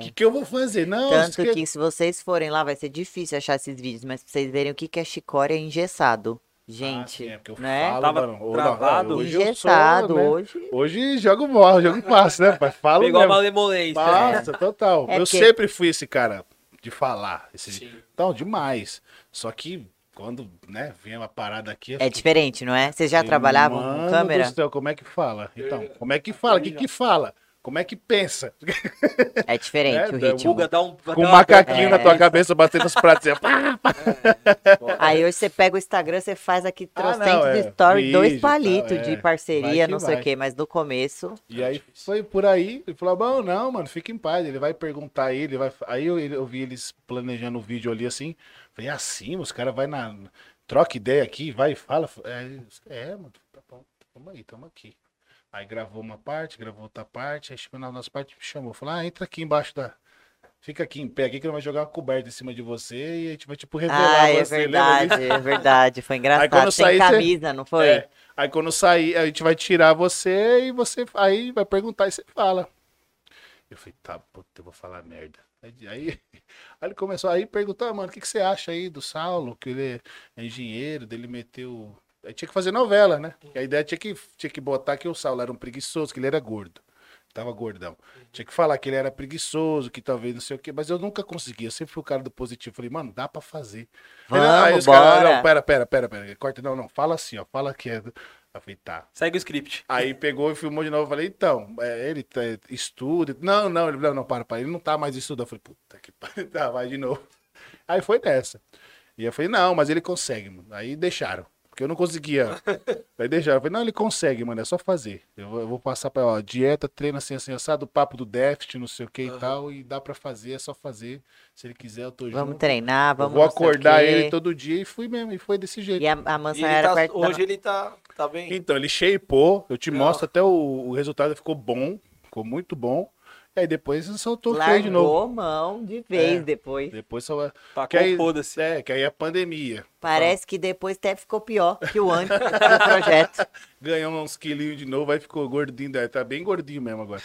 [SPEAKER 3] que, que eu vou fazer? Não,
[SPEAKER 4] É. Tanto
[SPEAKER 3] isso aqui é
[SPEAKER 4] que se vocês forem lá, vai ser difícil achar esses vídeos, mas pra vocês verem o que que é chicória engessado.
[SPEAKER 3] Ah,
[SPEAKER 4] Gente,
[SPEAKER 3] sim, é porque eu
[SPEAKER 4] né?
[SPEAKER 3] falo,
[SPEAKER 2] Tava
[SPEAKER 3] mano, ou não,
[SPEAKER 2] travado.
[SPEAKER 3] hoje eu sou,
[SPEAKER 4] engessado
[SPEAKER 3] né?
[SPEAKER 4] hoje.
[SPEAKER 3] Hoje jogo bola, jogo passo, né? Mas falo
[SPEAKER 2] Pegou a né?
[SPEAKER 3] mesmo.
[SPEAKER 2] malemolência.
[SPEAKER 3] Passa, total.
[SPEAKER 4] É
[SPEAKER 3] eu
[SPEAKER 4] porque-
[SPEAKER 3] sempre fui esse cara de falar. Esse...
[SPEAKER 2] Sim.
[SPEAKER 3] Então, demais. Só que quando, né, vem uma parada aqui... eu
[SPEAKER 4] É
[SPEAKER 3] fiquei,
[SPEAKER 4] diferente, não é? Vocês já
[SPEAKER 3] "Mano
[SPEAKER 4] trabalhavam com
[SPEAKER 3] do
[SPEAKER 4] câmera?
[SPEAKER 3] céu, como é que fala? Então, como é que fala? O que que fala? Como é que pensa?
[SPEAKER 4] É diferente
[SPEAKER 3] É,
[SPEAKER 4] o
[SPEAKER 3] dá-
[SPEAKER 4] ritmo.
[SPEAKER 2] Buga, dá um. dá
[SPEAKER 3] Com um
[SPEAKER 2] uma-
[SPEAKER 3] macaquinho
[SPEAKER 4] é.
[SPEAKER 3] na tua cabeça, batendo os pratos. assim, pá, pá.
[SPEAKER 4] Aí hoje você pega o Instagram, você faz aqui
[SPEAKER 3] Ah, não,
[SPEAKER 4] trocentos
[SPEAKER 3] é.
[SPEAKER 4] de story, dois
[SPEAKER 3] Vídeo e tal,
[SPEAKER 4] palitos
[SPEAKER 3] é.
[SPEAKER 4] de
[SPEAKER 3] Vai que
[SPEAKER 4] parceria, não sei o
[SPEAKER 3] vai.
[SPEAKER 4] quê, mas no começo.
[SPEAKER 3] E aí foi por aí, ele falou, bom, não, mano, fica em paz, ele vai perguntar aí, ele vai... Aí eu, eu vi eles planejando o vídeo ali, assim, falei, assim, os caras vai na... Troca ideia aqui, vai e fala. Aí, É, mano, tá bom, tamo aí, tamo aqui. Aí gravou uma parte, gravou outra parte, aí chegou na nossa parte, me chamou, falou, ah, entra aqui embaixo da... Fica aqui em pé aqui que eu vou jogar uma coberta em cima de você e a gente vai, tipo, revelar
[SPEAKER 4] Ah, é
[SPEAKER 3] você, lembra disso?
[SPEAKER 4] verdade, é verdade. Foi engraçado.
[SPEAKER 3] quando eu
[SPEAKER 4] Sem
[SPEAKER 3] saí, você-
[SPEAKER 4] camisa, não foi?
[SPEAKER 3] É. Aí quando sair, a gente vai tirar você e você aí vai perguntar e você fala. Eu falei, tá, puta, eu vou falar merda. Aí, aí, aí ele começou aí perguntar, mano, o que, que você acha aí do Saulo? Que ele é engenheiro, dele meteu. Aí tinha que fazer novela, né? E a ideia tinha que, tinha que botar que o Saulo era um preguiçoso, que ele era gordo. Tava gordão. Tinha que falar que ele era preguiçoso, que talvez não sei o quê, mas eu nunca consegui. Eu sempre fui o cara do positivo. Falei, mano, dá pra fazer.
[SPEAKER 4] Vamos,
[SPEAKER 3] aí os caras,
[SPEAKER 4] bora.
[SPEAKER 3] não, pera, pera, pera, pera. Corta, não, não. Fala assim, ó. Fala que é. do-" Eu falei, tá.
[SPEAKER 2] Segue o script.
[SPEAKER 3] Aí pegou e filmou de novo. Eu falei, então, é, ele tá, estuda. Não, não, ele, não, não, para, para. Ele não tá mais estudando. Eu falei, puta que pariu. Tá, vai de novo. Aí foi nessa. E eu falei, não, mas ele consegue, mano. Aí deixaram. Porque eu não conseguia. Aí deixaram. Eu falei, não, ele consegue, mano. É só fazer. Eu vou, eu vou passar pra ó, dieta, treino assim, assim, assado, papo do déficit, não sei o que e tal. E dá pra fazer, é só fazer. Se ele quiser, eu tô junto.
[SPEAKER 4] Vamos treinar,
[SPEAKER 3] Eu
[SPEAKER 4] vamos.
[SPEAKER 3] vou
[SPEAKER 4] não sei o
[SPEAKER 3] acordar
[SPEAKER 4] quê.
[SPEAKER 3] ele todo dia e fui mesmo. E foi desse jeito.
[SPEAKER 4] E a, a mansão
[SPEAKER 1] E ele
[SPEAKER 4] era
[SPEAKER 1] tá-
[SPEAKER 4] perto da-
[SPEAKER 1] hoje ele tá, tá bem.
[SPEAKER 3] Então, ele shapeou, eu te
[SPEAKER 1] Não.
[SPEAKER 3] mostro até o, o resultado, ficou bom, ficou muito bom. E aí depois soltou o freio tá de novo.
[SPEAKER 4] Largou mão de vez
[SPEAKER 3] É.
[SPEAKER 4] depois.
[SPEAKER 3] Depois só. Que
[SPEAKER 2] Tacou,
[SPEAKER 3] aí,
[SPEAKER 2] Tá, foda-se.
[SPEAKER 3] é, que aí a pandemia.
[SPEAKER 4] Parece que depois até ficou pior que o antes do projeto.
[SPEAKER 3] Ganhou uns quilinhos de novo, aí ficou gordinho, daí tá bem gordinho mesmo agora.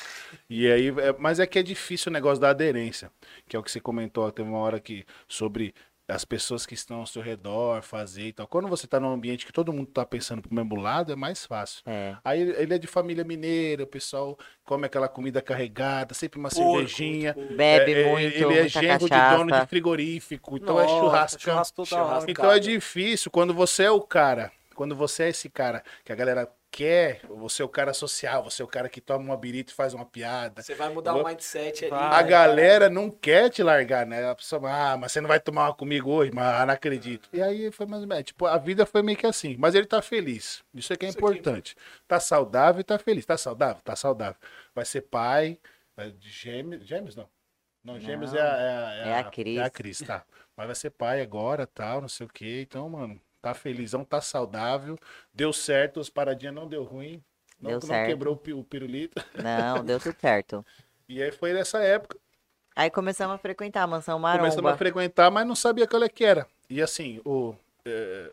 [SPEAKER 3] E aí, é- mas é que é difícil o negócio da aderência, que é o que você comentou, teve uma hora que sobre as pessoas que estão ao seu redor, fazer e tal. Quando você tá num ambiente que todo mundo tá pensando pro mesmo lado, é mais fácil.
[SPEAKER 4] É.
[SPEAKER 3] Aí ele ele é de família mineira, o pessoal come aquela comida carregada, sempre uma
[SPEAKER 1] Porco,
[SPEAKER 3] cervejinha.
[SPEAKER 4] Bebe
[SPEAKER 3] É, é,
[SPEAKER 4] muito,
[SPEAKER 3] Ele é
[SPEAKER 4] muita
[SPEAKER 3] genro de
[SPEAKER 4] cachaça.
[SPEAKER 3] dono de frigorífico, então é
[SPEAKER 2] Nossa,
[SPEAKER 3] churrascão.
[SPEAKER 2] Churrasco toda hora.
[SPEAKER 1] Churrasco.
[SPEAKER 3] Então é difícil quando você é o cara, quando você é esse cara que a galera quer, você é o cara social, você é o cara que toma uma birita e faz uma piada.
[SPEAKER 1] Você vai mudar
[SPEAKER 3] Vou-
[SPEAKER 1] o mindset ali. né?
[SPEAKER 2] A
[SPEAKER 3] A
[SPEAKER 1] vai,
[SPEAKER 3] galera não quer te largar, né? A pessoa, ah, mas você não vai tomar uma comigo hoje, mas ah, não acredito. E aí foi mais ou menos, tipo, a vida foi meio que assim. Mas ele tá feliz. Isso é que é
[SPEAKER 1] Isso aqui.
[SPEAKER 3] importante. Tá saudável e tá feliz. Tá saudável? Tá saudável. Vai ser pai, vai- de gêmeos, gêmeos não. Não, gêmeos é, a, é,
[SPEAKER 4] é a Cris.
[SPEAKER 3] É a Cris, tá. Mas vai ser pai agora, tal, não sei o quê. Então, mano, tá felizão, tá saudável. Deu certo, as paradinhas não deu ruim. Não,
[SPEAKER 4] Deu
[SPEAKER 3] não
[SPEAKER 4] certo.
[SPEAKER 3] quebrou o pi- o pirulito.
[SPEAKER 4] Não, deu tudo certo.
[SPEAKER 3] E aí foi nessa época.
[SPEAKER 4] Aí começamos a frequentar a mansão
[SPEAKER 3] Começamos a
[SPEAKER 4] Maromba.
[SPEAKER 3] frequentar, mas não sabia qual é que era. E assim, o, é,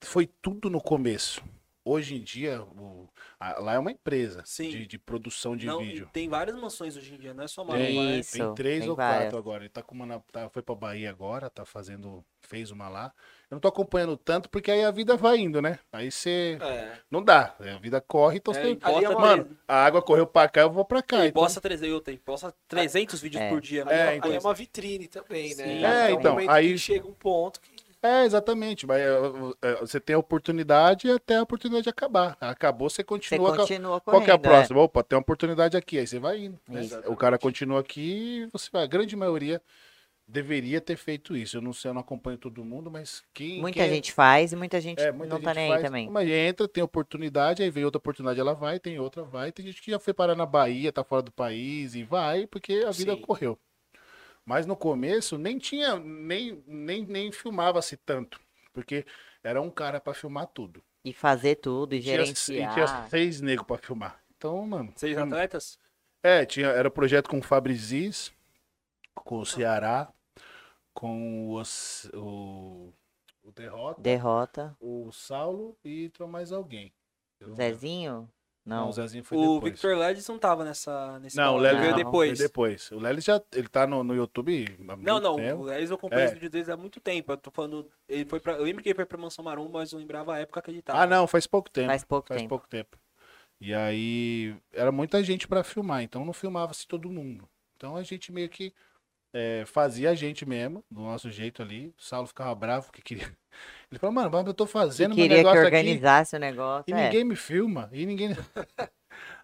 [SPEAKER 3] foi tudo no começo. Hoje em dia, o- a- lá é uma empresa
[SPEAKER 2] Sim.
[SPEAKER 3] De, de produção de
[SPEAKER 2] Não, e
[SPEAKER 3] vídeo.
[SPEAKER 2] tem várias mansões hoje em dia, não é só uma.
[SPEAKER 4] Tem.
[SPEAKER 2] né?
[SPEAKER 4] Isso,
[SPEAKER 3] tem três
[SPEAKER 4] tem
[SPEAKER 3] ou
[SPEAKER 4] várias.
[SPEAKER 3] quatro agora. Ele tá com uma na- tá- foi pra Bahia agora, tá fazendo, fez uma lá. Eu não tô acompanhando tanto, porque aí a vida vai indo, né? Aí você,
[SPEAKER 1] É.
[SPEAKER 3] não dá. A vida corre, então
[SPEAKER 2] É,
[SPEAKER 3] você...
[SPEAKER 2] e bosta
[SPEAKER 1] Ali é uma-
[SPEAKER 3] Mano, a água correu pra cá, eu vou pra cá.
[SPEAKER 2] E
[SPEAKER 3] então-
[SPEAKER 2] posta 300, eu tenho, posta 300 vídeos
[SPEAKER 4] É.
[SPEAKER 2] por dia.
[SPEAKER 1] Ali
[SPEAKER 3] É,
[SPEAKER 1] É,
[SPEAKER 3] então.
[SPEAKER 1] ali é uma vitrine também, né?
[SPEAKER 2] Sim.
[SPEAKER 3] É,
[SPEAKER 1] Tem um
[SPEAKER 3] então,
[SPEAKER 1] momento
[SPEAKER 3] aí-
[SPEAKER 1] que chega um ponto que
[SPEAKER 3] É, exatamente. Mas é, é, você tem a oportunidade até a oportunidade acabar. Acabou, você
[SPEAKER 4] Você
[SPEAKER 3] continua. com a-
[SPEAKER 4] continua correndo.
[SPEAKER 3] Qual que é a
[SPEAKER 4] é.
[SPEAKER 3] próxima? Opa, tem uma oportunidade aqui. Aí você vai indo. né?
[SPEAKER 4] Isso.
[SPEAKER 3] O cara continua aqui e você vai. A grande maioria deveria ter feito isso. Eu não sei, eu não acompanho todo mundo, mas quem.
[SPEAKER 4] Muita
[SPEAKER 3] quem-
[SPEAKER 4] gente faz e muita gente
[SPEAKER 3] É, muita
[SPEAKER 4] não tá
[SPEAKER 3] gente
[SPEAKER 4] nem aí
[SPEAKER 3] faz,
[SPEAKER 4] também.
[SPEAKER 3] Mas entra, tem oportunidade, aí vem outra oportunidade, ela vai, tem outra, vai. Tem gente que já foi parar na Bahia, tá fora do país e vai, porque a vida
[SPEAKER 1] Sim.
[SPEAKER 3] correu. Mas no começo nem tinha, nem, nem, nem filmava-se tanto, porque era um cara pra filmar tudo.
[SPEAKER 4] E fazer tudo, e
[SPEAKER 3] E tinha,
[SPEAKER 4] gerenciar.
[SPEAKER 3] e tinha seis negros pra filmar. Então, mano.
[SPEAKER 2] Seis
[SPEAKER 3] hum,
[SPEAKER 2] atletas?
[SPEAKER 3] é, tinha, era projeto com o Fabriziz, com o Ceará, com o, Os- o, o Derrota,
[SPEAKER 4] Derrota.
[SPEAKER 3] o Saulo e entrou mais alguém. Eu não lembro.
[SPEAKER 4] Zezinho?
[SPEAKER 3] Não,
[SPEAKER 4] Não.
[SPEAKER 3] o Zezinho foi
[SPEAKER 2] O
[SPEAKER 3] depois.
[SPEAKER 2] Victor Ledes não tava nessa, nesse né?
[SPEAKER 3] Não, o
[SPEAKER 2] bolo,
[SPEAKER 3] Lelis
[SPEAKER 2] ele veio
[SPEAKER 4] não,
[SPEAKER 3] Foi
[SPEAKER 2] depois.
[SPEAKER 3] depois. O Lelis já ele tá no, no YouTube há
[SPEAKER 2] Não,
[SPEAKER 3] muito
[SPEAKER 2] não,
[SPEAKER 3] tempo.
[SPEAKER 2] o Lelis eu acompanho
[SPEAKER 3] É.
[SPEAKER 2] os vídeos deles há muito tempo. Eu tô falando. Ele foi pra, eu lembro que ele foi pra Mansão Maromba, mas eu lembrava a época que ele tava.
[SPEAKER 3] Ah, não, faz pouco tempo. Faz,
[SPEAKER 4] Faz pouco tempo.
[SPEAKER 3] pouco tempo. E aí era muita gente pra filmar, então não filmava-se todo mundo. Então a gente meio que é, fazia a gente mesmo, do nosso jeito ali. O Saulo ficava bravo porque queria. Ele falou: "Mano, mas eu tô
[SPEAKER 4] E
[SPEAKER 3] fazendo meu
[SPEAKER 4] queria que
[SPEAKER 3] negócio aqui
[SPEAKER 4] organizasse o negócio.
[SPEAKER 3] E
[SPEAKER 4] é.
[SPEAKER 3] ninguém me filma, e ninguém.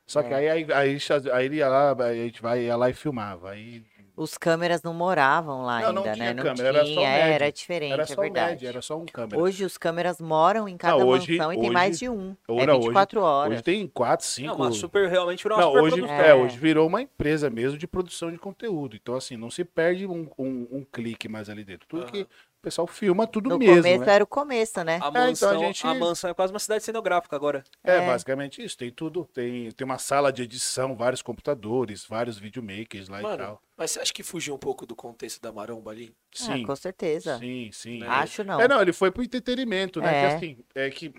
[SPEAKER 3] Só que
[SPEAKER 4] É.
[SPEAKER 3] aí, aí, aí, aí ele ia lá, a gente vai, ia lá e filmava. Aí
[SPEAKER 4] Os câmeras não moravam lá
[SPEAKER 3] Não,
[SPEAKER 4] ainda,
[SPEAKER 3] não
[SPEAKER 4] né?
[SPEAKER 3] tinha
[SPEAKER 4] Não
[SPEAKER 3] câmera, era só
[SPEAKER 4] tinha,
[SPEAKER 3] o médio.
[SPEAKER 4] era diferente,
[SPEAKER 3] era
[SPEAKER 4] é
[SPEAKER 3] só o
[SPEAKER 4] verdade.
[SPEAKER 3] médio, era só um câmera.
[SPEAKER 4] Hoje os câmeras moram em cada
[SPEAKER 3] hoje-
[SPEAKER 4] mansão e tem mais
[SPEAKER 3] hoje-
[SPEAKER 4] de um.
[SPEAKER 3] Ou
[SPEAKER 4] é
[SPEAKER 3] não,
[SPEAKER 4] 24 horas.
[SPEAKER 3] Hoje tem quatro,
[SPEAKER 2] Não,
[SPEAKER 3] cinco.
[SPEAKER 2] uma super realmente virou uma
[SPEAKER 3] Não,
[SPEAKER 2] super
[SPEAKER 3] hoje,
[SPEAKER 2] produção.
[SPEAKER 3] é,
[SPEAKER 4] É.
[SPEAKER 3] hoje virou uma empresa mesmo de produção de conteúdo. Então, assim, não se perde um, um- um clique mais ali dentro. Tudo que o pessoal filma tudo
[SPEAKER 4] No
[SPEAKER 3] mesmo.
[SPEAKER 4] começo
[SPEAKER 3] né?
[SPEAKER 4] era o começo, né?
[SPEAKER 2] A
[SPEAKER 3] então a
[SPEAKER 2] mansão, a,
[SPEAKER 3] gente-
[SPEAKER 2] mansão é quase uma cidade cenográfica agora.
[SPEAKER 3] é...
[SPEAKER 4] é.
[SPEAKER 3] basicamente isso. Tem tudo. Tem, tem uma sala de edição, vários computadores, vários videomakers lá e
[SPEAKER 1] Mano,
[SPEAKER 3] tal.
[SPEAKER 1] mas você acha que fugiu um pouco do contexto da maromba ali?
[SPEAKER 3] Sim,
[SPEAKER 4] Ah, com certeza.
[SPEAKER 3] sim,
[SPEAKER 2] Né?
[SPEAKER 3] sim.
[SPEAKER 4] Acho não.
[SPEAKER 3] É, não, ele foi pro entretenimento, né?
[SPEAKER 4] É.
[SPEAKER 3] Que, assim, é que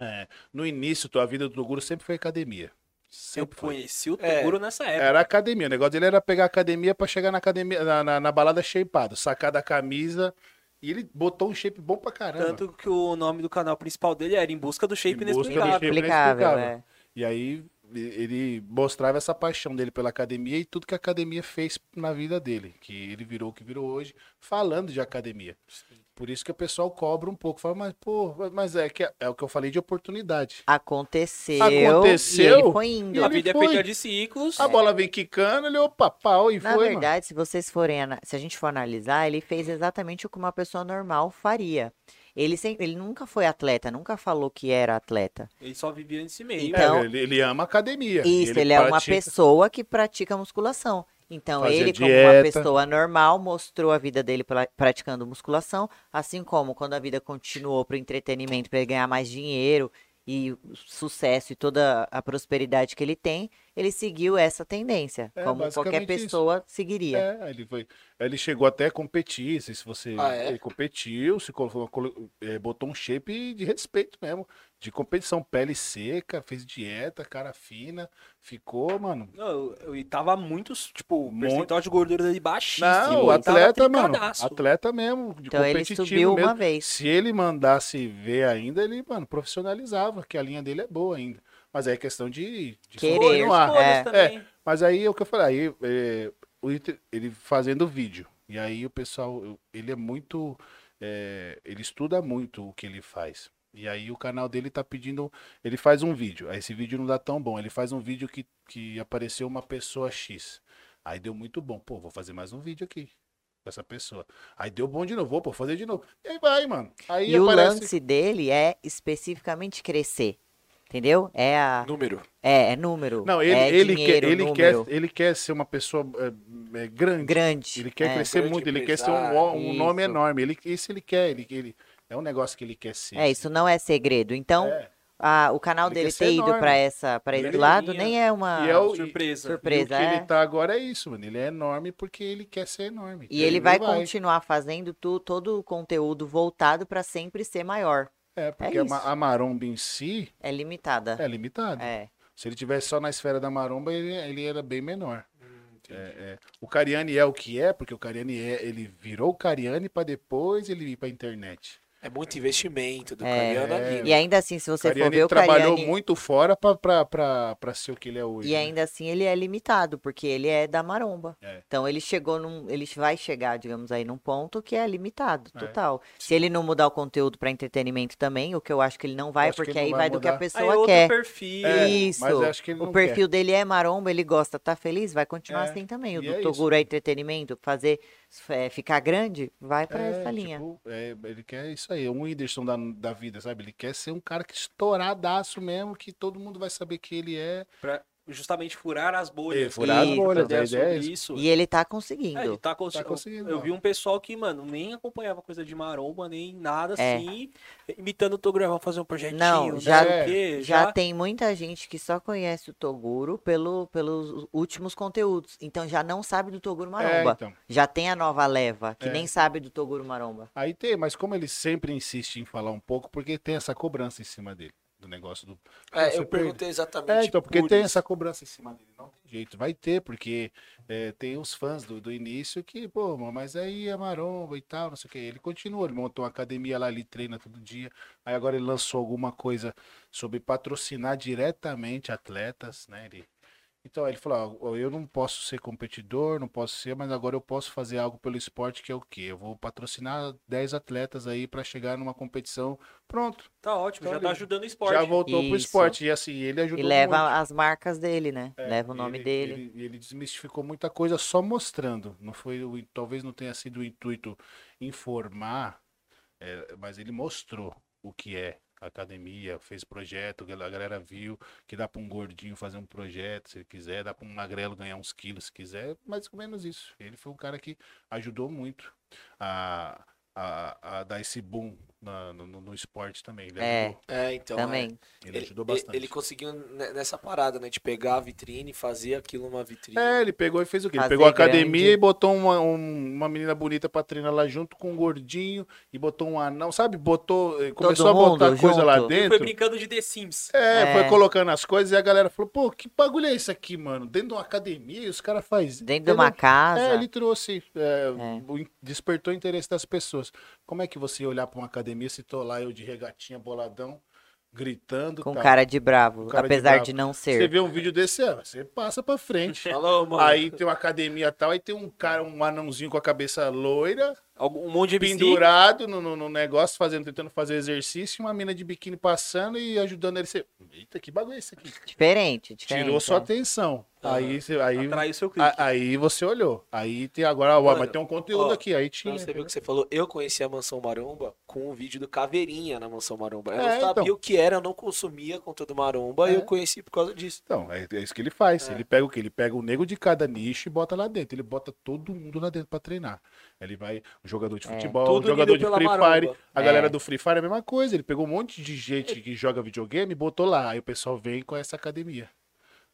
[SPEAKER 3] é, no início, a vida do Toguro sempre foi academia.
[SPEAKER 2] Eu
[SPEAKER 3] Sempre foi.
[SPEAKER 2] conheci o
[SPEAKER 1] É.
[SPEAKER 2] Toguro nessa época.
[SPEAKER 3] Era academia. O negócio dele era pegar a academia pra chegar na academia, na, na- na balada shapeado, sacar da camisa. E ele botou um shape bom pra caramba.
[SPEAKER 2] Tanto que o nome do canal principal dele era Em Busca do Shape
[SPEAKER 3] Em Busca do
[SPEAKER 2] Inexplicável.
[SPEAKER 3] Shape. é
[SPEAKER 4] Explicável,
[SPEAKER 3] inexplicável.
[SPEAKER 4] é.
[SPEAKER 3] E aí e- ele mostrava essa paixão dele pela academia e tudo que a academia fez na vida dele. Que ele virou o que virou hoje, falando de academia. Por isso que o pessoal cobra um pouco. Fala, mas pô, mas é, que é o que eu falei de oportunidade.
[SPEAKER 4] Aconteceu,
[SPEAKER 3] Aconteceu,
[SPEAKER 4] e ele foi indo.
[SPEAKER 3] e
[SPEAKER 2] A
[SPEAKER 3] Ele
[SPEAKER 2] vida é
[SPEAKER 3] foi. Ah.
[SPEAKER 2] feita de ciclos.
[SPEAKER 3] A bola vem quicando, ele, opa, pau, e
[SPEAKER 4] Na
[SPEAKER 3] foi, mano.
[SPEAKER 4] verdade, se vocês forem, ana- se a gente for analisar, ele fez exatamente o que uma pessoa normal faria. Ele, sem- ele nunca foi atleta, nunca falou que era atleta.
[SPEAKER 2] Ele só vivia nesse meio.
[SPEAKER 4] Então-
[SPEAKER 3] É, ele, ele ama a academia.
[SPEAKER 4] Isso, ele, é uma
[SPEAKER 3] pratica-
[SPEAKER 4] pessoa que pratica musculação. Então,
[SPEAKER 3] Fazia
[SPEAKER 4] ele, como uma
[SPEAKER 3] dieta.
[SPEAKER 4] pessoa normal, mostrou a vida dele pra- praticando musculação, assim como quando a vida continuou para o entretenimento, para ele ganhar mais dinheiro e o sucesso e toda a prosperidade que ele tem, ele seguiu essa tendência,
[SPEAKER 3] É,
[SPEAKER 4] como qualquer
[SPEAKER 3] basicamente isso.
[SPEAKER 4] pessoa seguiria.
[SPEAKER 3] É, ele foi. Ele chegou até a competir, não sei se você
[SPEAKER 1] Ah, é?
[SPEAKER 3] ele competiu, se colocou, colo- eh, botou um shape de respeito mesmo, de competição, pele seca, fez dieta, cara fina, ficou, mano.
[SPEAKER 2] Não, eu- eu- e tava muito, tipo, o
[SPEAKER 3] Muito.
[SPEAKER 2] percentual de gordura dele baixíssimo.
[SPEAKER 3] Não,
[SPEAKER 2] Ele tava
[SPEAKER 3] atleta, mano,
[SPEAKER 2] trincadaço.
[SPEAKER 3] atleta mesmo, de
[SPEAKER 4] Então ele
[SPEAKER 3] competitivo
[SPEAKER 4] subiu
[SPEAKER 3] mesmo.
[SPEAKER 4] uma vez.
[SPEAKER 3] Se ele mandasse ver ainda, ele, mano, profissionalizava, que a linha dele é boa ainda. Mas aí é questão de, de
[SPEAKER 4] Querer.
[SPEAKER 2] Escolhas,
[SPEAKER 3] continuar.
[SPEAKER 2] escolhas
[SPEAKER 4] É.
[SPEAKER 2] também.
[SPEAKER 3] Mas aí é o que eu falei, aí, é, o inter- ele fazendo vídeo. E aí o pessoal, eu- ele é muito. é, ele estuda muito o que ele faz. E aí o canal dele tá pedindo. Ele faz um vídeo. Aí esse vídeo não dá tão bom. Ele faz um vídeo que, que apareceu uma pessoa X. Aí deu muito bom. Pô, vou fazer mais um vídeo aqui. Com essa pessoa. Aí deu bom de novo. Vou, pô, fazer de novo. E aí vai, mano. Aí
[SPEAKER 4] E o
[SPEAKER 3] aparece.
[SPEAKER 4] lance dele é especificamente crescer. Entendeu? É, a,
[SPEAKER 1] Número.
[SPEAKER 4] é, é número.
[SPEAKER 3] Não, ele,
[SPEAKER 4] é
[SPEAKER 3] ele,
[SPEAKER 4] dinheiro,
[SPEAKER 3] quer, ele, quer,
[SPEAKER 4] número,
[SPEAKER 3] ele quer ser uma pessoa é, é, grande.
[SPEAKER 4] grande.
[SPEAKER 3] Ele quer
[SPEAKER 4] é.
[SPEAKER 3] crescer
[SPEAKER 1] grande
[SPEAKER 3] muito, ele quer ser um,
[SPEAKER 1] empresário,
[SPEAKER 3] ó- um nome
[SPEAKER 4] isso.
[SPEAKER 3] enorme. Ele, isso ele quer, ele, ele- é um negócio que ele quer ser.
[SPEAKER 4] É, isso não é segredo. Então,
[SPEAKER 3] É.
[SPEAKER 4] a- o canal
[SPEAKER 3] Ele
[SPEAKER 4] dele
[SPEAKER 3] quer ser
[SPEAKER 4] ter ido
[SPEAKER 3] enorme.
[SPEAKER 4] para essa, para esse
[SPEAKER 3] Ele-
[SPEAKER 4] lado nem é uma
[SPEAKER 3] E é o-
[SPEAKER 2] Surpresa.
[SPEAKER 4] surpresa,
[SPEAKER 3] E o que
[SPEAKER 4] é.
[SPEAKER 3] ele tá agora é isso, mano. Ele é enorme porque ele quer ser enorme.
[SPEAKER 4] E ele vai, continuar fazendo tu- todo o conteúdo voltado para sempre ser maior.
[SPEAKER 3] É, porque a ma-
[SPEAKER 4] isso.
[SPEAKER 3] a maromba em si
[SPEAKER 4] É limitada.
[SPEAKER 3] é limitada.
[SPEAKER 4] É.
[SPEAKER 3] Se ele tivesse só na esfera da maromba, ele, ele era bem menor.
[SPEAKER 4] Hum,
[SPEAKER 3] É, é. O Cariani é o que é, porque o Cariani é, ele virou o Cariani pra depois ele ir pra internet.
[SPEAKER 1] É muito investimento do
[SPEAKER 4] É.
[SPEAKER 1] Cariano ali. né?
[SPEAKER 4] E ainda assim, se você for
[SPEAKER 3] Cariani
[SPEAKER 4] ver o
[SPEAKER 3] trabalhou
[SPEAKER 4] Cariani,
[SPEAKER 3] muito fora pra, pra, pra, pra ser o que ele é hoje.
[SPEAKER 4] e
[SPEAKER 3] né?
[SPEAKER 4] ainda assim ele é limitado, porque ele é da maromba.
[SPEAKER 3] É.
[SPEAKER 4] Então ele chegou num, ele vai chegar, digamos aí, num ponto que é limitado,
[SPEAKER 3] É.
[SPEAKER 4] total. Se ele não mudar o conteúdo para entretenimento também, o que eu acho que ele não vai,
[SPEAKER 3] Acho que ele
[SPEAKER 4] porque
[SPEAKER 3] não
[SPEAKER 4] aí
[SPEAKER 3] vai
[SPEAKER 4] vai do que a
[SPEAKER 3] mudar.
[SPEAKER 2] Aí é
[SPEAKER 4] pessoa
[SPEAKER 2] outro
[SPEAKER 4] quer.
[SPEAKER 2] perfil.
[SPEAKER 3] É,
[SPEAKER 4] Isso.
[SPEAKER 3] Mas eu acho que ele
[SPEAKER 4] O
[SPEAKER 3] não
[SPEAKER 4] perfil dele é maromba, ele gosta, tá feliz, vai continuar
[SPEAKER 3] É,
[SPEAKER 4] assim também. O
[SPEAKER 3] e
[SPEAKER 4] do
[SPEAKER 3] é isso.
[SPEAKER 4] Toguro é entretenimento, fazer é, ficar grande, vai
[SPEAKER 3] quer.
[SPEAKER 4] pra
[SPEAKER 3] É,
[SPEAKER 4] essa linha.
[SPEAKER 3] tipo, é, ele quer isso aí, é um Whindersson da, da vida, sabe? Ele quer ser um cara que estouradaço mesmo, que todo mundo vai saber que ele é.
[SPEAKER 2] Justamente furar as bolhas.
[SPEAKER 3] É, furar
[SPEAKER 4] as
[SPEAKER 3] bolhas,
[SPEAKER 2] fazer
[SPEAKER 3] a ideia
[SPEAKER 2] sobre
[SPEAKER 3] é isso.
[SPEAKER 2] isso.
[SPEAKER 4] E ele tá
[SPEAKER 2] É, ele
[SPEAKER 4] conseguindo.
[SPEAKER 2] tá, cons-
[SPEAKER 3] Tá conseguindo,
[SPEAKER 2] Eu,
[SPEAKER 3] ó.
[SPEAKER 2] vi um pessoal que, mano, nem acompanhava coisa de maromba, nem nada
[SPEAKER 4] É.
[SPEAKER 2] assim, imitando o Toguro, vamos fazer um projetinho,
[SPEAKER 4] Não,
[SPEAKER 2] né,
[SPEAKER 4] já-
[SPEAKER 2] sei o
[SPEAKER 3] É,
[SPEAKER 2] quê,
[SPEAKER 4] Já tem muita gente que só conhece o Toguro pelo, pelos últimos conteúdos. Então já não sabe do Toguro
[SPEAKER 3] é
[SPEAKER 4] Maromba.
[SPEAKER 3] então.
[SPEAKER 4] Já tem a nova leva, que
[SPEAKER 3] É.
[SPEAKER 4] nem sabe do Toguro Maromba.
[SPEAKER 3] Aí tem, mas como ele sempre insiste em falar um pouco, porque tem essa cobrança em cima dele, do negócio do.
[SPEAKER 1] É,
[SPEAKER 3] Você
[SPEAKER 1] eu
[SPEAKER 3] perde.
[SPEAKER 1] perguntei exatamente.
[SPEAKER 3] É, então, porque
[SPEAKER 1] por
[SPEAKER 3] tem
[SPEAKER 1] isso.
[SPEAKER 3] essa cobrança em cima dele, não tem jeito. Vai ter, porque é, tem os fãs do, do início que, pô, mas aí é maromba e tal, não sei o que. Ele continua, ele montou uma academia lá, ele treina todo dia. Aí agora ele lançou alguma coisa sobre patrocinar diretamente atletas, né? Ele... Então ele falou, ó, eu não posso ser competidor, não posso ser, mas agora eu posso fazer algo pelo esporte que é o quê? Eu vou patrocinar 10 atletas aí pra chegar numa competição. Pronto,
[SPEAKER 2] Tá ótimo,
[SPEAKER 3] Então
[SPEAKER 2] já
[SPEAKER 3] ele-
[SPEAKER 2] tá ajudando o esporte.
[SPEAKER 3] já voltou pro
[SPEAKER 4] Isso.
[SPEAKER 3] esporte. E assim, ele ajudou
[SPEAKER 4] E leva
[SPEAKER 3] muito.
[SPEAKER 4] as marcas dele, né?
[SPEAKER 3] É,
[SPEAKER 4] leva o nome
[SPEAKER 3] ele-
[SPEAKER 4] dele.
[SPEAKER 3] Ele, ele desmistificou muita coisa só mostrando. Não foi, o- talvez não tenha sido o intuito informar, é, mas ele mostrou o que é a academia, fez projeto, a galera viu que dá pra um gordinho fazer um projeto se ele quiser, dá pra um magrelo ganhar uns quilos se quiser, mais ou menos isso. Ele foi um cara que ajudou muito a, a, a dar esse boom na- no, no- no esporte também. Ele
[SPEAKER 4] É.
[SPEAKER 3] ajudou,
[SPEAKER 1] É, então. é.
[SPEAKER 4] também.
[SPEAKER 3] ele ajudou bastante.
[SPEAKER 1] Ele conseguiu ne- nessa parada, né? De pegar a vitrine e fazer aquilo uma vitrine. Então,
[SPEAKER 3] É, ele pegou e fez o quê? Ele
[SPEAKER 4] Fazer
[SPEAKER 3] pegou a academia
[SPEAKER 4] grande.
[SPEAKER 3] e botou uma, um- uma menina bonita pra treinar lá junto com um gordinho e botou um anão, sabe? Botou, eh, começou a
[SPEAKER 4] mundo
[SPEAKER 3] botar coisa lá
[SPEAKER 4] junto.
[SPEAKER 2] Foi
[SPEAKER 3] dentro.
[SPEAKER 2] brincando de The Sims.
[SPEAKER 3] É,
[SPEAKER 4] É.
[SPEAKER 3] foi colocando as coisas e a galera falou: pô, que bagulho é isso aqui, mano? Dentro de uma academia e os caras fazem.
[SPEAKER 4] Dentro de uma casa.
[SPEAKER 3] É, ele trouxe, é,
[SPEAKER 4] É.
[SPEAKER 3] o in- despertou o interesse das pessoas. Como é que você ia olhar pra uma academia se tô lá eu de regatinha, boladão, gritando?
[SPEAKER 4] Com
[SPEAKER 3] tal?
[SPEAKER 4] cara de bravo,
[SPEAKER 3] Com cara de
[SPEAKER 4] apesar de,
[SPEAKER 3] bravo.
[SPEAKER 4] não ser.
[SPEAKER 3] Você vê um vídeo desse, ah, você passa pra frente.
[SPEAKER 1] Alô, mano.
[SPEAKER 3] Aí tem uma academia tal, aí tem um cara, um anãozinho com a cabeça loira,
[SPEAKER 2] Algum- Um monte de MC.
[SPEAKER 3] pendurado no, no- no negócio, fazendo, tentando fazer exercício, e uma mina de biquíni passando e ajudando ele. Você, eita, que bagulho é isso aqui?
[SPEAKER 4] Diferente, diferente.
[SPEAKER 1] então.
[SPEAKER 3] Tirou sua
[SPEAKER 4] é.
[SPEAKER 3] atenção. Aí, você- aí, Ah,
[SPEAKER 2] Atraiu seu clique.
[SPEAKER 3] a- aí você olhou. Aí tem agora, ó,
[SPEAKER 1] Mano,
[SPEAKER 3] mas tem um conteúdo
[SPEAKER 1] ó,
[SPEAKER 3] aqui. Aí
[SPEAKER 1] Então,
[SPEAKER 3] tinha. né?
[SPEAKER 1] você viu o que você falou? Eu conheci a Mansão Maromba com um vídeo do Caveirinha na Mansão Maromba. Eu
[SPEAKER 3] É,
[SPEAKER 1] não sabia
[SPEAKER 3] então.
[SPEAKER 1] o que era, eu não consumia conteúdo Maromba e
[SPEAKER 3] É.
[SPEAKER 1] eu conheci por causa disso.
[SPEAKER 3] Então, é, é isso que ele faz.
[SPEAKER 1] É.
[SPEAKER 3] Ele pega o quê? Ele pega o nego de cada nicho e bota lá dentro. Ele bota todo mundo lá dentro pra treinar. Ele vai, o jogador de futebol, o
[SPEAKER 1] É, Tudo
[SPEAKER 3] jogador
[SPEAKER 1] unido
[SPEAKER 3] de
[SPEAKER 1] pela
[SPEAKER 3] Free
[SPEAKER 1] maromba.
[SPEAKER 3] Fire, a galera
[SPEAKER 4] É.
[SPEAKER 3] do Free Fire é a mesma coisa. Ele pegou um monte de gente que joga videogame e botou lá. Aí o pessoal vem com essa academia.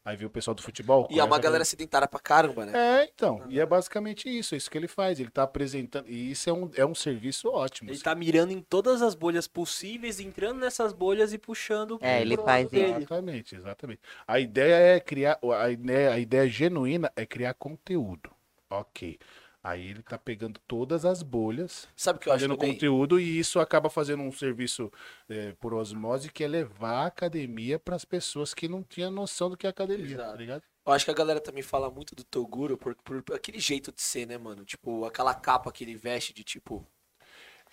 [SPEAKER 3] Aí viu o pessoal do futebol.
[SPEAKER 1] E é uma
[SPEAKER 3] conhece a
[SPEAKER 1] galera sedentária pra caramba, né?
[SPEAKER 3] É, então. E é basicamente isso. É isso que ele faz. Ele tá apresentando. E isso é um, é um serviço ótimo.
[SPEAKER 2] Ele tá mirando em todas as bolhas possíveis, entrando nessas bolhas e puxando
[SPEAKER 4] É, ele
[SPEAKER 2] pro lado
[SPEAKER 4] faz isso.
[SPEAKER 2] dele.
[SPEAKER 3] Exatamente, exatamente. A ideia é criar, a ideia, a ideia genuína é criar conteúdo. Ok. Aí ele tá pegando todas as bolhas,
[SPEAKER 1] Sabe o que eu acho
[SPEAKER 3] fazendo
[SPEAKER 1] também?
[SPEAKER 3] conteúdo e isso acaba fazendo um serviço eh, por osmose que é levar a academia para as pessoas que não tinham noção do que é academia,
[SPEAKER 1] Exato.
[SPEAKER 3] tá ligado?
[SPEAKER 1] Eu acho que a galera também fala muito do Toguro por, por aquele jeito de ser, né, mano? Tipo, aquela capa que ele veste de tipo.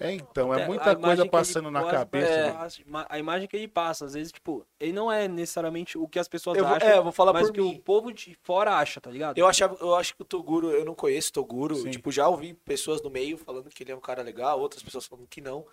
[SPEAKER 3] É, então,
[SPEAKER 2] A
[SPEAKER 3] é muita
[SPEAKER 2] imagem que
[SPEAKER 3] coisa
[SPEAKER 2] ele
[SPEAKER 3] passando na
[SPEAKER 2] quase-
[SPEAKER 3] cabeça.
[SPEAKER 2] é,
[SPEAKER 3] né?
[SPEAKER 2] a- A imagem que ele passa, às vezes, tipo, ele não é necessariamente o que as pessoas
[SPEAKER 1] Eu vou,
[SPEAKER 2] acham,
[SPEAKER 1] é, eu vou falar
[SPEAKER 2] mas o
[SPEAKER 1] por
[SPEAKER 2] que
[SPEAKER 1] mim.
[SPEAKER 2] o povo de fora acha, tá ligado?
[SPEAKER 1] Eu, achava, eu acho que o Toguro, eu não conheço o Toguro.
[SPEAKER 3] Sim.
[SPEAKER 1] Tipo, já ouvi pessoas no meio falando que ele é um cara legal, outras pessoas falando que não.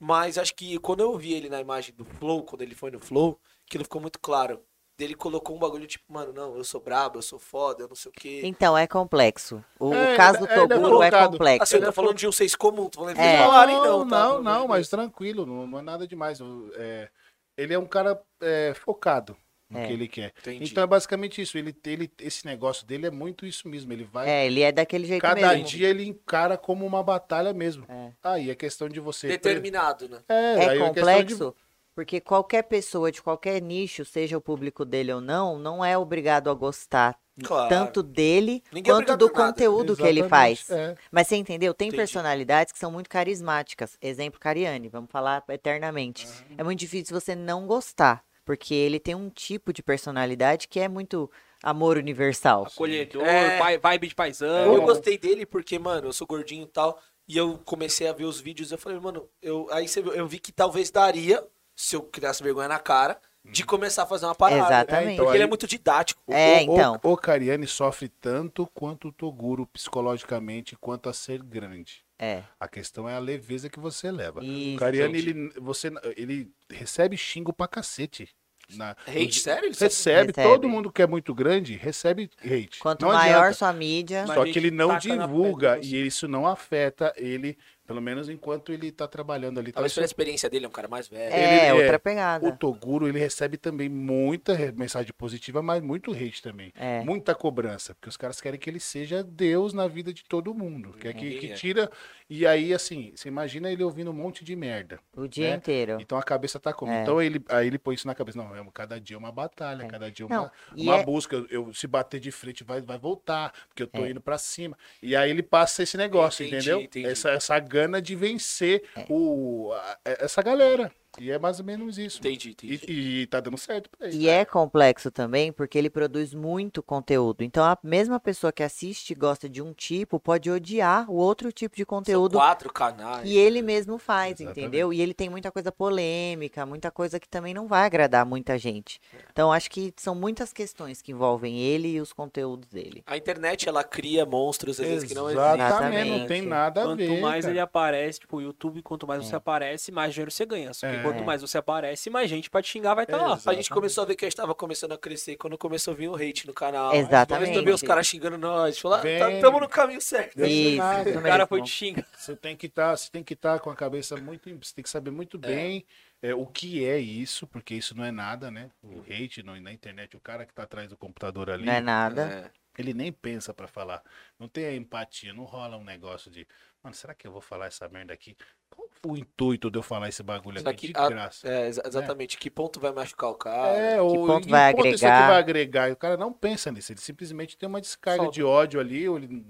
[SPEAKER 1] Mas acho que quando eu vi ele na imagem do Flow, quando ele foi no Flow, aquilo ficou muito claro. Ele colocou um bagulho tipo, mano, não, eu sou brabo, eu sou foda, eu não sei o quê.
[SPEAKER 4] Então, é complexo. O, o
[SPEAKER 3] É, ele-
[SPEAKER 4] caso
[SPEAKER 3] é, ele é
[SPEAKER 4] Toguro é,
[SPEAKER 3] colocado.
[SPEAKER 1] Assim,
[SPEAKER 4] complexo.
[SPEAKER 1] eu tô falando de um seis comum, tô falando de
[SPEAKER 4] É.
[SPEAKER 1] vocês falarem, não,
[SPEAKER 3] Não,
[SPEAKER 1] tá?
[SPEAKER 3] não, não, mas tranquilo, não, não é nada demais. Eu, é, ele é um cara é, focado no
[SPEAKER 4] É.
[SPEAKER 3] que ele quer.
[SPEAKER 1] Entendi.
[SPEAKER 3] Então é basicamente isso. Ele, ele, esse negócio dele é muito isso mesmo. Ele vai.
[SPEAKER 4] É, ele é daquele jeito
[SPEAKER 3] cada
[SPEAKER 4] mesmo.
[SPEAKER 3] dia ele encara como uma batalha mesmo.
[SPEAKER 4] É.
[SPEAKER 3] Aí é questão de você.
[SPEAKER 1] Determinado, né?
[SPEAKER 3] É,
[SPEAKER 4] É
[SPEAKER 3] aí é questão de-
[SPEAKER 4] complexo, porque qualquer pessoa de qualquer nicho, seja o público dele ou não, não é obrigado a gostar
[SPEAKER 1] Claro.
[SPEAKER 4] Tanto dele
[SPEAKER 1] Ninguém é
[SPEAKER 4] quanto
[SPEAKER 1] obrigado
[SPEAKER 4] do
[SPEAKER 1] por nada.
[SPEAKER 4] conteúdo que ele
[SPEAKER 3] Exatamente,
[SPEAKER 4] faz.
[SPEAKER 3] é.
[SPEAKER 4] Mas você entendeu? Tem
[SPEAKER 1] Entendi.
[SPEAKER 4] personalidades que são muito carismáticas. Exemplo, Cariani, vamos falar eternamente. É muito difícil você não gostar, porque ele tem um tipo de personalidade que é muito amor universal.
[SPEAKER 2] Acolhedor,
[SPEAKER 1] É.
[SPEAKER 2] pai- vibe de
[SPEAKER 3] É,
[SPEAKER 2] paisão.
[SPEAKER 1] Eu gostei dele porque, mano, eu sou gordinho e tal. E eu comecei a ver os vídeos. Eu falei, mano, eu, aí você, viu, eu vi que talvez daria, se eu criasse vergonha na cara, de começar a fazer uma parada.
[SPEAKER 3] né?
[SPEAKER 4] Exatamente.
[SPEAKER 1] Porque ele é
[SPEAKER 3] aí-
[SPEAKER 1] muito didático.
[SPEAKER 4] É,
[SPEAKER 3] O- o-
[SPEAKER 4] então.
[SPEAKER 3] O Cariani sofre tanto quanto o Toguro psicologicamente, quanto a ser grande.
[SPEAKER 4] É.
[SPEAKER 3] A questão é a leveza que você leva.
[SPEAKER 4] Isso.
[SPEAKER 3] o Cariani, ele, você, ele recebe xingo pra cacete. Na,
[SPEAKER 1] Hate, sério? Ele sabe-
[SPEAKER 3] recebe,
[SPEAKER 4] Recebe.
[SPEAKER 3] todo mundo que é muito grande recebe hate.
[SPEAKER 4] Quanto
[SPEAKER 3] Não
[SPEAKER 4] maior
[SPEAKER 3] adianta.
[SPEAKER 4] sua mídia,
[SPEAKER 2] Mas-
[SPEAKER 3] Só
[SPEAKER 2] a
[SPEAKER 3] que ele
[SPEAKER 2] gente
[SPEAKER 3] não
[SPEAKER 2] taca na
[SPEAKER 3] divulga
[SPEAKER 2] pedra,
[SPEAKER 3] e isso não afeta ele, pelo menos enquanto ele tá trabalhando ali. Então,
[SPEAKER 1] Talvez
[SPEAKER 3] isso-
[SPEAKER 1] pela experiência dele, é um cara mais velho.
[SPEAKER 4] é
[SPEAKER 3] ele-
[SPEAKER 4] outra
[SPEAKER 3] é,
[SPEAKER 4] pegada.
[SPEAKER 3] o Toguro, ele recebe também muita re- mensagem positiva, mas muito hate também.
[SPEAKER 4] É.
[SPEAKER 3] Muita cobrança, porque os caras querem que ele seja Deus na vida de todo mundo. Quer que, que tira. E aí, assim, você imagina ele ouvindo um monte de merda.
[SPEAKER 4] O dia
[SPEAKER 3] né?
[SPEAKER 4] inteiro.
[SPEAKER 3] Então a cabeça tá como?
[SPEAKER 4] É.
[SPEAKER 3] Então ele, aí ele põe isso na cabeça. Não, é um- cada dia é uma batalha,
[SPEAKER 4] É.
[SPEAKER 3] cada dia é uma,
[SPEAKER 4] Não, e
[SPEAKER 3] uma
[SPEAKER 4] é-
[SPEAKER 3] busca. Eu, eu- se bater de frente, vai, vai voltar, porque eu tô
[SPEAKER 4] É.
[SPEAKER 3] indo pra cima. E aí ele passa esse negócio,
[SPEAKER 1] Entendi,
[SPEAKER 3] entendeu?
[SPEAKER 1] entendi.
[SPEAKER 3] Essa, essa gana de vencer
[SPEAKER 4] É.
[SPEAKER 3] o, a- essa galera. E é mais ou menos isso.
[SPEAKER 1] Entendi, entendi.
[SPEAKER 3] E, e tá dando certo pra ele.
[SPEAKER 4] E é complexo também, porque ele produz muito conteúdo. Então, a mesma pessoa que assiste e gosta de um tipo pode odiar o outro tipo de
[SPEAKER 1] São
[SPEAKER 4] conteúdo
[SPEAKER 1] quatro canais.
[SPEAKER 4] que ele mesmo faz,
[SPEAKER 3] né? Exatamente.
[SPEAKER 4] entendeu? E ele tem muita coisa polêmica, muita coisa que também não vai agradar muita gente. Então, acho que são muitas questões que envolvem ele e os conteúdos dele.
[SPEAKER 1] A internet, ela cria monstros, às vezes, que não existem.
[SPEAKER 3] Exatamente, não tem
[SPEAKER 4] Exatamente.
[SPEAKER 3] nada a
[SPEAKER 2] Quanto
[SPEAKER 3] ver.
[SPEAKER 2] mais
[SPEAKER 3] cara.
[SPEAKER 2] ele aparece, tipo, o YouTube, quanto mais você aparece, mais dinheiro você ganha. Só que
[SPEAKER 3] É.
[SPEAKER 2] quanto mais você aparece, mais gente pra te xingar vai estar lá.
[SPEAKER 1] A gente começou a ver que a gente tava começando a crescer quando começou a vir o hate no canal.
[SPEAKER 4] Exatamente.
[SPEAKER 1] Depois também os caras xingando nós. Falar,
[SPEAKER 3] Vem.
[SPEAKER 1] tá, tamo no caminho certo.
[SPEAKER 3] Deve ser
[SPEAKER 4] Isso,
[SPEAKER 3] nada.
[SPEAKER 4] isso
[SPEAKER 2] Tipo, O cara
[SPEAKER 4] mesmo.
[SPEAKER 2] foi te xingar.
[SPEAKER 3] Você tem que estar, você tem que estar com a cabeça muito, em- você tem que saber muito bem é, o que é isso, porque isso não é nada, né? O hate no- na internet, o cara que tá atrás do computador ali,
[SPEAKER 4] Não é nada.
[SPEAKER 3] ele nem pensa pra falar. Não tem a empatia, não rola um negócio de, mano, será que eu vou falar essa merda aqui? Qual foi o intuito de eu falar esse bagulho
[SPEAKER 1] Será
[SPEAKER 3] aqui
[SPEAKER 1] que
[SPEAKER 3] de
[SPEAKER 1] a-
[SPEAKER 3] graça?
[SPEAKER 1] É, exa- exatamente. Que ponto vai machucar o cara?
[SPEAKER 3] É,
[SPEAKER 4] que
[SPEAKER 3] ou
[SPEAKER 4] ponto
[SPEAKER 3] em
[SPEAKER 4] vai
[SPEAKER 3] isso aqui
[SPEAKER 4] agregar?
[SPEAKER 3] vai agregar? E o cara não pensa nisso, ele simplesmente tem uma descarga de ódio ali. ou ele-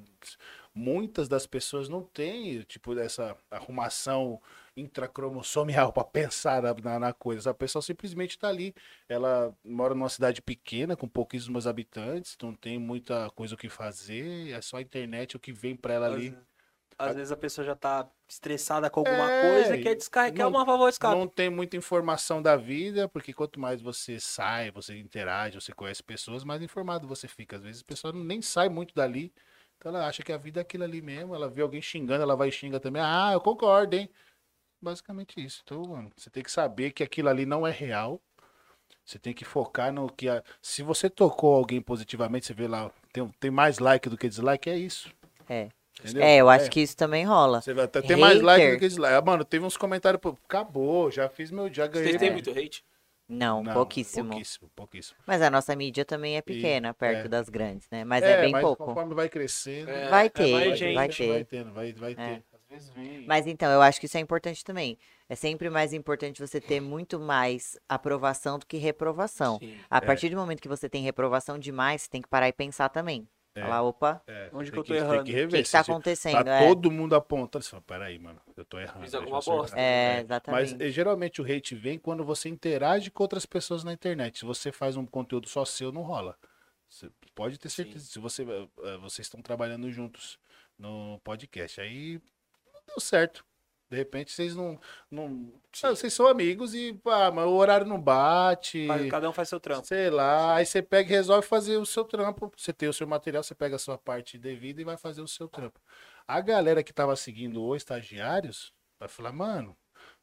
[SPEAKER 3] Muitas das pessoas não têm, tipo, essa arrumação intracromossomial para pensar na- na, na coisa. A pessoa simplesmente tá ali. Ela mora numa cidade pequena, com pouquíssimos habitantes, então não tem muita coisa o que fazer, é só a internet o que vem para ela ali.
[SPEAKER 2] Às vezes a pessoa já tá estressada com alguma
[SPEAKER 3] É,
[SPEAKER 2] coisa e quer descarregar
[SPEAKER 3] não-
[SPEAKER 2] uma válvula de escape.
[SPEAKER 3] Não tem muita informação da vida, porque quanto mais você sai, você interage, você conhece pessoas, mais informado você fica. Às vezes a pessoa nem sai muito dali. Então ela acha que a vida é aquilo ali mesmo. Ela vê alguém xingando, ela vai e xinga também. Ah, eu concordo, hein? Basicamente isso. Então, mano, você tem que saber que aquilo ali não é real. Você tem que focar no que. a- Se você tocou alguém positivamente, você vê lá, tem, um, tem mais like do que dislike, é isso.
[SPEAKER 4] É.
[SPEAKER 3] Entendeu?
[SPEAKER 4] É, eu acho que isso também rola.
[SPEAKER 3] Você vai até ter mais like do
[SPEAKER 4] Hater.
[SPEAKER 3] que dislike. Ah, Mano, teve uns comentários, pô, acabou, já fiz meu, já ganhei.
[SPEAKER 1] Vocês têm
[SPEAKER 3] meu-
[SPEAKER 1] muito hate?
[SPEAKER 4] Não,
[SPEAKER 3] Não,
[SPEAKER 4] Um pouquíssimo.
[SPEAKER 3] Pouquíssimo, pouquíssimo.
[SPEAKER 4] Mas a nossa mídia também é pequena, perto
[SPEAKER 3] é.
[SPEAKER 4] das grandes, né? Mas é, bem pouco.
[SPEAKER 3] conforme vai crescendo,
[SPEAKER 1] É,
[SPEAKER 4] Vai
[SPEAKER 2] é,
[SPEAKER 4] ter,
[SPEAKER 2] vai
[SPEAKER 4] vai,
[SPEAKER 2] gente,
[SPEAKER 4] ter.
[SPEAKER 3] vai tendo, vai, vai ter. Às vezes vem.
[SPEAKER 4] É. Mas então, eu acho que isso é importante também. É sempre mais importante você ter muito mais aprovação do que reprovação.
[SPEAKER 1] Sim.
[SPEAKER 3] É.
[SPEAKER 4] A partir do momento que você tem reprovação demais, você tem que parar e pensar também. Falar, opa,
[SPEAKER 3] É,
[SPEAKER 2] Onde
[SPEAKER 3] você
[SPEAKER 2] que eu tô
[SPEAKER 3] tem Tem
[SPEAKER 2] errando?
[SPEAKER 3] que
[SPEAKER 4] o que
[SPEAKER 3] rever.
[SPEAKER 4] está
[SPEAKER 3] se- se
[SPEAKER 4] acontecendo?
[SPEAKER 3] Tá
[SPEAKER 4] é,
[SPEAKER 3] todo mundo apontando. Você fala, peraí, mano, eu tô errando.
[SPEAKER 1] Fiz
[SPEAKER 3] deixa eu
[SPEAKER 1] alguma
[SPEAKER 3] acertar."
[SPEAKER 1] bosta.
[SPEAKER 4] é,
[SPEAKER 3] Mas
[SPEAKER 4] exatamente.
[SPEAKER 3] eh, geralmente o hate vem quando você interage com outras pessoas na internet. Se você faz um conteúdo só seu, não rola. Você pode ter certeza. Se você, eh, vocês estão trabalhando juntos no podcast, aí não deu certo. De repente vocês não. não Ah, vocês são amigos e pá, mas o horário não bate.
[SPEAKER 2] Mas Cada um faz seu trampo.
[SPEAKER 3] Sei lá, aí você pega e resolve fazer o seu trampo. Você tem o seu material, você pega a sua parte devida e vai fazer o seu trampo. A galera que tava seguindo os estagiários vai falar, mano,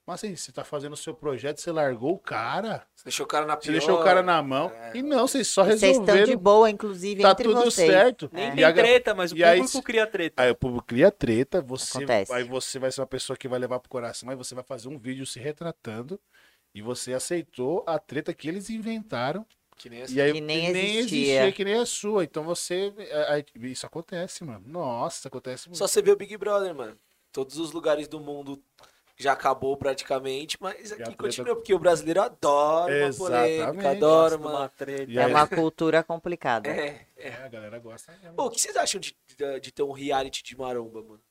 [SPEAKER 3] mas assim, você tá fazendo o seu projeto, você largou o cara,
[SPEAKER 1] Você deixou o cara na
[SPEAKER 3] você
[SPEAKER 1] pior.
[SPEAKER 3] deixou o cara na mão.
[SPEAKER 2] é.
[SPEAKER 3] E não, vocês só
[SPEAKER 4] Vocês estão de
[SPEAKER 3] resolveram.
[SPEAKER 4] boa, inclusive,
[SPEAKER 3] Tá
[SPEAKER 4] entre
[SPEAKER 3] tudo
[SPEAKER 4] vocês.
[SPEAKER 3] certo.
[SPEAKER 2] Nem
[SPEAKER 4] É.
[SPEAKER 3] E a
[SPEAKER 2] tem
[SPEAKER 3] ga-
[SPEAKER 2] treta, mas o
[SPEAKER 3] e aí-
[SPEAKER 2] público cria treta.
[SPEAKER 3] Aí o público cria treta, você,
[SPEAKER 4] Acontece.
[SPEAKER 3] aí você vai ser uma pessoa que vai levar pro coração, aí você vai fazer um vídeo se retratando e você aceitou a treta que eles inventaram
[SPEAKER 1] Que nem
[SPEAKER 3] E aí,
[SPEAKER 4] Que nem
[SPEAKER 3] e
[SPEAKER 4] existia.
[SPEAKER 3] que nem a sua. Então você. a- a- Isso acontece, mano. Nossa, acontece muito.
[SPEAKER 1] Só você vê o Big Brother, mano. Todos os lugares do mundo Já acabou praticamente, mas aqui
[SPEAKER 3] a treta-
[SPEAKER 1] continua, porque o brasileiro adora uma
[SPEAKER 3] Exatamente.
[SPEAKER 1] polêmica, adora uma...
[SPEAKER 3] E
[SPEAKER 4] é
[SPEAKER 3] aí-
[SPEAKER 4] uma cultura complicada.
[SPEAKER 1] É,
[SPEAKER 5] É, a galera gosta. né?
[SPEAKER 1] Pô, o que vocês acham de, de- de ter um reality de maromba, mano?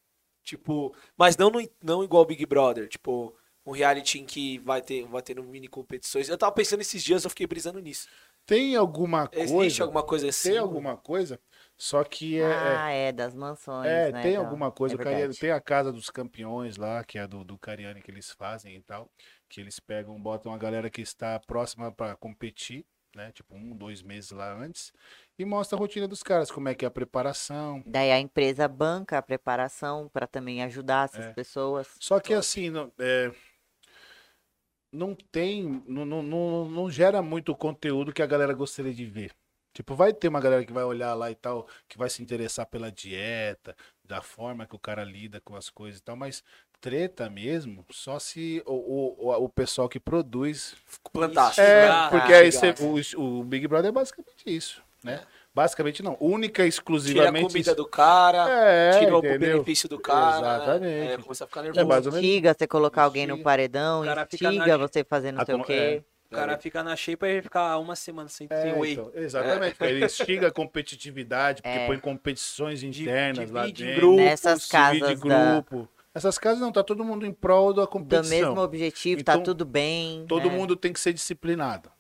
[SPEAKER 1] Tipo, mas não, no- não igual Big Brother, tipo, um reality em que vai ter, vai ter mini competições. Eu tava pensando esses dias, eu fiquei brisando nisso.
[SPEAKER 3] Tem alguma
[SPEAKER 1] Existe
[SPEAKER 3] coisa.
[SPEAKER 1] alguma coisa assim?
[SPEAKER 3] Tem alguma coisa, só que é. é-
[SPEAKER 4] Ah, é, das mansões,
[SPEAKER 3] É,
[SPEAKER 4] né?
[SPEAKER 3] tem
[SPEAKER 4] então,
[SPEAKER 3] alguma coisa.
[SPEAKER 4] é
[SPEAKER 3] o Cariani-
[SPEAKER 4] verdade.
[SPEAKER 3] tem a casa dos campeões lá, que é do, do Cariani que eles fazem e tal. Que eles pegam, botam a galera que está próxima para competir, né? Tipo, um, dois meses lá antes. E mostra a rotina dos caras, como é que é a preparação.
[SPEAKER 4] Daí a empresa banca a preparação para também ajudar essas
[SPEAKER 3] É.
[SPEAKER 4] pessoas.
[SPEAKER 3] Só que assim, não, é, não tem, não, não, não, não gera muito conteúdo que a galera gostaria de ver. Tipo, vai ter uma galera que vai olhar lá e tal, que vai se interessar pela dieta, da forma que o cara lida com as coisas e tal, mas treta mesmo, só se o, o, o- o pessoal que produz.
[SPEAKER 1] Fantástico.
[SPEAKER 3] É,
[SPEAKER 1] né?
[SPEAKER 3] porque aí você-
[SPEAKER 1] Fantástico.
[SPEAKER 3] o, o Big Brother é basicamente isso, né? Basicamente não, única
[SPEAKER 1] É. Tira
[SPEAKER 3] e
[SPEAKER 1] a
[SPEAKER 3] exclusivamente.
[SPEAKER 1] comida
[SPEAKER 3] isso.
[SPEAKER 1] do cara,
[SPEAKER 3] É,
[SPEAKER 1] tira o
[SPEAKER 3] entendeu?
[SPEAKER 1] benefício do cara.
[SPEAKER 3] Exatamente.
[SPEAKER 1] Né? É, começa a ficar
[SPEAKER 3] É, mais
[SPEAKER 1] nervoso.
[SPEAKER 3] ou menos.
[SPEAKER 4] Instiga você colocar alguém no
[SPEAKER 3] Instiga.
[SPEAKER 4] paredão,
[SPEAKER 2] O cara fica
[SPEAKER 4] instiga
[SPEAKER 2] na-
[SPEAKER 4] você fazer não
[SPEAKER 3] A
[SPEAKER 4] sei o
[SPEAKER 3] com-
[SPEAKER 4] quê.
[SPEAKER 2] O cara fica na shape e ficar uma semana sem,
[SPEAKER 3] É,
[SPEAKER 2] sem whey.
[SPEAKER 3] então, exatamente. Ele instiga a competitividade, porque põe competições internas lá
[SPEAKER 2] divide em
[SPEAKER 3] dentro.
[SPEAKER 2] grupos,
[SPEAKER 4] Nessas
[SPEAKER 3] divide
[SPEAKER 4] casas da-
[SPEAKER 3] grupo. Essas casas não, tá todo mundo em prol da
[SPEAKER 4] Do
[SPEAKER 3] competição.
[SPEAKER 4] mesmo objetivo, tá
[SPEAKER 3] Então,
[SPEAKER 4] tudo bem.
[SPEAKER 3] Todo
[SPEAKER 1] É.
[SPEAKER 4] né?
[SPEAKER 3] mundo tem que ser disciplinado.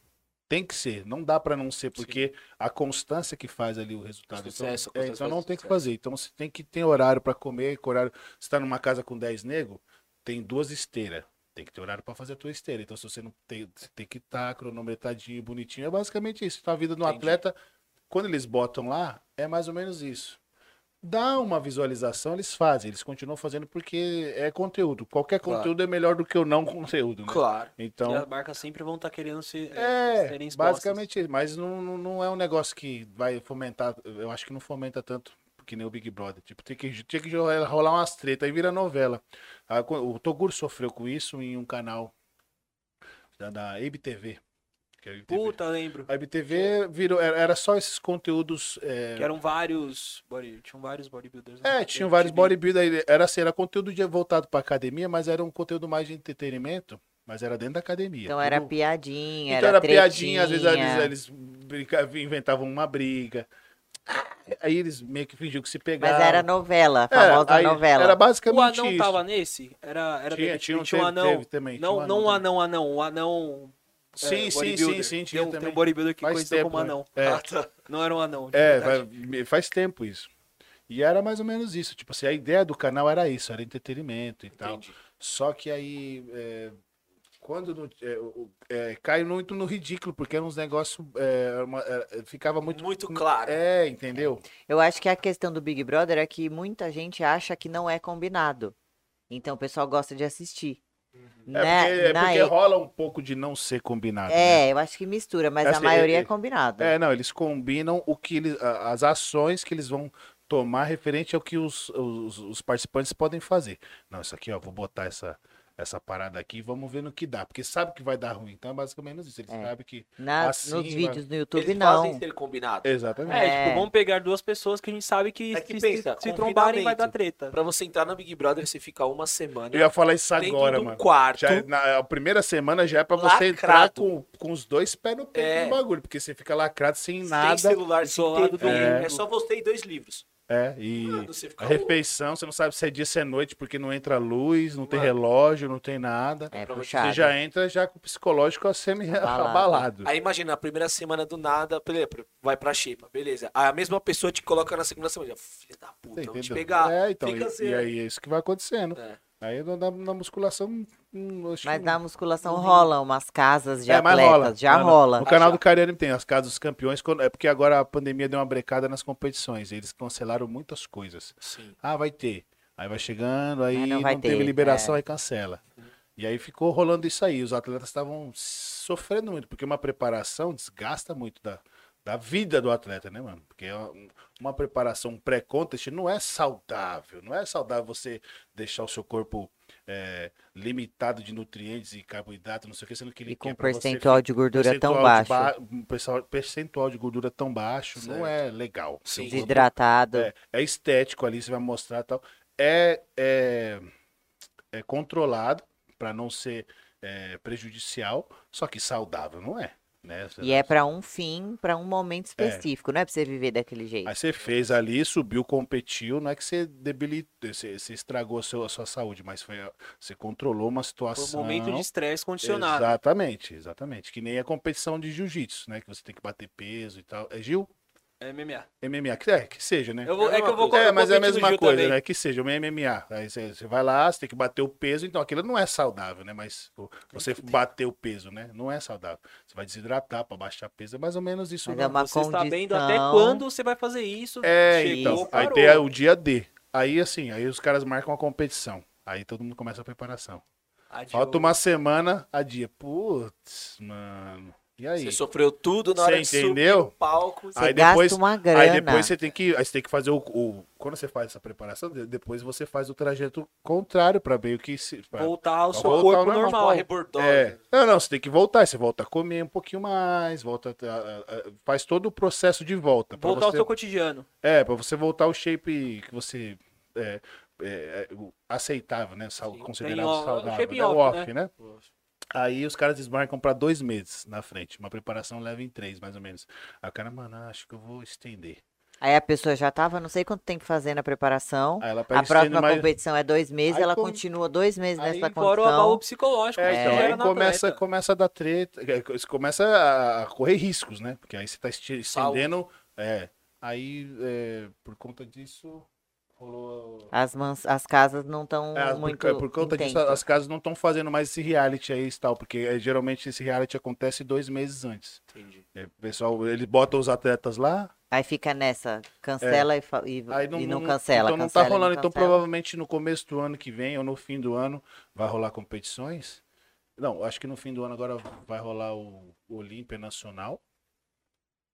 [SPEAKER 3] Tem que ser, não dá pra não ser, porque a constância que faz ali o resultado.
[SPEAKER 1] O sucesso, a
[SPEAKER 3] então, é,
[SPEAKER 1] constância
[SPEAKER 3] então
[SPEAKER 1] faz
[SPEAKER 3] não
[SPEAKER 1] o
[SPEAKER 3] tem que
[SPEAKER 1] sucesso.
[SPEAKER 3] fazer. Então você tem que ter horário pra comer, que horário. Você tá numa casa com 10 negros, tem duas esteiras. Tem que ter horário pra fazer a tua esteira. Então se você não tem, você tem que estar cronometradinho, bonitinho, é basicamente isso. Então a vida do
[SPEAKER 1] Entendi.
[SPEAKER 3] atleta, quando eles botam lá, é mais ou menos isso. Dá uma visualização, eles fazem, eles continuam fazendo porque é conteúdo. Qualquer
[SPEAKER 1] Claro.
[SPEAKER 3] conteúdo é melhor do que o não conteúdo. Né?
[SPEAKER 1] Claro.
[SPEAKER 3] Então,
[SPEAKER 2] E as marcas sempre vão estar querendo se,
[SPEAKER 3] é,
[SPEAKER 2] serem expostas.
[SPEAKER 3] basicamente isso. Mas não, não, não é um negócio que vai fomentar. Eu acho que não fomenta tanto que nem o Big Brother. Tipo, tem que, tinha que rolar rolar umas tretas e vira novela. Ah, co- O Toguro sofreu com isso em um canal da, da IBTV. que é a IBTV.
[SPEAKER 2] Puta, lembro.
[SPEAKER 3] A IBTV virou, era era só esses conteúdos. É,
[SPEAKER 2] Que eram vários. Body, tinham vários bodybuilders. Tipo,
[SPEAKER 3] é, tinham vários bodybuilders. Era assim, era conteúdo de- voltado pra academia, mas era um conteúdo mais de entretenimento. Mas era dentro da academia.
[SPEAKER 4] Então era
[SPEAKER 3] Tudo-
[SPEAKER 4] piadinha,
[SPEAKER 3] Então
[SPEAKER 4] era,
[SPEAKER 3] era piadinha, às vezes
[SPEAKER 4] tretinha.
[SPEAKER 3] eles, eles brincavam, inventavam uma briga. Aí eles meio que fingiam que se pegavam.
[SPEAKER 4] Mas era novela, a
[SPEAKER 3] ah, É,
[SPEAKER 4] famosa
[SPEAKER 3] aí
[SPEAKER 4] novela.
[SPEAKER 3] Era
[SPEAKER 2] O
[SPEAKER 3] basicamente
[SPEAKER 2] anão
[SPEAKER 3] isso.
[SPEAKER 2] tava nesse? Era, era
[SPEAKER 3] Tinha,
[SPEAKER 2] dele, tipo,
[SPEAKER 3] tinha, um,
[SPEAKER 2] tinha
[SPEAKER 3] teve-
[SPEAKER 2] anão.
[SPEAKER 3] teve também. tinha
[SPEAKER 2] Não, não um
[SPEAKER 3] também.
[SPEAKER 2] anão, anão. O anão. é,
[SPEAKER 3] Sim, sim,
[SPEAKER 2] bodybuilder.
[SPEAKER 3] sim, sim,
[SPEAKER 2] Tem
[SPEAKER 3] tinha
[SPEAKER 2] um, tem
[SPEAKER 3] também.
[SPEAKER 2] um bodybuilder que
[SPEAKER 3] Faz
[SPEAKER 2] conheceu
[SPEAKER 3] tempo,
[SPEAKER 2] como
[SPEAKER 3] né?
[SPEAKER 2] anão.
[SPEAKER 3] É.
[SPEAKER 2] Ah, tá. Não era um anão. de
[SPEAKER 3] É,
[SPEAKER 2] verdade.
[SPEAKER 3] vai- faz tempo isso. E era mais ou menos isso. Tipo assim, a ideia do canal era isso, era entretenimento e tal.
[SPEAKER 1] Entendi.
[SPEAKER 3] Só que aí. é, quando não- é, o- é, cai muito no ridículo, porque era uns negócios. é, uma- é, ficava muito.
[SPEAKER 1] Muito, claro.
[SPEAKER 3] É, entendeu?
[SPEAKER 4] Eu acho que a questão do Big Brother é que muita gente acha que não é combinado. Então o pessoal gosta de assistir.
[SPEAKER 3] É
[SPEAKER 4] Na-
[SPEAKER 3] porque, é
[SPEAKER 4] na
[SPEAKER 3] porque
[SPEAKER 4] Né? e-
[SPEAKER 3] rola um pouco de não ser combinado. né?
[SPEAKER 4] É, eu acho que mistura, mas a
[SPEAKER 3] Assim,
[SPEAKER 4] maioria
[SPEAKER 3] é-
[SPEAKER 4] é combinado.
[SPEAKER 3] É, não, eles combinam o que eles, a- as ações que eles vão tomar referente ao que os, os, os participantes podem fazer. Não, isso aqui, ó, vou botar essa, essa parada aqui e vamos ver no que dá. Porque sabe que vai dar ruim, então é basicamente isso. Eles
[SPEAKER 4] É.
[SPEAKER 3] sabem que.
[SPEAKER 4] Na-
[SPEAKER 3] assim,
[SPEAKER 4] nos
[SPEAKER 3] mas-
[SPEAKER 4] vídeos no YouTube,
[SPEAKER 1] Eles
[SPEAKER 4] não.
[SPEAKER 1] fazem ser combinado.
[SPEAKER 3] Exatamente.
[SPEAKER 2] É,
[SPEAKER 4] É.
[SPEAKER 2] tipo, vamos pegar duas pessoas que a gente sabe que,
[SPEAKER 1] É que
[SPEAKER 2] se,
[SPEAKER 1] pensa,
[SPEAKER 2] se trombarem vai dar
[SPEAKER 1] confinamento.
[SPEAKER 2] treta.
[SPEAKER 1] Pra você entrar na Big Brother, você fica uma semana
[SPEAKER 3] Eu ia falar isso
[SPEAKER 1] É, dentro
[SPEAKER 3] agora,
[SPEAKER 1] de um
[SPEAKER 3] mano.
[SPEAKER 1] quarto.
[SPEAKER 3] Já, é, na a primeira semana já é pra você entrar
[SPEAKER 1] Lacrado.
[SPEAKER 3] com, com os dois pés no peito
[SPEAKER 1] É.
[SPEAKER 3] do bagulho, porque você fica lacrado sem
[SPEAKER 1] Sem
[SPEAKER 3] nada.
[SPEAKER 1] celular, sem
[SPEAKER 2] isolado
[SPEAKER 1] TV.
[SPEAKER 2] do
[SPEAKER 1] É.
[SPEAKER 2] mundo.
[SPEAKER 1] só você e dois livros.
[SPEAKER 3] É, e.
[SPEAKER 1] Mano, você fica
[SPEAKER 3] A refeição, você não sabe se é dia, se é noite, porque não entra luz, não tem
[SPEAKER 1] Mano.
[SPEAKER 3] relógio, não tem nada.
[SPEAKER 4] É
[SPEAKER 1] Pra você
[SPEAKER 4] puxado.
[SPEAKER 3] Você já entra já com o psicológico
[SPEAKER 4] Abalado.
[SPEAKER 3] semi-abalado.
[SPEAKER 1] um. Aí imagina, a primeira semana do nada, pele- vai pra xepa, beleza. Aí a mesma pessoa te coloca na segunda semana. já, Filha da puta, vou te pegar.
[SPEAKER 3] É, então,
[SPEAKER 1] Fica
[SPEAKER 3] e,
[SPEAKER 1] assim,
[SPEAKER 3] e
[SPEAKER 1] né?
[SPEAKER 3] aí é isso que vai acontecendo.
[SPEAKER 1] É.
[SPEAKER 3] Aí na, na- na musculação, hum, acho
[SPEAKER 4] Mas
[SPEAKER 3] que
[SPEAKER 4] na musculação rola umas casas de
[SPEAKER 3] É, mas
[SPEAKER 4] atletas, já
[SPEAKER 3] Não, não.
[SPEAKER 4] rola.
[SPEAKER 3] No canal
[SPEAKER 1] Ah, já.
[SPEAKER 3] do Cariani tem as casas dos campeões, quando- é porque agora a pandemia deu uma brecada nas competições, eles cancelaram muitas coisas.
[SPEAKER 1] Sim.
[SPEAKER 3] Ah, vai ter. Aí vai chegando, aí
[SPEAKER 4] Aí
[SPEAKER 3] não,
[SPEAKER 4] Ah, não vai
[SPEAKER 3] teve
[SPEAKER 4] ter, é.
[SPEAKER 3] liberação, aí cancela. E aí ficou rolando isso aí. Os atletas estavam sofrendo muito, porque uma preparação desgasta muito da, da vida do atleta, né, mano? Porque é um- uma preparação um pré-contest não é saudável. Não é saudável você deixar o seu corpo é, limitado de nutrientes e carboidrato, não sei o que, sendo que ele
[SPEAKER 4] E com
[SPEAKER 3] quer
[SPEAKER 4] um
[SPEAKER 3] pra você
[SPEAKER 4] percentual de gordura tão
[SPEAKER 3] percentual de
[SPEAKER 4] baixo,
[SPEAKER 3] ba- um percentual- percentual de gordura tão baixo não é legal.
[SPEAKER 1] Sim.
[SPEAKER 3] Seu corpo-
[SPEAKER 6] Então
[SPEAKER 4] desidratado.
[SPEAKER 3] é, é estético ali, você vai mostrar e tal. É, é, é controlado, para não ser é, prejudicial, só que saudável não é, né? Você-
[SPEAKER 4] E é pra um fim, pra um momento específico, não é pra você viver daquele jeito.
[SPEAKER 3] Aí você fez ali, subiu, competiu, não é que você debilitou, você, você estragou a sua, a sua saúde, mas foi, você controlou uma
[SPEAKER 6] Foi um
[SPEAKER 3] situação.
[SPEAKER 6] momento de estresse condicionado.
[SPEAKER 3] Exatamente, exatamente. Que nem a competição de jiu-jitsu, né? Que você tem que bater peso e tal. É Gil?
[SPEAKER 2] É MMA.
[SPEAKER 3] MMA, que, é, que seja, né?
[SPEAKER 2] Eu vou- é que eu vou
[SPEAKER 3] É,
[SPEAKER 2] eu
[SPEAKER 3] mas
[SPEAKER 2] competi
[SPEAKER 3] é a
[SPEAKER 2] no
[SPEAKER 3] mesma
[SPEAKER 2] Gil
[SPEAKER 3] coisa,
[SPEAKER 2] também.
[SPEAKER 3] né? Que seja, uma MMA. Aí você, você vai lá, você tem que bater o peso, então aquilo não é saudável, né? Mas pô, você bater o peso, né? Não é saudável. Você vai desidratar para baixar peso, é mais ou menos isso.
[SPEAKER 4] Mas
[SPEAKER 3] né?
[SPEAKER 4] é uma
[SPEAKER 2] Você está vendo
[SPEAKER 4] condição.
[SPEAKER 2] até quando você vai fazer isso.
[SPEAKER 3] É,
[SPEAKER 4] Chegou,
[SPEAKER 3] então. Aí
[SPEAKER 2] parou.
[SPEAKER 3] tem a- o dia D. Aí assim, aí os caras marcam a competição. Aí todo mundo começa a preparação.
[SPEAKER 2] Adiou.
[SPEAKER 3] Falta uma semana, a dia. Putz, mano. E aí?
[SPEAKER 1] Você sofreu tudo na hora
[SPEAKER 3] Você
[SPEAKER 1] de subir
[SPEAKER 3] entendeu?
[SPEAKER 1] no palco.
[SPEAKER 4] Você
[SPEAKER 3] Aí
[SPEAKER 4] gasta
[SPEAKER 3] depois-
[SPEAKER 4] uma grana.
[SPEAKER 3] Aí depois você tem que, aí você tem que fazer o, o- quando você faz essa preparação, de- depois você faz o trajeto contrário pra meio que se pra-
[SPEAKER 2] Voltar ao seu
[SPEAKER 3] Então, Voltar ao
[SPEAKER 2] corpo
[SPEAKER 3] normal.
[SPEAKER 2] normal.
[SPEAKER 1] Uma rebordona.
[SPEAKER 2] né?
[SPEAKER 3] é. Não, não, você tem que voltar, aí você volta a comer um pouquinho mais, volta a- a- a- faz todo o processo de volta pra
[SPEAKER 2] Voltar ao
[SPEAKER 3] você-
[SPEAKER 2] seu cotidiano.
[SPEAKER 3] é, pra você voltar ao shape que você é, é, é, o aceitável, né, sal,
[SPEAKER 2] Sim,
[SPEAKER 3] considerado
[SPEAKER 2] tem o- o
[SPEAKER 3] saudável,
[SPEAKER 2] shape
[SPEAKER 3] né? o
[SPEAKER 2] off,
[SPEAKER 3] off, né? Aí os caras desmarcam pra dois meses na frente. Uma preparação leva em três, mais ou menos. Aí o cara, mano, acho que eu vou estender.
[SPEAKER 4] Aí a pessoa já tava não sei quanto tempo fazendo a preparação.
[SPEAKER 3] Aí ela pega
[SPEAKER 4] A próxima
[SPEAKER 3] estende mais-
[SPEAKER 4] competição é dois meses,
[SPEAKER 3] Aí
[SPEAKER 4] ela
[SPEAKER 3] com-
[SPEAKER 4] continua dois meses
[SPEAKER 3] aí
[SPEAKER 4] nessa
[SPEAKER 2] Fora o abalo
[SPEAKER 4] condição.
[SPEAKER 2] psicológico.
[SPEAKER 3] É,
[SPEAKER 2] que
[SPEAKER 3] então,
[SPEAKER 2] gera
[SPEAKER 3] aí
[SPEAKER 2] na
[SPEAKER 3] começa,
[SPEAKER 2] atleta.
[SPEAKER 3] começa a dar treta, é, co- você começa a- a correr riscos, né? Porque aí você tá esti-
[SPEAKER 1] Saúde.
[SPEAKER 3] estendendo, é, aí é, por conta disso rolou...
[SPEAKER 4] As, mans- as casas não estão
[SPEAKER 3] É, por-
[SPEAKER 4] muito.
[SPEAKER 3] é, por, conta disso,
[SPEAKER 4] intensas.
[SPEAKER 3] as casas não estão fazendo mais esse reality aí e tal, porque é, geralmente esse reality acontece dois meses antes.
[SPEAKER 1] Entendi.
[SPEAKER 3] É, o pessoal, ele bota os atletas lá,
[SPEAKER 4] Aí fica nessa, cancela e, fa- e,
[SPEAKER 3] É. aí
[SPEAKER 4] e
[SPEAKER 3] não,
[SPEAKER 4] não, cancela.
[SPEAKER 3] Então não
[SPEAKER 4] cancela
[SPEAKER 3] tá
[SPEAKER 4] e não
[SPEAKER 3] rolando, então
[SPEAKER 4] cancela.
[SPEAKER 3] provavelmente no começo do ano que vem ou no fim do ano vai rolar competições. Não, acho que no fim do ano agora vai rolar o Olímpia Nacional,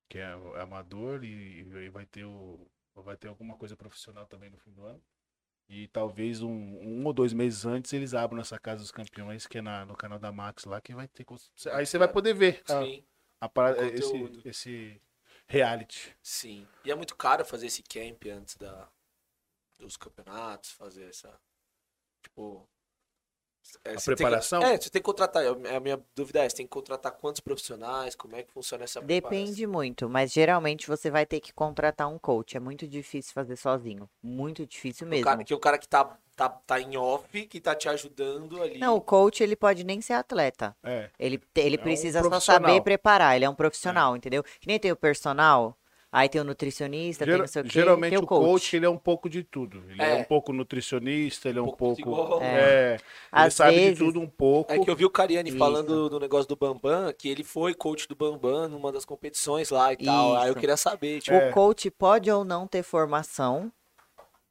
[SPEAKER 3] que é o- é amador e, e vai ter o vai ter alguma coisa profissional também no fim do ano. E talvez um, um ou dois meses antes eles abram essa casa dos campeões que é na- no canal da Max lá que vai ter cons- aí você vai poder ver a-
[SPEAKER 1] Sim,
[SPEAKER 3] a parada- esse,
[SPEAKER 1] Conteúdo.
[SPEAKER 3] esse reality.
[SPEAKER 1] sim. E é muito caro fazer esse camp antes da, dos campeonatos, fazer essa. Tipo. é,
[SPEAKER 3] A
[SPEAKER 1] você tem que-
[SPEAKER 3] preparação?
[SPEAKER 1] é, você tem que contratar. A minha dúvida é: você tem que contratar quantos profissionais? Como é que funciona essa
[SPEAKER 4] Depende muito, mas geralmente você vai ter que contratar um coach. É muito difícil fazer sozinho. Muito difícil
[SPEAKER 1] O
[SPEAKER 4] mesmo.
[SPEAKER 1] cara, que o cara que tá, tá, tá em off, que tá te ajudando ali.
[SPEAKER 4] Não, o coach ele pode nem ser atleta.
[SPEAKER 3] É.
[SPEAKER 4] Ele, te- ele
[SPEAKER 3] É um
[SPEAKER 4] precisa só
[SPEAKER 3] profissional.
[SPEAKER 4] saber preparar. Ele é um profissional, entendeu? Que nem tem o personal, aí tem o nutricionista, tem
[SPEAKER 3] Gera-
[SPEAKER 4] não sei o quê,
[SPEAKER 3] geralmente
[SPEAKER 4] tem
[SPEAKER 3] o coach, ele é um pouco de tudo. Ele é,
[SPEAKER 1] É.
[SPEAKER 3] um pouco nutricionista, ele é um, pouco.
[SPEAKER 1] psicólogo.
[SPEAKER 3] É. ele
[SPEAKER 4] Às
[SPEAKER 3] sabe
[SPEAKER 4] vezes-
[SPEAKER 3] de tudo um pouco.
[SPEAKER 1] É que eu vi o Cariani
[SPEAKER 4] Isso.
[SPEAKER 1] falando do negócio do Bambam, que ele foi coach do Bambam numa das competições lá e tal. Aí eu
[SPEAKER 4] Isso.
[SPEAKER 1] queria saber, tipo,
[SPEAKER 4] O coach pode ou não ter formação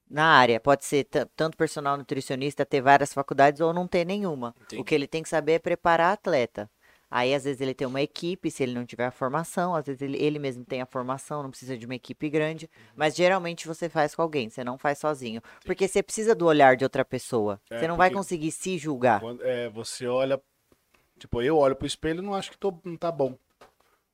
[SPEAKER 4] na área. Pode ser ta- tanto personal nutricionista, ter várias faculdades ou não ter nenhuma.
[SPEAKER 1] Entendi.
[SPEAKER 4] O que ele tem que saber é preparar atleta. Aí, às vezes, ele tem uma equipe, se ele não tiver a formação, às vezes ele, ele mesmo tem a formação, não precisa de uma equipe grande.
[SPEAKER 3] Uhum.
[SPEAKER 4] Mas geralmente você faz com alguém, você não faz sozinho. Porque você precisa do olhar de outra pessoa.
[SPEAKER 3] É,
[SPEAKER 4] você não vai
[SPEAKER 3] porque-
[SPEAKER 4] conseguir se julgar.
[SPEAKER 3] Quando- é, você olha. Tipo, eu olho pro espelho e não acho que tô, não tá bom.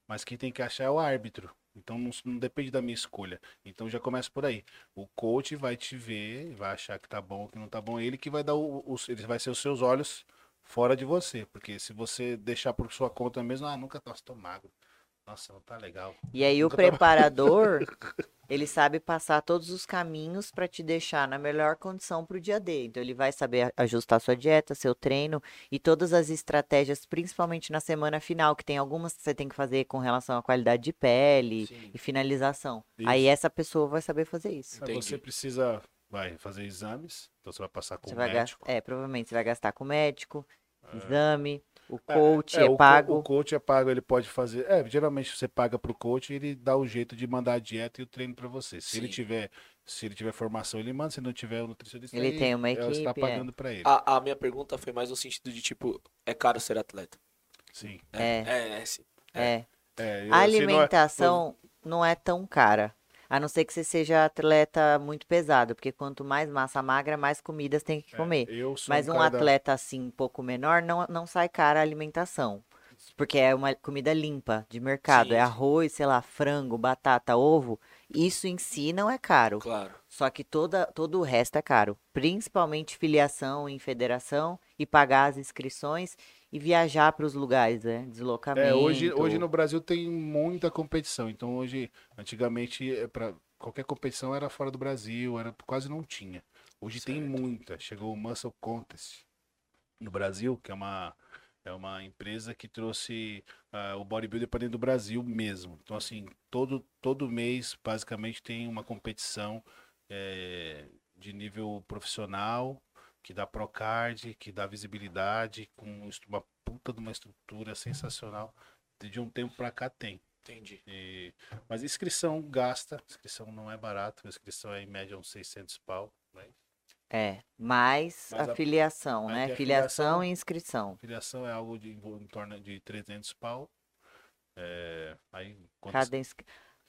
[SPEAKER 3] Mas quem tem que achar é o árbitro. Então não, não depende da minha escolha. Então já começa por aí. O coach vai te ver, vai achar que tá bom ou que não tá bom. Ele que vai dar o, o- os- ele vai ser os seus olhos fora de você. Porque se você deixar por sua conta mesmo, ah, nunca nossa, tô magro. Nossa, não tá legal.
[SPEAKER 4] E aí o
[SPEAKER 3] Nunca tava-
[SPEAKER 4] preparador, ele sabe passar todos os caminhos para te deixar na melhor condição para o dia D. Então ele vai saber a- ajustar sua dieta, seu treino e todas as estratégias, principalmente na semana final, que tem algumas que você tem que fazer com relação à qualidade de pele
[SPEAKER 1] Sim.
[SPEAKER 4] e finalização. Aí
[SPEAKER 3] Isso. É,
[SPEAKER 4] essa pessoa vai saber fazer isso.
[SPEAKER 3] Aí
[SPEAKER 1] Entendi.
[SPEAKER 3] Você precisa vai fazer exames, então você vai passar com
[SPEAKER 4] Você
[SPEAKER 3] o
[SPEAKER 4] vai gastar,
[SPEAKER 3] médico.
[SPEAKER 4] é, provavelmente você vai gastar com o médico, exame, o coach
[SPEAKER 3] É,
[SPEAKER 4] é,
[SPEAKER 3] o co-
[SPEAKER 4] pago.
[SPEAKER 3] O coach é pago, ele pode fazer. É, geralmente você paga pro coach e ele dá o jeito de mandar a dieta e o treino para você. Se ele
[SPEAKER 1] Sim.
[SPEAKER 3] tiver, se ele tiver formação, ele manda, se não tiver o nutricionista,
[SPEAKER 4] Ele tem uma
[SPEAKER 3] é, você tá
[SPEAKER 4] equipe, é.
[SPEAKER 3] pagando pra ele.
[SPEAKER 1] a, a minha pergunta foi mais no sentido de, tipo, é caro ser atleta.
[SPEAKER 3] Sim.
[SPEAKER 4] É.
[SPEAKER 1] É, é, sim.
[SPEAKER 4] é.
[SPEAKER 3] É, eu- se não
[SPEAKER 4] A
[SPEAKER 3] é-
[SPEAKER 4] alimentação não é tão cara. A não ser que você seja atleta muito pesado, porque quanto mais massa magra, mais comidas tem que
[SPEAKER 3] é,
[SPEAKER 4] comer.
[SPEAKER 3] eu sou
[SPEAKER 4] Mas um
[SPEAKER 3] cara da-
[SPEAKER 4] atleta assim, um pouco menor, não, não sai cara a alimentação. Porque é uma comida limpa, de mercado.
[SPEAKER 1] Sim,
[SPEAKER 4] É
[SPEAKER 1] sim.
[SPEAKER 4] arroz, sei lá, frango, batata, ovo. Isso em si não é caro.
[SPEAKER 1] Claro.
[SPEAKER 4] Só que toda, todo o resto é caro, principalmente filiação em federação e pagar as inscrições e viajar para os lugares, né? Deslocamento.
[SPEAKER 3] É, hoje, hoje no Brasil tem muita competição. Então hoje, antigamente, é pra, qualquer competição era fora do Brasil, era quase não tinha. Hoje tem muita. Chegou o Muscle Contest no Brasil, que é uma, é uma empresa que trouxe ah, o bodybuilder para dentro do Brasil mesmo. Então, assim, todo, todo mês, basicamente, tem uma competição eh, de nível profissional, que dá procard, que dá visibilidade, com estru- uma puta de uma estrutura sensacional. De um tempo para cá tem.
[SPEAKER 1] Entendi.
[SPEAKER 3] E- Mas inscrição gasta, inscrição não é barato, inscrição é em média uns 600 pau, né?
[SPEAKER 4] É, mais
[SPEAKER 3] Mas a-
[SPEAKER 4] afiliação,
[SPEAKER 3] aí
[SPEAKER 4] né?
[SPEAKER 3] tem a
[SPEAKER 4] Filiação
[SPEAKER 3] filiação.
[SPEAKER 4] e inscrição.
[SPEAKER 3] Filiação é algo de, em vol- em torno de 300 pau. É, aí, quando
[SPEAKER 4] Cada inscri-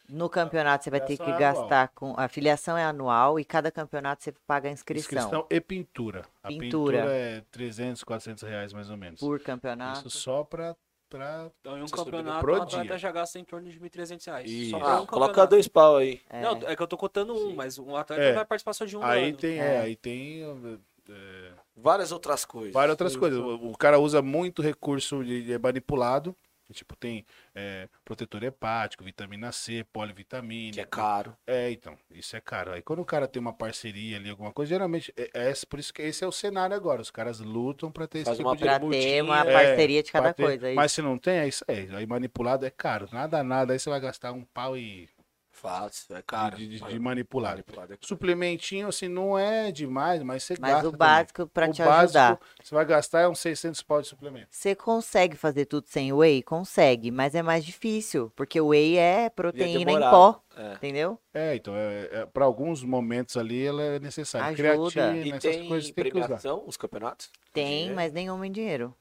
[SPEAKER 4] No campeonato você vai ter que
[SPEAKER 3] filiação é anual.
[SPEAKER 4] gastar com. A filiação é anual e cada campeonato você paga a inscrição,
[SPEAKER 3] inscrição e pintura. A
[SPEAKER 4] Pintura.
[SPEAKER 3] pintura é 300, 400 reais mais ou menos.
[SPEAKER 4] por campeonato.
[SPEAKER 3] Isso só pra, pra
[SPEAKER 2] Então, em um
[SPEAKER 1] Você
[SPEAKER 2] campeonato,
[SPEAKER 3] subiu
[SPEAKER 2] o
[SPEAKER 3] pro
[SPEAKER 2] atleta
[SPEAKER 3] dia.
[SPEAKER 2] já gasta em torno de 1.300 reais.
[SPEAKER 3] Isso.
[SPEAKER 2] Só pra
[SPEAKER 1] Ah,
[SPEAKER 2] um
[SPEAKER 1] coloca
[SPEAKER 2] campeonato.
[SPEAKER 1] dois pau aí.
[SPEAKER 4] É,
[SPEAKER 2] Não, é que eu tô contando um, mas um atleta
[SPEAKER 3] É.
[SPEAKER 2] vai participar só de um
[SPEAKER 3] Aí
[SPEAKER 2] ano.
[SPEAKER 3] tem,
[SPEAKER 4] É.
[SPEAKER 3] é, aí tem uh,
[SPEAKER 1] Várias outras coisas.
[SPEAKER 3] várias outras coisas. O, o cara usa muito recurso de, de manipulado. Tipo, tem é, protetor hepático, vitamina C, polivitamina.
[SPEAKER 1] Que é caro.
[SPEAKER 3] É, então, isso é caro. Aí quando o cara tem uma parceria ali, alguma coisa, geralmente, é, é esse- por isso que esse é o cenário agora. Os caras lutam pra ter esse
[SPEAKER 1] Faz
[SPEAKER 3] tipo
[SPEAKER 1] uma
[SPEAKER 3] de
[SPEAKER 4] Pra ter
[SPEAKER 1] multinha,
[SPEAKER 4] uma
[SPEAKER 1] é,
[SPEAKER 4] parceria de cada
[SPEAKER 3] pra ter.
[SPEAKER 4] coisa.
[SPEAKER 3] Mas se não tem, é isso aí. Aí manipulado é caro. Nada, nada. Aí você vai gastar um pau e
[SPEAKER 1] Fácil, é caro.
[SPEAKER 3] de, de- de manipulado.
[SPEAKER 1] Manipulado é caro.
[SPEAKER 3] Suplementinho, assim, não é demais, mas você
[SPEAKER 4] Mas
[SPEAKER 3] gasta.
[SPEAKER 4] o
[SPEAKER 3] também.
[SPEAKER 4] básico pra
[SPEAKER 3] O
[SPEAKER 4] te
[SPEAKER 3] básico,
[SPEAKER 4] ajudar.
[SPEAKER 3] Você vai gastar é uns 600 pau de suplemento.
[SPEAKER 4] Você consegue fazer tudo sem whey? Consegue, mas é mais difícil, porque o whey é proteína em
[SPEAKER 1] demorado,
[SPEAKER 4] pó,
[SPEAKER 1] é.
[SPEAKER 4] entendeu?
[SPEAKER 3] É, então, é, para alguns momentos ali ela é necessária.
[SPEAKER 4] Ajuda.
[SPEAKER 3] Creatina,
[SPEAKER 1] E
[SPEAKER 3] essas
[SPEAKER 1] tem
[SPEAKER 3] coisas tem que usar.
[SPEAKER 1] premiação, os campeonatos?
[SPEAKER 4] Tem,
[SPEAKER 1] É.
[SPEAKER 4] mas nenhuma em dinheiro.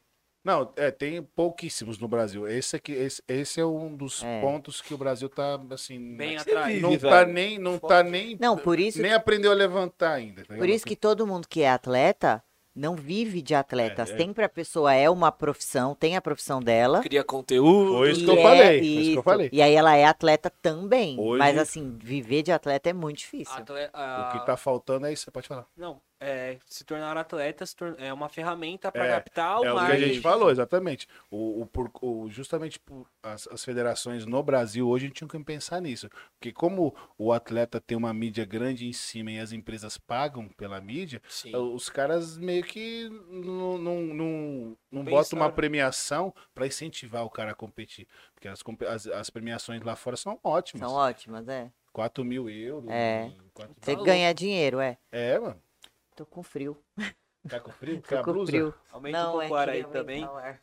[SPEAKER 3] Não, é, tem pouquíssimos no Brasil. Esse, aqui, esse, esse é um dos
[SPEAKER 4] É.
[SPEAKER 3] pontos que o Brasil tá, assim,
[SPEAKER 2] Bem
[SPEAKER 1] Você
[SPEAKER 2] atrás.
[SPEAKER 1] vive,
[SPEAKER 3] não
[SPEAKER 1] velho.
[SPEAKER 3] tá nem, não tá nem,
[SPEAKER 4] Não, por isso,
[SPEAKER 3] nem aprendeu a levantar ainda. tá
[SPEAKER 4] por
[SPEAKER 3] ligado?
[SPEAKER 4] isso que todo mundo que é atleta não vive de
[SPEAKER 3] É,
[SPEAKER 4] atleta.
[SPEAKER 3] é.
[SPEAKER 4] Sempre a pessoa é uma profissão, tem a profissão dela.
[SPEAKER 1] Cria conteúdo.
[SPEAKER 3] Foi isso
[SPEAKER 4] e
[SPEAKER 3] que eu
[SPEAKER 4] é
[SPEAKER 3] falei, foi isso que eu
[SPEAKER 4] isso.
[SPEAKER 3] falei.
[SPEAKER 4] E aí ela é atleta também.
[SPEAKER 3] Hoje-
[SPEAKER 4] Mas assim, viver de atleta é muito difícil.
[SPEAKER 2] Atle-
[SPEAKER 3] O
[SPEAKER 2] a-
[SPEAKER 3] que tá faltando é isso, você pode falar.
[SPEAKER 2] Não, é, se tornar atleta se tor- é uma ferramenta para
[SPEAKER 3] É,
[SPEAKER 2] captar o
[SPEAKER 3] É o que a
[SPEAKER 2] marketing.
[SPEAKER 3] gente falou, exatamente. O, o, por- o- justamente por as, as federações no Brasil hoje tinham que pensar nisso. Porque como o atleta tem uma mídia grande em cima e as empresas pagam pela mídia,
[SPEAKER 1] Sim.
[SPEAKER 3] os caras meio que não, não, não, não
[SPEAKER 2] Pensaram.
[SPEAKER 3] botam uma premiação para incentivar o cara a competir. Porque as, compe- as, as premiações lá fora são ótimas.
[SPEAKER 4] São ótimas, é.
[SPEAKER 3] 4 mil euros. um,
[SPEAKER 4] É.
[SPEAKER 3] quatro-
[SPEAKER 4] Você
[SPEAKER 2] louco.
[SPEAKER 4] ganha dinheiro, é.
[SPEAKER 3] É, mano.
[SPEAKER 4] Tô com frio.
[SPEAKER 3] Tá com frio?
[SPEAKER 4] Tô
[SPEAKER 3] Tá
[SPEAKER 4] com frio.
[SPEAKER 2] Aumenta um pouco o
[SPEAKER 4] é que
[SPEAKER 2] ar aí
[SPEAKER 4] aumentar
[SPEAKER 2] também.
[SPEAKER 4] o ar.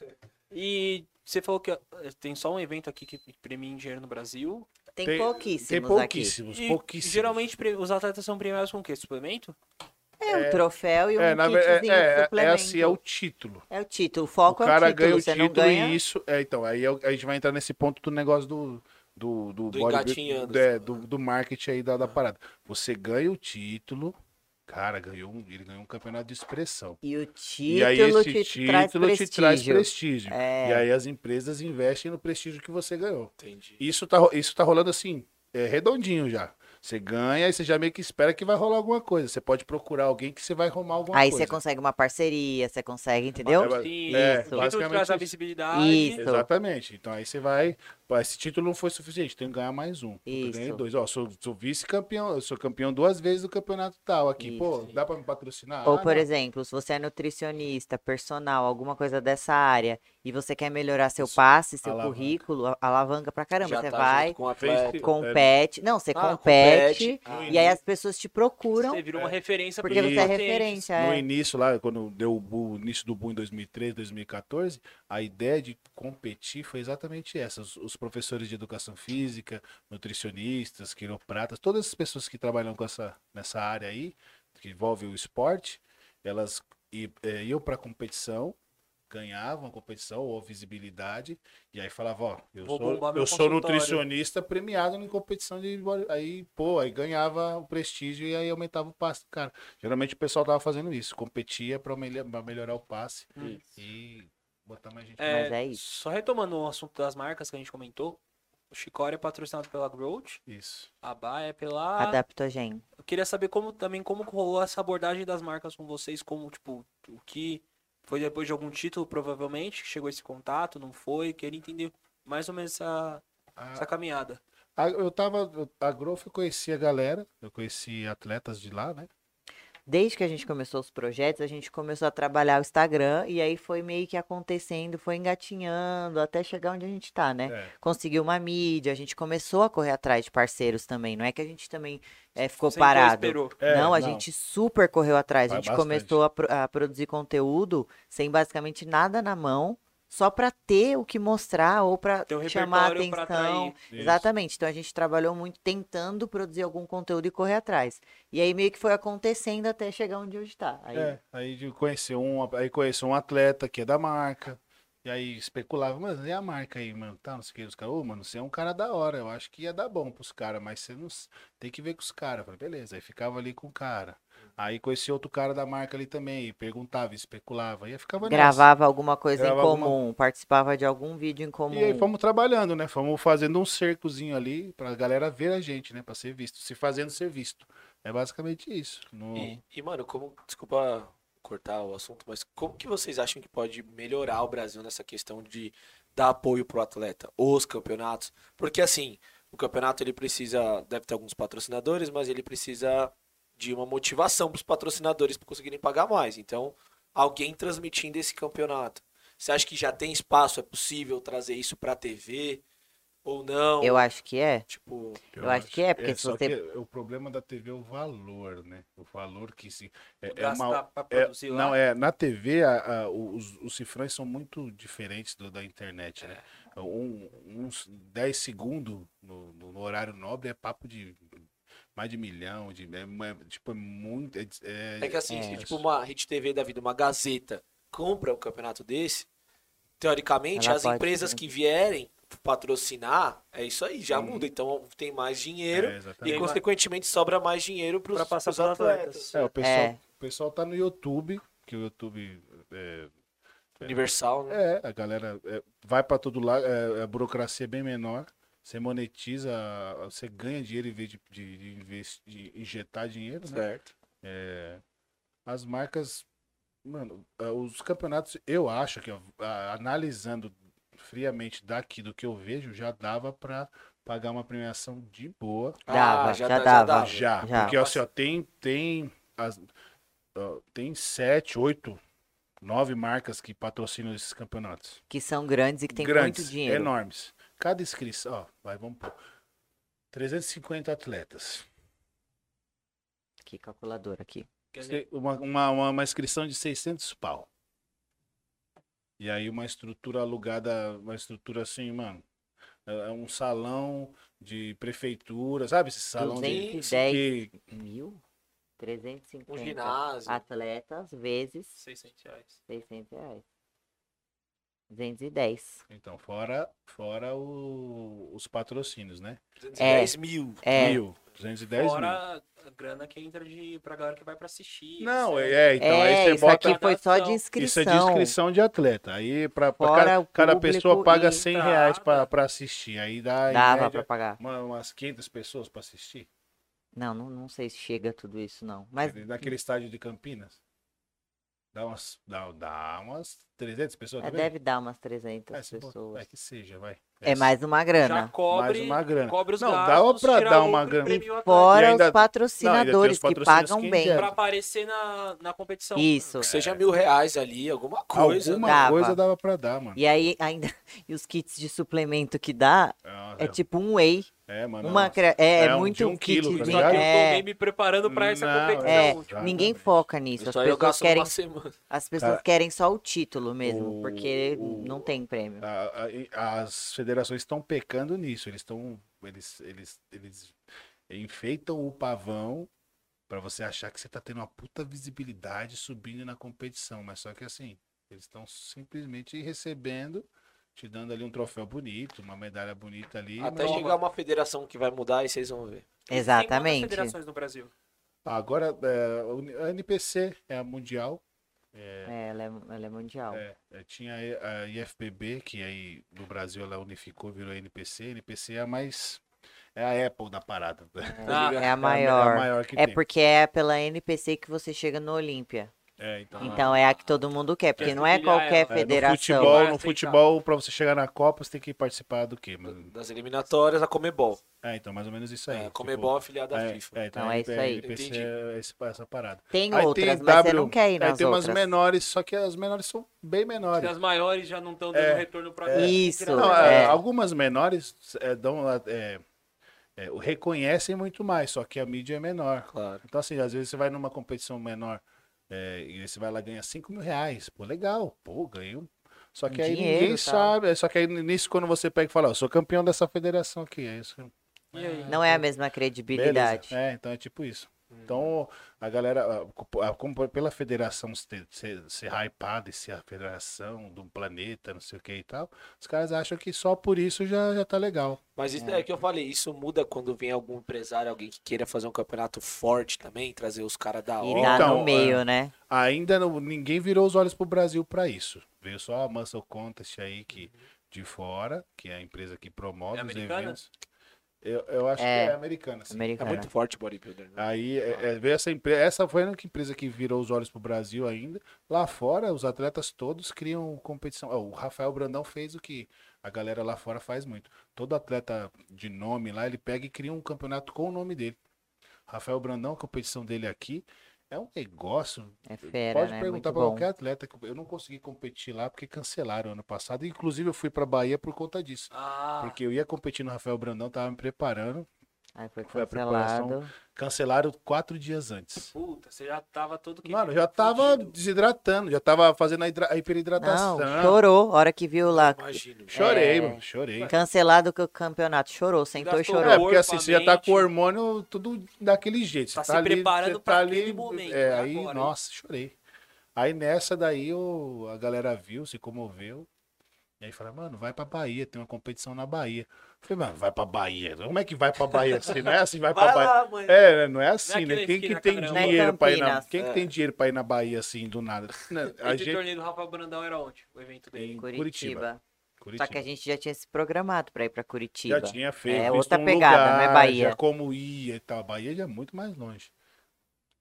[SPEAKER 2] E você falou que ó, tem só um evento aqui que premia em dinheiro no Brasil.
[SPEAKER 4] Tem,
[SPEAKER 3] Tem-
[SPEAKER 4] pouquíssimos
[SPEAKER 3] Tem
[SPEAKER 4] aqui.
[SPEAKER 3] pouquíssimos,
[SPEAKER 2] E
[SPEAKER 3] pouquíssimos.
[SPEAKER 2] geralmente pre- os atletas são premiados com o quê? Suplemento?
[SPEAKER 4] É um troféu e um
[SPEAKER 3] É, na ver- é,
[SPEAKER 4] kitzinho de
[SPEAKER 3] é, é, é
[SPEAKER 4] suplemento.
[SPEAKER 3] assim, é o título.
[SPEAKER 4] É o título. O foco
[SPEAKER 3] o cara
[SPEAKER 4] é o título.
[SPEAKER 3] ganha o
[SPEAKER 4] você
[SPEAKER 3] título
[SPEAKER 4] não ganha.
[SPEAKER 3] e isso. É, então, aí eu- a gente vai entrar nesse ponto do negócio do. Do, do,
[SPEAKER 1] Do
[SPEAKER 3] bodybuilding,
[SPEAKER 1] engatinhando,
[SPEAKER 3] do- é,
[SPEAKER 1] assim, Ah.
[SPEAKER 3] do, do marketing aí da, da parada. Você ganha o título, cara, ganhou um, ele ganhou um campeonato de expressão.
[SPEAKER 4] E o
[SPEAKER 3] e aí esse
[SPEAKER 4] título te traz
[SPEAKER 3] título
[SPEAKER 4] prestígio.
[SPEAKER 3] te traz prestígio.
[SPEAKER 4] É.
[SPEAKER 3] E aí as empresas investem no prestígio que você ganhou.
[SPEAKER 1] Entendi.
[SPEAKER 3] Isso tá, ro- isso tá rolando assim, é, redondinho já. Você ganha e você já meio que espera que vai rolar alguma coisa. Você pode procurar alguém que você vai arrumar alguma
[SPEAKER 4] Aí
[SPEAKER 3] coisa.
[SPEAKER 4] você consegue uma parceria, você consegue, entendeu?
[SPEAKER 3] Mas-
[SPEAKER 2] Sim,
[SPEAKER 3] é,
[SPEAKER 2] o título
[SPEAKER 3] basicamente
[SPEAKER 2] traz a
[SPEAKER 3] isso.
[SPEAKER 2] visibilidade.
[SPEAKER 4] Isso.
[SPEAKER 3] Exatamente. Então aí você vai. pô, Esse título não foi suficiente, tem que ganhar mais um. Puta,
[SPEAKER 4] Isso.
[SPEAKER 3] Ganhei dois. Ó, sou, sou vice-campeão, eu sou campeão duas vezes do campeonato tal aqui. Pô,
[SPEAKER 4] Isso.
[SPEAKER 3] dá pra me patrocinar?
[SPEAKER 4] Ou,
[SPEAKER 3] Ah,
[SPEAKER 4] por
[SPEAKER 3] não.
[SPEAKER 4] exemplo, se você é nutricionista, personal, alguma coisa dessa área, e você quer melhorar seu passe, seu
[SPEAKER 3] Alavanca.
[SPEAKER 4] currículo, a- alavanca pra caramba.
[SPEAKER 1] Já
[SPEAKER 4] você
[SPEAKER 1] tá
[SPEAKER 4] vai,
[SPEAKER 1] junto com o
[SPEAKER 3] Fez-
[SPEAKER 4] é,
[SPEAKER 3] é,
[SPEAKER 1] atleta.
[SPEAKER 4] compete. Não, você
[SPEAKER 1] Ah,
[SPEAKER 4] compete,
[SPEAKER 1] compete.
[SPEAKER 4] e aí as pessoas te procuram
[SPEAKER 2] Você virou uma referência
[SPEAKER 4] porque
[SPEAKER 2] pros
[SPEAKER 4] você é
[SPEAKER 2] pacientes.
[SPEAKER 4] referência.
[SPEAKER 3] No
[SPEAKER 4] é.
[SPEAKER 3] início, lá, quando deu o, boom, o início do boom em 2013, 2014, a ideia de competir foi exatamente essa. Os, os professores de educação física, nutricionistas, quiropratas, todas as pessoas que trabalham com essa, nessa área aí, que envolve o esporte, elas i- eh, iam para competição, ganhavam a competição ou visibilidade, e aí falavam, ó, eu
[SPEAKER 2] Vou
[SPEAKER 3] sou,
[SPEAKER 2] bombar meu
[SPEAKER 3] eu sou
[SPEAKER 2] consultório.
[SPEAKER 3] nutricionista premiado em competição de... body- Aí, pô, aí ganhava o prestígio e aí aumentava o passo do cara. Geralmente o pessoal tava fazendo isso, competia pra melho- pra melhorar o passe
[SPEAKER 4] Hum.
[SPEAKER 3] e botar mais gente.
[SPEAKER 4] Mas é isso.
[SPEAKER 2] Só retomando o assunto das marcas que a gente comentou, O Chicória é patrocinado pela Growth,
[SPEAKER 3] Isso.
[SPEAKER 2] a Ba é pela.
[SPEAKER 4] Adaptogen.
[SPEAKER 2] Eu queria saber como também como rolou essa abordagem das marcas com vocês, como, tipo, o que foi depois de algum título, provavelmente, que chegou esse contato, não foi, queria entender mais ou menos essa, essa caminhada.
[SPEAKER 3] A- eu tava. A Growth eu conhecia a galera, eu conheci atletas de lá, né?
[SPEAKER 4] Desde que a gente começou os projetos, a gente começou a trabalhar o Instagram e aí foi meio que acontecendo, foi engatinhando até chegar onde a gente tá, né?
[SPEAKER 3] É.
[SPEAKER 4] Conseguiu uma mídia, a gente começou a correr atrás de parceiros também. Não é que a gente também eh, ficou
[SPEAKER 2] Sempre
[SPEAKER 4] parado.
[SPEAKER 2] esperou.
[SPEAKER 3] É,
[SPEAKER 4] não, a
[SPEAKER 3] não.
[SPEAKER 4] gente super correu atrás.
[SPEAKER 3] Vai
[SPEAKER 4] A gente
[SPEAKER 3] bastante.
[SPEAKER 4] começou a, pro- a produzir conteúdo sem basicamente nada na mão, só pra ter o que mostrar ou pra
[SPEAKER 2] Ter um
[SPEAKER 4] chamar a
[SPEAKER 2] repertório pra
[SPEAKER 4] atenção.
[SPEAKER 2] atrair.
[SPEAKER 3] Isso.
[SPEAKER 4] Exatamente. Então a gente trabalhou muito tentando produzir algum conteúdo e correr atrás. E aí meio que foi acontecendo até chegar onde hoje está. Aí,
[SPEAKER 3] É, aí de conhecer um, aí conheceu um atleta que é da marca. E aí especulava, mas e a marca aí, mano? Tá, não sei o que, os caras, ô, mano, você é um cara da hora, eu acho que ia dar bom pros caras, mas você não. s- Tem que ver com os caras. Eu Falei, beleza, aí ficava ali com o cara. Aí conheci outro cara da marca ali também, e perguntava, especulava, e aí ficava nessa.
[SPEAKER 4] gravava alguma coisa
[SPEAKER 3] Gravava
[SPEAKER 4] em
[SPEAKER 3] alguma-
[SPEAKER 4] comum, participava de algum vídeo em comum.
[SPEAKER 3] E aí fomos trabalhando, né? Fomos fazendo um cercozinho ali pra galera ver a gente, né? Pra ser visto, se fazendo ser visto. É basicamente isso. No-
[SPEAKER 1] E, e, mano, como. Desculpa cortar o assunto, mas como que vocês acham que pode melhorar o Brasil nessa questão de dar apoio pro atleta? Os campeonatos? Porque assim, o campeonato ele precisa. Deve ter alguns patrocinadores, mas ele precisa de uma motivação pros patrocinadores para conseguirem pagar mais. Então, alguém transmitindo esse campeonato. Você acha que já tem espaço? É possível trazer isso pra TV? Ou não?
[SPEAKER 4] Eu acho que é.
[SPEAKER 1] Tipo.
[SPEAKER 4] Eu acho que é, porque se
[SPEAKER 3] só
[SPEAKER 4] você-
[SPEAKER 3] que o problema da TV é o valor, né? O valor que se. É, é
[SPEAKER 2] Gastar
[SPEAKER 3] uma-
[SPEAKER 2] pra
[SPEAKER 3] é-
[SPEAKER 2] produzir lá.
[SPEAKER 3] não, é. Na TV, a- a- os, os cifrões são muito diferentes do, da internet, né?
[SPEAKER 4] É.
[SPEAKER 3] Um, uns 10 segundos no, no- no horário nobre é papo de mais de milhão, de, é, é, tipo, é muito. É, é-
[SPEAKER 1] É que assim,
[SPEAKER 4] É.
[SPEAKER 1] se tipo uma Rede TV da vida, uma Gazeta, compra um campeonato desse, teoricamente,
[SPEAKER 4] Ela
[SPEAKER 1] as
[SPEAKER 4] pode,
[SPEAKER 1] empresas
[SPEAKER 4] né?
[SPEAKER 1] que vierem patrocinar, é isso aí,
[SPEAKER 4] Uhum.
[SPEAKER 1] já muda. Então tem mais dinheiro
[SPEAKER 3] é,
[SPEAKER 1] e,
[SPEAKER 3] exatamente.
[SPEAKER 1] consequentemente, sobra mais dinheiro pros,
[SPEAKER 2] Pra passar
[SPEAKER 1] pros
[SPEAKER 2] pros atletas.
[SPEAKER 1] atletas.
[SPEAKER 3] É, o pessoal,
[SPEAKER 4] É.
[SPEAKER 3] o pessoal tá no YouTube, que o YouTube é,
[SPEAKER 1] Universal, né?
[SPEAKER 3] É, a galera é, vai pra todo lado, é, a burocracia é bem menor. Você monetiza, você ganha dinheiro em vez de, de, de inves- de injetar dinheiro, né?
[SPEAKER 1] Certo.
[SPEAKER 3] É, as marcas, mano, é, os campeonatos, eu acho que ó, a- analisando friamente daqui do que eu vejo, já dava pra pagar uma premiação de boa.
[SPEAKER 4] Dava, já
[SPEAKER 1] Ah, dá-
[SPEAKER 4] dava.
[SPEAKER 1] dava.
[SPEAKER 3] Já,
[SPEAKER 4] já.
[SPEAKER 3] porque assim, ó, tem, tem, as, ó, tem sete, oito, nove marcas que patrocinam esses campeonatos
[SPEAKER 4] Que são grandes e que tem
[SPEAKER 3] grandes,
[SPEAKER 4] muito dinheiro.
[SPEAKER 3] enormes. Cada inscrição, ó, vai, vamos pôr. 350 atletas.
[SPEAKER 4] Que calculadora aqui.
[SPEAKER 2] Quer dizer,
[SPEAKER 3] Se- Uma, uma, uma- uma inscrição de 600 pau. E aí uma estrutura alugada, uma estrutura assim, mano. É é um salão de prefeitura, sabe? Esse salão de... Que,
[SPEAKER 4] 210 mil? 350
[SPEAKER 1] Um ginásio.
[SPEAKER 4] atletas vezes
[SPEAKER 2] 600 reais.
[SPEAKER 4] 600 reais. 210.
[SPEAKER 3] então, fora, fora o- os patrocínios, né?
[SPEAKER 1] 210 mil.
[SPEAKER 4] É,
[SPEAKER 3] Mil, 210 mil.
[SPEAKER 2] Fora a grana que entra de, pra galera que vai pra assistir.
[SPEAKER 3] Não,
[SPEAKER 2] etc.
[SPEAKER 3] é, então aí
[SPEAKER 4] é,
[SPEAKER 3] você
[SPEAKER 4] isso
[SPEAKER 3] bota...
[SPEAKER 4] aqui foi só de
[SPEAKER 3] Isso
[SPEAKER 4] inscrição.
[SPEAKER 3] é de inscrição de atleta. Aí pra, pra
[SPEAKER 4] Fora
[SPEAKER 3] cada,
[SPEAKER 4] o
[SPEAKER 3] cada
[SPEAKER 4] público
[SPEAKER 3] pessoa paga
[SPEAKER 4] e
[SPEAKER 3] 100
[SPEAKER 2] entrada.
[SPEAKER 3] reais pra, pra assistir. Aí dá em
[SPEAKER 4] Dava pra
[SPEAKER 3] média,
[SPEAKER 4] pagar.
[SPEAKER 3] uma- umas 500 pessoas pra assistir.
[SPEAKER 4] Não, não, não sei se chega a tudo isso, não. Mas
[SPEAKER 3] Naquele estádio de Campinas. Dá umas, dá, dá umas 300 pessoas
[SPEAKER 4] é,
[SPEAKER 3] também.
[SPEAKER 4] deve dar umas 300
[SPEAKER 3] é, se bota-
[SPEAKER 4] pessoas.
[SPEAKER 3] é que seja, vai.
[SPEAKER 4] É, mais uma
[SPEAKER 2] Já
[SPEAKER 4] grana.
[SPEAKER 2] cobre,
[SPEAKER 3] uma grana.
[SPEAKER 2] cobre os
[SPEAKER 3] Não, dá
[SPEAKER 2] gastos,
[SPEAKER 3] pra
[SPEAKER 2] tira
[SPEAKER 3] dar
[SPEAKER 2] lucro
[SPEAKER 3] uma
[SPEAKER 2] e
[SPEAKER 3] grana.
[SPEAKER 2] premia o atleta
[SPEAKER 4] Fora
[SPEAKER 3] E ainda- não, ainda tem
[SPEAKER 4] os
[SPEAKER 3] os
[SPEAKER 4] patrocinadores que
[SPEAKER 3] patrocínios
[SPEAKER 4] pagam
[SPEAKER 3] que
[SPEAKER 4] bem.
[SPEAKER 3] injetam.
[SPEAKER 2] Pra aparecer na, na competição.
[SPEAKER 4] Isso.
[SPEAKER 1] Que seja mil reais ali, alguma coisa.
[SPEAKER 2] né?
[SPEAKER 3] É. Alguma
[SPEAKER 4] dava.
[SPEAKER 3] coisa dava pra dar, mano.
[SPEAKER 4] E aí ainda e os kits de suplemento que dá
[SPEAKER 3] Ah,
[SPEAKER 4] é tipo um whey,
[SPEAKER 3] é, mano.
[SPEAKER 4] uma
[SPEAKER 3] nossa.
[SPEAKER 4] cre- é,
[SPEAKER 3] É um
[SPEAKER 4] muito
[SPEAKER 3] de um
[SPEAKER 4] kitzinho.
[SPEAKER 3] quilo, tá
[SPEAKER 2] Só que
[SPEAKER 3] ligado?
[SPEAKER 2] eu tô
[SPEAKER 4] é,
[SPEAKER 2] meio me preparando pra essa
[SPEAKER 3] Não,
[SPEAKER 4] é,
[SPEAKER 2] competição. tipo,
[SPEAKER 3] Exatamente.
[SPEAKER 4] ninguém foca nisso. As
[SPEAKER 1] Só eu
[SPEAKER 4] pessoas
[SPEAKER 1] gasto
[SPEAKER 4] querem,
[SPEAKER 1] uma semana.
[SPEAKER 4] as pessoas
[SPEAKER 3] Cara,
[SPEAKER 4] querem só o título mesmo,
[SPEAKER 3] o-
[SPEAKER 4] porque
[SPEAKER 3] o-
[SPEAKER 4] não tem prêmio.
[SPEAKER 3] A- a- e- As federações estão pecando nisso. Eles estão. Eles, eles, eles enfeitam o pavão para você achar que você tá tendo uma puta visibilidade subindo na competição. Mas só que assim, eles estão simplesmente recebendo, te dando ali um troféu bonito, uma medalha bonita ali.
[SPEAKER 1] Até
[SPEAKER 3] mas-
[SPEAKER 1] chegar uma federação que vai mudar e vocês vão ver.
[SPEAKER 2] tem
[SPEAKER 4] Exatamente.
[SPEAKER 2] quantas federações no Brasil?
[SPEAKER 3] Agora, é, a Uni- a NPC é a Mundial.
[SPEAKER 4] É, ela é, ela é mundial.
[SPEAKER 3] É, é, tinha a IFBB, que aí no Brasil ela unificou, virou a NPC. NPC é a mais. É a Apple da parada.
[SPEAKER 4] É,
[SPEAKER 2] Tá?
[SPEAKER 1] Ah,
[SPEAKER 4] é
[SPEAKER 1] é
[SPEAKER 4] a
[SPEAKER 3] É a
[SPEAKER 4] maior.
[SPEAKER 3] maior que
[SPEAKER 4] É
[SPEAKER 3] tem.
[SPEAKER 4] porque é pela NPC que você chega no Olímpia.
[SPEAKER 1] Tá.
[SPEAKER 3] É, então.
[SPEAKER 4] Então é a que todo mundo quer, porque
[SPEAKER 2] Quer
[SPEAKER 4] não é
[SPEAKER 2] filiar
[SPEAKER 4] qualquer
[SPEAKER 2] ela.
[SPEAKER 3] É,
[SPEAKER 4] federação. então.
[SPEAKER 2] Vai
[SPEAKER 3] No futebol, no
[SPEAKER 2] aceitar.
[SPEAKER 3] futebol, pra você chegar na Copa, você tem que participar do quê? Mas-
[SPEAKER 1] Das eliminatórias, a Comebol.
[SPEAKER 3] É, então, mais ou menos isso aí.
[SPEAKER 1] É, a
[SPEAKER 3] tipo,
[SPEAKER 1] Comebol é afiliada à
[SPEAKER 3] é,
[SPEAKER 1] FIFA.
[SPEAKER 3] É, então,
[SPEAKER 4] Então é isso aí.
[SPEAKER 3] NPC
[SPEAKER 1] Entendi.
[SPEAKER 3] é esse- essa parada.
[SPEAKER 4] Tem
[SPEAKER 3] Aí
[SPEAKER 4] outras,
[SPEAKER 3] tem
[SPEAKER 4] mas você
[SPEAKER 3] W,
[SPEAKER 4] não quer ir
[SPEAKER 3] Aí
[SPEAKER 4] nas
[SPEAKER 3] tem umas
[SPEAKER 4] outras.
[SPEAKER 3] menores, só que as menores são bem
[SPEAKER 2] Porque
[SPEAKER 3] menores.
[SPEAKER 2] as maiores já não estão dando
[SPEAKER 3] É,
[SPEAKER 2] retorno pra
[SPEAKER 4] é.
[SPEAKER 2] gente.
[SPEAKER 4] Isso.
[SPEAKER 2] Não,
[SPEAKER 3] Não, a-
[SPEAKER 4] é.
[SPEAKER 3] Algumas menores é, dão, é, é, o- reconhecem muito mais, só que a mídia é menor.
[SPEAKER 1] Claro.
[SPEAKER 3] Então, assim, às vezes você vai numa competição menor é, e você vai lá ganhar 5 mil reais. Pô, legal. Pô, ganhei um. Só que aí
[SPEAKER 4] Dinheiro,
[SPEAKER 3] ninguém
[SPEAKER 4] tá.
[SPEAKER 3] sabe. é, Só que aí nisso, quando você pega e fala, ó, eu sou campeão dessa federação aqui. É isso.
[SPEAKER 2] E aí?
[SPEAKER 4] Não é a mesma
[SPEAKER 3] Beleza.
[SPEAKER 4] credibilidade.
[SPEAKER 3] É, então é tipo isso. Então, a galera, a- co- a- como por- pela federação ser, ser, ser hypada e ser a federação do planeta, não sei o que e tal, os caras acham que só por isso já, já tá legal.
[SPEAKER 1] Mas isso é. que eu falei, isso muda quando vem algum empresário, alguém que queira fazer um campeonato forte também, trazer os caras da
[SPEAKER 4] E
[SPEAKER 1] hora.
[SPEAKER 4] dá
[SPEAKER 3] Então,
[SPEAKER 4] no meio, né?
[SPEAKER 3] Ainda não- ninguém virou os olhos pro Brasil pra isso. Veio só a Muscle Contest aí que, de fora, que é a empresa que promove
[SPEAKER 2] É
[SPEAKER 3] os
[SPEAKER 2] americana?
[SPEAKER 3] eventos. Eu, eu acho
[SPEAKER 4] É.
[SPEAKER 3] que é americana, sim.
[SPEAKER 1] É
[SPEAKER 4] Americana.
[SPEAKER 1] muito forte o bodybuilder. Né?
[SPEAKER 3] Aí é, é, veio essa empresa, essa foi a única empresa que virou os olhos pro Brasil ainda. Lá fora, os atletas todos criam competição. Ó, o Rafael Brandão fez o que a galera lá fora faz muito. Todo atleta de nome lá, ele pega e cria um campeonato com o nome dele. Rafael Brandão, a competição dele aqui é um negócio.
[SPEAKER 4] É fera,
[SPEAKER 3] Pode
[SPEAKER 4] né?
[SPEAKER 3] perguntar pra
[SPEAKER 4] Muito bom.
[SPEAKER 3] qualquer atleta. que Eu não consegui competir lá porque cancelaram ano passado. Inclusive, eu fui pra Bahia por conta disso.
[SPEAKER 2] Ah,
[SPEAKER 3] Porque eu ia competir no Rafael Brandão, tava me preparando.
[SPEAKER 4] Aí foi
[SPEAKER 3] Foi a preparação.
[SPEAKER 4] cancelado.
[SPEAKER 3] Cancelaram quatro dias antes.
[SPEAKER 2] puta, você já tava todo que.
[SPEAKER 3] Mano, já tava
[SPEAKER 2] fudido.
[SPEAKER 3] desidratando, já tava fazendo a, hidra- a hiperidratação.
[SPEAKER 4] Não, chorou. A hora que viu lá
[SPEAKER 1] Imagino.
[SPEAKER 3] Chorei,
[SPEAKER 4] É.
[SPEAKER 3] mano, chorei.
[SPEAKER 4] cancelado o campeonato, chorou, sentou e
[SPEAKER 2] Gastou
[SPEAKER 3] É,
[SPEAKER 4] chorou.
[SPEAKER 2] o
[SPEAKER 3] porque assim, você já tá
[SPEAKER 2] corpo,
[SPEAKER 3] com
[SPEAKER 2] a
[SPEAKER 3] o
[SPEAKER 2] mente.
[SPEAKER 3] hormônio tudo daquele jeito. Você
[SPEAKER 2] Tá se
[SPEAKER 3] ali,
[SPEAKER 2] preparando
[SPEAKER 3] você
[SPEAKER 2] pra
[SPEAKER 3] tá
[SPEAKER 2] aquele
[SPEAKER 3] ali,
[SPEAKER 2] momento,
[SPEAKER 3] É,
[SPEAKER 2] né,
[SPEAKER 3] aí,
[SPEAKER 2] agora, hein?
[SPEAKER 3] nossa, chorei. Aí nessa daí o, a galera viu, se comoveu. E aí fala, mano, vai pra Bahia, tem uma competição na Bahia. Eu falei, mano, vai pra Bahia. Como é que vai pra Bahia? Assim, não é assim, vai pra
[SPEAKER 2] Vai
[SPEAKER 3] Bahia.
[SPEAKER 2] lá, mãe.
[SPEAKER 3] É, né, não é assim,
[SPEAKER 2] Não é
[SPEAKER 3] né?
[SPEAKER 2] aquele
[SPEAKER 3] Quem que
[SPEAKER 2] esquina
[SPEAKER 3] tem
[SPEAKER 2] camarão.
[SPEAKER 3] dinheiro pra ir na.
[SPEAKER 4] é Campinas.
[SPEAKER 3] Quem que tem dinheiro pra ir na Bahia assim, do nada? A
[SPEAKER 2] Esse
[SPEAKER 3] gente.
[SPEAKER 2] torneio do Rafa Brandão era onde? O evento dele.
[SPEAKER 3] Em
[SPEAKER 4] Curitiba.
[SPEAKER 3] Curitiba. Curitiba.
[SPEAKER 4] Só que a gente já tinha se programado pra ir pra Curitiba.
[SPEAKER 3] já tinha feito.
[SPEAKER 4] É
[SPEAKER 3] visto um
[SPEAKER 4] outra pegada, não é Bahia.
[SPEAKER 3] Já como ia e tal. Bahia já é muito mais longe.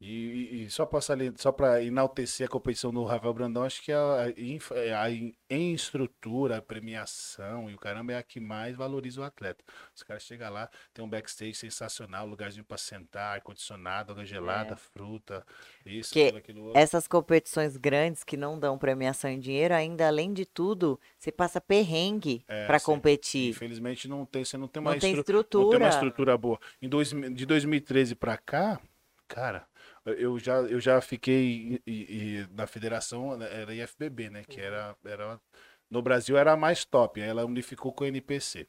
[SPEAKER 3] E, e- e só para só para enaltecer a competição do Rafael Brandão, acho que a, inf- é, a in- em estrutura, a premiação e o caramba é a que mais valoriza o atleta. Os caras chegam lá, tem um backstage sensacional, lugarzinho para sentar, ar condicionado, água gelada, fruta, isso,
[SPEAKER 4] É. Porque é
[SPEAKER 3] aquilo, aquilo outro.
[SPEAKER 4] Essas competições grandes que não dão premiação em dinheiro, ainda além de tudo, você passa perrengue
[SPEAKER 3] É,
[SPEAKER 4] pra
[SPEAKER 3] sim.
[SPEAKER 4] competir.
[SPEAKER 3] Infelizmente não tem, você não tem uma
[SPEAKER 4] assim, Não tem
[SPEAKER 3] estrutura.
[SPEAKER 4] estrutura.
[SPEAKER 3] Não tem uma estrutura boa. Em dois, de 2013 pra cá, cara, eu já, eu já fiquei e- e- e na federação, era IFBB, né? Que era, era. No Brasil era a mais top, aí ela unificou com a NPC.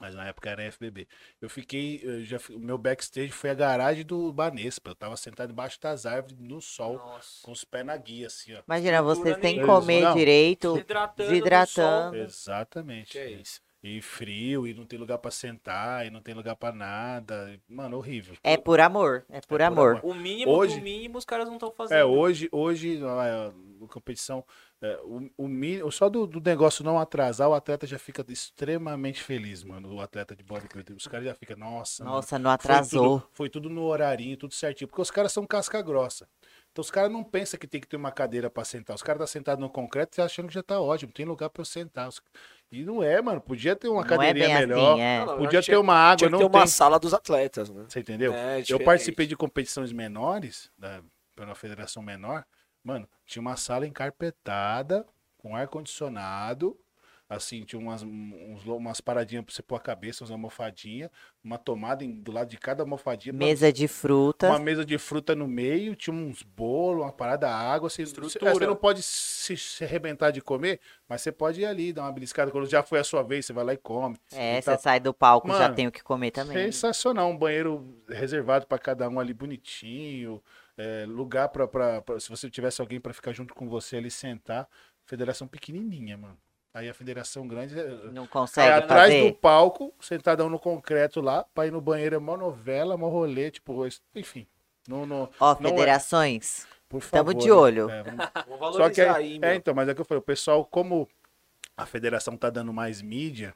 [SPEAKER 3] Mas na época era FBB. Eu fiquei. eu já, fi- o meu backstage foi a garagem do Banespa. Eu tava sentado embaixo das árvores, no sol,
[SPEAKER 2] Nossa.
[SPEAKER 3] com os pés na guia, assim, ó.
[SPEAKER 4] Imagina, você
[SPEAKER 2] estrutura
[SPEAKER 4] sem
[SPEAKER 3] nenhuma.
[SPEAKER 4] comer
[SPEAKER 3] Não.
[SPEAKER 4] direito,
[SPEAKER 2] Desidratando.
[SPEAKER 4] desidratando.
[SPEAKER 3] Exatamente.
[SPEAKER 1] Que é isso.
[SPEAKER 3] E frio, e não tem lugar pra sentar, e não tem lugar pra nada. Mano, horrível.
[SPEAKER 4] É por amor, é por
[SPEAKER 3] por
[SPEAKER 4] amor.
[SPEAKER 3] amor.
[SPEAKER 2] O mínimo
[SPEAKER 3] Hoje-
[SPEAKER 2] do mínimo os caras não estão fazendo.
[SPEAKER 3] É, hoje, hoje a, a competição, é, o, o mi- só do, do negócio não atrasar, o atleta já fica extremamente feliz, mano. O atleta de bodybuilding, os caras já ficam, nossa, mano,
[SPEAKER 4] Nossa, não
[SPEAKER 3] foi
[SPEAKER 4] atrasou.
[SPEAKER 3] tudo- Foi tudo, no horarinho, tudo certinho, porque os caras são casca grossa. Então os caras não pensam que tem que ter uma cadeira pra sentar. Os caras tá sentado no concreto e achando que já tá ótimo, tem lugar pra eu sentar. Os- E não é, mano, podia ter uma
[SPEAKER 4] Não é
[SPEAKER 3] cadeirinha
[SPEAKER 4] bem
[SPEAKER 3] melhor.
[SPEAKER 4] assim, é.
[SPEAKER 1] Não, não, eu
[SPEAKER 3] Podia
[SPEAKER 1] acho que
[SPEAKER 3] ter uma água,
[SPEAKER 1] Tinha que
[SPEAKER 3] não
[SPEAKER 1] ter
[SPEAKER 3] tem.
[SPEAKER 1] uma sala dos atletas, né?
[SPEAKER 3] Você entendeu?
[SPEAKER 1] É,
[SPEAKER 3] Eu
[SPEAKER 1] diferente.
[SPEAKER 3] participei de competições menores, da, pela federação menor, mano, tinha uma sala encarpetada, com ar-condicionado, assim, tinha umas, uns, lo- umas paradinhas pra você pôr a cabeça, umas almofadinhas, uma tomada em- do lado de cada almofadinha, mano,
[SPEAKER 4] Mesa de frutas.
[SPEAKER 3] uma mesa de fruta no meio, tinha uns bolos, uma parada água. Você, é,
[SPEAKER 2] Estrutura.
[SPEAKER 3] Você, você não pode se, se arrebentar de comer, mas você pode ir ali, dar uma beliscada. Quando já foi a sua vez, você vai lá e come.
[SPEAKER 4] É,
[SPEAKER 3] E
[SPEAKER 4] você
[SPEAKER 3] tá-
[SPEAKER 4] sai do palco, já
[SPEAKER 3] Mano,
[SPEAKER 4] tem o que comer também.
[SPEAKER 3] Sensacional, um banheiro reservado para cada um ali bonitinho, é, lugar para se você tivesse alguém para ficar junto com você ali sentar. Federação pequenininha, mano. Aí a federação grande é,
[SPEAKER 4] Não
[SPEAKER 3] é
[SPEAKER 4] consegue
[SPEAKER 3] atrás
[SPEAKER 4] fazer.
[SPEAKER 3] do palco, sentadão no concreto lá, para ir no banheiro é mó novela, mó rolê, tipo, enfim. Não, não,
[SPEAKER 4] Ó,
[SPEAKER 3] não é-
[SPEAKER 4] federações,
[SPEAKER 3] Por favor.
[SPEAKER 4] Tamo de
[SPEAKER 3] né?
[SPEAKER 4] olho.
[SPEAKER 3] É, vamos-
[SPEAKER 1] Vamos
[SPEAKER 3] Só
[SPEAKER 1] valorizar
[SPEAKER 3] que é,
[SPEAKER 1] aí,
[SPEAKER 3] é,
[SPEAKER 1] meu.
[SPEAKER 3] então, mas é o que eu falei, o pessoal, como a federação tá dando mais mídia,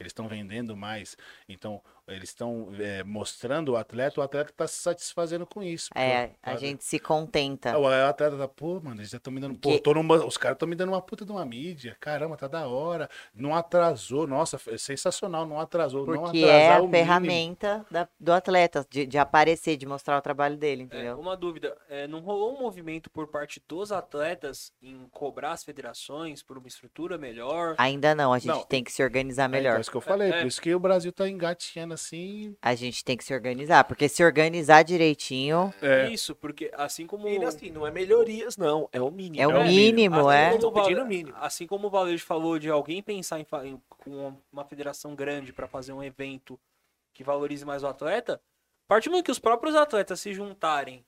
[SPEAKER 3] eles estão vendendo mais, então eles estão é, mostrando o atleta, o atleta tá se satisfazendo com isso.
[SPEAKER 4] É,
[SPEAKER 3] pô,
[SPEAKER 4] a
[SPEAKER 3] sabe?
[SPEAKER 4] gente se contenta.
[SPEAKER 3] O atleta tá, pô, mano, eles já estão me dando. Pô,
[SPEAKER 4] Que-
[SPEAKER 3] tô numa- os caras estão me dando uma puta de uma mídia. Caramba, tá da hora. Não atrasou. Nossa, é sensacional, não atrasou. não
[SPEAKER 4] Porque
[SPEAKER 3] atrasar
[SPEAKER 4] é
[SPEAKER 3] o
[SPEAKER 4] a
[SPEAKER 3] mínimo.
[SPEAKER 4] ferramenta da- do atleta, de, de aparecer, de mostrar o trabalho
[SPEAKER 2] É,
[SPEAKER 4] dele, entendeu?
[SPEAKER 2] uma dúvida, é, não rolou um movimento por parte dos atletas em cobrar as federações por uma estrutura melhor?
[SPEAKER 4] Ainda não, a gente
[SPEAKER 3] Não.
[SPEAKER 4] tem que se organizar
[SPEAKER 3] É, então,
[SPEAKER 4] melhor.
[SPEAKER 3] é isso que eu falei.
[SPEAKER 2] É.
[SPEAKER 3] Por isso que o Brasil tá engatinhando assim.
[SPEAKER 4] A gente tem que se organizar, porque se organizar direitinho
[SPEAKER 3] É.
[SPEAKER 2] Isso, porque assim como
[SPEAKER 1] E assim, não é melhorias, não. É o mínimo.
[SPEAKER 4] é
[SPEAKER 3] é o
[SPEAKER 4] o
[SPEAKER 3] mínimo.
[SPEAKER 4] mínimo, é.
[SPEAKER 1] Tô
[SPEAKER 2] Como o Val-
[SPEAKER 1] pedindo o mínimo.
[SPEAKER 2] Assim como o Valerio falou de alguém pensar em, fa- em- com uma federação grande para fazer um evento que valorize mais o atleta, partindo do que os próprios atletas se juntarem,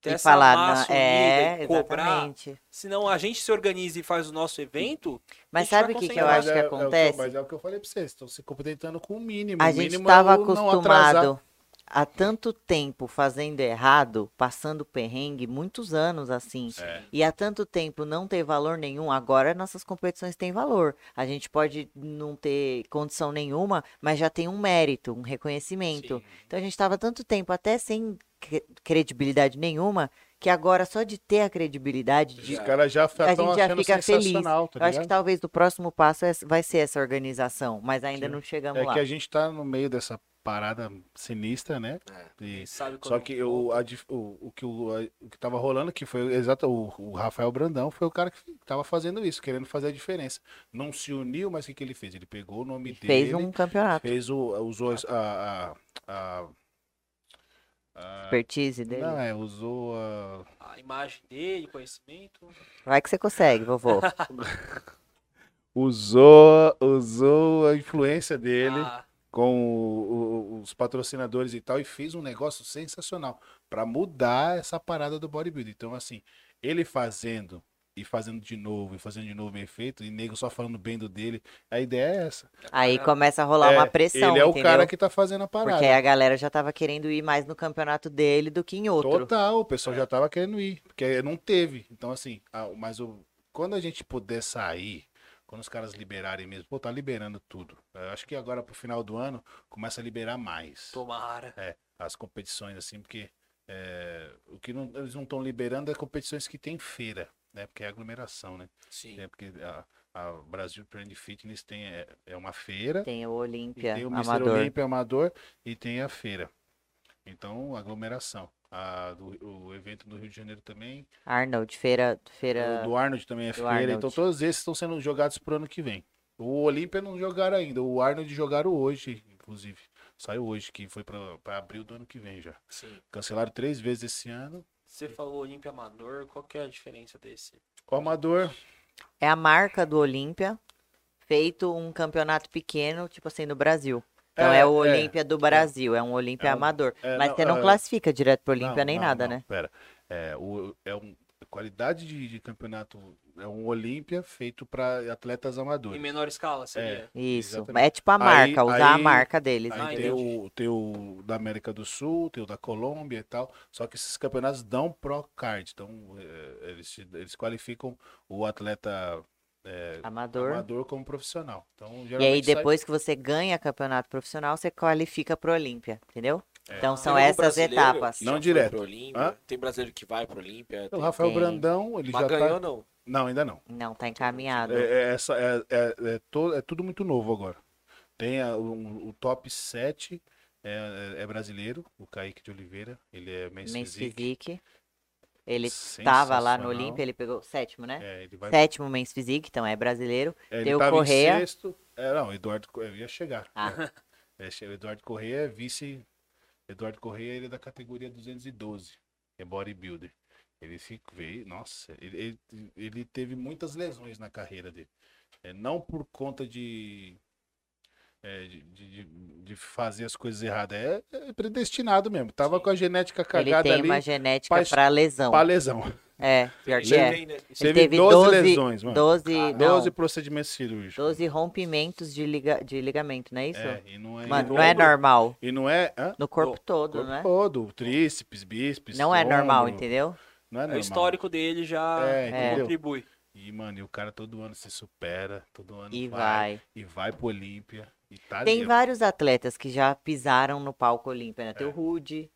[SPEAKER 2] ter
[SPEAKER 4] E
[SPEAKER 2] essa
[SPEAKER 4] falar,
[SPEAKER 2] massa
[SPEAKER 4] não,
[SPEAKER 2] unida
[SPEAKER 4] é,
[SPEAKER 2] e cobrar,
[SPEAKER 4] exatamente.
[SPEAKER 2] se não a gente se organiza e faz o nosso evento,
[SPEAKER 4] Mas
[SPEAKER 2] a gente
[SPEAKER 4] sabe o
[SPEAKER 2] vai
[SPEAKER 4] que, que
[SPEAKER 2] conseguir.
[SPEAKER 4] eu
[SPEAKER 3] Mas
[SPEAKER 4] acho que
[SPEAKER 3] é- é o eu-
[SPEAKER 4] acontece?
[SPEAKER 3] mas é o que eu falei pra vocês. Estão se contentando com o mínimo.
[SPEAKER 4] A
[SPEAKER 3] o
[SPEAKER 4] gente
[SPEAKER 3] mínimo é
[SPEAKER 4] estava
[SPEAKER 3] o não atrasar.
[SPEAKER 4] acostumado há tanto tempo fazendo errado, passando perrengue, muitos anos assim.
[SPEAKER 3] É.
[SPEAKER 4] E há tanto tempo não ter valor nenhum, agora nossas competições têm valor. A gente pode não ter condição nenhuma, mas já tem um mérito, um reconhecimento. Então a gente estava tanto tempo até sem cre- credibilidade nenhuma, que agora só de ter a credibilidade de
[SPEAKER 3] Os caras já
[SPEAKER 4] a
[SPEAKER 3] estão
[SPEAKER 4] gente já
[SPEAKER 3] achando
[SPEAKER 4] fica feliz.
[SPEAKER 3] sensacional, tá
[SPEAKER 4] eu acho que
[SPEAKER 3] ligado?
[SPEAKER 4] talvez o próximo passo é- vai ser essa organização, mas ainda
[SPEAKER 3] Sim.
[SPEAKER 4] não chegamos
[SPEAKER 3] É
[SPEAKER 4] lá.
[SPEAKER 3] que a gente tá no meio dessa parada sinistra, né? E-
[SPEAKER 2] quem sabe é
[SPEAKER 3] Só
[SPEAKER 2] quando
[SPEAKER 3] que o, a dif- o, o que o, a- o que tava rolando que foi exato o, o Rafael Brandão foi o cara que tava fazendo isso, querendo fazer a diferença. Não se uniu, mas o que, que ele fez? Ele pegou o nome
[SPEAKER 4] Fez
[SPEAKER 3] dele,
[SPEAKER 4] um campeonato.
[SPEAKER 3] fez o usou as- a, a, a-
[SPEAKER 4] expertise dele.
[SPEAKER 3] não é, usou a,
[SPEAKER 2] a imagem dele, conhecimento,
[SPEAKER 4] Vai que você consegue, vovô.
[SPEAKER 3] usou usou a influência dele
[SPEAKER 4] Ah.
[SPEAKER 2] a-
[SPEAKER 3] com o- o- os patrocinadores e tal, e fez um negócio sensacional para mudar essa parada do bodybuilding. Então, assim, ele fazendo e fazendo de novo, e fazendo de novo bem feito, e nego só falando bem do dele. A ideia é essa.
[SPEAKER 4] Aí começa a rolar
[SPEAKER 3] É,
[SPEAKER 4] uma pressão,
[SPEAKER 3] ele é o
[SPEAKER 4] entendeu?
[SPEAKER 3] cara que tá fazendo a parada.
[SPEAKER 4] Porque é aí a galera já tava querendo ir mais no campeonato dele do que em outro.
[SPEAKER 3] Total, o pessoal já tava querendo ir, porque não teve. Então, assim, a- mas o, quando a gente puder sair, quando os caras liberarem mesmo, pô, tá liberando tudo. Eu acho que agora pro final do ano começa a liberar mais.
[SPEAKER 2] tomara.
[SPEAKER 3] as competições assim, porque é, o que não- eles não estão liberando é competições que tem feira, né? Porque é aglomeração, né?
[SPEAKER 1] Sim.
[SPEAKER 3] É porque a, a Brasil Trend Fitness tem é, é uma feira,
[SPEAKER 4] Tem o
[SPEAKER 3] e
[SPEAKER 4] Olímpia,
[SPEAKER 3] tem o Mr.
[SPEAKER 4] é amador.
[SPEAKER 3] Olímpia Amador e tem a feira. Então, aglomeração. A do- o evento do Rio de Janeiro também,
[SPEAKER 4] Arnold, feira,
[SPEAKER 3] o
[SPEAKER 4] feira
[SPEAKER 3] do Arnold também é
[SPEAKER 4] do
[SPEAKER 3] feira, então
[SPEAKER 4] Arnold.
[SPEAKER 3] todos esses estão sendo jogados pro ano que vem. O Olímpia não jogaram ainda, o Arnold jogaram hoje, inclusive. Saiu hoje, que foi para abril do ano que vem já.
[SPEAKER 2] Sim.
[SPEAKER 3] Cancelaram três vezes esse ano.
[SPEAKER 2] Você falou Olímpia Amador, qual que é a diferença desse?
[SPEAKER 3] O Amador,
[SPEAKER 4] é a marca do Olímpia, feito um campeonato pequeno, tipo assim, no Brasil. Então
[SPEAKER 3] É,
[SPEAKER 4] é, o
[SPEAKER 3] é,
[SPEAKER 4] Olímpia do Brasil, é, um Olímpia
[SPEAKER 3] É um-
[SPEAKER 4] amador.
[SPEAKER 3] é,
[SPEAKER 4] Mas
[SPEAKER 3] não,
[SPEAKER 4] você não
[SPEAKER 3] é-
[SPEAKER 4] classifica direto pro
[SPEAKER 3] não,
[SPEAKER 4] Olímpia nem
[SPEAKER 3] não,
[SPEAKER 4] nada,
[SPEAKER 3] não,
[SPEAKER 4] né?
[SPEAKER 3] Pera. É, o, é um, a qualidade de, de campeonato é um Olímpia feito para atletas
[SPEAKER 2] Em
[SPEAKER 3] amadores.
[SPEAKER 2] menor escala, seria?
[SPEAKER 4] Isso.
[SPEAKER 3] Exatamente.
[SPEAKER 4] É tipo a
[SPEAKER 3] Aí-
[SPEAKER 4] marca, usar a
[SPEAKER 3] aí-
[SPEAKER 4] marca deles,
[SPEAKER 2] Ah,
[SPEAKER 3] Aí tem
[SPEAKER 4] entendeu?
[SPEAKER 3] o, tem o da América do Sul, tem o da Colômbia e tal. Só que esses campeonatos dão pro card. Então, é, eles, te- eles qualificam o atleta é.
[SPEAKER 4] Amador.
[SPEAKER 3] amador como profissional. Então,
[SPEAKER 4] E aí,
[SPEAKER 3] geralmente sai-
[SPEAKER 4] depois que você ganha campeonato profissional, você qualifica pro Olímpia, entendeu?
[SPEAKER 3] É.
[SPEAKER 4] Então são
[SPEAKER 1] Tem algum
[SPEAKER 4] essas
[SPEAKER 1] brasileiro
[SPEAKER 4] etapas.
[SPEAKER 1] que
[SPEAKER 3] Não
[SPEAKER 1] já foi
[SPEAKER 3] direto.
[SPEAKER 1] pro Olímpia?
[SPEAKER 3] Hã?
[SPEAKER 1] Tem brasileiro que vai pro Olímpia.
[SPEAKER 3] O
[SPEAKER 1] tem-
[SPEAKER 3] Rafael
[SPEAKER 4] tem-
[SPEAKER 3] Brandão, ele já
[SPEAKER 1] Mas ganhou
[SPEAKER 3] tá...
[SPEAKER 1] ou não?
[SPEAKER 3] Não, ainda não.
[SPEAKER 4] Não, tá encaminhado.
[SPEAKER 3] É, é, essa- é- é- é to- é tudo muito novo agora. Tem a- um- o top 7 é, é brasileiro, o Kaique de Oliveira. Ele é men's
[SPEAKER 4] Men's
[SPEAKER 3] physique.
[SPEAKER 4] Physique. Ele tava lá no Olímpia, ele pegou o sétimo, né?
[SPEAKER 3] É, ele vai.
[SPEAKER 4] Sétimo Men's Physique, então é brasileiro.
[SPEAKER 3] é,
[SPEAKER 4] tem
[SPEAKER 3] ele
[SPEAKER 4] o
[SPEAKER 3] tava em
[SPEAKER 4] Correa.
[SPEAKER 3] sexto. É, não, Eduardo Correa eu ia chegar.
[SPEAKER 4] Ah.
[SPEAKER 3] É, che- o Eduardo Correa é vice. Eduardo Correa ele é da categoria 212. É bodybuilder. Ele ficou. veio- Nossa, ele, ele, ele teve muitas lesões na carreira dele. É, não por conta de, é, de, de- de- de fazer as coisas erradas. É, é predestinado mesmo. Tava com a genética
[SPEAKER 4] Ele
[SPEAKER 3] cagada
[SPEAKER 4] tem
[SPEAKER 3] ali
[SPEAKER 4] uma genética
[SPEAKER 3] faz-
[SPEAKER 4] pra lesão.
[SPEAKER 3] pra lesão.
[SPEAKER 4] É, pior que
[SPEAKER 1] Ele
[SPEAKER 4] é.
[SPEAKER 1] tem, né?
[SPEAKER 4] Ele
[SPEAKER 3] Teve
[SPEAKER 4] teve
[SPEAKER 3] 12
[SPEAKER 4] 12
[SPEAKER 3] lesões, mano.
[SPEAKER 4] 12, não,
[SPEAKER 3] 12 procedimentos cirúrigicos.
[SPEAKER 4] 12 rompimentos de, liga- de ligamento, não é isso?
[SPEAKER 3] É, e não é,
[SPEAKER 4] Mano,
[SPEAKER 3] e
[SPEAKER 4] não é normal.
[SPEAKER 3] E não é. hã?
[SPEAKER 4] No corpo todo,
[SPEAKER 3] Corpo
[SPEAKER 4] né?
[SPEAKER 3] todo, tríceps, bíceps.
[SPEAKER 4] Não é normal,
[SPEAKER 3] ombro.
[SPEAKER 4] entendeu?
[SPEAKER 3] Não é
[SPEAKER 2] o
[SPEAKER 3] normal.
[SPEAKER 2] histórico ah, dele já
[SPEAKER 3] É, entendeu?
[SPEAKER 2] contribui.
[SPEAKER 3] E, mano, e o cara todo ano se supera, todo ano
[SPEAKER 4] E
[SPEAKER 3] vai,
[SPEAKER 4] vai.
[SPEAKER 3] E vai pro Olímpia. E tá ali,
[SPEAKER 4] Tem
[SPEAKER 3] ó,
[SPEAKER 4] vários atletas que já pisaram no palco olímpico, né?
[SPEAKER 3] É.
[SPEAKER 4] Tem o Rude.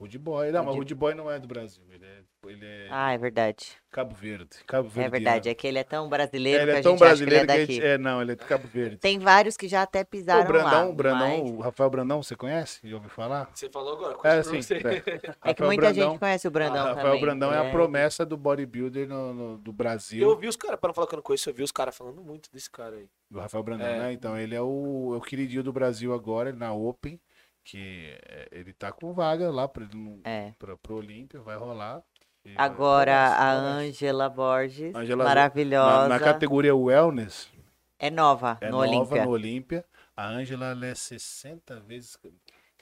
[SPEAKER 3] Rude Boy. Não, mas o Rude
[SPEAKER 4] Rude-
[SPEAKER 3] Boy não é do Brasil. Ele é, ele é
[SPEAKER 4] Ah, é verdade.
[SPEAKER 3] Cabo Verde. Cabo Verde.
[SPEAKER 4] É verdade, é que ele é tão brasileiro
[SPEAKER 3] Ele
[SPEAKER 4] que
[SPEAKER 3] é
[SPEAKER 4] a
[SPEAKER 3] tão
[SPEAKER 4] gente acha que ele é
[SPEAKER 3] brasileiro que a gente.
[SPEAKER 4] daqui.
[SPEAKER 3] É, não, ele é de Cabo Verde.
[SPEAKER 4] Tem vários que já até pisaram
[SPEAKER 3] O Brandão,
[SPEAKER 4] lá.
[SPEAKER 3] o Brandão,
[SPEAKER 4] mas
[SPEAKER 3] o Rafael Brandão, você conhece? Já ouviu falar?
[SPEAKER 1] Você falou agora,
[SPEAKER 3] É,
[SPEAKER 1] continua
[SPEAKER 3] assim.
[SPEAKER 1] você.
[SPEAKER 4] É que muita gente conhece o Brandão
[SPEAKER 3] Ah, Rafael
[SPEAKER 4] também.
[SPEAKER 3] Brandão é a
[SPEAKER 4] né?
[SPEAKER 3] promessa do bodybuilder no- no- do
[SPEAKER 1] Eu
[SPEAKER 3] Brasil.
[SPEAKER 1] vi os caras, pra não falar que eu não conheço, eu vi os caras falando muito desse cara aí.
[SPEAKER 3] Do Rafael Brandão,
[SPEAKER 1] É.
[SPEAKER 3] né? Então, ele é o, é o queridinho do Brasil agora, na Open, que é, ele tá com vaga lá pra, ele não-
[SPEAKER 4] É.
[SPEAKER 3] pra, pro Olímpia, vai rolar. E vai-
[SPEAKER 4] Agora a
[SPEAKER 3] promessa, promessa.
[SPEAKER 4] Ângela Borges,
[SPEAKER 3] é Ângela- Na,
[SPEAKER 4] maravilhosa.
[SPEAKER 3] na categoria Wellness,
[SPEAKER 4] É nova
[SPEAKER 3] é
[SPEAKER 4] no
[SPEAKER 3] nova
[SPEAKER 4] Olímpia.
[SPEAKER 3] no Olímpia. A Ângela ela é 60 vezes.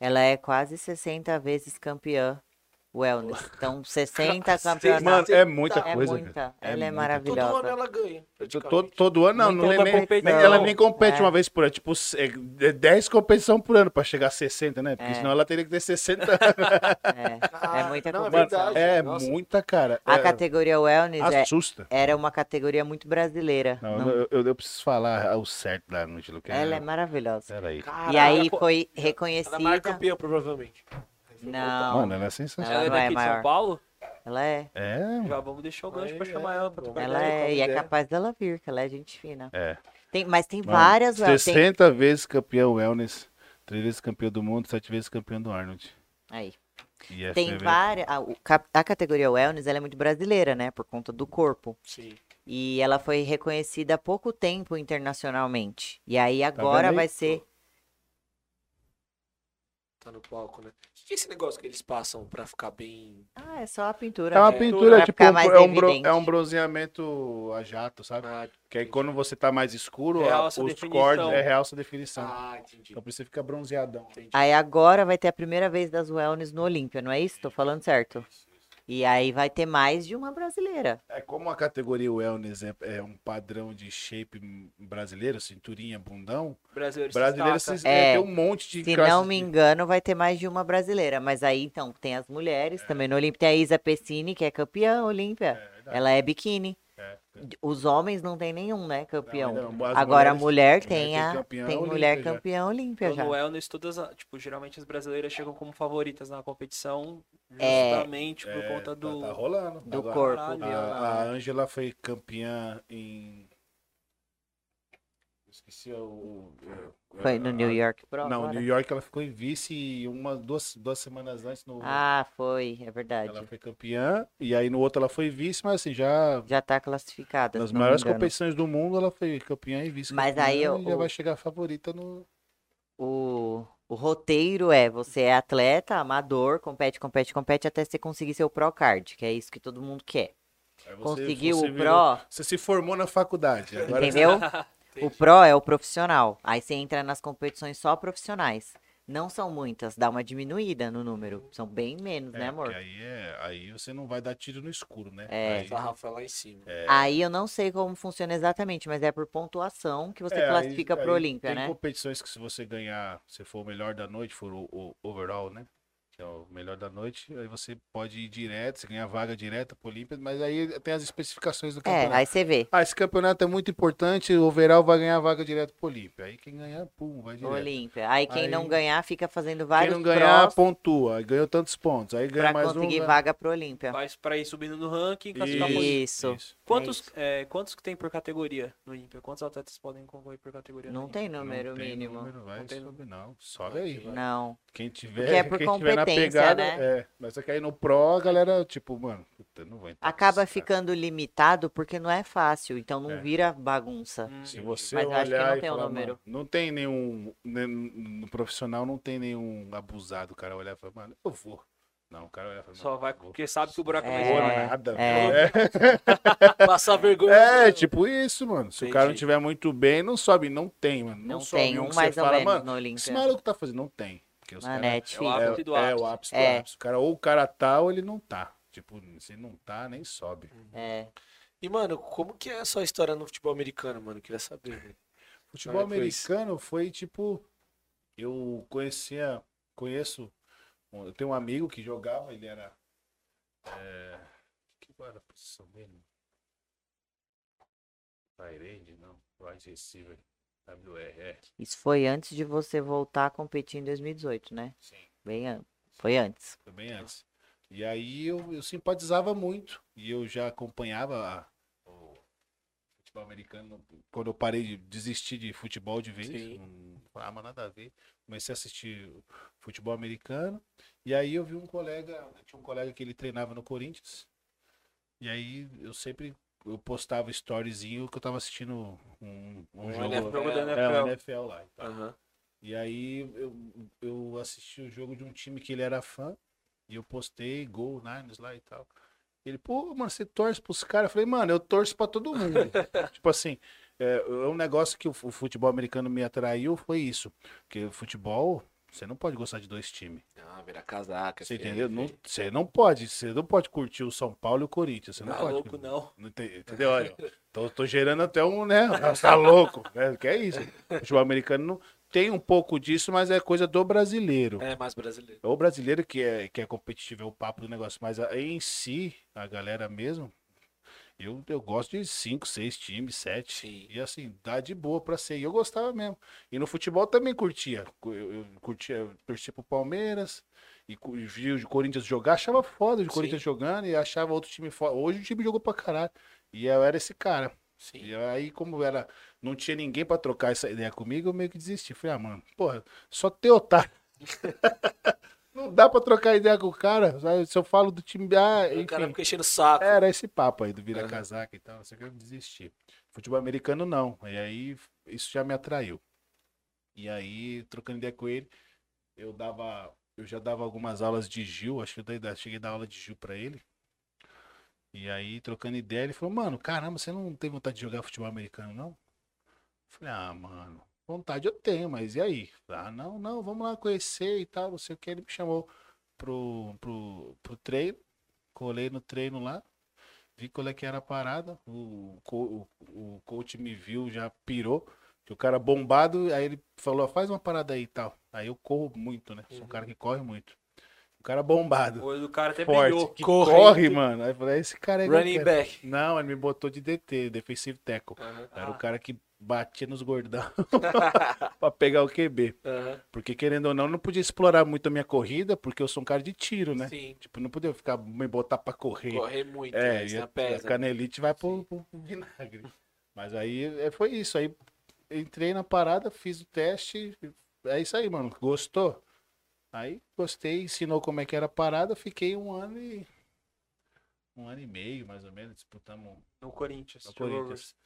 [SPEAKER 4] Ela é quase 60 vezes campeã wellness. Então, 60
[SPEAKER 1] Cacete,
[SPEAKER 4] campeonatos.
[SPEAKER 3] Mano, é muita
[SPEAKER 4] É
[SPEAKER 3] coisa.
[SPEAKER 4] muita.
[SPEAKER 3] velho.
[SPEAKER 4] Ela
[SPEAKER 3] muita
[SPEAKER 4] é
[SPEAKER 1] Todo
[SPEAKER 4] maravilhosa.
[SPEAKER 1] ano ela ganha.
[SPEAKER 3] To-
[SPEAKER 1] praticamente.
[SPEAKER 3] Todo, todo ano, não.
[SPEAKER 2] Não
[SPEAKER 3] não
[SPEAKER 2] tem
[SPEAKER 3] nem,
[SPEAKER 2] outra
[SPEAKER 3] nem-
[SPEAKER 2] competição.
[SPEAKER 3] nem- ela nem compete
[SPEAKER 4] É.
[SPEAKER 3] uma vez por ano. Tipo, se- é 10 competições por ano pra chegar a 60, né? Porque
[SPEAKER 4] É.
[SPEAKER 3] senão ela teria que ter 60 anos.
[SPEAKER 4] É.
[SPEAKER 1] Ah,
[SPEAKER 4] É muita
[SPEAKER 1] não, é
[SPEAKER 4] competição.
[SPEAKER 1] verdade.
[SPEAKER 3] É
[SPEAKER 1] Nossa.
[SPEAKER 3] muita, cara.
[SPEAKER 4] A
[SPEAKER 3] É,
[SPEAKER 4] categoria wellness é-
[SPEAKER 3] assusta.
[SPEAKER 4] era uma categoria muito brasileira.
[SPEAKER 3] Não, é
[SPEAKER 4] Não-
[SPEAKER 3] Eu, eu, eu preciso falar o certo da Angela. que
[SPEAKER 4] Ela é maravilhosa.
[SPEAKER 3] Peraí.
[SPEAKER 1] Caralho,
[SPEAKER 4] E aí
[SPEAKER 1] pô,
[SPEAKER 4] foi
[SPEAKER 1] Ela é maior
[SPEAKER 4] reconhecida.
[SPEAKER 1] campeã, provavelmente. né?
[SPEAKER 4] Não,
[SPEAKER 3] Mano, ela é sensacional.
[SPEAKER 4] Ela
[SPEAKER 2] Ela,
[SPEAKER 4] não é
[SPEAKER 2] é daqui de
[SPEAKER 4] maior.
[SPEAKER 2] São Paulo?
[SPEAKER 4] ela é.
[SPEAKER 3] É,
[SPEAKER 2] Já vamos deixar o gancho pra
[SPEAKER 1] Aí,
[SPEAKER 2] chamar
[SPEAKER 1] é.
[SPEAKER 2] ela pra trocar
[SPEAKER 4] Ela
[SPEAKER 2] ideia.
[SPEAKER 4] é. E é
[SPEAKER 1] ideia.
[SPEAKER 4] capaz dela vir, que ela é gente fina.
[SPEAKER 3] É.
[SPEAKER 4] Tem, mas tem
[SPEAKER 3] mano,
[SPEAKER 4] várias wellness.
[SPEAKER 3] 60 vezes campeão wellness, 3 vezes campeão do mundo, 7 vezes campeão do Arnold.
[SPEAKER 4] Aí.
[SPEAKER 3] E é
[SPEAKER 4] Tem
[SPEAKER 3] fevereiro.
[SPEAKER 4] várias. A, o cap- a categoria wellness ela é muito brasileira, né? Por conta do corpo.
[SPEAKER 1] Sim.
[SPEAKER 4] E ela foi reconhecida há pouco tempo internacionalmente. E aí
[SPEAKER 3] vendo
[SPEAKER 4] agora
[SPEAKER 3] aí?
[SPEAKER 4] vai ser.
[SPEAKER 1] Tá no palco, né? O que é esse negócio que eles passam pra ficar bem.
[SPEAKER 4] Ah, é só a pintura.
[SPEAKER 3] É uma
[SPEAKER 4] né?
[SPEAKER 3] pintura,
[SPEAKER 4] Pra
[SPEAKER 3] tipo,
[SPEAKER 4] ficar mais
[SPEAKER 3] é um, bro-
[SPEAKER 4] evidente.
[SPEAKER 3] é um bronzeamento a jato, sabe?
[SPEAKER 1] Ah,
[SPEAKER 3] Que aí quando você tá mais escuro, a- os
[SPEAKER 2] Realça a definição.
[SPEAKER 3] cortes é realça a definição.
[SPEAKER 1] ah, entendi.
[SPEAKER 3] Então por isso você fica bronzeadão.
[SPEAKER 1] entendi.
[SPEAKER 4] Aí agora vai ter a primeira vez das wellness no Olímpia, não é isso? Tô falando certo. E aí vai ter mais de uma brasileira.
[SPEAKER 3] É como a categoria wellness é, é um padrão de shape brasileiro, cinturinha, bundão.
[SPEAKER 2] Brasileiro, se
[SPEAKER 3] Brasileiro
[SPEAKER 2] destaca.
[SPEAKER 3] se
[SPEAKER 4] É,
[SPEAKER 3] tem um monte de
[SPEAKER 4] Se
[SPEAKER 3] classes
[SPEAKER 4] não me
[SPEAKER 3] de-
[SPEAKER 4] engano, vai ter mais de uma brasileira. Mas aí, então, tem as mulheres também no Olímpia. Tem a Isa Pessini, que é campeã Olímpia. Ela é biquíni.
[SPEAKER 3] É, é.
[SPEAKER 4] Os homens não tem nenhum, né, campeão.
[SPEAKER 3] Não, ainda não. As
[SPEAKER 4] Agora a
[SPEAKER 3] mulheres-
[SPEAKER 4] mulher
[SPEAKER 3] mulher
[SPEAKER 4] tem
[SPEAKER 3] tem
[SPEAKER 4] a
[SPEAKER 3] campeã
[SPEAKER 4] tem
[SPEAKER 3] olímpia
[SPEAKER 4] mulher
[SPEAKER 3] já.
[SPEAKER 4] campeã olímpia
[SPEAKER 2] Então,
[SPEAKER 4] já.
[SPEAKER 2] no wellness, todas, a- tipo, geralmente as brasileiras chegam como favoritas na competição,
[SPEAKER 4] É.
[SPEAKER 2] justamente por
[SPEAKER 3] É,
[SPEAKER 2] conta
[SPEAKER 3] tá-
[SPEAKER 2] do...
[SPEAKER 3] Tá, rolando.
[SPEAKER 4] do
[SPEAKER 3] Agora,
[SPEAKER 4] corpo.
[SPEAKER 2] Caralho,
[SPEAKER 3] A Ângela foi campeã em. Esqueci o. o-
[SPEAKER 4] Foi no
[SPEAKER 3] é a-
[SPEAKER 4] New York Pro
[SPEAKER 3] Não,
[SPEAKER 4] agora?
[SPEAKER 3] New York ela ficou em vice e uma, duas, duas semanas antes no.
[SPEAKER 4] Ah, foi, é
[SPEAKER 3] Ela
[SPEAKER 4] verdade.
[SPEAKER 3] foi campeã, e aí no outro ela foi vice, mas assim, já
[SPEAKER 4] Já tá classificada.
[SPEAKER 3] nas
[SPEAKER 4] se não me
[SPEAKER 3] maiores
[SPEAKER 4] engano.
[SPEAKER 3] competições do mundo ela foi campeã e vice.
[SPEAKER 4] Mas aí
[SPEAKER 3] e
[SPEAKER 4] o-
[SPEAKER 3] já
[SPEAKER 4] o-
[SPEAKER 3] vai chegar a favorita no.
[SPEAKER 4] O, o roteiro é: você é atleta, amador, compete, compete, compete até você conseguir seu Pro Card, que é isso que todo mundo quer.
[SPEAKER 3] Aí você-
[SPEAKER 4] Conseguiu
[SPEAKER 3] você
[SPEAKER 4] o
[SPEAKER 3] virou- é
[SPEAKER 4] Pro,
[SPEAKER 3] Você se formou na faculdade. Agora
[SPEAKER 4] entendeu?
[SPEAKER 3] tá.
[SPEAKER 1] Entendi.
[SPEAKER 4] O Pro é o profissional. Aí você entra nas competições só profissionais. Não são muitas, dá uma diminuída no número. São bem menos,
[SPEAKER 3] É,
[SPEAKER 4] né, amor?
[SPEAKER 3] porque Aí, é, aí você não vai dar tiro no escuro, né?
[SPEAKER 4] É.
[SPEAKER 3] Aí-
[SPEAKER 1] Essa Rafa lá em cima.
[SPEAKER 3] É.
[SPEAKER 4] Aí eu não sei como funciona exatamente, mas é por pontuação que você
[SPEAKER 3] É, aí-
[SPEAKER 4] classifica pro
[SPEAKER 3] aí
[SPEAKER 4] Olímpia,
[SPEAKER 3] tem
[SPEAKER 4] né?
[SPEAKER 3] competições que se você ganhar, se for o melhor da noite, for o, o overall, né? Que é o melhor da noite, aí você pode ir direto, você ganha vaga direta pro Olímpia, mas aí tem as especificações do
[SPEAKER 4] É,
[SPEAKER 3] campeonato.
[SPEAKER 4] aí você vê.
[SPEAKER 3] Ah, esse campeonato é muito importante, o overall vai ganhar vaga direto pro Olímpia. Aí quem ganhar, pum, vai direto.
[SPEAKER 4] Olímpia. Aí quem não
[SPEAKER 3] Aí-
[SPEAKER 4] ganhar fica fazendo
[SPEAKER 3] Quem
[SPEAKER 4] vários
[SPEAKER 3] não ganhar,
[SPEAKER 4] prós
[SPEAKER 3] pontua. Aí ganhou tantos pontos. Aí ganha
[SPEAKER 4] pra
[SPEAKER 3] mais um.
[SPEAKER 4] conseguir
[SPEAKER 3] ganha-
[SPEAKER 4] vaga pro Olímpia.
[SPEAKER 2] Mas pra ir subindo no ranking, classificar
[SPEAKER 4] Isso.
[SPEAKER 2] por...
[SPEAKER 3] isso.
[SPEAKER 2] Quantos,
[SPEAKER 4] É isso.
[SPEAKER 2] é, quantos que tem por categoria no Olímpia? Quantos atletas podem concorrer por categoria? no
[SPEAKER 4] Não
[SPEAKER 2] Olímpia?
[SPEAKER 4] tem número
[SPEAKER 3] não tem
[SPEAKER 4] mínimo.
[SPEAKER 3] Número, vai,
[SPEAKER 2] Não tem
[SPEAKER 3] sobe, não. Sobe aí.
[SPEAKER 4] Não.
[SPEAKER 3] Quem tiver,
[SPEAKER 4] Porque é por
[SPEAKER 3] quem tiver na
[SPEAKER 4] competência,
[SPEAKER 3] pegada,
[SPEAKER 4] né?
[SPEAKER 3] é. Mas só que aí no Pro, a galera, tipo, mano, puta, não vou entrar.
[SPEAKER 4] Acaba
[SPEAKER 3] nesse cara.
[SPEAKER 4] ficando limitado porque não é fácil, então não
[SPEAKER 3] É.
[SPEAKER 4] vira bagunça.
[SPEAKER 2] Hum,
[SPEAKER 3] Se você
[SPEAKER 4] Mas eu acho que
[SPEAKER 3] olhar
[SPEAKER 4] não
[SPEAKER 3] e
[SPEAKER 4] tem o
[SPEAKER 3] falar,
[SPEAKER 4] número.
[SPEAKER 3] mano, não tem nenhum, né, no profissional não tem nenhum abusado, o cara olhar e falar, mano, eu vou. Não, o cara olhar e falar,
[SPEAKER 2] Só
[SPEAKER 3] mano,
[SPEAKER 2] vai
[SPEAKER 3] eu vou.
[SPEAKER 2] porque sabe que o buraco
[SPEAKER 4] É.
[SPEAKER 2] é,
[SPEAKER 3] Vou
[SPEAKER 2] mais
[SPEAKER 3] nada,
[SPEAKER 4] é.
[SPEAKER 3] velho.
[SPEAKER 1] Passar
[SPEAKER 2] Uhum.
[SPEAKER 1] vergonha.
[SPEAKER 3] É, é, tipo isso, mano. Se o cara não
[SPEAKER 1] Entendi.
[SPEAKER 3] tiver muito bem, não sobe, não tem, mano. Não,
[SPEAKER 4] Não
[SPEAKER 3] sobe.
[SPEAKER 4] tem
[SPEAKER 3] o
[SPEAKER 4] um
[SPEAKER 3] que
[SPEAKER 4] mais
[SPEAKER 3] você
[SPEAKER 4] ou
[SPEAKER 3] fala,
[SPEAKER 4] menos
[SPEAKER 3] mano,
[SPEAKER 4] no
[SPEAKER 3] o que esse
[SPEAKER 4] Olímpia.
[SPEAKER 3] maluco tá fazendo, não tem. Porque os
[SPEAKER 4] Mano,
[SPEAKER 3] cara-
[SPEAKER 4] é
[SPEAKER 2] o
[SPEAKER 4] difícil.
[SPEAKER 2] ápice do
[SPEAKER 3] é, é
[SPEAKER 2] ápice.
[SPEAKER 3] o ápice do
[SPEAKER 4] É.
[SPEAKER 3] ápice. O cara, ou o cara tá ou ele não tá. Tipo, se não tá, nem sobe.
[SPEAKER 4] É.
[SPEAKER 1] E, mano, como que é a sua história no futebol americano, mano? Queria saber.
[SPEAKER 3] É,
[SPEAKER 1] velho.
[SPEAKER 3] Futebol
[SPEAKER 1] Ah, foi isso.
[SPEAKER 3] americano foi tipo. Eu conhecia.
[SPEAKER 5] um
[SPEAKER 3] Conheço. Eu tenho um amigo que jogava, ele era.
[SPEAKER 5] é, qual era a posição dele? Tyrande, não. Wide receiver. WRR.
[SPEAKER 4] Isso foi antes de você voltar a competir em 2018, né?
[SPEAKER 3] Sim.
[SPEAKER 4] Bem, an- foi antes.
[SPEAKER 3] Foi bem antes. E aí eu, eu simpatizava muito. E eu já acompanhava a- o futebol americano quando eu parei de desistir de futebol de vez.
[SPEAKER 1] Sim.
[SPEAKER 3] Não falava nada a ver. Comecei a assistir futebol americano. E aí eu vi um colega, tinha um colega que ele treinava no Corinthians. E aí eu sempre eu postava storyzinho que eu tava assistindo um, um
[SPEAKER 1] Um
[SPEAKER 3] jogo.
[SPEAKER 1] NFL.
[SPEAKER 3] é, um NFL lá e tal.
[SPEAKER 1] Aham.
[SPEAKER 3] E aí eu, eu assisti o jogo de um time que ele era fã. E eu postei Gol Niners lá e tal. Ele, pô, mano, você torce pros caras? Eu falei, mano, eu torço pra todo mundo. tipo assim, é, é um negócio que o fu- o futebol americano me atraiu, foi isso. Porque o futebol, você não pode gostar de dois times.
[SPEAKER 1] Ah, virar casaca.
[SPEAKER 3] Você
[SPEAKER 1] feio,
[SPEAKER 3] entendeu? Não-
[SPEAKER 1] feio.
[SPEAKER 3] Você não pode, você não pode curtir o São Paulo e o Corinthians. Você não,
[SPEAKER 1] Não é
[SPEAKER 3] pode.
[SPEAKER 1] louco, não.
[SPEAKER 3] Não tem- entendeu? Olha, tô, tô gerando até um, né? Nossa, Tá louco, né? Que é isso. O futebol americano não tem um pouco disso, mas é coisa do brasileiro.
[SPEAKER 1] É mais brasileiro.
[SPEAKER 3] É O brasileiro que é, que é competitivo, é o papo do negócio, mas a- em si, a galera mesmo, eu, eu gosto de cinco, seis times, sete.
[SPEAKER 1] Sim.
[SPEAKER 3] E assim, dá de boa pra ser. E eu gostava mesmo. E no futebol também curtia. Cu- Eu, eu curtia, eu torcia pro Palmeiras. E cu- e via o Corinthians jogar, achava foda o Corinthians jogando e achava outro time foda. Hoje o time jogou pra caralho. E eu era esse cara.
[SPEAKER 1] Sim.
[SPEAKER 3] E aí, como era, não tinha ninguém pra trocar essa ideia comigo, eu meio que desisti. Falei, ah, mano, porra, só tem otário. não dá pra trocar ideia com o cara. sabe? Se eu falo do time, ah,
[SPEAKER 1] O cara
[SPEAKER 3] enfim. É,
[SPEAKER 1] fica enchendo o saco.
[SPEAKER 3] Era esse papo aí do
[SPEAKER 1] Aham.
[SPEAKER 3] vira-casaca e tal, não sei o que, eu desisti. Futebol americano não, e aí isso já me atraiu. E aí, trocando ideia com ele, eu dava, eu já dava algumas aulas de Gil, acho que eu dei- da- cheguei a dar aula de Gil pra ele. E aí, trocando ideia, ele falou, mano, caramba, você não tem vontade de jogar futebol americano, não? Eu falei, ah, mano, vontade eu tenho, mas e aí? Ah, não, não, vamos lá conhecer e tal, não sei o que. Ele me chamou pro, pro, pro treino, colei no treino lá, vi qual é que era a parada. O, co- o, o coach me viu, já pirou. Que o cara bombado, aí ele falou, "Ó, faz uma parada aí e tal. Aí eu corro muito, né? Sou um cara que
[SPEAKER 1] Uhum.
[SPEAKER 3] corre muito. O cara bombado.
[SPEAKER 2] O do
[SPEAKER 1] é
[SPEAKER 2] cara até
[SPEAKER 3] Forte,
[SPEAKER 2] brilhou.
[SPEAKER 3] que
[SPEAKER 1] Corre.
[SPEAKER 3] corre, mano. Aí eu falei, esse cara é que eu
[SPEAKER 1] Running
[SPEAKER 3] quero.
[SPEAKER 1] back.
[SPEAKER 3] Não, ele me botou de DT, defensive tackle.
[SPEAKER 1] Aham.
[SPEAKER 3] Era
[SPEAKER 2] Ah.
[SPEAKER 3] o cara que batia nos gordão pra pegar o QB.
[SPEAKER 1] Aham.
[SPEAKER 3] Porque, querendo ou não, eu não podia explorar muito a minha corrida, porque eu sou um cara de tiro, né?
[SPEAKER 1] Sim.
[SPEAKER 3] Tipo, não podia ficar me botar pra correr.
[SPEAKER 1] Correr muito.
[SPEAKER 3] É,
[SPEAKER 1] É,
[SPEAKER 3] e
[SPEAKER 1] né?
[SPEAKER 3] a, a
[SPEAKER 1] pesa.
[SPEAKER 3] canelite vai pro, pro vinagre. Mas aí é, foi isso. Aí entrei na parada, fiz o teste. É isso aí, mano. Gostou? Aí gostei, ensinou como é que era a parada, fiquei um ano e. Um ano e meio, mais ou menos, disputamos
[SPEAKER 2] No Corinthians. Tipo,
[SPEAKER 3] no
[SPEAKER 2] jogou-
[SPEAKER 3] Corinthians.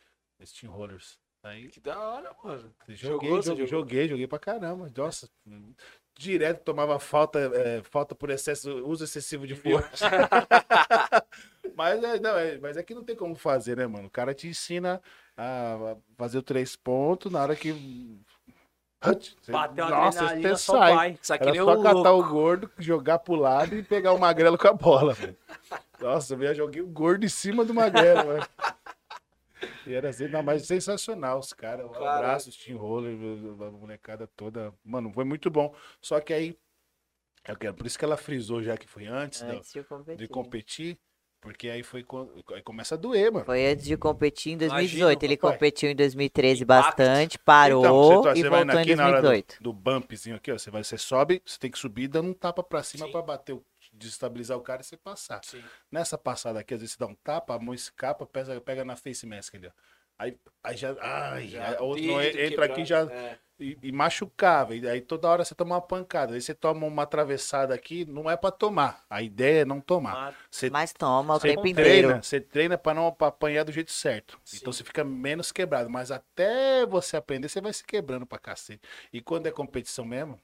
[SPEAKER 3] Steam Rollers. Aí
[SPEAKER 1] Que da hora, mano.
[SPEAKER 3] Joguei,
[SPEAKER 1] Jogou,
[SPEAKER 3] jo-
[SPEAKER 1] você
[SPEAKER 3] joguei,
[SPEAKER 1] jogou?
[SPEAKER 3] joguei, pra caramba. Nossa, direto tomava falta, é, falta por excesso, uso excessivo de força. mas, é, não, é, mas é que não tem como fazer, né, mano? O cara te ensina a fazer o três pontos na hora que.
[SPEAKER 2] Bateu a
[SPEAKER 3] Nossa,
[SPEAKER 2] adrenalina,
[SPEAKER 3] você
[SPEAKER 2] só
[SPEAKER 3] sai.
[SPEAKER 2] vai.
[SPEAKER 1] Isso aqui
[SPEAKER 3] Era
[SPEAKER 1] É nem o
[SPEAKER 3] só catar
[SPEAKER 1] louco.
[SPEAKER 3] o gordo, jogar pro lado e pegar o magrelo com a bola, velho. Nossa, eu já joguei o gordo em cima do magrelo, velho. E era assim, não, mas sensacional os caras. Um
[SPEAKER 1] Cara.
[SPEAKER 3] abraço, os Team Roller, a molecada toda. Mano, foi muito bom. Só que aí, eu quero- por isso que ela frisou já que foi
[SPEAKER 1] É,
[SPEAKER 3] antes, da-
[SPEAKER 4] Antes de competir.
[SPEAKER 3] de competir, porque aí foi quando- aí começa a doer, mano.
[SPEAKER 4] Foi antes de competir em 2018. ele
[SPEAKER 3] papai.
[SPEAKER 4] competiu em
[SPEAKER 1] Impacto.
[SPEAKER 4] 2013 bastante, parou
[SPEAKER 3] Então,
[SPEAKER 4] e voltou em
[SPEAKER 3] na hora
[SPEAKER 4] 2018.
[SPEAKER 3] do, do bumpzinho aqui, ó. Você, vai, você sobe, você tem que subir, dando um tapa pra cima
[SPEAKER 1] Sim.
[SPEAKER 3] pra bater, o- desestabilizar o cara e você passar.
[SPEAKER 1] Sim.
[SPEAKER 3] Nessa passada aqui, às vezes você dá um tapa, a mão escapa, pega, pega na face mask ali, ó. Aí, aí já. Ai, aí,
[SPEAKER 1] Já,
[SPEAKER 3] é, outro não
[SPEAKER 1] dedo
[SPEAKER 3] en- entra aqui e já.
[SPEAKER 1] quebrado. É.
[SPEAKER 3] E, e machucava. E aí toda hora você toma uma pancada. Aí você toma uma atravessada aqui, não é pra tomar. A ideia é não tomar.
[SPEAKER 2] Ah,
[SPEAKER 3] Você
[SPEAKER 4] Mas toma o
[SPEAKER 3] você
[SPEAKER 4] tempo
[SPEAKER 3] treina,
[SPEAKER 4] inteiro.
[SPEAKER 3] Você treina pra não pra apanhar do jeito certo. Então você fica menos quebrado. Mas até você aprender, você vai se quebrando pra cacete. E quando é competição mesmo,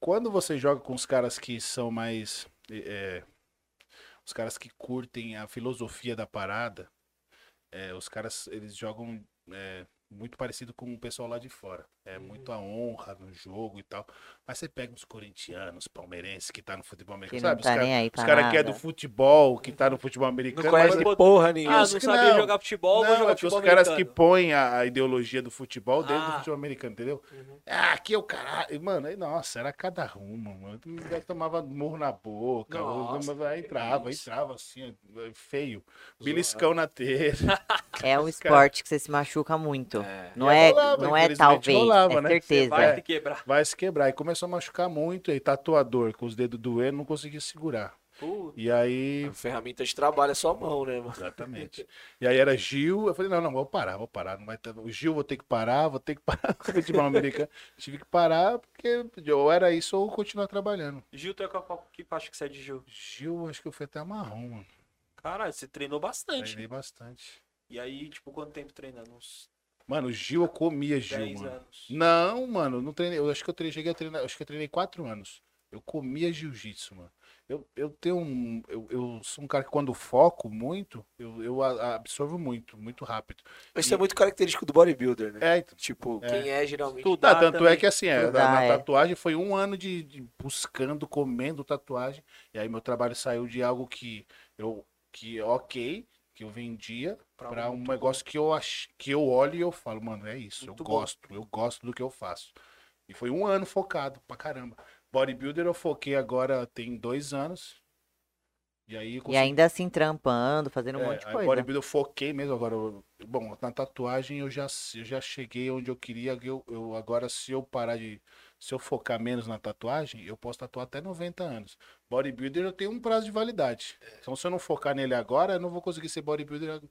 [SPEAKER 3] quando você joga com os caras que são mais. eh, eh, os caras que curtem a filosofia da parada, eh, os caras eles jogam eh, muito parecido com o pessoal lá de fora. É
[SPEAKER 4] Uhum.
[SPEAKER 3] muito a honra no jogo e tal. Mas você pega os corintianos, palmeirenses que tá no futebol americano,
[SPEAKER 4] não
[SPEAKER 3] sabe? Os
[SPEAKER 4] tá
[SPEAKER 3] cara-
[SPEAKER 4] nem aí pra
[SPEAKER 3] Os caras que é
[SPEAKER 4] nada.
[SPEAKER 3] do futebol, que tá no futebol americano,
[SPEAKER 1] Não
[SPEAKER 3] mas
[SPEAKER 1] conhece porra
[SPEAKER 2] Ah,
[SPEAKER 1] nenhuma.
[SPEAKER 2] não
[SPEAKER 3] os que
[SPEAKER 2] sabia
[SPEAKER 3] não.
[SPEAKER 2] jogar futebol, vou
[SPEAKER 3] Não,
[SPEAKER 2] jogar
[SPEAKER 3] é que os
[SPEAKER 2] futebol
[SPEAKER 3] caras que
[SPEAKER 2] americano.
[SPEAKER 3] põem a, a ideologia do futebol dentro do
[SPEAKER 2] Ah.
[SPEAKER 3] futebol americano, entendeu?
[SPEAKER 2] Uhum.
[SPEAKER 3] Ah, aqui é o caralho. E, Mano, aí, nossa, era cada rumo, mano. O moleque tomava murro na boca,
[SPEAKER 2] Nossa,
[SPEAKER 3] aí
[SPEAKER 2] que
[SPEAKER 3] entrava,
[SPEAKER 2] isso.
[SPEAKER 3] entrava assim, ó, feio. Beliscão na telha.
[SPEAKER 4] É um
[SPEAKER 3] Os caras-
[SPEAKER 4] esporte que você se machuca muito.
[SPEAKER 1] É.
[SPEAKER 4] Não
[SPEAKER 3] E
[SPEAKER 4] é,
[SPEAKER 3] rolava,
[SPEAKER 4] não é
[SPEAKER 3] infelizmente
[SPEAKER 4] talvez,
[SPEAKER 3] rolava,
[SPEAKER 4] é
[SPEAKER 3] né?
[SPEAKER 2] Você
[SPEAKER 4] certeza.
[SPEAKER 2] vai se quebrar.
[SPEAKER 3] Vai se quebrar. E começou a machucar muito, e tatuador, com os dedos doendo, não conseguia segurar.
[SPEAKER 2] Puta.
[SPEAKER 3] E aí
[SPEAKER 1] A ferramenta de trabalho é sua mão, né, mano?
[SPEAKER 3] Exatamente. E aí era Gil, eu falei, não, não, vou parar, vou parar. Não vai ter... O Gil vou ter que parar, vou ter que parar com o futebol americano. Tive que parar, porque ou era isso ou continuar trabalhando.
[SPEAKER 2] Gil, tu é qual, qual que faixa que você é de Gil?
[SPEAKER 3] Gil, acho que eu fui até marrom, mano.
[SPEAKER 2] Caralho, você treinou bastante.
[SPEAKER 3] Treinei bastante.
[SPEAKER 2] E aí, tipo, quanto tempo treinando? Uns
[SPEAKER 3] Mano, Gil, eu comia Gil,
[SPEAKER 2] 10
[SPEAKER 3] mano.
[SPEAKER 2] anos.
[SPEAKER 3] Não, mano, não treinei. Eu acho que eu treinei, cheguei a treinar, acho que eu treinei quatro anos. Eu comia jiu-jitsu, mano. Eu, eu tenho um. Eu, eu sou um cara que quando foco muito, eu, eu a- absorvo muito, muito rápido.
[SPEAKER 1] Isso é muito característico do bodybuilder, né?
[SPEAKER 3] É, então.
[SPEAKER 1] Tipo,
[SPEAKER 3] É.
[SPEAKER 1] quem é geralmente.
[SPEAKER 3] Não,
[SPEAKER 2] Estudar
[SPEAKER 3] tanto
[SPEAKER 2] também.
[SPEAKER 3] é que assim, é,
[SPEAKER 4] Estudar,
[SPEAKER 3] na, na
[SPEAKER 4] é.
[SPEAKER 3] tatuagem foi um ano de, de buscando, comendo tatuagem. E aí meu trabalho saiu de algo que eu que ok, que eu vendia
[SPEAKER 2] Pra
[SPEAKER 3] para
[SPEAKER 2] um
[SPEAKER 3] um negócio que eu ach, que eu olho e eu falo, mano, é isso,
[SPEAKER 2] Muito
[SPEAKER 3] eu
[SPEAKER 2] bom.
[SPEAKER 3] gosto, eu gosto do que eu faço. E foi um ano focado pra caramba. Bodybuilder eu foquei agora tem dois anos. E aí eu
[SPEAKER 4] E ainda assim trampando, fazendo um
[SPEAKER 3] é,
[SPEAKER 4] monte de
[SPEAKER 3] aí
[SPEAKER 4] coisa.
[SPEAKER 3] bodybuilder eu foquei mesmo agora. eu- bom, na tatuagem eu já, eu já cheguei onde eu queria. Eu, eu- agora, se eu parar de. Se eu focar menos na tatuagem, eu posso tatuar até 90 anos. Bodybuilder eu tenho um prazo de validade. Então, se eu não focar nele agora, eu não vou conseguir ser bodybuilder. ag-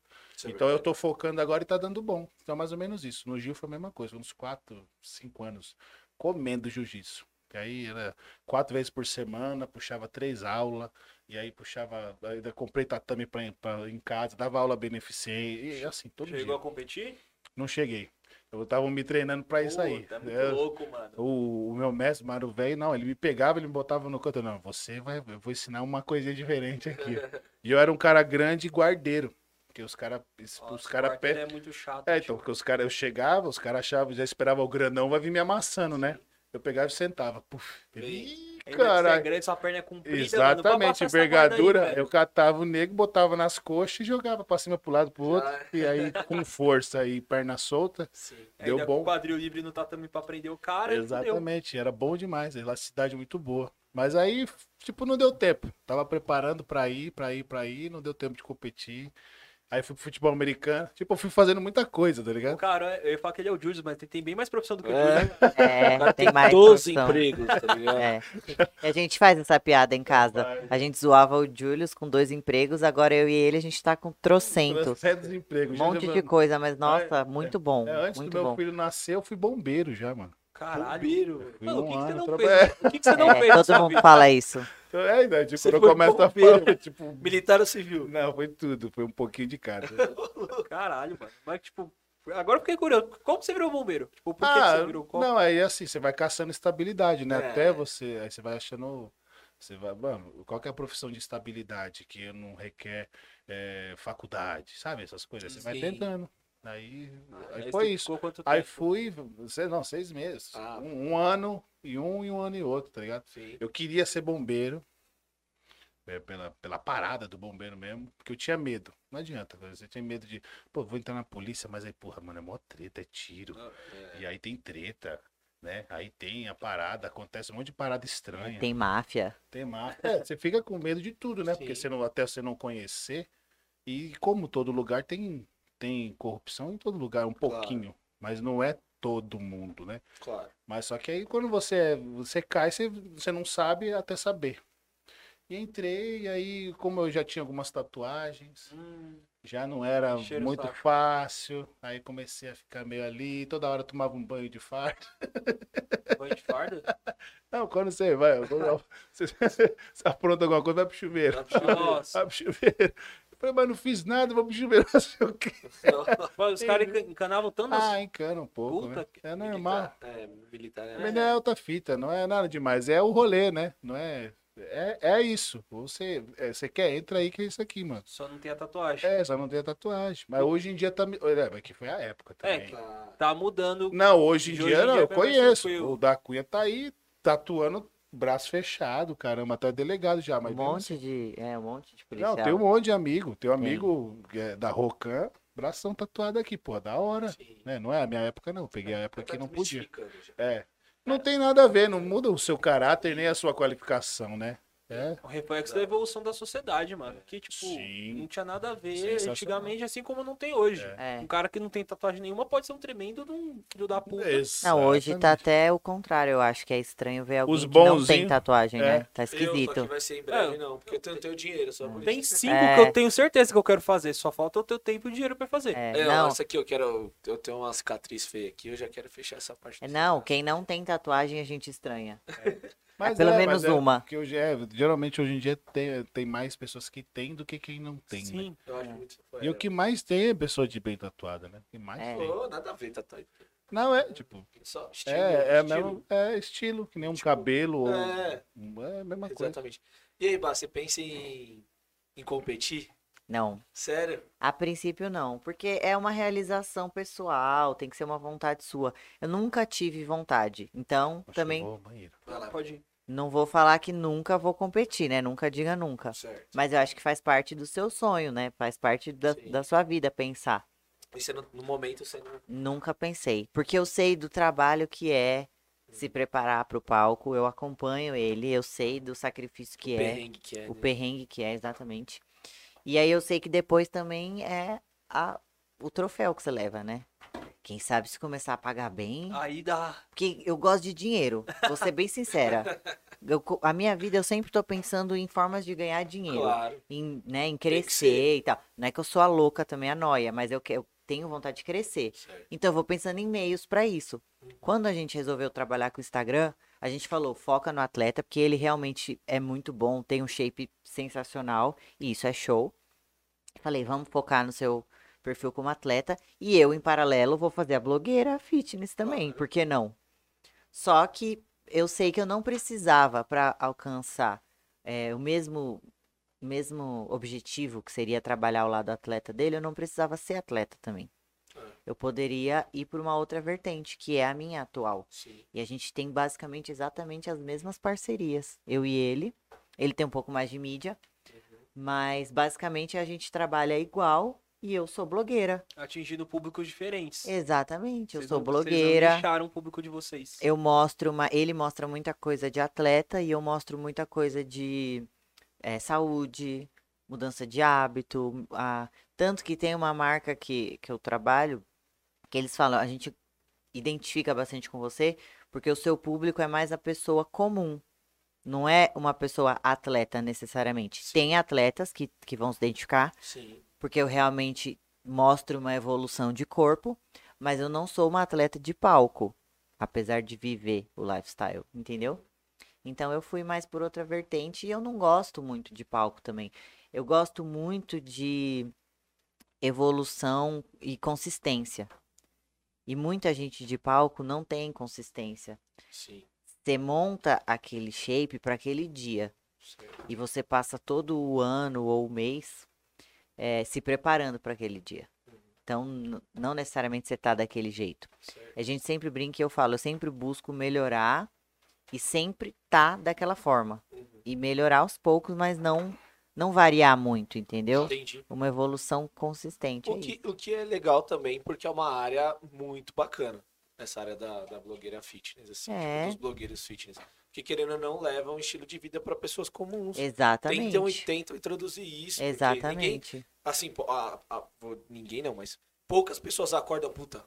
[SPEAKER 2] é
[SPEAKER 3] então, eu tô focando agora e tá dando bom. Então, é mais ou menos isso. No Gil foi a mesma coisa, uns 4, 5 anos comendo jiu-jitsu. E aí era quatro vezes por semana, puxava três aulas, e aí puxava, ainda comprei tatame pra, pra- em casa, dava aula beneficente, e assim, todo
[SPEAKER 2] Chegou a
[SPEAKER 3] dia.
[SPEAKER 2] competir?
[SPEAKER 3] Não cheguei. Eu tava me treinando pra isso aí.
[SPEAKER 2] Puta, é tá muito
[SPEAKER 3] Eu-
[SPEAKER 2] louco, mano.
[SPEAKER 3] o, o meu mestre, Mário Velho, não, ele me pegava, ele me botava no canto. Não, você vai, eu vou ensinar uma coisinha diferente aqui. e eu era um cara grande e guardeiro. Porque os caras. Os
[SPEAKER 2] Nossa,
[SPEAKER 3] caras
[SPEAKER 2] quarto é muito chato.
[SPEAKER 3] é,
[SPEAKER 2] tipo,
[SPEAKER 3] então, porque os caras, eu chegava, os caras achavam, já esperava o grandão, vai vir me amassando, né? Eu pegava e sentava. Puf, ele, Ih,
[SPEAKER 2] ainda que você é
[SPEAKER 3] caralho.
[SPEAKER 2] grande, sua perna é comprida. mano, pra
[SPEAKER 3] Exatamente,
[SPEAKER 2] passar essa guarda aí,
[SPEAKER 3] envergadura,
[SPEAKER 2] velho.
[SPEAKER 3] eu catava o negro, botava nas coxas e jogava pra cima, pro lado, pro outro. E aí, com força e perna solta.
[SPEAKER 1] Sim.
[SPEAKER 3] deu
[SPEAKER 2] ainda
[SPEAKER 3] bom.
[SPEAKER 2] com quadril livre no tatame pra prender o cara. ele fudeu.
[SPEAKER 3] Exatamente, era bom demais, a elasticidade muito boa. Mas aí, tipo, não deu tempo. Tava preparando pra ir, pra ir, pra ir, não deu tempo de competir. Aí fui pro futebol americano. Tipo, eu fui fazendo muita coisa, tá
[SPEAKER 2] O
[SPEAKER 3] ligado?
[SPEAKER 2] cara, eu ia falar que ele é o Judas, mas ele tem bem mais profissão do que o né?
[SPEAKER 1] É.
[SPEAKER 2] Judas.
[SPEAKER 1] O
[SPEAKER 4] É,
[SPEAKER 1] cara
[SPEAKER 4] tem mais
[SPEAKER 1] 12
[SPEAKER 4] opção.
[SPEAKER 1] empregos, tá ligado?
[SPEAKER 4] É. E a gente faz essa piada em casa. A gente zoava o Julius com dois empregos, agora eu e ele a gente tá com trocentos.
[SPEAKER 3] Processo de desemprego.
[SPEAKER 4] Um
[SPEAKER 3] Já
[SPEAKER 4] monte de
[SPEAKER 3] levando-
[SPEAKER 4] coisa, mas nossa,
[SPEAKER 3] é,
[SPEAKER 4] muito bom.
[SPEAKER 3] É, antes
[SPEAKER 4] muito
[SPEAKER 3] do meu
[SPEAKER 4] bom.
[SPEAKER 3] filho nascer, eu fui bombeiro já, mano.
[SPEAKER 2] Caralho.
[SPEAKER 1] Bombeiro, velho.
[SPEAKER 3] Fui
[SPEAKER 2] Mano, o
[SPEAKER 3] um
[SPEAKER 2] que, que você
[SPEAKER 3] ano
[SPEAKER 2] não
[SPEAKER 3] traba-
[SPEAKER 2] fez? O que, que você não
[SPEAKER 4] É,
[SPEAKER 2] fez? na
[SPEAKER 4] todo
[SPEAKER 2] sua
[SPEAKER 4] mundo
[SPEAKER 2] vida?
[SPEAKER 4] tipo, fala isso.
[SPEAKER 3] É, né, tipo,
[SPEAKER 1] Você
[SPEAKER 3] quando
[SPEAKER 1] foi
[SPEAKER 3] eu começo a
[SPEAKER 1] bombeiro.
[SPEAKER 3] falar, tipo...
[SPEAKER 1] Militar ou civil?
[SPEAKER 3] Não, foi tudo, foi um pouquinho de cada.
[SPEAKER 2] Caralho, mano. Mas, tipo, agora eu fiquei curioso. Como que você virou bombeiro? Tipo, por que que
[SPEAKER 3] ah,
[SPEAKER 2] você virou como?
[SPEAKER 3] não, aí assim, você vai caçando estabilidade, né?
[SPEAKER 1] É.
[SPEAKER 3] Até você, aí você vai achando... Você vai, mano, qual que é a profissão de estabilidade que não requer é, faculdade, sabe? Essas coisas. Você vai
[SPEAKER 1] Sim.
[SPEAKER 3] tentando. Aí, aí
[SPEAKER 2] Aí
[SPEAKER 3] foi
[SPEAKER 2] você
[SPEAKER 3] isso.
[SPEAKER 2] ficou quanto
[SPEAKER 3] Aí
[SPEAKER 2] tempo?
[SPEAKER 3] fui, sei, não, seis meses.
[SPEAKER 1] Ah.
[SPEAKER 3] Um, um ano e um e um ano e outro, tá ligado?
[SPEAKER 1] Sim.
[SPEAKER 3] Eu queria ser bombeiro. é, Pela, pela parada do bombeiro mesmo, porque eu tinha medo. Não adianta, velho. Você tinha medo de, pô, vou entrar na polícia, mas aí, porra, mano, é mó treta, é tiro. E aí tem treta, né? Aí tem a parada, acontece um monte de parada estranha.
[SPEAKER 4] Tem máfia.
[SPEAKER 3] Tem marca. É, você fica com medo de tudo, né? Porque
[SPEAKER 1] Sim.
[SPEAKER 3] você não, até você não conhecer. E como todo lugar tem, tem corrupção em todo lugar, um
[SPEAKER 1] Claro.
[SPEAKER 3] pouquinho. Mas não é todo mundo, né?
[SPEAKER 1] Claro.
[SPEAKER 3] Mas só que aí quando você, é, você cai, você, você não sabe até saber. E entrei, e aí, como eu já tinha algumas tatuagens,
[SPEAKER 2] Hum,
[SPEAKER 3] já não era
[SPEAKER 2] Cheira o
[SPEAKER 3] muito
[SPEAKER 2] saco.
[SPEAKER 3] fácil. Aí comecei a ficar meio ali, toda hora eu tomava um banho de fardo.
[SPEAKER 2] banho de farda?
[SPEAKER 3] Não, quando você vai, quando você, você apronta alguma coisa, vai pro chuveiro.
[SPEAKER 2] Nossa.
[SPEAKER 3] Vai pro chuveiro. Ah, Eu falei, mas não fiz nada, vou pro chuveiro, não sei o quê.
[SPEAKER 2] Mano, os caras encan- encanavam tanto assim, as...
[SPEAKER 3] Ah, encana um pouco, né?
[SPEAKER 2] Puta
[SPEAKER 3] É normal.
[SPEAKER 1] Militar. É, militar
[SPEAKER 3] Mas não é alta fita, não é nada demais. É o rolê, né? Não é É, é isso. Você, é, você quer, entra aí que é isso aqui, mano.
[SPEAKER 2] Só não tem a tatuagem.
[SPEAKER 3] É, só não tem a tatuagem. Mas hoje em dia tá. me- É, mas que foi a época também.
[SPEAKER 2] É, que- Tá mudando.
[SPEAKER 3] Não, hoje em
[SPEAKER 2] Hoje
[SPEAKER 3] dia
[SPEAKER 2] em
[SPEAKER 3] não,
[SPEAKER 2] dia é
[SPEAKER 3] eu
[SPEAKER 2] bem mais
[SPEAKER 3] conheço.
[SPEAKER 2] tranquilo.
[SPEAKER 3] O da Cunha tá aí tatuando braço fechado, caramba, tá delegado já, mas
[SPEAKER 4] Um monte de. É, um monte de policial.
[SPEAKER 3] Não, tem um monte de amigo, tem um amigo é, da Rocan, bração tatuado aqui, pô, da hora.
[SPEAKER 2] Sim.
[SPEAKER 3] Né? Não é a minha época não, peguei a época que não
[SPEAKER 1] tá
[SPEAKER 3] podia.
[SPEAKER 1] Desmistificando já.
[SPEAKER 3] É. Não tem nada a ver, não muda o seu caráter nem a sua qualificação, né? É.
[SPEAKER 2] O reflexo da evolução da sociedade, mano. Que, tipo,
[SPEAKER 3] Sim.
[SPEAKER 2] não tinha nada a ver
[SPEAKER 3] Sensacional.
[SPEAKER 2] antigamente, assim como não tem hoje.
[SPEAKER 4] É.
[SPEAKER 2] Um cara que não tem tatuagem nenhuma pode ser um tremendo de um filho da puta.
[SPEAKER 3] É
[SPEAKER 4] Não, hoje tá até o contrário. Eu acho que é estranho ver alguém
[SPEAKER 3] Os
[SPEAKER 4] que não tem
[SPEAKER 3] bonzinho,
[SPEAKER 4] tatuagem,
[SPEAKER 3] é.
[SPEAKER 4] né? Tá
[SPEAKER 1] Eu, só que
[SPEAKER 4] esquisito.
[SPEAKER 1] vai ser em breve,
[SPEAKER 2] É.
[SPEAKER 1] não, porque eu não tenho dinheiro, só por
[SPEAKER 2] Tem
[SPEAKER 1] isso.
[SPEAKER 2] cinco
[SPEAKER 4] É.
[SPEAKER 2] que eu tenho certeza que eu quero fazer. Só falta eu ter o tempo e o dinheiro pra fazer.
[SPEAKER 4] É,
[SPEAKER 1] É,
[SPEAKER 4] não,
[SPEAKER 1] essa aqui eu quero. Eu tenho uma cicatriz feia aqui, eu já quero fechar essa parte.
[SPEAKER 4] é, não, quem não tem tatuagem a gente estranha.
[SPEAKER 3] Mas
[SPEAKER 4] pelo
[SPEAKER 3] é, mas
[SPEAKER 4] menos
[SPEAKER 3] é,
[SPEAKER 4] uma.
[SPEAKER 3] Porque hoje é, geralmente hoje em dia tem, tem mais pessoas que têm do que quem não tem, né?
[SPEAKER 2] Sim.
[SPEAKER 1] Eu acho muito.
[SPEAKER 3] E o que mais tem é pessoa de bem tatuada, né? O que mais
[SPEAKER 4] É.
[SPEAKER 3] tem.
[SPEAKER 1] Pô, nada a ver, Tatuí.
[SPEAKER 3] Não, é, tipo,
[SPEAKER 1] Só estilo.
[SPEAKER 3] é, é,
[SPEAKER 1] estilo.
[SPEAKER 3] mesmo, é estilo, que nem
[SPEAKER 4] Tipo,
[SPEAKER 3] um cabelo ou
[SPEAKER 1] É,
[SPEAKER 3] um- é a mesma coisa.
[SPEAKER 1] exatamente. E aí, Bá, você pensa em, em competir?
[SPEAKER 4] Não.
[SPEAKER 1] Sério?
[SPEAKER 4] A princípio não, porque é uma realização pessoal, tem que ser uma vontade sua. Eu nunca tive vontade. Então,
[SPEAKER 3] Acho que eu
[SPEAKER 4] também
[SPEAKER 3] vou ao banheiro.
[SPEAKER 1] Vai lá,
[SPEAKER 2] Pode ir.
[SPEAKER 4] não vou falar que nunca vou competir, né? Nunca diga nunca.
[SPEAKER 1] certo.
[SPEAKER 4] Mas eu acho que faz parte do seu sonho, né? Faz parte da,
[SPEAKER 1] Sim.
[SPEAKER 4] da sua vida pensar.
[SPEAKER 1] E você não- no momento você não.
[SPEAKER 4] Nunca pensei. Porque eu sei do trabalho que é se
[SPEAKER 1] Uhum.
[SPEAKER 4] preparar para o palco, eu acompanho ele, eu sei do sacrifício que é,
[SPEAKER 1] Perrengue que é.
[SPEAKER 4] o
[SPEAKER 1] né?
[SPEAKER 4] perrengue que é, exatamente. E aí eu sei que depois também é a- o troféu que você leva, né? Quem sabe se começar a pagar
[SPEAKER 1] Ah.
[SPEAKER 4] bem.
[SPEAKER 2] Aí dá.
[SPEAKER 4] Porque eu gosto de dinheiro, vou ser bem sincera. Eu co- a minha vida eu sempre tô pensando em formas de ganhar dinheiro
[SPEAKER 1] Claro.
[SPEAKER 4] em, né, em
[SPEAKER 1] que
[SPEAKER 4] crescer e tal. Não é que eu sou a louca também, a noia, mas eu, que- eu tenho vontade de crescer.
[SPEAKER 1] Certo.
[SPEAKER 4] Então eu vou pensando em meios para isso. Quando a gente resolveu trabalhar com o Instagram, a gente falou, foca no atleta, porque ele realmente é muito bom, tem um shape sensacional, e isso é show. Falei, vamos focar no seu perfil como atleta, e eu, em paralelo, vou fazer a blogueira fitness também, por que não? Só que eu sei que eu não precisava para alcançar é, o mesmo mesmo objetivo, que seria trabalhar ao lado do atleta dele, eu não precisava ser atleta também. Eu poderia ir por uma outra vertente, que é a minha atual.
[SPEAKER 1] Sim.
[SPEAKER 4] E a gente tem basicamente exatamente as mesmas parcerias. Eu e ele. Ele tem um pouco mais de mídia.
[SPEAKER 2] Uhum.
[SPEAKER 4] Mas basicamente a gente trabalha igual e eu sou blogueira.
[SPEAKER 2] Atingindo públicos diferentes.
[SPEAKER 4] Exatamente, eu
[SPEAKER 2] Vocês
[SPEAKER 4] sou
[SPEAKER 2] não- Vocês não
[SPEAKER 4] blogueira.
[SPEAKER 2] deixaram o público de vocês.
[SPEAKER 4] Eu mostro uma. Ele mostra muita coisa de atleta e eu mostro muita coisa de eh, saúde, mudança de hábito. a- tanto que tem uma marca que, que eu trabalho que eles falam, a gente identifica bastante com você, porque o seu público é mais a pessoa comum. Não é uma pessoa atleta necessariamente. Tem atletas que, que vão se identificar,
[SPEAKER 1] Sim.
[SPEAKER 4] porque eu realmente mostro uma evolução de corpo, mas eu não sou uma atleta de palco, apesar de viver o lifestyle, entendeu? Então eu fui mais por outra vertente e eu não gosto muito de palco também. Eu gosto muito de evolução e consistência. E muita gente de palco não tem consistência.
[SPEAKER 1] Sim.
[SPEAKER 4] Você monta aquele shape para aquele dia
[SPEAKER 1] Certo.
[SPEAKER 4] e você passa todo o ano ou o mês eh, se preparando para aquele dia. Então, n- não necessariamente você tá daquele jeito.
[SPEAKER 1] certo.
[SPEAKER 4] A gente sempre brinca e eu falo, eu sempre busco melhorar e sempre tá daquela forma.
[SPEAKER 1] Uhum.
[SPEAKER 4] E melhorar aos poucos, mas não não variar muito, entendeu?
[SPEAKER 1] Entendi.
[SPEAKER 4] Uma evolução consistente.
[SPEAKER 1] O
[SPEAKER 4] é
[SPEAKER 1] que, o que é legal também, porque é uma área muito bacana. Essa área da, da blogueira fitness, assim,
[SPEAKER 4] É.
[SPEAKER 1] tipo, dos blogueiros fitness. Que querendo ou não, leva um estilo de vida para pessoas comuns.
[SPEAKER 4] isso. Exatamente.
[SPEAKER 1] Tentam, um e tentam introduzir isso. porque Ninguém,
[SPEAKER 4] Exatamente.
[SPEAKER 1] assim, pô, a- a- vou- ninguém não, mas poucas pessoas acordam, puta.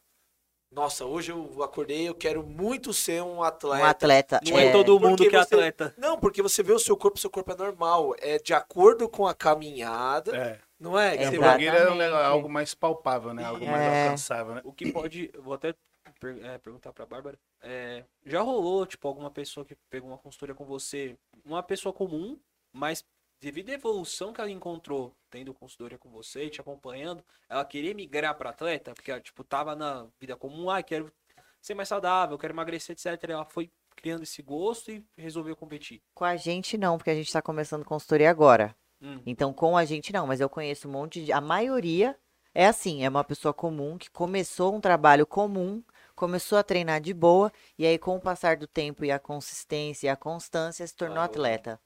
[SPEAKER 1] Nossa, hoje eu acordei, eu quero muito ser um atleta.
[SPEAKER 4] Um atleta.
[SPEAKER 2] Não é,
[SPEAKER 4] é,
[SPEAKER 2] todo
[SPEAKER 1] Porque
[SPEAKER 2] mundo que é
[SPEAKER 1] você-
[SPEAKER 2] atleta.
[SPEAKER 1] Não, porque você vê o seu corpo, seu corpo é normal. É de acordo com a caminhada,
[SPEAKER 3] É.
[SPEAKER 1] não é?
[SPEAKER 3] É,
[SPEAKER 1] Você
[SPEAKER 4] Exato.
[SPEAKER 1] vai-
[SPEAKER 3] blogueira é um nego-
[SPEAKER 4] Exatamente.
[SPEAKER 3] algo mais palpável, né? Algo mais
[SPEAKER 4] É.
[SPEAKER 3] alcançável, né?
[SPEAKER 2] O que pode. eu Vou até per- é, perguntar pra Bárbara. É, já rolou, tipo, alguma pessoa que pegou uma consultoria com você, uma pessoa comum, mas devido à evolução que ela encontrou tendo consultoria com você, te acompanhando, ela queria migrar pra atleta, porque ela, tipo, tava na vida comum, ah, quero ser mais saudável, quero emagrecer, etc. Ela foi criando esse gosto e resolveu competir?
[SPEAKER 4] Com a gente não, porque a gente tá começando a consultoria agora.
[SPEAKER 2] Hum.
[SPEAKER 4] Então, com a gente não, mas eu conheço um monte de. A maioria é assim, é uma pessoa comum que começou um trabalho comum, começou a treinar de boa, e aí, com o passar do tempo e a consistência e a constância, se tornou
[SPEAKER 1] Parou.
[SPEAKER 4] atleta.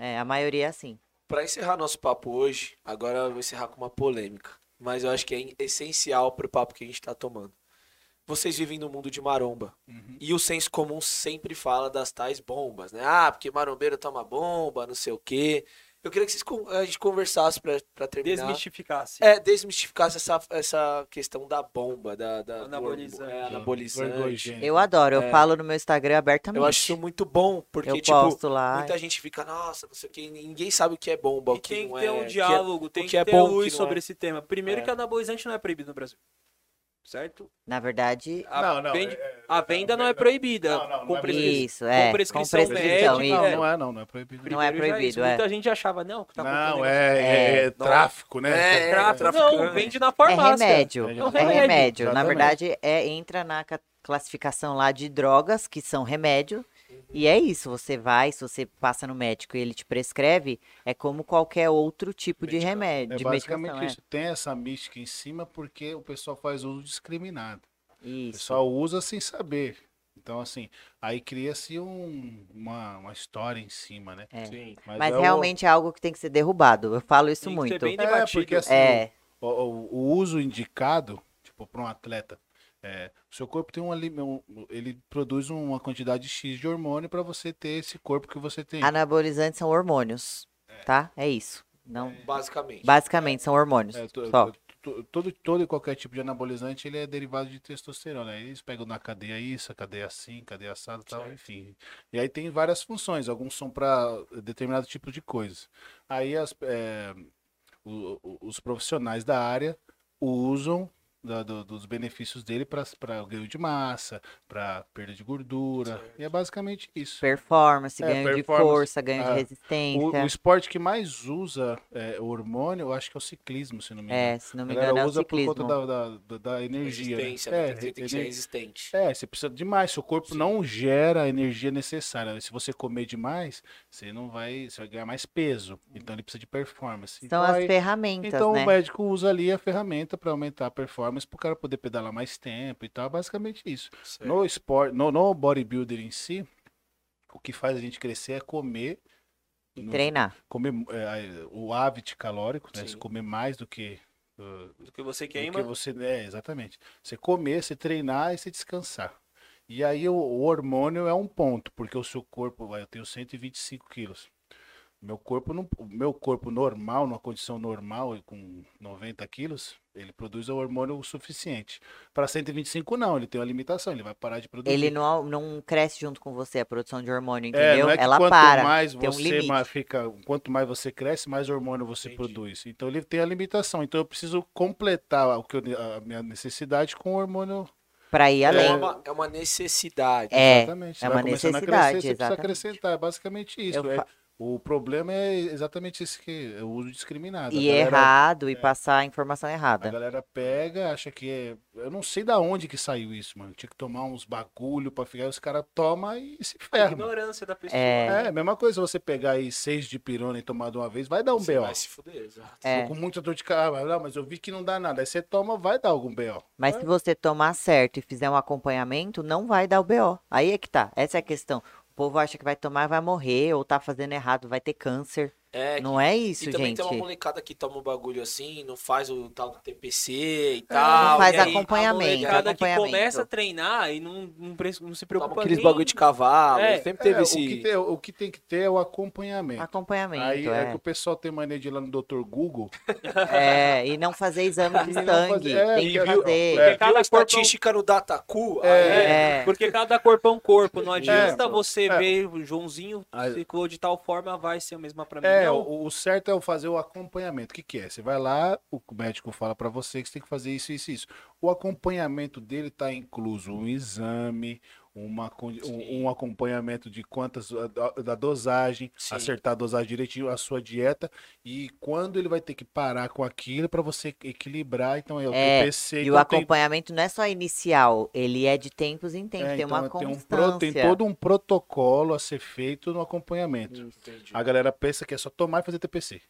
[SPEAKER 4] É, a maioria é assim.
[SPEAKER 1] Pra encerrar nosso papo hoje, agora eu vou encerrar com uma polêmica, mas eu acho que é essencial pro papo que a gente tá tomando. Vocês vivem no mundo de maromba.
[SPEAKER 3] Uhum.
[SPEAKER 1] E o senso comum sempre fala das tais bombas, né? Ah, porque marombeiro toma bomba, não sei o quê. Eu queria que vocês, con- a gente conversasse pra, pra terminar.
[SPEAKER 2] Desmistificasse.
[SPEAKER 1] É, desmistificasse essa, essa questão da bomba, da, da do
[SPEAKER 2] Anabolizante.
[SPEAKER 1] hormo- é, anabolizante.
[SPEAKER 3] Vergonha.
[SPEAKER 4] Eu adoro, eu falo no meu Instagram abertamente.
[SPEAKER 1] Uhum. É. Eu acho isso muito bom, porque,
[SPEAKER 4] Eu
[SPEAKER 1] tipo,
[SPEAKER 4] posto lá.
[SPEAKER 1] muita gente fica, nossa, não sei o que, ninguém sabe o que é bomba,
[SPEAKER 2] E
[SPEAKER 1] o que
[SPEAKER 2] tem que
[SPEAKER 1] não
[SPEAKER 2] ter
[SPEAKER 1] é.
[SPEAKER 2] um
[SPEAKER 1] o que é-
[SPEAKER 2] diálogo, tem
[SPEAKER 1] que
[SPEAKER 2] que,
[SPEAKER 1] é
[SPEAKER 2] ter
[SPEAKER 1] bom, o que
[SPEAKER 2] luz
[SPEAKER 1] não
[SPEAKER 2] sobre
[SPEAKER 1] é.
[SPEAKER 2] esse tema. Primeiro
[SPEAKER 1] É.
[SPEAKER 2] que anabolizante não é proibido no Brasil. Certo?
[SPEAKER 4] Na verdade,
[SPEAKER 2] A,
[SPEAKER 3] Não, não,
[SPEAKER 2] vende-
[SPEAKER 3] é-
[SPEAKER 2] a venda não é proibida.
[SPEAKER 3] Não, não, não
[SPEAKER 2] com
[SPEAKER 3] é
[SPEAKER 2] prescri-
[SPEAKER 3] proibido.
[SPEAKER 4] isso, é.
[SPEAKER 2] com prescrição
[SPEAKER 4] prescrição,
[SPEAKER 2] médica,
[SPEAKER 4] isso.
[SPEAKER 1] né?
[SPEAKER 3] Não, não é não, não é proibido.
[SPEAKER 4] Não é
[SPEAKER 2] Primeiro já isso.
[SPEAKER 4] proibido, é.
[SPEAKER 2] Muita gente achava, então. não, que tá comprando
[SPEAKER 3] não,
[SPEAKER 2] negócio.
[SPEAKER 3] é, é, é
[SPEAKER 2] Não.
[SPEAKER 3] tráfico, né?
[SPEAKER 1] É, é, traficante.
[SPEAKER 2] Não, vende na
[SPEAKER 4] É
[SPEAKER 2] farmácia.
[SPEAKER 4] remédio.
[SPEAKER 3] É
[SPEAKER 4] É
[SPEAKER 3] remédio,
[SPEAKER 4] remédio. Na
[SPEAKER 3] exatamente.
[SPEAKER 4] verdade, é entra na ca- classificação lá de drogas, que são remédio. E é isso, você vai, se você passa no médico e ele te prescreve, é como qualquer outro tipo de
[SPEAKER 1] Medicação.
[SPEAKER 4] remédio,
[SPEAKER 3] É
[SPEAKER 4] de medicação.
[SPEAKER 3] basicamente
[SPEAKER 4] é.
[SPEAKER 3] isso. Tem essa mística em cima porque o pessoal faz uso discriminado. O
[SPEAKER 4] Isso.
[SPEAKER 3] pessoal usa sem saber. Então, assim, aí cria-se um- uma, uma história em cima, né?
[SPEAKER 4] É.
[SPEAKER 1] Sim.
[SPEAKER 4] Mas
[SPEAKER 3] é o-
[SPEAKER 4] realmente é algo que tem que ser derrubado. Eu falo isso
[SPEAKER 2] Tem que ser
[SPEAKER 4] muito.
[SPEAKER 2] bem
[SPEAKER 3] É,
[SPEAKER 2] debatido.
[SPEAKER 3] porque assim,
[SPEAKER 4] É,
[SPEAKER 3] o, o- o uso indicado, tipo, para um atleta, é, o seu corpo tem um, ali- um- ele produz uma quantidade X de hormônio para você ter esse corpo que você
[SPEAKER 4] Ah,
[SPEAKER 3] tem.
[SPEAKER 4] anabolizantes são hormônios, tá? É isso. Não,
[SPEAKER 1] Basicamente.
[SPEAKER 4] basicamente são hormônios.
[SPEAKER 3] É, to-
[SPEAKER 4] só.
[SPEAKER 3] to- to- todo, todo e qualquer tipo de anabolizante ele é derivado de testosterona. Aí Eles pegam na cadeia isso, a cadeia assim, cadeia assada, tal, enfim. E aí tem várias funções. Alguns são para determinado tipo de coisa. Aí as, é, o- o- os profissionais da área usam da- do- dos benefícios dele para ganho de massa, para perda de gordura. E é basicamente isso.
[SPEAKER 4] Performance,
[SPEAKER 3] É,
[SPEAKER 4] ganho
[SPEAKER 3] performance.
[SPEAKER 4] de força, ganho
[SPEAKER 3] Ah,
[SPEAKER 4] de
[SPEAKER 3] o- O,
[SPEAKER 4] resistência.
[SPEAKER 3] o esporte que mais usa é, o hormônio, eu acho que é o ciclismo, se não me engano.
[SPEAKER 4] É, se não me
[SPEAKER 3] A galera
[SPEAKER 4] engano, é o
[SPEAKER 3] usa
[SPEAKER 4] ciclismo.
[SPEAKER 3] por conta da, da, da- da energia. né?
[SPEAKER 1] Resistência,
[SPEAKER 3] É,
[SPEAKER 1] né? Tem que ser
[SPEAKER 3] ener-
[SPEAKER 1] resistente.
[SPEAKER 3] é, você precisa demais. Seu corpo não gera a energia necessária. né? Se você comer demais, você não vai. Você vai ganhar mais peso. Então ele precisa de performance.
[SPEAKER 4] São
[SPEAKER 3] então
[SPEAKER 4] as
[SPEAKER 3] aí-
[SPEAKER 4] ferramentas,
[SPEAKER 3] então
[SPEAKER 4] né?
[SPEAKER 3] o médico usa ali a ferramenta para aumentar a performance para o cara poder pedalar mais tempo e tal. Basicamente isso.
[SPEAKER 1] Certo.
[SPEAKER 3] No esporte, no, no bodybuilder em si, o que faz a gente crescer é comer.
[SPEAKER 4] E
[SPEAKER 3] no-
[SPEAKER 4] treinar.
[SPEAKER 3] comer é, o hábito calórico, né?
[SPEAKER 1] Sim.
[SPEAKER 3] Você comer mais do que uh,
[SPEAKER 2] do que você
[SPEAKER 3] do
[SPEAKER 2] queima.
[SPEAKER 3] que você, é, exatamente. Você comer, você treinar e você descansar. E aí o, o hormônio é um ponto, porque o seu corpo, eu tenho 125 quilos. Meu corpo, não, o meu corpo normal, numa condição normal, e com 90 quilos, ele produz o hormônio o suficiente. Para 125, não, ele tem uma limitação, ele vai parar de produzir.
[SPEAKER 4] Ele não, não cresce junto com você, a produção de hormônio,
[SPEAKER 3] É,
[SPEAKER 4] entendeu?
[SPEAKER 3] não é que
[SPEAKER 4] Ela
[SPEAKER 3] quanto
[SPEAKER 4] para.
[SPEAKER 3] mais
[SPEAKER 4] tem um
[SPEAKER 3] você
[SPEAKER 4] limite.
[SPEAKER 3] ma- fica, quanto mais você cresce, mais hormônio você
[SPEAKER 1] Entendi.
[SPEAKER 3] produz. Então ele tem a limitação. Então eu preciso completar o que eu ne- a minha necessidade com o hormônio.
[SPEAKER 4] Pra ir
[SPEAKER 1] É
[SPEAKER 4] além.
[SPEAKER 1] uma, é uma necessidade.
[SPEAKER 4] É,
[SPEAKER 3] exatamente. Você
[SPEAKER 4] é
[SPEAKER 3] vai
[SPEAKER 4] uma
[SPEAKER 3] começando a Crescer,
[SPEAKER 4] necessidade,
[SPEAKER 3] você precisa
[SPEAKER 4] exatamente.
[SPEAKER 3] acrescentar. É basicamente isso.
[SPEAKER 4] Eu
[SPEAKER 3] é-
[SPEAKER 4] fa-
[SPEAKER 3] o problema é exatamente esse que é o uso discriminado. A
[SPEAKER 4] e
[SPEAKER 3] galera- É.
[SPEAKER 4] errado, e passar a informação
[SPEAKER 3] A
[SPEAKER 4] errada.
[SPEAKER 3] galera pega, acha que é. Eu não sei da onde que saiu isso, mano. Tinha que tomar uns bagulho pra ficar. Os caras tomam e
[SPEAKER 1] É
[SPEAKER 3] se ferram.
[SPEAKER 2] Ignorância da pessoa.
[SPEAKER 4] É.
[SPEAKER 3] É, a mesma coisa você pegar aí seis de pirona e tomar de uma vez, vai dar um
[SPEAKER 1] Você
[SPEAKER 3] B.O.
[SPEAKER 1] vai se fuder, exato.
[SPEAKER 4] É.
[SPEAKER 3] Tô com muita dor de cabeça, não, mas eu vi que não dá nada. Aí você toma, vai dar algum B.O.
[SPEAKER 4] Mas se você tomar certo e fizer um acompanhamento, não vai dar o BO. Aí é que tá. Essa é a questão. O povo acha que vai tomar e vai morrer, ou tá fazendo errado, vai ter câncer.
[SPEAKER 1] É,
[SPEAKER 4] Não é
[SPEAKER 1] e
[SPEAKER 4] isso,
[SPEAKER 1] também
[SPEAKER 4] gente.
[SPEAKER 1] tem uma molecada que toma um bagulho assim, não faz o tal do TPC e
[SPEAKER 4] Não
[SPEAKER 1] tal.
[SPEAKER 4] faz
[SPEAKER 1] e aí,
[SPEAKER 4] acompanhamento.
[SPEAKER 1] a molecada
[SPEAKER 2] Cada que
[SPEAKER 4] acompanhamento.
[SPEAKER 2] começa a treinar e não, não, pres- não se preocupa
[SPEAKER 1] toma aqueles
[SPEAKER 2] nem-
[SPEAKER 1] bagulho de cavalo.
[SPEAKER 2] É.
[SPEAKER 1] Sempre teve
[SPEAKER 3] É,
[SPEAKER 1] esse.
[SPEAKER 3] o, que tem, o que tem que ter é o acompanhamento.
[SPEAKER 4] Acompanhamento,
[SPEAKER 3] Aí é. que
[SPEAKER 4] é.
[SPEAKER 3] o pessoal tem mania de ir lá no Dr. Google.
[SPEAKER 4] É, e não fazer exame de
[SPEAKER 3] E não fazer-
[SPEAKER 4] sangue.
[SPEAKER 3] é,
[SPEAKER 4] tem que
[SPEAKER 3] porque-
[SPEAKER 4] fazer.
[SPEAKER 3] é.
[SPEAKER 1] Viu
[SPEAKER 2] cada
[SPEAKER 1] a
[SPEAKER 2] corpo-
[SPEAKER 1] estatística no Dataku. Aí é.
[SPEAKER 4] É.
[SPEAKER 2] Porque cada corpo é um corpo. Não adianta
[SPEAKER 3] É.
[SPEAKER 2] você
[SPEAKER 3] É.
[SPEAKER 2] ver o Joãozinho
[SPEAKER 3] Aí-
[SPEAKER 2] ficou de tal forma, vai ser a mesma pra mim.
[SPEAKER 3] É,
[SPEAKER 2] não,
[SPEAKER 3] o, o certo é o fazer o acompanhamento. O que, que é? Você vai lá, o médico fala pra você que você tem que fazer isso, isso, isso. O acompanhamento dele tá incluso um exame, uma, condi-
[SPEAKER 2] Sim.
[SPEAKER 3] um, um acompanhamento de quantas a- da- da dosagem,
[SPEAKER 1] Sim.
[SPEAKER 3] acertar a dosagem direitinho, a sua dieta e quando ele vai ter que parar com aquilo para você equilibrar. Então é o
[SPEAKER 4] É,
[SPEAKER 3] TPC,
[SPEAKER 4] E o
[SPEAKER 3] então tem-
[SPEAKER 4] acompanhamento não é só inicial, ele é de tempos em tempos,
[SPEAKER 3] é,
[SPEAKER 4] tem uma
[SPEAKER 3] então, tem, um
[SPEAKER 4] constância.
[SPEAKER 3] pro- tem todo um protocolo a ser feito no acompanhamento.
[SPEAKER 1] Entendi.
[SPEAKER 3] A galera pensa que é só tomar e fazer TPC.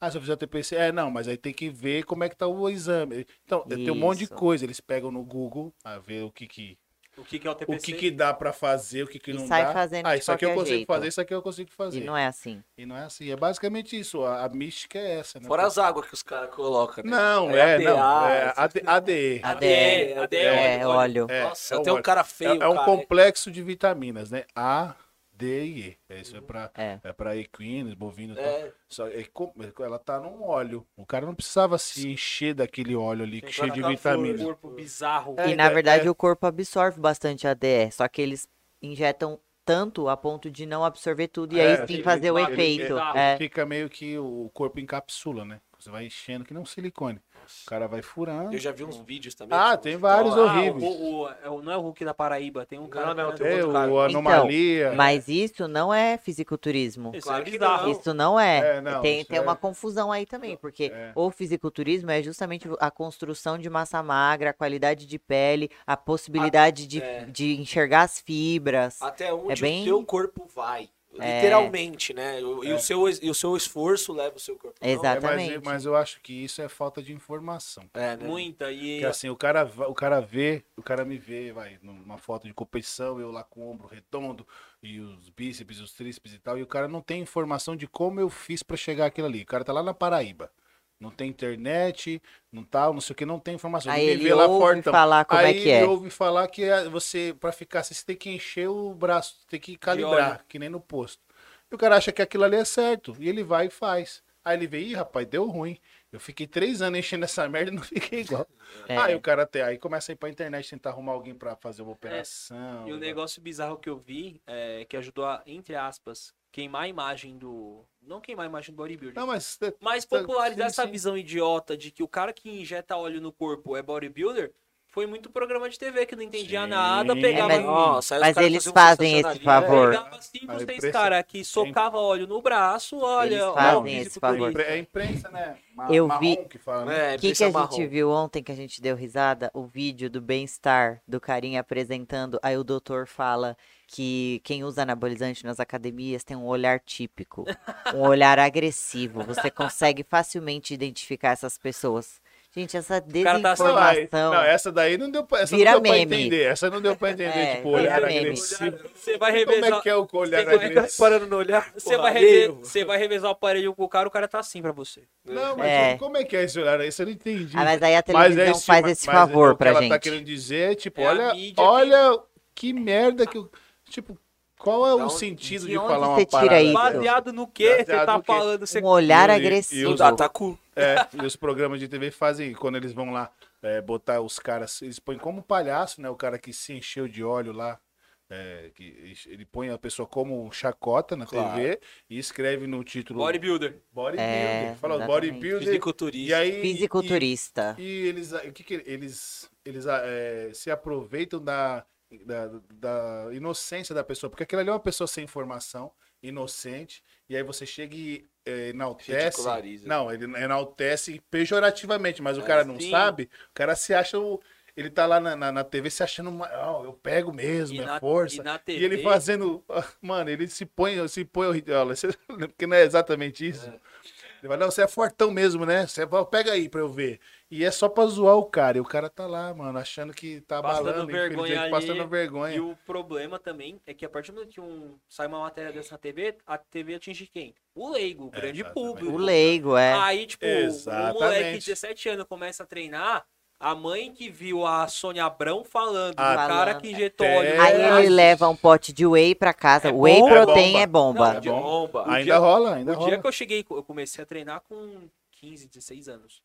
[SPEAKER 3] Ah, se eu fizer TPC, é não, mas aí tem que ver como é que tá o exame. Então, tem um monte de
[SPEAKER 4] Isso.
[SPEAKER 3] coisa. Eles pegam no Google a ver o que que,
[SPEAKER 2] O que, que é o
[SPEAKER 3] o
[SPEAKER 2] TPC?
[SPEAKER 3] que, que dá pra fazer, o que, que
[SPEAKER 4] E
[SPEAKER 3] não
[SPEAKER 4] sai
[SPEAKER 3] dá.
[SPEAKER 4] fazendo
[SPEAKER 3] ah,
[SPEAKER 4] de
[SPEAKER 3] isso aqui eu
[SPEAKER 4] qualquer
[SPEAKER 3] consigo
[SPEAKER 4] jeito.
[SPEAKER 3] fazer, isso aqui eu consigo
[SPEAKER 4] E
[SPEAKER 3] fazer.
[SPEAKER 4] não é assim.
[SPEAKER 3] é assim. É basicamente isso. A, a mística é essa, né?
[SPEAKER 1] Fora as águas que os caras colocam, né?
[SPEAKER 3] Não, é,
[SPEAKER 1] ADA,
[SPEAKER 3] não. É
[SPEAKER 1] né?
[SPEAKER 3] AD, ADE.
[SPEAKER 1] ADE,
[SPEAKER 4] ADE,
[SPEAKER 1] ADE,
[SPEAKER 4] É,
[SPEAKER 1] olha.
[SPEAKER 4] óleo.
[SPEAKER 3] É,
[SPEAKER 1] Nossa,
[SPEAKER 3] é o
[SPEAKER 1] até um
[SPEAKER 3] óleo.
[SPEAKER 1] cara
[SPEAKER 3] É,
[SPEAKER 1] feio,
[SPEAKER 3] é um
[SPEAKER 1] cara.
[SPEAKER 3] complexo de vitaminas, né? A, D e E. É, Isso é pra,
[SPEAKER 4] É.
[SPEAKER 3] é pra equinos, bovinos e tal.
[SPEAKER 1] É,
[SPEAKER 3] Só é co- ela tá num óleo. O cara não precisava se encher daquele óleo ali,
[SPEAKER 1] Tem
[SPEAKER 3] cheio
[SPEAKER 1] que
[SPEAKER 3] de
[SPEAKER 1] colocar
[SPEAKER 2] Um
[SPEAKER 3] vitamina.
[SPEAKER 2] corpo bizarro.
[SPEAKER 4] e
[SPEAKER 3] É,
[SPEAKER 4] na
[SPEAKER 3] é,
[SPEAKER 4] verdade
[SPEAKER 3] é.
[SPEAKER 4] o corpo absorve bastante ADE, só que eles injetam tanto a ponto de não absorver tudo e
[SPEAKER 3] É,
[SPEAKER 4] aí sim
[SPEAKER 3] ele
[SPEAKER 4] fazer o
[SPEAKER 2] vai- ele-
[SPEAKER 4] efeito.
[SPEAKER 2] ele-
[SPEAKER 4] é.
[SPEAKER 3] Fica meio que o corpo encapsula, né? Você vai enchendo que não silicone. O cara vai furando.
[SPEAKER 1] eu já vi uns vídeos também.
[SPEAKER 3] Ah, tem vários
[SPEAKER 1] Ah,
[SPEAKER 3] horríveis.
[SPEAKER 2] Então, o- o- é o- não é o Hulk da Paraíba, tem um cara.
[SPEAKER 1] Não, não,
[SPEAKER 2] que-
[SPEAKER 1] tem
[SPEAKER 3] É,
[SPEAKER 1] outro cara.
[SPEAKER 3] o anomalia.
[SPEAKER 4] Mas isso não é fisiculturismo.
[SPEAKER 2] Isso
[SPEAKER 1] Claro
[SPEAKER 2] é
[SPEAKER 1] que
[SPEAKER 2] bizarro.
[SPEAKER 1] não.
[SPEAKER 4] Isso não é.
[SPEAKER 3] É, não,
[SPEAKER 4] tem
[SPEAKER 3] isso
[SPEAKER 4] tem
[SPEAKER 3] é-
[SPEAKER 4] uma confusão aí também, porque
[SPEAKER 3] É.
[SPEAKER 4] o fisiculturismo é justamente a construção de massa magra, a qualidade de pele, a possibilidade de,
[SPEAKER 1] é. Ah,
[SPEAKER 4] de enxergar as fibras.
[SPEAKER 1] Até onde
[SPEAKER 4] É bem-
[SPEAKER 1] o seu corpo vai.
[SPEAKER 4] É.
[SPEAKER 1] Literalmente, né? O- E,
[SPEAKER 3] É.
[SPEAKER 1] o seu, es- e o seu esforço leva o seu corpo. Não,
[SPEAKER 4] Exato.
[SPEAKER 3] É, mas,
[SPEAKER 4] Exatamente.
[SPEAKER 3] mas eu acho que isso é falta de informação.
[SPEAKER 1] É, né?
[SPEAKER 2] Muita. E
[SPEAKER 3] Porque assim, o cara, va- o cara vê, o cara me vê, vai, numa foto de competição, eu lá com o ombro redondo, e os bíceps, os tríceps e tal, e o cara não tem informação de como eu fiz pra chegar aquilo ali. O cara tá lá na Paraíba. Não tem internet, não tal, não sei o que, não tem informação.
[SPEAKER 4] aí
[SPEAKER 3] Não me
[SPEAKER 4] ele ouve falar como
[SPEAKER 3] Aí
[SPEAKER 4] é que é.
[SPEAKER 3] ele ouve falar que é você, pra ficar assim, você tem que encher o braço, tem que calibrar, que nem no posto. E o cara acha que aquilo ali é certo, e ele vai e faz. Aí ele vê, ih, rapaz, deu ruim. Eu fiquei três anos enchendo essa merda e não fiquei igual.
[SPEAKER 4] É.
[SPEAKER 3] Aí o cara até aí começa a ir pra internet tentar arrumar alguém pra fazer uma operação. né?
[SPEAKER 2] E o negócio bizarro que eu vi, é, que ajudou a, entre aspas, queimar a imagem do. Não queimar a imagem do bodybuilding.
[SPEAKER 3] Não, mas é,
[SPEAKER 2] Mas
[SPEAKER 3] Tá,
[SPEAKER 2] popularizar
[SPEAKER 3] sim,
[SPEAKER 2] essa
[SPEAKER 3] sim.
[SPEAKER 2] visão idiota de que o cara que injeta óleo no corpo é bodybuilder foi muito programa de TV que não entendia
[SPEAKER 3] Sim.
[SPEAKER 2] nada,
[SPEAKER 1] Ah,
[SPEAKER 2] pegava.
[SPEAKER 4] É, mas-
[SPEAKER 1] Nossa, aí os
[SPEAKER 4] mas
[SPEAKER 1] caras
[SPEAKER 4] eles
[SPEAKER 1] faziam um
[SPEAKER 4] fazem esse
[SPEAKER 1] sensacionalismo.
[SPEAKER 4] favor.
[SPEAKER 2] Pegava cinco,
[SPEAKER 3] A
[SPEAKER 2] seis
[SPEAKER 3] imprensa-
[SPEAKER 2] caras que socava óleo no braço, olha.
[SPEAKER 4] Eles
[SPEAKER 2] ó,
[SPEAKER 4] fazem
[SPEAKER 2] o
[SPEAKER 4] esse
[SPEAKER 2] fisiculturista.
[SPEAKER 4] favor.
[SPEAKER 3] impre- é imprensa, né? Ma-
[SPEAKER 4] Eu
[SPEAKER 3] marrom
[SPEAKER 4] vi-
[SPEAKER 3] que fala, né?
[SPEAKER 1] É,
[SPEAKER 4] O que, que
[SPEAKER 1] pizza
[SPEAKER 4] a gente
[SPEAKER 1] marrom.
[SPEAKER 4] viu ontem que a gente deu risada? O vídeo do bem-estar, do carinha apresentando. Aí o doutor fala que quem usa anabolizante nas academias tem um olhar típico, um olhar agressivo. Você consegue facilmente identificar essas pessoas. Gente, essa
[SPEAKER 2] cara tá
[SPEAKER 3] Não, aí-
[SPEAKER 4] desinformação.
[SPEAKER 3] não, é essa daí não deu pra, essa
[SPEAKER 4] É, Vira
[SPEAKER 3] não deu pra
[SPEAKER 4] meme.
[SPEAKER 3] entender. Essa não deu pra entender,
[SPEAKER 4] É,
[SPEAKER 3] tipo, olhar
[SPEAKER 4] vira meme.
[SPEAKER 3] agressivo.
[SPEAKER 2] Você vai
[SPEAKER 3] Como
[SPEAKER 2] revezar.
[SPEAKER 3] é que é o
[SPEAKER 2] Você
[SPEAKER 3] olhar
[SPEAKER 2] vai-
[SPEAKER 3] agressivo?
[SPEAKER 1] Parando no olhar,
[SPEAKER 2] Você vai, rever, você vai revezar o aparelho com o cara, o cara tá assim pra você.
[SPEAKER 3] Não, mas
[SPEAKER 4] É.
[SPEAKER 3] como é que é esse horário aí? Isso eu não entendi.
[SPEAKER 4] Ah, mas aí
[SPEAKER 3] Mas
[SPEAKER 4] a
[SPEAKER 3] é
[SPEAKER 4] televisão
[SPEAKER 3] esse-
[SPEAKER 4] faz
[SPEAKER 3] mas-
[SPEAKER 4] esse
[SPEAKER 3] mas
[SPEAKER 4] favor
[SPEAKER 3] o que
[SPEAKER 4] pra
[SPEAKER 3] ela
[SPEAKER 4] gente.
[SPEAKER 3] tá querendo dizer, tipo,
[SPEAKER 2] É a
[SPEAKER 3] olha,
[SPEAKER 2] mídia que-
[SPEAKER 3] olha que merda que o... Tipo, qual é
[SPEAKER 1] Da
[SPEAKER 3] o
[SPEAKER 1] onde-
[SPEAKER 3] sentido
[SPEAKER 4] de
[SPEAKER 3] de,
[SPEAKER 4] onde
[SPEAKER 3] falar
[SPEAKER 4] você
[SPEAKER 3] uma
[SPEAKER 4] tira
[SPEAKER 3] parada?
[SPEAKER 4] É isso?
[SPEAKER 3] dessa?
[SPEAKER 2] Baseado no que você
[SPEAKER 3] Baseado
[SPEAKER 2] tá
[SPEAKER 3] no quê?
[SPEAKER 2] falando? Você
[SPEAKER 4] Um olhar
[SPEAKER 3] E- e os
[SPEAKER 4] agressivo.
[SPEAKER 1] Os atacu.
[SPEAKER 3] É, e os programas de TV fazem, quando eles vão lá é, botar os caras, eles põem como palhaço, né? O cara que se encheu de óleo lá, é, que ele põe a pessoa como um chacota na
[SPEAKER 1] Claro.
[SPEAKER 3] TV e escreve no título
[SPEAKER 2] bodybuilder.
[SPEAKER 3] bodybuilder.
[SPEAKER 4] É,
[SPEAKER 3] fala os
[SPEAKER 4] exatamente.
[SPEAKER 3] bodybuilder. E
[SPEAKER 1] Fisiculturista.
[SPEAKER 3] aí, e-
[SPEAKER 4] Fisiculturista.
[SPEAKER 2] É.
[SPEAKER 3] E eles, ah, o que que eles, eles ah, eh, se aproveitam da, da, da inocência da pessoa, porque aquela ali é uma pessoa sem informação, inocente, e aí você chega e eh, enaltece.
[SPEAKER 1] Ridiculariza.
[SPEAKER 3] Não, ele enaltece pejorativamente, mas o
[SPEAKER 1] É,
[SPEAKER 3] cara não
[SPEAKER 2] sim.
[SPEAKER 3] sabe, o cara se acha o. Ele tá lá na, na, na TV se achando, ma- "Ah, eu pego mesmo, é força.
[SPEAKER 2] e na
[SPEAKER 3] E,
[SPEAKER 2] TV,
[SPEAKER 3] ele fazendo. Mano, ele se põe, se põe ao ri- olha, você- Porque não é exatamente isso. Ele fala, não, você é fortão mesmo, né? Você vai- pega aí pra eu ver. E é só pra zoar o cara. E o cara tá lá, mano, achando que tá
[SPEAKER 2] Passando
[SPEAKER 3] balando,
[SPEAKER 2] vergonha ali,
[SPEAKER 3] passando vergonha.
[SPEAKER 2] E o problema também é que a partir do momento que um, sai uma matéria dessa na TV, a TV atinge quem? O leigo, o grande
[SPEAKER 3] É, exatamente.
[SPEAKER 2] público.
[SPEAKER 4] O leigo, é.
[SPEAKER 2] Aí, tipo, o moleque de
[SPEAKER 3] Exatamente.
[SPEAKER 2] 17 anos começa a treinar, a mãe que viu a Sônia Abrão falando, do
[SPEAKER 3] Ah,
[SPEAKER 2] cara
[SPEAKER 4] falando.
[SPEAKER 2] que injetou
[SPEAKER 3] Até-
[SPEAKER 2] óleo. no
[SPEAKER 4] Aí
[SPEAKER 2] braço.
[SPEAKER 4] ele leva um pote de whey pra casa.
[SPEAKER 2] É
[SPEAKER 4] whey
[SPEAKER 2] bomba.
[SPEAKER 4] protein
[SPEAKER 3] É. É
[SPEAKER 4] é bomba.
[SPEAKER 2] Não,
[SPEAKER 3] É bom.
[SPEAKER 1] Bomba.
[SPEAKER 2] Ah,
[SPEAKER 3] ainda
[SPEAKER 2] dia-
[SPEAKER 3] rola, ainda
[SPEAKER 2] O
[SPEAKER 3] rola.
[SPEAKER 2] dia que eu cheguei, eu comecei a treinar com 15, 16 anos.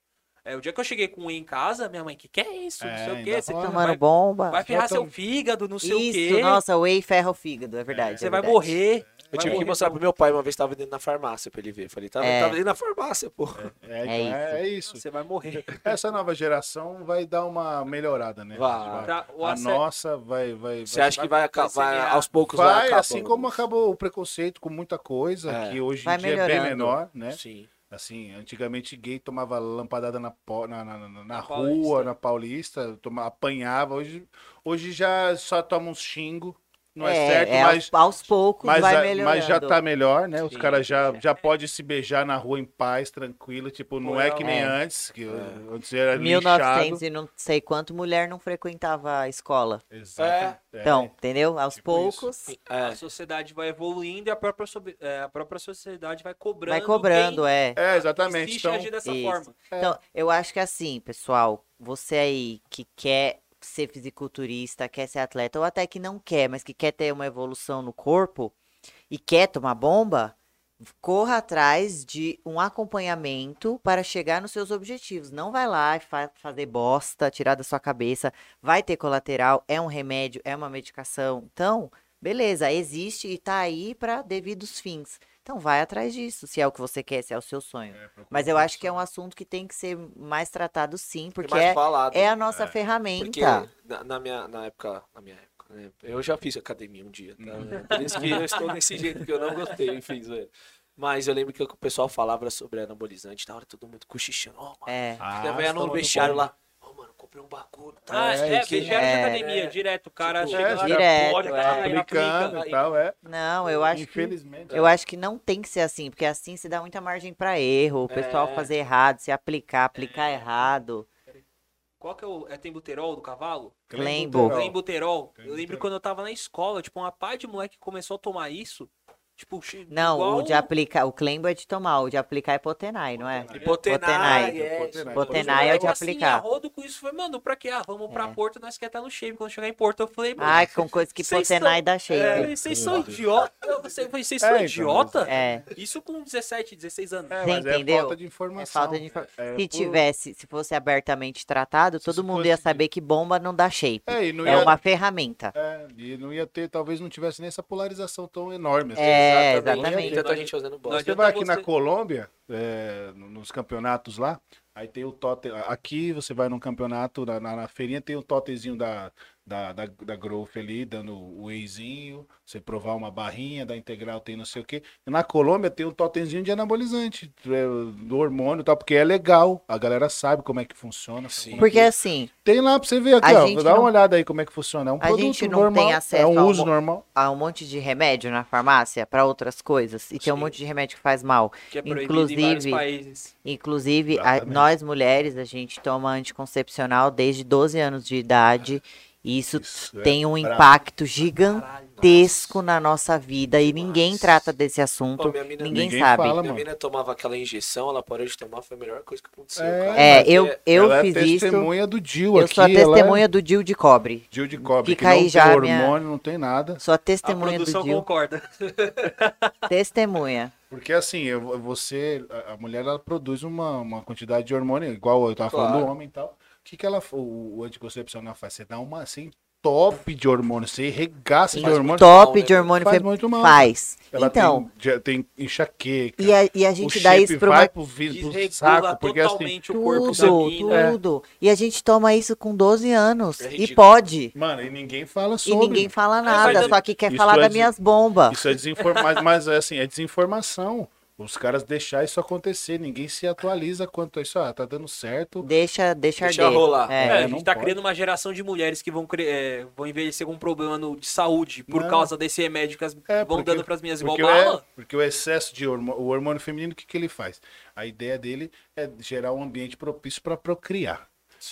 [SPEAKER 2] É, o dia que eu cheguei com um em casa, minha mãe, que que é isso? Não
[SPEAKER 3] É,
[SPEAKER 2] sei o
[SPEAKER 3] ainda
[SPEAKER 2] que. Você
[SPEAKER 3] rola.
[SPEAKER 4] Tomando
[SPEAKER 2] vai,
[SPEAKER 4] bomba.
[SPEAKER 2] vai ferrar
[SPEAKER 3] Bota um-
[SPEAKER 2] seu fígado, não sei o
[SPEAKER 4] Isso,
[SPEAKER 2] quê.
[SPEAKER 4] nossa, whey ferra o fígado, é verdade.
[SPEAKER 2] você
[SPEAKER 4] é
[SPEAKER 2] vai
[SPEAKER 4] verdade.
[SPEAKER 2] morrer.
[SPEAKER 1] Eu
[SPEAKER 2] vai
[SPEAKER 1] tive que
[SPEAKER 2] morrer.
[SPEAKER 1] mostrar pro meu pai uma vez, tava dentro na farmácia pra ele ver. Falei, tava,
[SPEAKER 4] É.
[SPEAKER 1] tava dentro na farmácia, pô.
[SPEAKER 3] É,
[SPEAKER 4] É
[SPEAKER 3] então, é isso. isso.
[SPEAKER 2] Você vai morrer.
[SPEAKER 3] Essa nova geração vai dar uma melhorada, né?
[SPEAKER 1] Vai.
[SPEAKER 2] Pra- Tá, o
[SPEAKER 3] A
[SPEAKER 2] ace-
[SPEAKER 3] nossa vai. vai
[SPEAKER 1] Você acha que vai acabar
[SPEAKER 2] semear.
[SPEAKER 1] aos poucos?
[SPEAKER 3] vai,
[SPEAKER 1] acabar?
[SPEAKER 3] assim como acabou o preconceito com muita coisa,
[SPEAKER 1] É.
[SPEAKER 3] que hoje
[SPEAKER 4] Vai
[SPEAKER 3] em dia é bem
[SPEAKER 4] melhorando.
[SPEAKER 3] menor, né?
[SPEAKER 1] Sim.
[SPEAKER 3] Assim, antigamente gay tomava lampadada na, po- na, na, na- na
[SPEAKER 2] Na
[SPEAKER 3] rua,
[SPEAKER 2] Paulista.
[SPEAKER 3] na Paulista, toma, apanhava. Hoje, hoje já só toma um xingo, não é, certo,
[SPEAKER 4] é,
[SPEAKER 3] mas,
[SPEAKER 4] aos, aos poucos
[SPEAKER 3] mas,
[SPEAKER 4] vai
[SPEAKER 3] a-
[SPEAKER 4] melhorando. é.
[SPEAKER 3] mas já tá melhor, né? Os
[SPEAKER 1] Sim.
[SPEAKER 3] caras já, já podem se beijar na rua em paz, tranquilo. Tipo, não é que nem
[SPEAKER 4] É.
[SPEAKER 3] antes, que antes era
[SPEAKER 4] 1900
[SPEAKER 3] lixado.
[SPEAKER 4] e não sei quanto mulher não frequentava a escola.
[SPEAKER 3] Exato. É.
[SPEAKER 4] Então, entendeu? Aos
[SPEAKER 3] Tipo
[SPEAKER 4] poucos
[SPEAKER 1] É,
[SPEAKER 2] A sociedade vai evoluindo e a própria, sobe- é, a própria sociedade vai cobrando.
[SPEAKER 4] vai cobrando, é.
[SPEAKER 3] É, exatamente.
[SPEAKER 2] Existe
[SPEAKER 3] Então,
[SPEAKER 2] agir dessa
[SPEAKER 4] Isso.
[SPEAKER 2] forma.
[SPEAKER 4] Então, eu acho que assim, pessoal, você aí que quer ser fisiculturista, quer ser atleta, ou até que não quer, mas que quer ter uma evolução no corpo e quer tomar bomba, corra atrás de um acompanhamento para chegar nos seus objetivos. Não vai lá e fa- fazer bosta, tirar da sua cabeça. Vai ter colateral, é um remédio, é uma medicação. Então, beleza, existe e tá aí para devidos fins. Então, vai atrás disso, se é o que você quer, se é o seu sonho. Mas eu acho que é
[SPEAKER 3] Ah,
[SPEAKER 4] um assunto que tem que ser mais tratado sim, porque
[SPEAKER 1] mais
[SPEAKER 4] é,
[SPEAKER 1] falado.
[SPEAKER 4] é a nossa
[SPEAKER 1] Porque
[SPEAKER 4] ferramenta.
[SPEAKER 1] na, na minha, na época, na minha época, né, eu já fiz academia um dia, tá?
[SPEAKER 2] Uhum.
[SPEAKER 1] Por isso que eu estou desse jeito que eu não gostei, enfim, zoeira. Mas eu lembro que o pessoal falava sobre anabolizante, na hora todo mundo cochichando, ó, mano,
[SPEAKER 4] É.
[SPEAKER 1] fica ah, no
[SPEAKER 3] tomando
[SPEAKER 1] vestiário
[SPEAKER 3] bomba.
[SPEAKER 1] lá, ó, mano, comprei um bagulho, tá?
[SPEAKER 2] Ah, é,
[SPEAKER 3] é, isso aí.
[SPEAKER 2] vestiário de
[SPEAKER 4] É.
[SPEAKER 2] academia, direto. O cara
[SPEAKER 1] Tipo,
[SPEAKER 2] chega
[SPEAKER 3] é,
[SPEAKER 2] lá,
[SPEAKER 4] direto,
[SPEAKER 2] olha,
[SPEAKER 4] é.
[SPEAKER 2] cara, ele
[SPEAKER 3] Aplicando
[SPEAKER 2] aplica.
[SPEAKER 3] e tal, é.
[SPEAKER 4] Não, eu acho que,
[SPEAKER 3] Infelizmente. é.
[SPEAKER 4] eu acho que não tem que ser assim, porque assim se dá muita margem para erro, o pessoal
[SPEAKER 1] É.
[SPEAKER 4] fazer errado, se aplicar, aplicar errado.
[SPEAKER 2] Qual que é o. É tem buterol do cavalo?
[SPEAKER 4] Lembro.
[SPEAKER 2] Tem
[SPEAKER 3] Então,
[SPEAKER 2] buterol.
[SPEAKER 3] Tem
[SPEAKER 2] eu lembro
[SPEAKER 3] buterol.
[SPEAKER 2] quando eu tava na escola, tipo, uma pá de moleque começou a tomar isso. Tipo, che-
[SPEAKER 4] Não,
[SPEAKER 2] igual-
[SPEAKER 4] o de aplicar, o Clembo é de tomar, o de aplicar é potenai, não é?
[SPEAKER 1] Hipotenai.
[SPEAKER 4] Hipotenai.
[SPEAKER 1] é.
[SPEAKER 4] Hipotenai é o de
[SPEAKER 2] Assim, a
[SPEAKER 4] aplicar.
[SPEAKER 2] rodo com isso foi, mano, pra quê? Ah, vamos pra
[SPEAKER 4] É.
[SPEAKER 2] Porto, nós quer estar no shape. Quando chegar em Porto, eu falei, mano,
[SPEAKER 4] Ai, com coisa que
[SPEAKER 2] Vocês
[SPEAKER 4] potenai dá
[SPEAKER 2] é,
[SPEAKER 4] shape.
[SPEAKER 2] vocês são idiota. Eu falei, Vocês são
[SPEAKER 3] É, então,
[SPEAKER 2] idiota?
[SPEAKER 4] É.
[SPEAKER 2] Isso com 17, 16 anos.
[SPEAKER 3] É,
[SPEAKER 4] Você
[SPEAKER 3] mas
[SPEAKER 4] entendeu?
[SPEAKER 3] é falta de
[SPEAKER 4] É
[SPEAKER 3] informação.
[SPEAKER 4] falta de infor-
[SPEAKER 3] É,
[SPEAKER 4] Se
[SPEAKER 3] por-
[SPEAKER 4] tivesse, se fosse abertamente tratado,
[SPEAKER 3] Se
[SPEAKER 4] todo
[SPEAKER 3] isso
[SPEAKER 4] mundo
[SPEAKER 3] fosse-
[SPEAKER 4] ia saber que bomba não dá shape.
[SPEAKER 3] É, e não
[SPEAKER 4] É
[SPEAKER 3] ia,
[SPEAKER 4] uma ferramenta.
[SPEAKER 3] é, e não ia ter, talvez não tivesse nem essa polarização tão enorme. assim.
[SPEAKER 4] É,
[SPEAKER 1] Exatamente.
[SPEAKER 4] exatamente.
[SPEAKER 1] Tanta gente usando bosta.
[SPEAKER 3] Você
[SPEAKER 2] adianta
[SPEAKER 3] vai aqui
[SPEAKER 2] você-
[SPEAKER 3] na Colômbia, é, nos campeonatos lá, aí tem o totem. Aqui você vai num campeonato, na, na, na feirinha tem o totezinho da, da, da, da Growth ali, dando o wheyzinho, você provar uma barrinha da integral, tem não sei o quê. Na Colômbia tem um totemzinho de anabolizante, é, do hormônio e tal, porque é legal, a galera sabe como é que funciona.
[SPEAKER 1] Sim.
[SPEAKER 3] como é
[SPEAKER 4] Porque
[SPEAKER 3] que-
[SPEAKER 4] assim,
[SPEAKER 3] Tem lá pra você ver aqui,
[SPEAKER 4] A
[SPEAKER 3] ó.
[SPEAKER 4] gente
[SPEAKER 3] Dá
[SPEAKER 4] não-
[SPEAKER 3] uma olhada aí como é que funciona. É um
[SPEAKER 4] A
[SPEAKER 3] produto
[SPEAKER 4] gente não
[SPEAKER 3] normal,
[SPEAKER 4] tem
[SPEAKER 3] é
[SPEAKER 4] acesso
[SPEAKER 3] um
[SPEAKER 4] ao
[SPEAKER 3] uso
[SPEAKER 4] mo-
[SPEAKER 3] normal.
[SPEAKER 4] há um monte de remédio na farmácia para outras coisas e tem um
[SPEAKER 2] Sim.
[SPEAKER 4] monte de remédio que faz mal.
[SPEAKER 2] Que é proibido em vários
[SPEAKER 4] Inclusive-
[SPEAKER 2] países.
[SPEAKER 4] Inclusive, a-
[SPEAKER 3] Exatamente.
[SPEAKER 4] nós mulheres, a gente toma anticoncepcional desde 12 anos de idade e isso,
[SPEAKER 3] Isso é
[SPEAKER 4] tem um
[SPEAKER 3] brabo.
[SPEAKER 4] impacto gigantesco na nossa vida e ninguém
[SPEAKER 1] Nossa.
[SPEAKER 4] trata desse assunto.
[SPEAKER 1] Pô, minha mina-
[SPEAKER 4] ninguém,
[SPEAKER 3] Ninguém
[SPEAKER 4] sabe.
[SPEAKER 3] fala,
[SPEAKER 1] Minha
[SPEAKER 3] mano.
[SPEAKER 1] mina tomava aquela injeção, ela parou de tomar, foi a melhor coisa que aconteceu.
[SPEAKER 3] É,
[SPEAKER 1] cara.
[SPEAKER 4] É,
[SPEAKER 1] Mas
[SPEAKER 4] eu, eu
[SPEAKER 3] ela
[SPEAKER 4] fiz
[SPEAKER 3] é
[SPEAKER 4] isso.
[SPEAKER 3] testemunha do Dil
[SPEAKER 4] Eu
[SPEAKER 3] aqui.
[SPEAKER 4] sou a
[SPEAKER 3] ela
[SPEAKER 4] testemunha do Dil de Cobre.
[SPEAKER 3] é Dil de cobre.
[SPEAKER 4] Fica
[SPEAKER 3] que não
[SPEAKER 4] aí já a
[SPEAKER 3] tem
[SPEAKER 4] minha-
[SPEAKER 3] hormônio, não tem nada.
[SPEAKER 4] Sou a
[SPEAKER 2] A
[SPEAKER 4] testemunha do
[SPEAKER 2] produção
[SPEAKER 4] Dil.
[SPEAKER 2] concorda.
[SPEAKER 4] Testemunha.
[SPEAKER 3] Porque assim, eu- você, a- a mulher, ela produz uma, uma quantidade de hormônio, igual eu tava falando
[SPEAKER 1] Claro.
[SPEAKER 3] do homem e tal. O que, que ela, o, o anticoncepcional faz? Você dá uma, assim, top de hormônio, você regaça de
[SPEAKER 1] Faz
[SPEAKER 3] hormônio.
[SPEAKER 4] Top
[SPEAKER 1] mal,
[SPEAKER 4] de
[SPEAKER 1] né?
[SPEAKER 4] hormônio
[SPEAKER 3] Faz
[SPEAKER 4] fe-
[SPEAKER 3] muito mal.
[SPEAKER 4] faz.
[SPEAKER 3] Ela
[SPEAKER 4] Então,
[SPEAKER 3] tem, já tem enxaqueca.
[SPEAKER 4] e a, e a
[SPEAKER 3] O
[SPEAKER 4] gente dá
[SPEAKER 3] shape
[SPEAKER 4] isso pra
[SPEAKER 3] vai
[SPEAKER 4] uma
[SPEAKER 3] pro, vi- pro
[SPEAKER 2] Desregula
[SPEAKER 3] Tipo, saco, porque assim, é,
[SPEAKER 2] totalmente o corpo
[SPEAKER 4] tudo,
[SPEAKER 2] da mina.
[SPEAKER 4] tudo. E a gente toma isso com 12 anos.
[SPEAKER 1] É
[SPEAKER 4] e
[SPEAKER 1] ridículo.
[SPEAKER 4] pode.
[SPEAKER 3] Mano, e ninguém fala
[SPEAKER 4] E
[SPEAKER 3] sobre.
[SPEAKER 4] ninguém fala
[SPEAKER 2] mas
[SPEAKER 4] nada,
[SPEAKER 2] eu-
[SPEAKER 4] só que quer
[SPEAKER 3] isso
[SPEAKER 4] falar
[SPEAKER 3] é
[SPEAKER 4] das
[SPEAKER 3] de-
[SPEAKER 4] minhas bombas.
[SPEAKER 3] Isso é desinformação, mas é assim, é desinformação. Os caras deixar isso acontecer, ninguém se atualiza quanto a isso. Ah, tá dando certo.
[SPEAKER 4] Deixa, deixa,
[SPEAKER 1] Deixa
[SPEAKER 4] arder.
[SPEAKER 1] rolar.
[SPEAKER 2] É,
[SPEAKER 4] É.
[SPEAKER 2] a
[SPEAKER 3] não
[SPEAKER 2] gente tá
[SPEAKER 3] pode.
[SPEAKER 2] criando uma geração de mulheres que vão, cre- é, vão envelhecer com um problema no- de saúde por
[SPEAKER 3] Não.
[SPEAKER 2] causa desse remédio que as,
[SPEAKER 3] É,
[SPEAKER 2] vão
[SPEAKER 3] porque-
[SPEAKER 2] dando pras minhas igual
[SPEAKER 3] Porque, é,
[SPEAKER 2] bala.
[SPEAKER 3] porque o excesso de hormônio, o hormônio feminino, o que, que ele faz? A ideia dele é gerar um ambiente propício para procriar.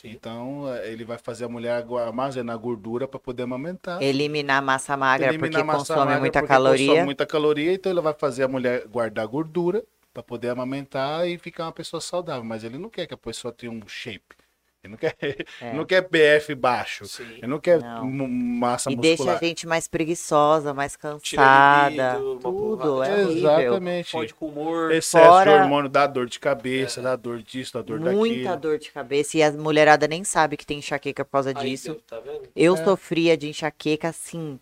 [SPEAKER 3] Então, eh, ele vai fazer a mulher agu- armazenar gordura para poder amamentar.
[SPEAKER 1] É.
[SPEAKER 4] Eliminar massa magra
[SPEAKER 3] Elimina
[SPEAKER 4] porque
[SPEAKER 3] a massa
[SPEAKER 4] consome
[SPEAKER 3] magra
[SPEAKER 4] muita
[SPEAKER 3] porque
[SPEAKER 4] caloria.
[SPEAKER 3] Consome muita caloria, então ele vai fazer a mulher guardar gordura para poder amamentar e ficar uma pessoa saudável. Mas ele não quer que a pessoa tenha um shape. Ele não quer,
[SPEAKER 4] É.
[SPEAKER 3] não quer BF baixo.
[SPEAKER 1] Sim.
[SPEAKER 3] Ele não quer
[SPEAKER 4] Não.
[SPEAKER 3] mu- massa
[SPEAKER 4] E deixa a
[SPEAKER 3] muscular.
[SPEAKER 4] gente mais preguiçosa, mais
[SPEAKER 1] Tira
[SPEAKER 4] cansada.
[SPEAKER 1] libido, uma
[SPEAKER 4] Tudo,
[SPEAKER 1] porrada de
[SPEAKER 4] é
[SPEAKER 1] coisa.
[SPEAKER 4] horrível.
[SPEAKER 3] Exatamente.
[SPEAKER 2] Pode com humor.
[SPEAKER 3] Excesso de
[SPEAKER 4] Fora-
[SPEAKER 3] hormônio dá dor de cabeça, dá dor disso, dá dor
[SPEAKER 4] Muita
[SPEAKER 3] daquilo.
[SPEAKER 4] dor de cabeça. E a mulherada nem sabe que tem enxaqueca por causa
[SPEAKER 1] Aí
[SPEAKER 4] disso.
[SPEAKER 1] deu, tá vendo?
[SPEAKER 4] Eu
[SPEAKER 3] É.
[SPEAKER 4] sofria de enxaqueca, assim,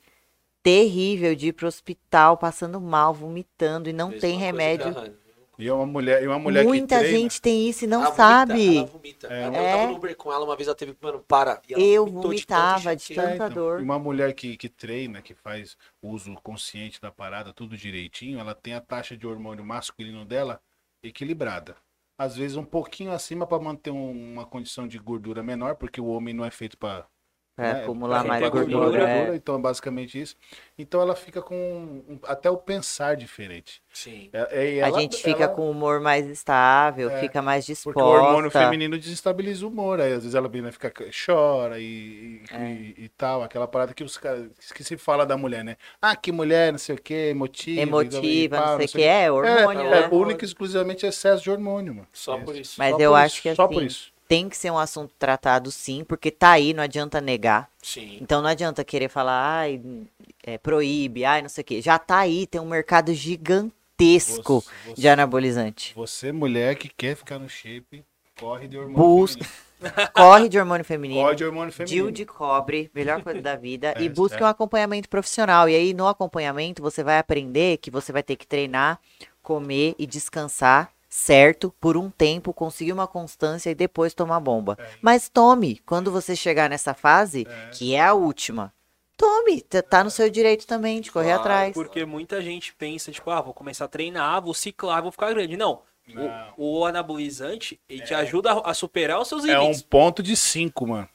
[SPEAKER 4] terrível, de ir pro hospital, passando mal, vomitando, e não
[SPEAKER 1] Mesma
[SPEAKER 4] tem
[SPEAKER 1] coisa
[SPEAKER 4] remédio.
[SPEAKER 1] da Hannah.
[SPEAKER 3] E é uma mulher, e uma mulher
[SPEAKER 4] Muita
[SPEAKER 3] que treina,
[SPEAKER 4] gente tem isso e não
[SPEAKER 1] Ela
[SPEAKER 4] sabe.
[SPEAKER 1] Vomita,
[SPEAKER 3] É,
[SPEAKER 1] ela vomita. Eu tava
[SPEAKER 4] É.
[SPEAKER 1] no Uber com ela, uma vez ela teve, mano, para. E ela
[SPEAKER 4] Eu
[SPEAKER 1] vomitou de
[SPEAKER 4] vomitava
[SPEAKER 1] tanto
[SPEAKER 4] de
[SPEAKER 1] xixi.
[SPEAKER 4] tanto.
[SPEAKER 3] É, então,
[SPEAKER 4] Contador.
[SPEAKER 3] e uma mulher que, que treina, que faz uso consciente da parada, tudo direitinho, ela tem a taxa de hormônio masculino dela equilibrada. Às vezes um pouquinho acima para manter um- uma condição de gordura menor, porque o homem não é feito para
[SPEAKER 4] Pra
[SPEAKER 3] né,
[SPEAKER 4] acumular
[SPEAKER 2] pra
[SPEAKER 4] É, mais
[SPEAKER 2] gente
[SPEAKER 4] gordura.
[SPEAKER 2] acumular
[SPEAKER 4] é.
[SPEAKER 3] Então é basicamente isso. Então ela fica com um- até o pensar diferente.
[SPEAKER 1] Sim.
[SPEAKER 3] É- é- e
[SPEAKER 4] A
[SPEAKER 3] ela-
[SPEAKER 4] gente fica
[SPEAKER 3] ela-
[SPEAKER 4] com o humor mais estável,
[SPEAKER 3] É,
[SPEAKER 4] fica mais disposta.
[SPEAKER 3] Porque o hormônio feminino desestabiliza o humor. Aí às vezes ela menina fica, chora e, e,
[SPEAKER 4] É.
[SPEAKER 3] e- e tal. Aquela parada que os caras. Que se fala da mulher, né? Ah, que mulher, não sei o quê, emotiva.
[SPEAKER 4] emotiva,
[SPEAKER 3] e pá,
[SPEAKER 4] não sei o que. É, hormônio,
[SPEAKER 3] É, é,
[SPEAKER 4] né?
[SPEAKER 3] único e exclusivamente excesso de hormônio, mano.
[SPEAKER 1] Só por
[SPEAKER 3] isso.
[SPEAKER 1] isso.
[SPEAKER 4] Mas
[SPEAKER 3] Só
[SPEAKER 4] eu
[SPEAKER 3] por
[SPEAKER 4] acho
[SPEAKER 3] isso,
[SPEAKER 4] que
[SPEAKER 3] Só
[SPEAKER 4] assim,
[SPEAKER 3] por isso.
[SPEAKER 4] Tem que ser um assunto tratado sim, porque tá aí, não adianta negar.
[SPEAKER 1] Sim.
[SPEAKER 4] Então não adianta querer falar, ai, é, proíbe, ai, não sei o que. Já tá aí, tem um mercado gigantesco
[SPEAKER 3] Você, você-
[SPEAKER 4] de anabolizante.
[SPEAKER 3] você, mulher que quer ficar no shape, corre de hormônio
[SPEAKER 4] Busca-
[SPEAKER 3] feminino.
[SPEAKER 4] Corre de hormônio feminino.
[SPEAKER 3] Corre de hormônio
[SPEAKER 4] Dil
[SPEAKER 3] feminino.
[SPEAKER 4] de cobre, melhor coisa da vida,
[SPEAKER 3] É,
[SPEAKER 4] e busque
[SPEAKER 3] certo.
[SPEAKER 4] um acompanhamento profissional. E aí, no acompanhamento, você vai aprender que você vai ter que treinar, comer e descansar, certo? Por um tempo, conseguir uma constância e depois tomar bomba.
[SPEAKER 3] É.
[SPEAKER 4] Mas tome, quando você chegar nessa fase, que é a última, tome, tá- tá no seu direito também de correr
[SPEAKER 1] Claro,
[SPEAKER 4] atrás.
[SPEAKER 2] Porque muita gente pensa, tipo, ah, vou começar a treinar, vou ciclar, vou ficar grande. Não. O-
[SPEAKER 3] Não.
[SPEAKER 2] O, anabolizante, ele te ajuda a, a superar os seus
[SPEAKER 3] É um
[SPEAKER 2] limites.
[SPEAKER 3] ponto de cinco, mano.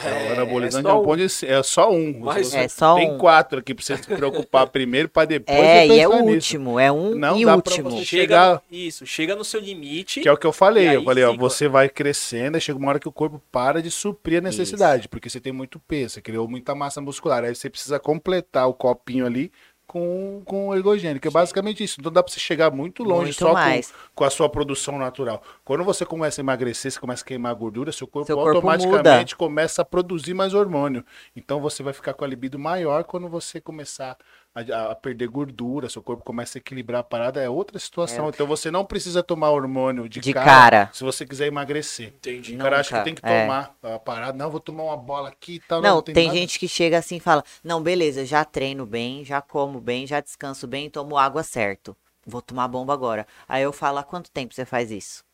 [SPEAKER 3] É, o anabolizante é,
[SPEAKER 1] só
[SPEAKER 3] um ponto de cinco. É só um.
[SPEAKER 1] Mas-
[SPEAKER 4] É só
[SPEAKER 3] Tem
[SPEAKER 4] um.
[SPEAKER 3] quatro aqui pra você se preocupar primeiro, pra depois
[SPEAKER 4] É,
[SPEAKER 3] você
[SPEAKER 4] e é o
[SPEAKER 3] pensar nisso.
[SPEAKER 4] último, é um
[SPEAKER 3] Não
[SPEAKER 4] e
[SPEAKER 3] dá pra
[SPEAKER 4] último.
[SPEAKER 3] você
[SPEAKER 2] Chega,
[SPEAKER 3] chegar-
[SPEAKER 2] isso, chega no seu limite.
[SPEAKER 3] Que é o que eu falei.
[SPEAKER 2] E aí
[SPEAKER 3] eu falei, ó,
[SPEAKER 2] cicla.
[SPEAKER 3] você vai crescendo, aí chega uma hora que o corpo para de suprir a necessidade, porque você tem muito peso, você criou muita massa muscular. Aí você precisa completar o copinho ali com, com o ergogênico. É basicamente isso. Então dá pra você chegar muito longe
[SPEAKER 4] Muito
[SPEAKER 3] só com,
[SPEAKER 4] mais.
[SPEAKER 3] com a sua produção natural. Quando você começa a emagrecer, você começa a queimar gordura, seu corpo
[SPEAKER 4] Seu corpo
[SPEAKER 3] automaticamente começa a produzir mais hormônio. Então você vai ficar com a libido maior quando você começar. A, a perder gordura, seu corpo começa a equilibrar a parada, é outra situação. Então você não precisa tomar hormônio de,
[SPEAKER 4] De cara.
[SPEAKER 3] se você quiser emagrecer.
[SPEAKER 1] Entendi.
[SPEAKER 3] O cara acha que
[SPEAKER 4] Nunca,
[SPEAKER 3] tem que
[SPEAKER 4] é.
[SPEAKER 3] tomar a parada. Não, vou tomar uma bola aqui e tal.
[SPEAKER 4] Não, tem,
[SPEAKER 3] nada.
[SPEAKER 4] gente que chega assim e fala: Não, beleza, já treino bem, já como bem, já descanso bem, tomo água certo. Vou tomar bomba agora. Aí eu falo: Há quanto tempo você faz isso?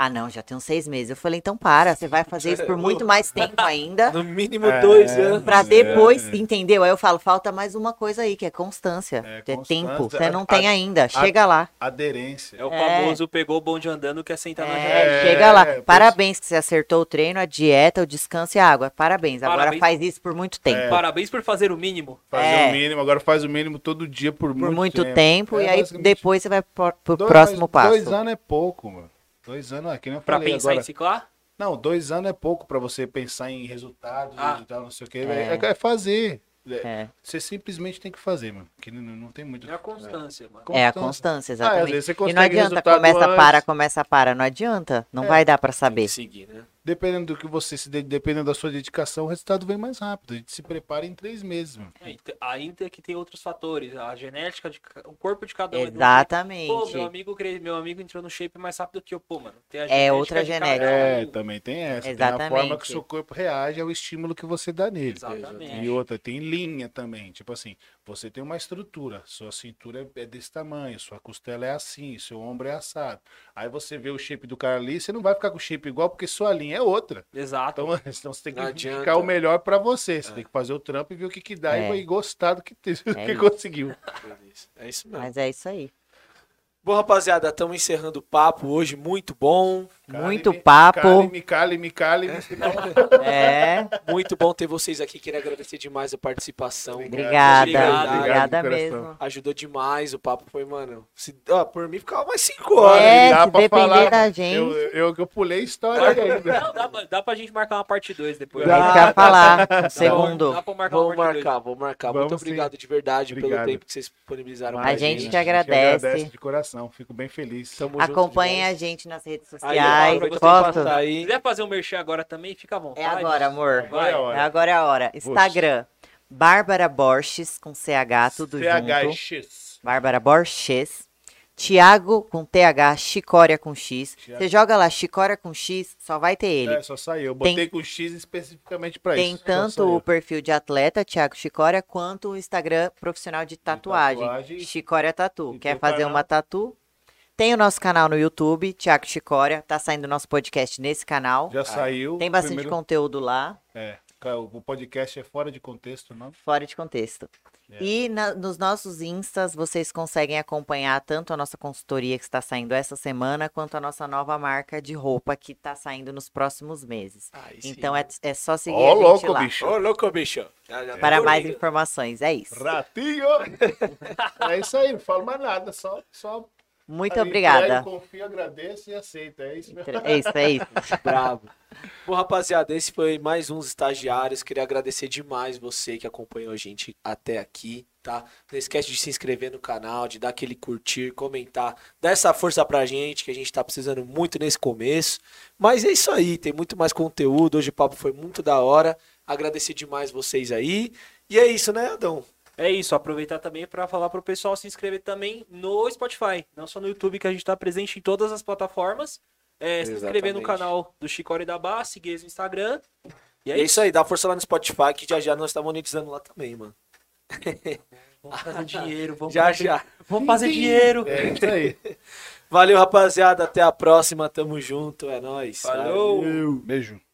[SPEAKER 4] Ah, não, já tem uns seis meses. Eu falei: Então para, você vai fazer isso por muito mais tempo ainda.
[SPEAKER 1] No mínimo
[SPEAKER 2] É.
[SPEAKER 1] dois
[SPEAKER 3] né?
[SPEAKER 1] anos.
[SPEAKER 4] Pra
[SPEAKER 3] é.
[SPEAKER 4] depois, entendeu? Aí eu falo, falta mais uma coisa aí, que é constância.
[SPEAKER 3] É,
[SPEAKER 4] É,
[SPEAKER 3] constância,
[SPEAKER 4] tempo. Você não
[SPEAKER 3] a-
[SPEAKER 4] tem
[SPEAKER 3] a-
[SPEAKER 4] ainda. Chega lá.
[SPEAKER 3] Aderência.
[SPEAKER 2] É o
[SPEAKER 4] É.
[SPEAKER 2] famoso pegou o bonde andando, quer sentar na janela.
[SPEAKER 4] É,
[SPEAKER 3] é,
[SPEAKER 4] chega lá.
[SPEAKER 3] pois-
[SPEAKER 4] Parabéns que você acertou o treino, a dieta, o descanso e a água. Parabéns. Agora
[SPEAKER 2] Parabéns.
[SPEAKER 4] faz isso por muito tempo.
[SPEAKER 3] É.
[SPEAKER 2] Parabéns por fazer o mínimo.
[SPEAKER 3] Fazer
[SPEAKER 4] É.
[SPEAKER 3] o mínimo, agora faz o mínimo todo dia por,
[SPEAKER 4] por muito tempo,
[SPEAKER 3] É,
[SPEAKER 4] e aí
[SPEAKER 3] basicamente,
[SPEAKER 4] depois você vai pro, pro
[SPEAKER 3] dois-
[SPEAKER 4] próximo
[SPEAKER 3] dois-
[SPEAKER 4] passo.
[SPEAKER 3] Dois anos é pouco, mano. Dois anos, é que nem eu
[SPEAKER 2] Pra
[SPEAKER 3] falei
[SPEAKER 2] pensar
[SPEAKER 3] agora.
[SPEAKER 2] em ciclar?
[SPEAKER 3] Não, dois anos é pouco pra você pensar em resultados
[SPEAKER 2] Ah.
[SPEAKER 3] e tal, não sei o que. É, é fazer. É,
[SPEAKER 4] É,
[SPEAKER 3] Você simplesmente tem que fazer, mano. Que não, não tem muito.
[SPEAKER 2] É a constância, mano.
[SPEAKER 4] é a constância,
[SPEAKER 3] Ah, às
[SPEAKER 4] exatamente.
[SPEAKER 3] vezes você
[SPEAKER 4] e não
[SPEAKER 3] consegue
[SPEAKER 4] adianta,
[SPEAKER 3] resultado
[SPEAKER 4] começa,
[SPEAKER 3] antes. É.
[SPEAKER 4] para, começa, para. Não adianta, não vai dar pra
[SPEAKER 1] Tem
[SPEAKER 4] saber.
[SPEAKER 1] que seguir, né?
[SPEAKER 3] Dependendo do que você se dê, dependendo da sua dedicação, o resultado vem mais rápido. A gente se prepara em três meses, mano.
[SPEAKER 2] É, e te- Ainda que tem outros fatores, a genética, de ca- o corpo de cada um. é de um jeito. Pô,
[SPEAKER 4] Exatamente. É
[SPEAKER 2] meu amigo, cre- meu amigo entrou no shape mais rápido que eu. Pô, mano, tem a
[SPEAKER 4] outra
[SPEAKER 2] de cada
[SPEAKER 4] genética.
[SPEAKER 3] É,
[SPEAKER 2] um.
[SPEAKER 3] também tem essa. Tem a
[SPEAKER 4] Exatamente.
[SPEAKER 3] forma que o seu corpo reage ao estímulo que você dá
[SPEAKER 1] É,
[SPEAKER 3] nele.
[SPEAKER 1] tá
[SPEAKER 2] Exatamente.
[SPEAKER 3] E outra, tem linha também. Tipo assim, você tem uma estrutura, sua cintura é é desse tamanho, sua costela é assim, seu ombro é assado. Aí você vê o shape do cara ali, você não vai ficar com o shape igual porque sua linha é outra.
[SPEAKER 2] Exato.
[SPEAKER 3] Então, então você tem
[SPEAKER 1] Não
[SPEAKER 3] que
[SPEAKER 1] adianta. É.
[SPEAKER 3] ficar o melhor pra você. Você tem que fazer o trampo e ver o que, que dá
[SPEAKER 4] É.
[SPEAKER 3] e vai gostar do que, te- do
[SPEAKER 4] É
[SPEAKER 3] que
[SPEAKER 4] isso.
[SPEAKER 3] conseguiu.
[SPEAKER 1] Beleza. É isso mesmo.
[SPEAKER 4] Mas é isso aí.
[SPEAKER 1] Bom, rapaziada, estamos encerrando o papo hoje. Muito bom.
[SPEAKER 4] muito
[SPEAKER 3] Cale-me,
[SPEAKER 4] papo.
[SPEAKER 3] Cale-me, cale-me, cale-me.
[SPEAKER 4] É,
[SPEAKER 1] Muito bom ter vocês aqui. Queria agradecer demais a participação.
[SPEAKER 4] obrigada.
[SPEAKER 1] Obrigado,
[SPEAKER 4] Obrigada
[SPEAKER 3] de coração.
[SPEAKER 4] mesmo.
[SPEAKER 1] Ajudou demais. O papo foi, mano. Se, ó, por mim, ficava mais cinco horas.
[SPEAKER 3] dá
[SPEAKER 4] É, se
[SPEAKER 3] pra
[SPEAKER 4] depender
[SPEAKER 3] falar,
[SPEAKER 4] da
[SPEAKER 3] Eu,
[SPEAKER 4] gente,
[SPEAKER 3] eu, eu pulei a história ainda.
[SPEAKER 2] Não, dá, pra- dá pra gente marcar uma parte 2 depois.
[SPEAKER 4] é isso que eu ia falar. Um segundo.
[SPEAKER 2] Dá pra marcar
[SPEAKER 1] Vamos
[SPEAKER 2] uma parte 2.
[SPEAKER 1] marcar, vamos marcar.
[SPEAKER 3] Vamos
[SPEAKER 1] Muito
[SPEAKER 3] sim.
[SPEAKER 1] obrigado de verdade pelo
[SPEAKER 3] Obrigado.
[SPEAKER 1] tempo que vocês disponibilizaram.
[SPEAKER 4] A
[SPEAKER 1] pra
[SPEAKER 4] gente é te
[SPEAKER 3] A
[SPEAKER 4] agradece. Tá
[SPEAKER 3] agradece de coração, fico bem feliz.
[SPEAKER 1] Tamo junto
[SPEAKER 4] Acompanhe
[SPEAKER 1] demais.
[SPEAKER 4] a gente nas redes
[SPEAKER 1] Aí, ó,
[SPEAKER 4] sociais,
[SPEAKER 1] aproveita pra
[SPEAKER 4] fotos.
[SPEAKER 1] passar
[SPEAKER 2] Se
[SPEAKER 1] aí.
[SPEAKER 2] quiser fazer um merchan agora também, fica à vontade.
[SPEAKER 4] É agora, amor.
[SPEAKER 3] Agora é a hora.
[SPEAKER 4] Agora é a hora. Instagram, Bárbara Borges, com CH, tudo junto.
[SPEAKER 3] THX.
[SPEAKER 4] Bárbara Borges. Tiago com TH, Chicória com X.
[SPEAKER 3] Tiago.
[SPEAKER 4] Você joga lá Chicória com X, só vai ter ele.
[SPEAKER 3] É, só saiu. Eu botei com X especificamente pra
[SPEAKER 4] Tem
[SPEAKER 3] isso. só
[SPEAKER 4] tanto o
[SPEAKER 3] saiu.
[SPEAKER 4] perfil de atleta, Tiago Chicória, quanto o Instagram profissional de tatuagem,
[SPEAKER 3] tatuagem.
[SPEAKER 4] Chicória Tatu.
[SPEAKER 3] E
[SPEAKER 4] Quer
[SPEAKER 3] teu
[SPEAKER 4] fazer
[SPEAKER 3] canal?
[SPEAKER 4] uma tatu? Tem o nosso canal no YouTube, Tiago Chicória. Tá saindo o nosso podcast nesse canal.
[SPEAKER 3] Já saiu.
[SPEAKER 4] Ah, Tem
[SPEAKER 3] o
[SPEAKER 4] bastante
[SPEAKER 3] primeiro-
[SPEAKER 4] conteúdo lá,
[SPEAKER 3] É, cara, o podcast é fora de contexto, não?
[SPEAKER 4] fora de contexto.
[SPEAKER 3] É.
[SPEAKER 4] E na- nos nossos instas, vocês conseguem acompanhar tanto a nossa consultoria que está saindo essa semana, quanto a nossa nova marca de roupa que está saindo nos próximos meses.
[SPEAKER 1] Aí sim.
[SPEAKER 4] Então é, é só seguir
[SPEAKER 3] Ó,
[SPEAKER 4] a gente
[SPEAKER 3] louco,
[SPEAKER 4] lá.
[SPEAKER 3] bicho.
[SPEAKER 1] Ô, louco, bicho. Já- já tá
[SPEAKER 4] Para mais
[SPEAKER 1] dormindo.
[SPEAKER 4] informações, é isso.
[SPEAKER 3] Ratinho! é isso aí, não falo mais nada, só. só
[SPEAKER 4] Muito
[SPEAKER 3] ali,
[SPEAKER 4] obrigada.
[SPEAKER 3] entrego, Confio, agradeço e aceito. É isso mesmo.
[SPEAKER 4] É isso, é isso.
[SPEAKER 1] Bravo. Bom, rapaziada, esse foi mais um dos estagiários. Queria agradecer demais você que acompanhou a gente até aqui, tá? Não esquece de se inscrever no canal, de dar aquele curtir, comentar, dar essa força pra gente, que a gente tá precisando muito nesse começo. Mas é isso aí, tem muito mais conteúdo. Hoje o papo foi muito da hora. Agradecer demais vocês aí. E é isso, né, Adão?
[SPEAKER 2] É isso, aproveitar também para falar pro pessoal se inscrever também no Spotify, não só no YouTube, que a gente tá presente em todas as plataformas. É, se inscrever no
[SPEAKER 1] Exatamente.
[SPEAKER 2] canal do Chicória da Barra, seguir eles no Instagram. E
[SPEAKER 1] E
[SPEAKER 2] é
[SPEAKER 1] é isso aí, dá força lá no Spotify, que já já nós tá monetizando lá também, mano.
[SPEAKER 2] Vamos fazer dinheiro, vamos
[SPEAKER 1] Já
[SPEAKER 2] fazer,
[SPEAKER 1] já.
[SPEAKER 2] Vamos fazer dinheiro.
[SPEAKER 3] É isso aí.
[SPEAKER 1] Valeu, rapaziada. Até a próxima. Tamo junto. É nóis.
[SPEAKER 2] Falou.
[SPEAKER 3] Beijo.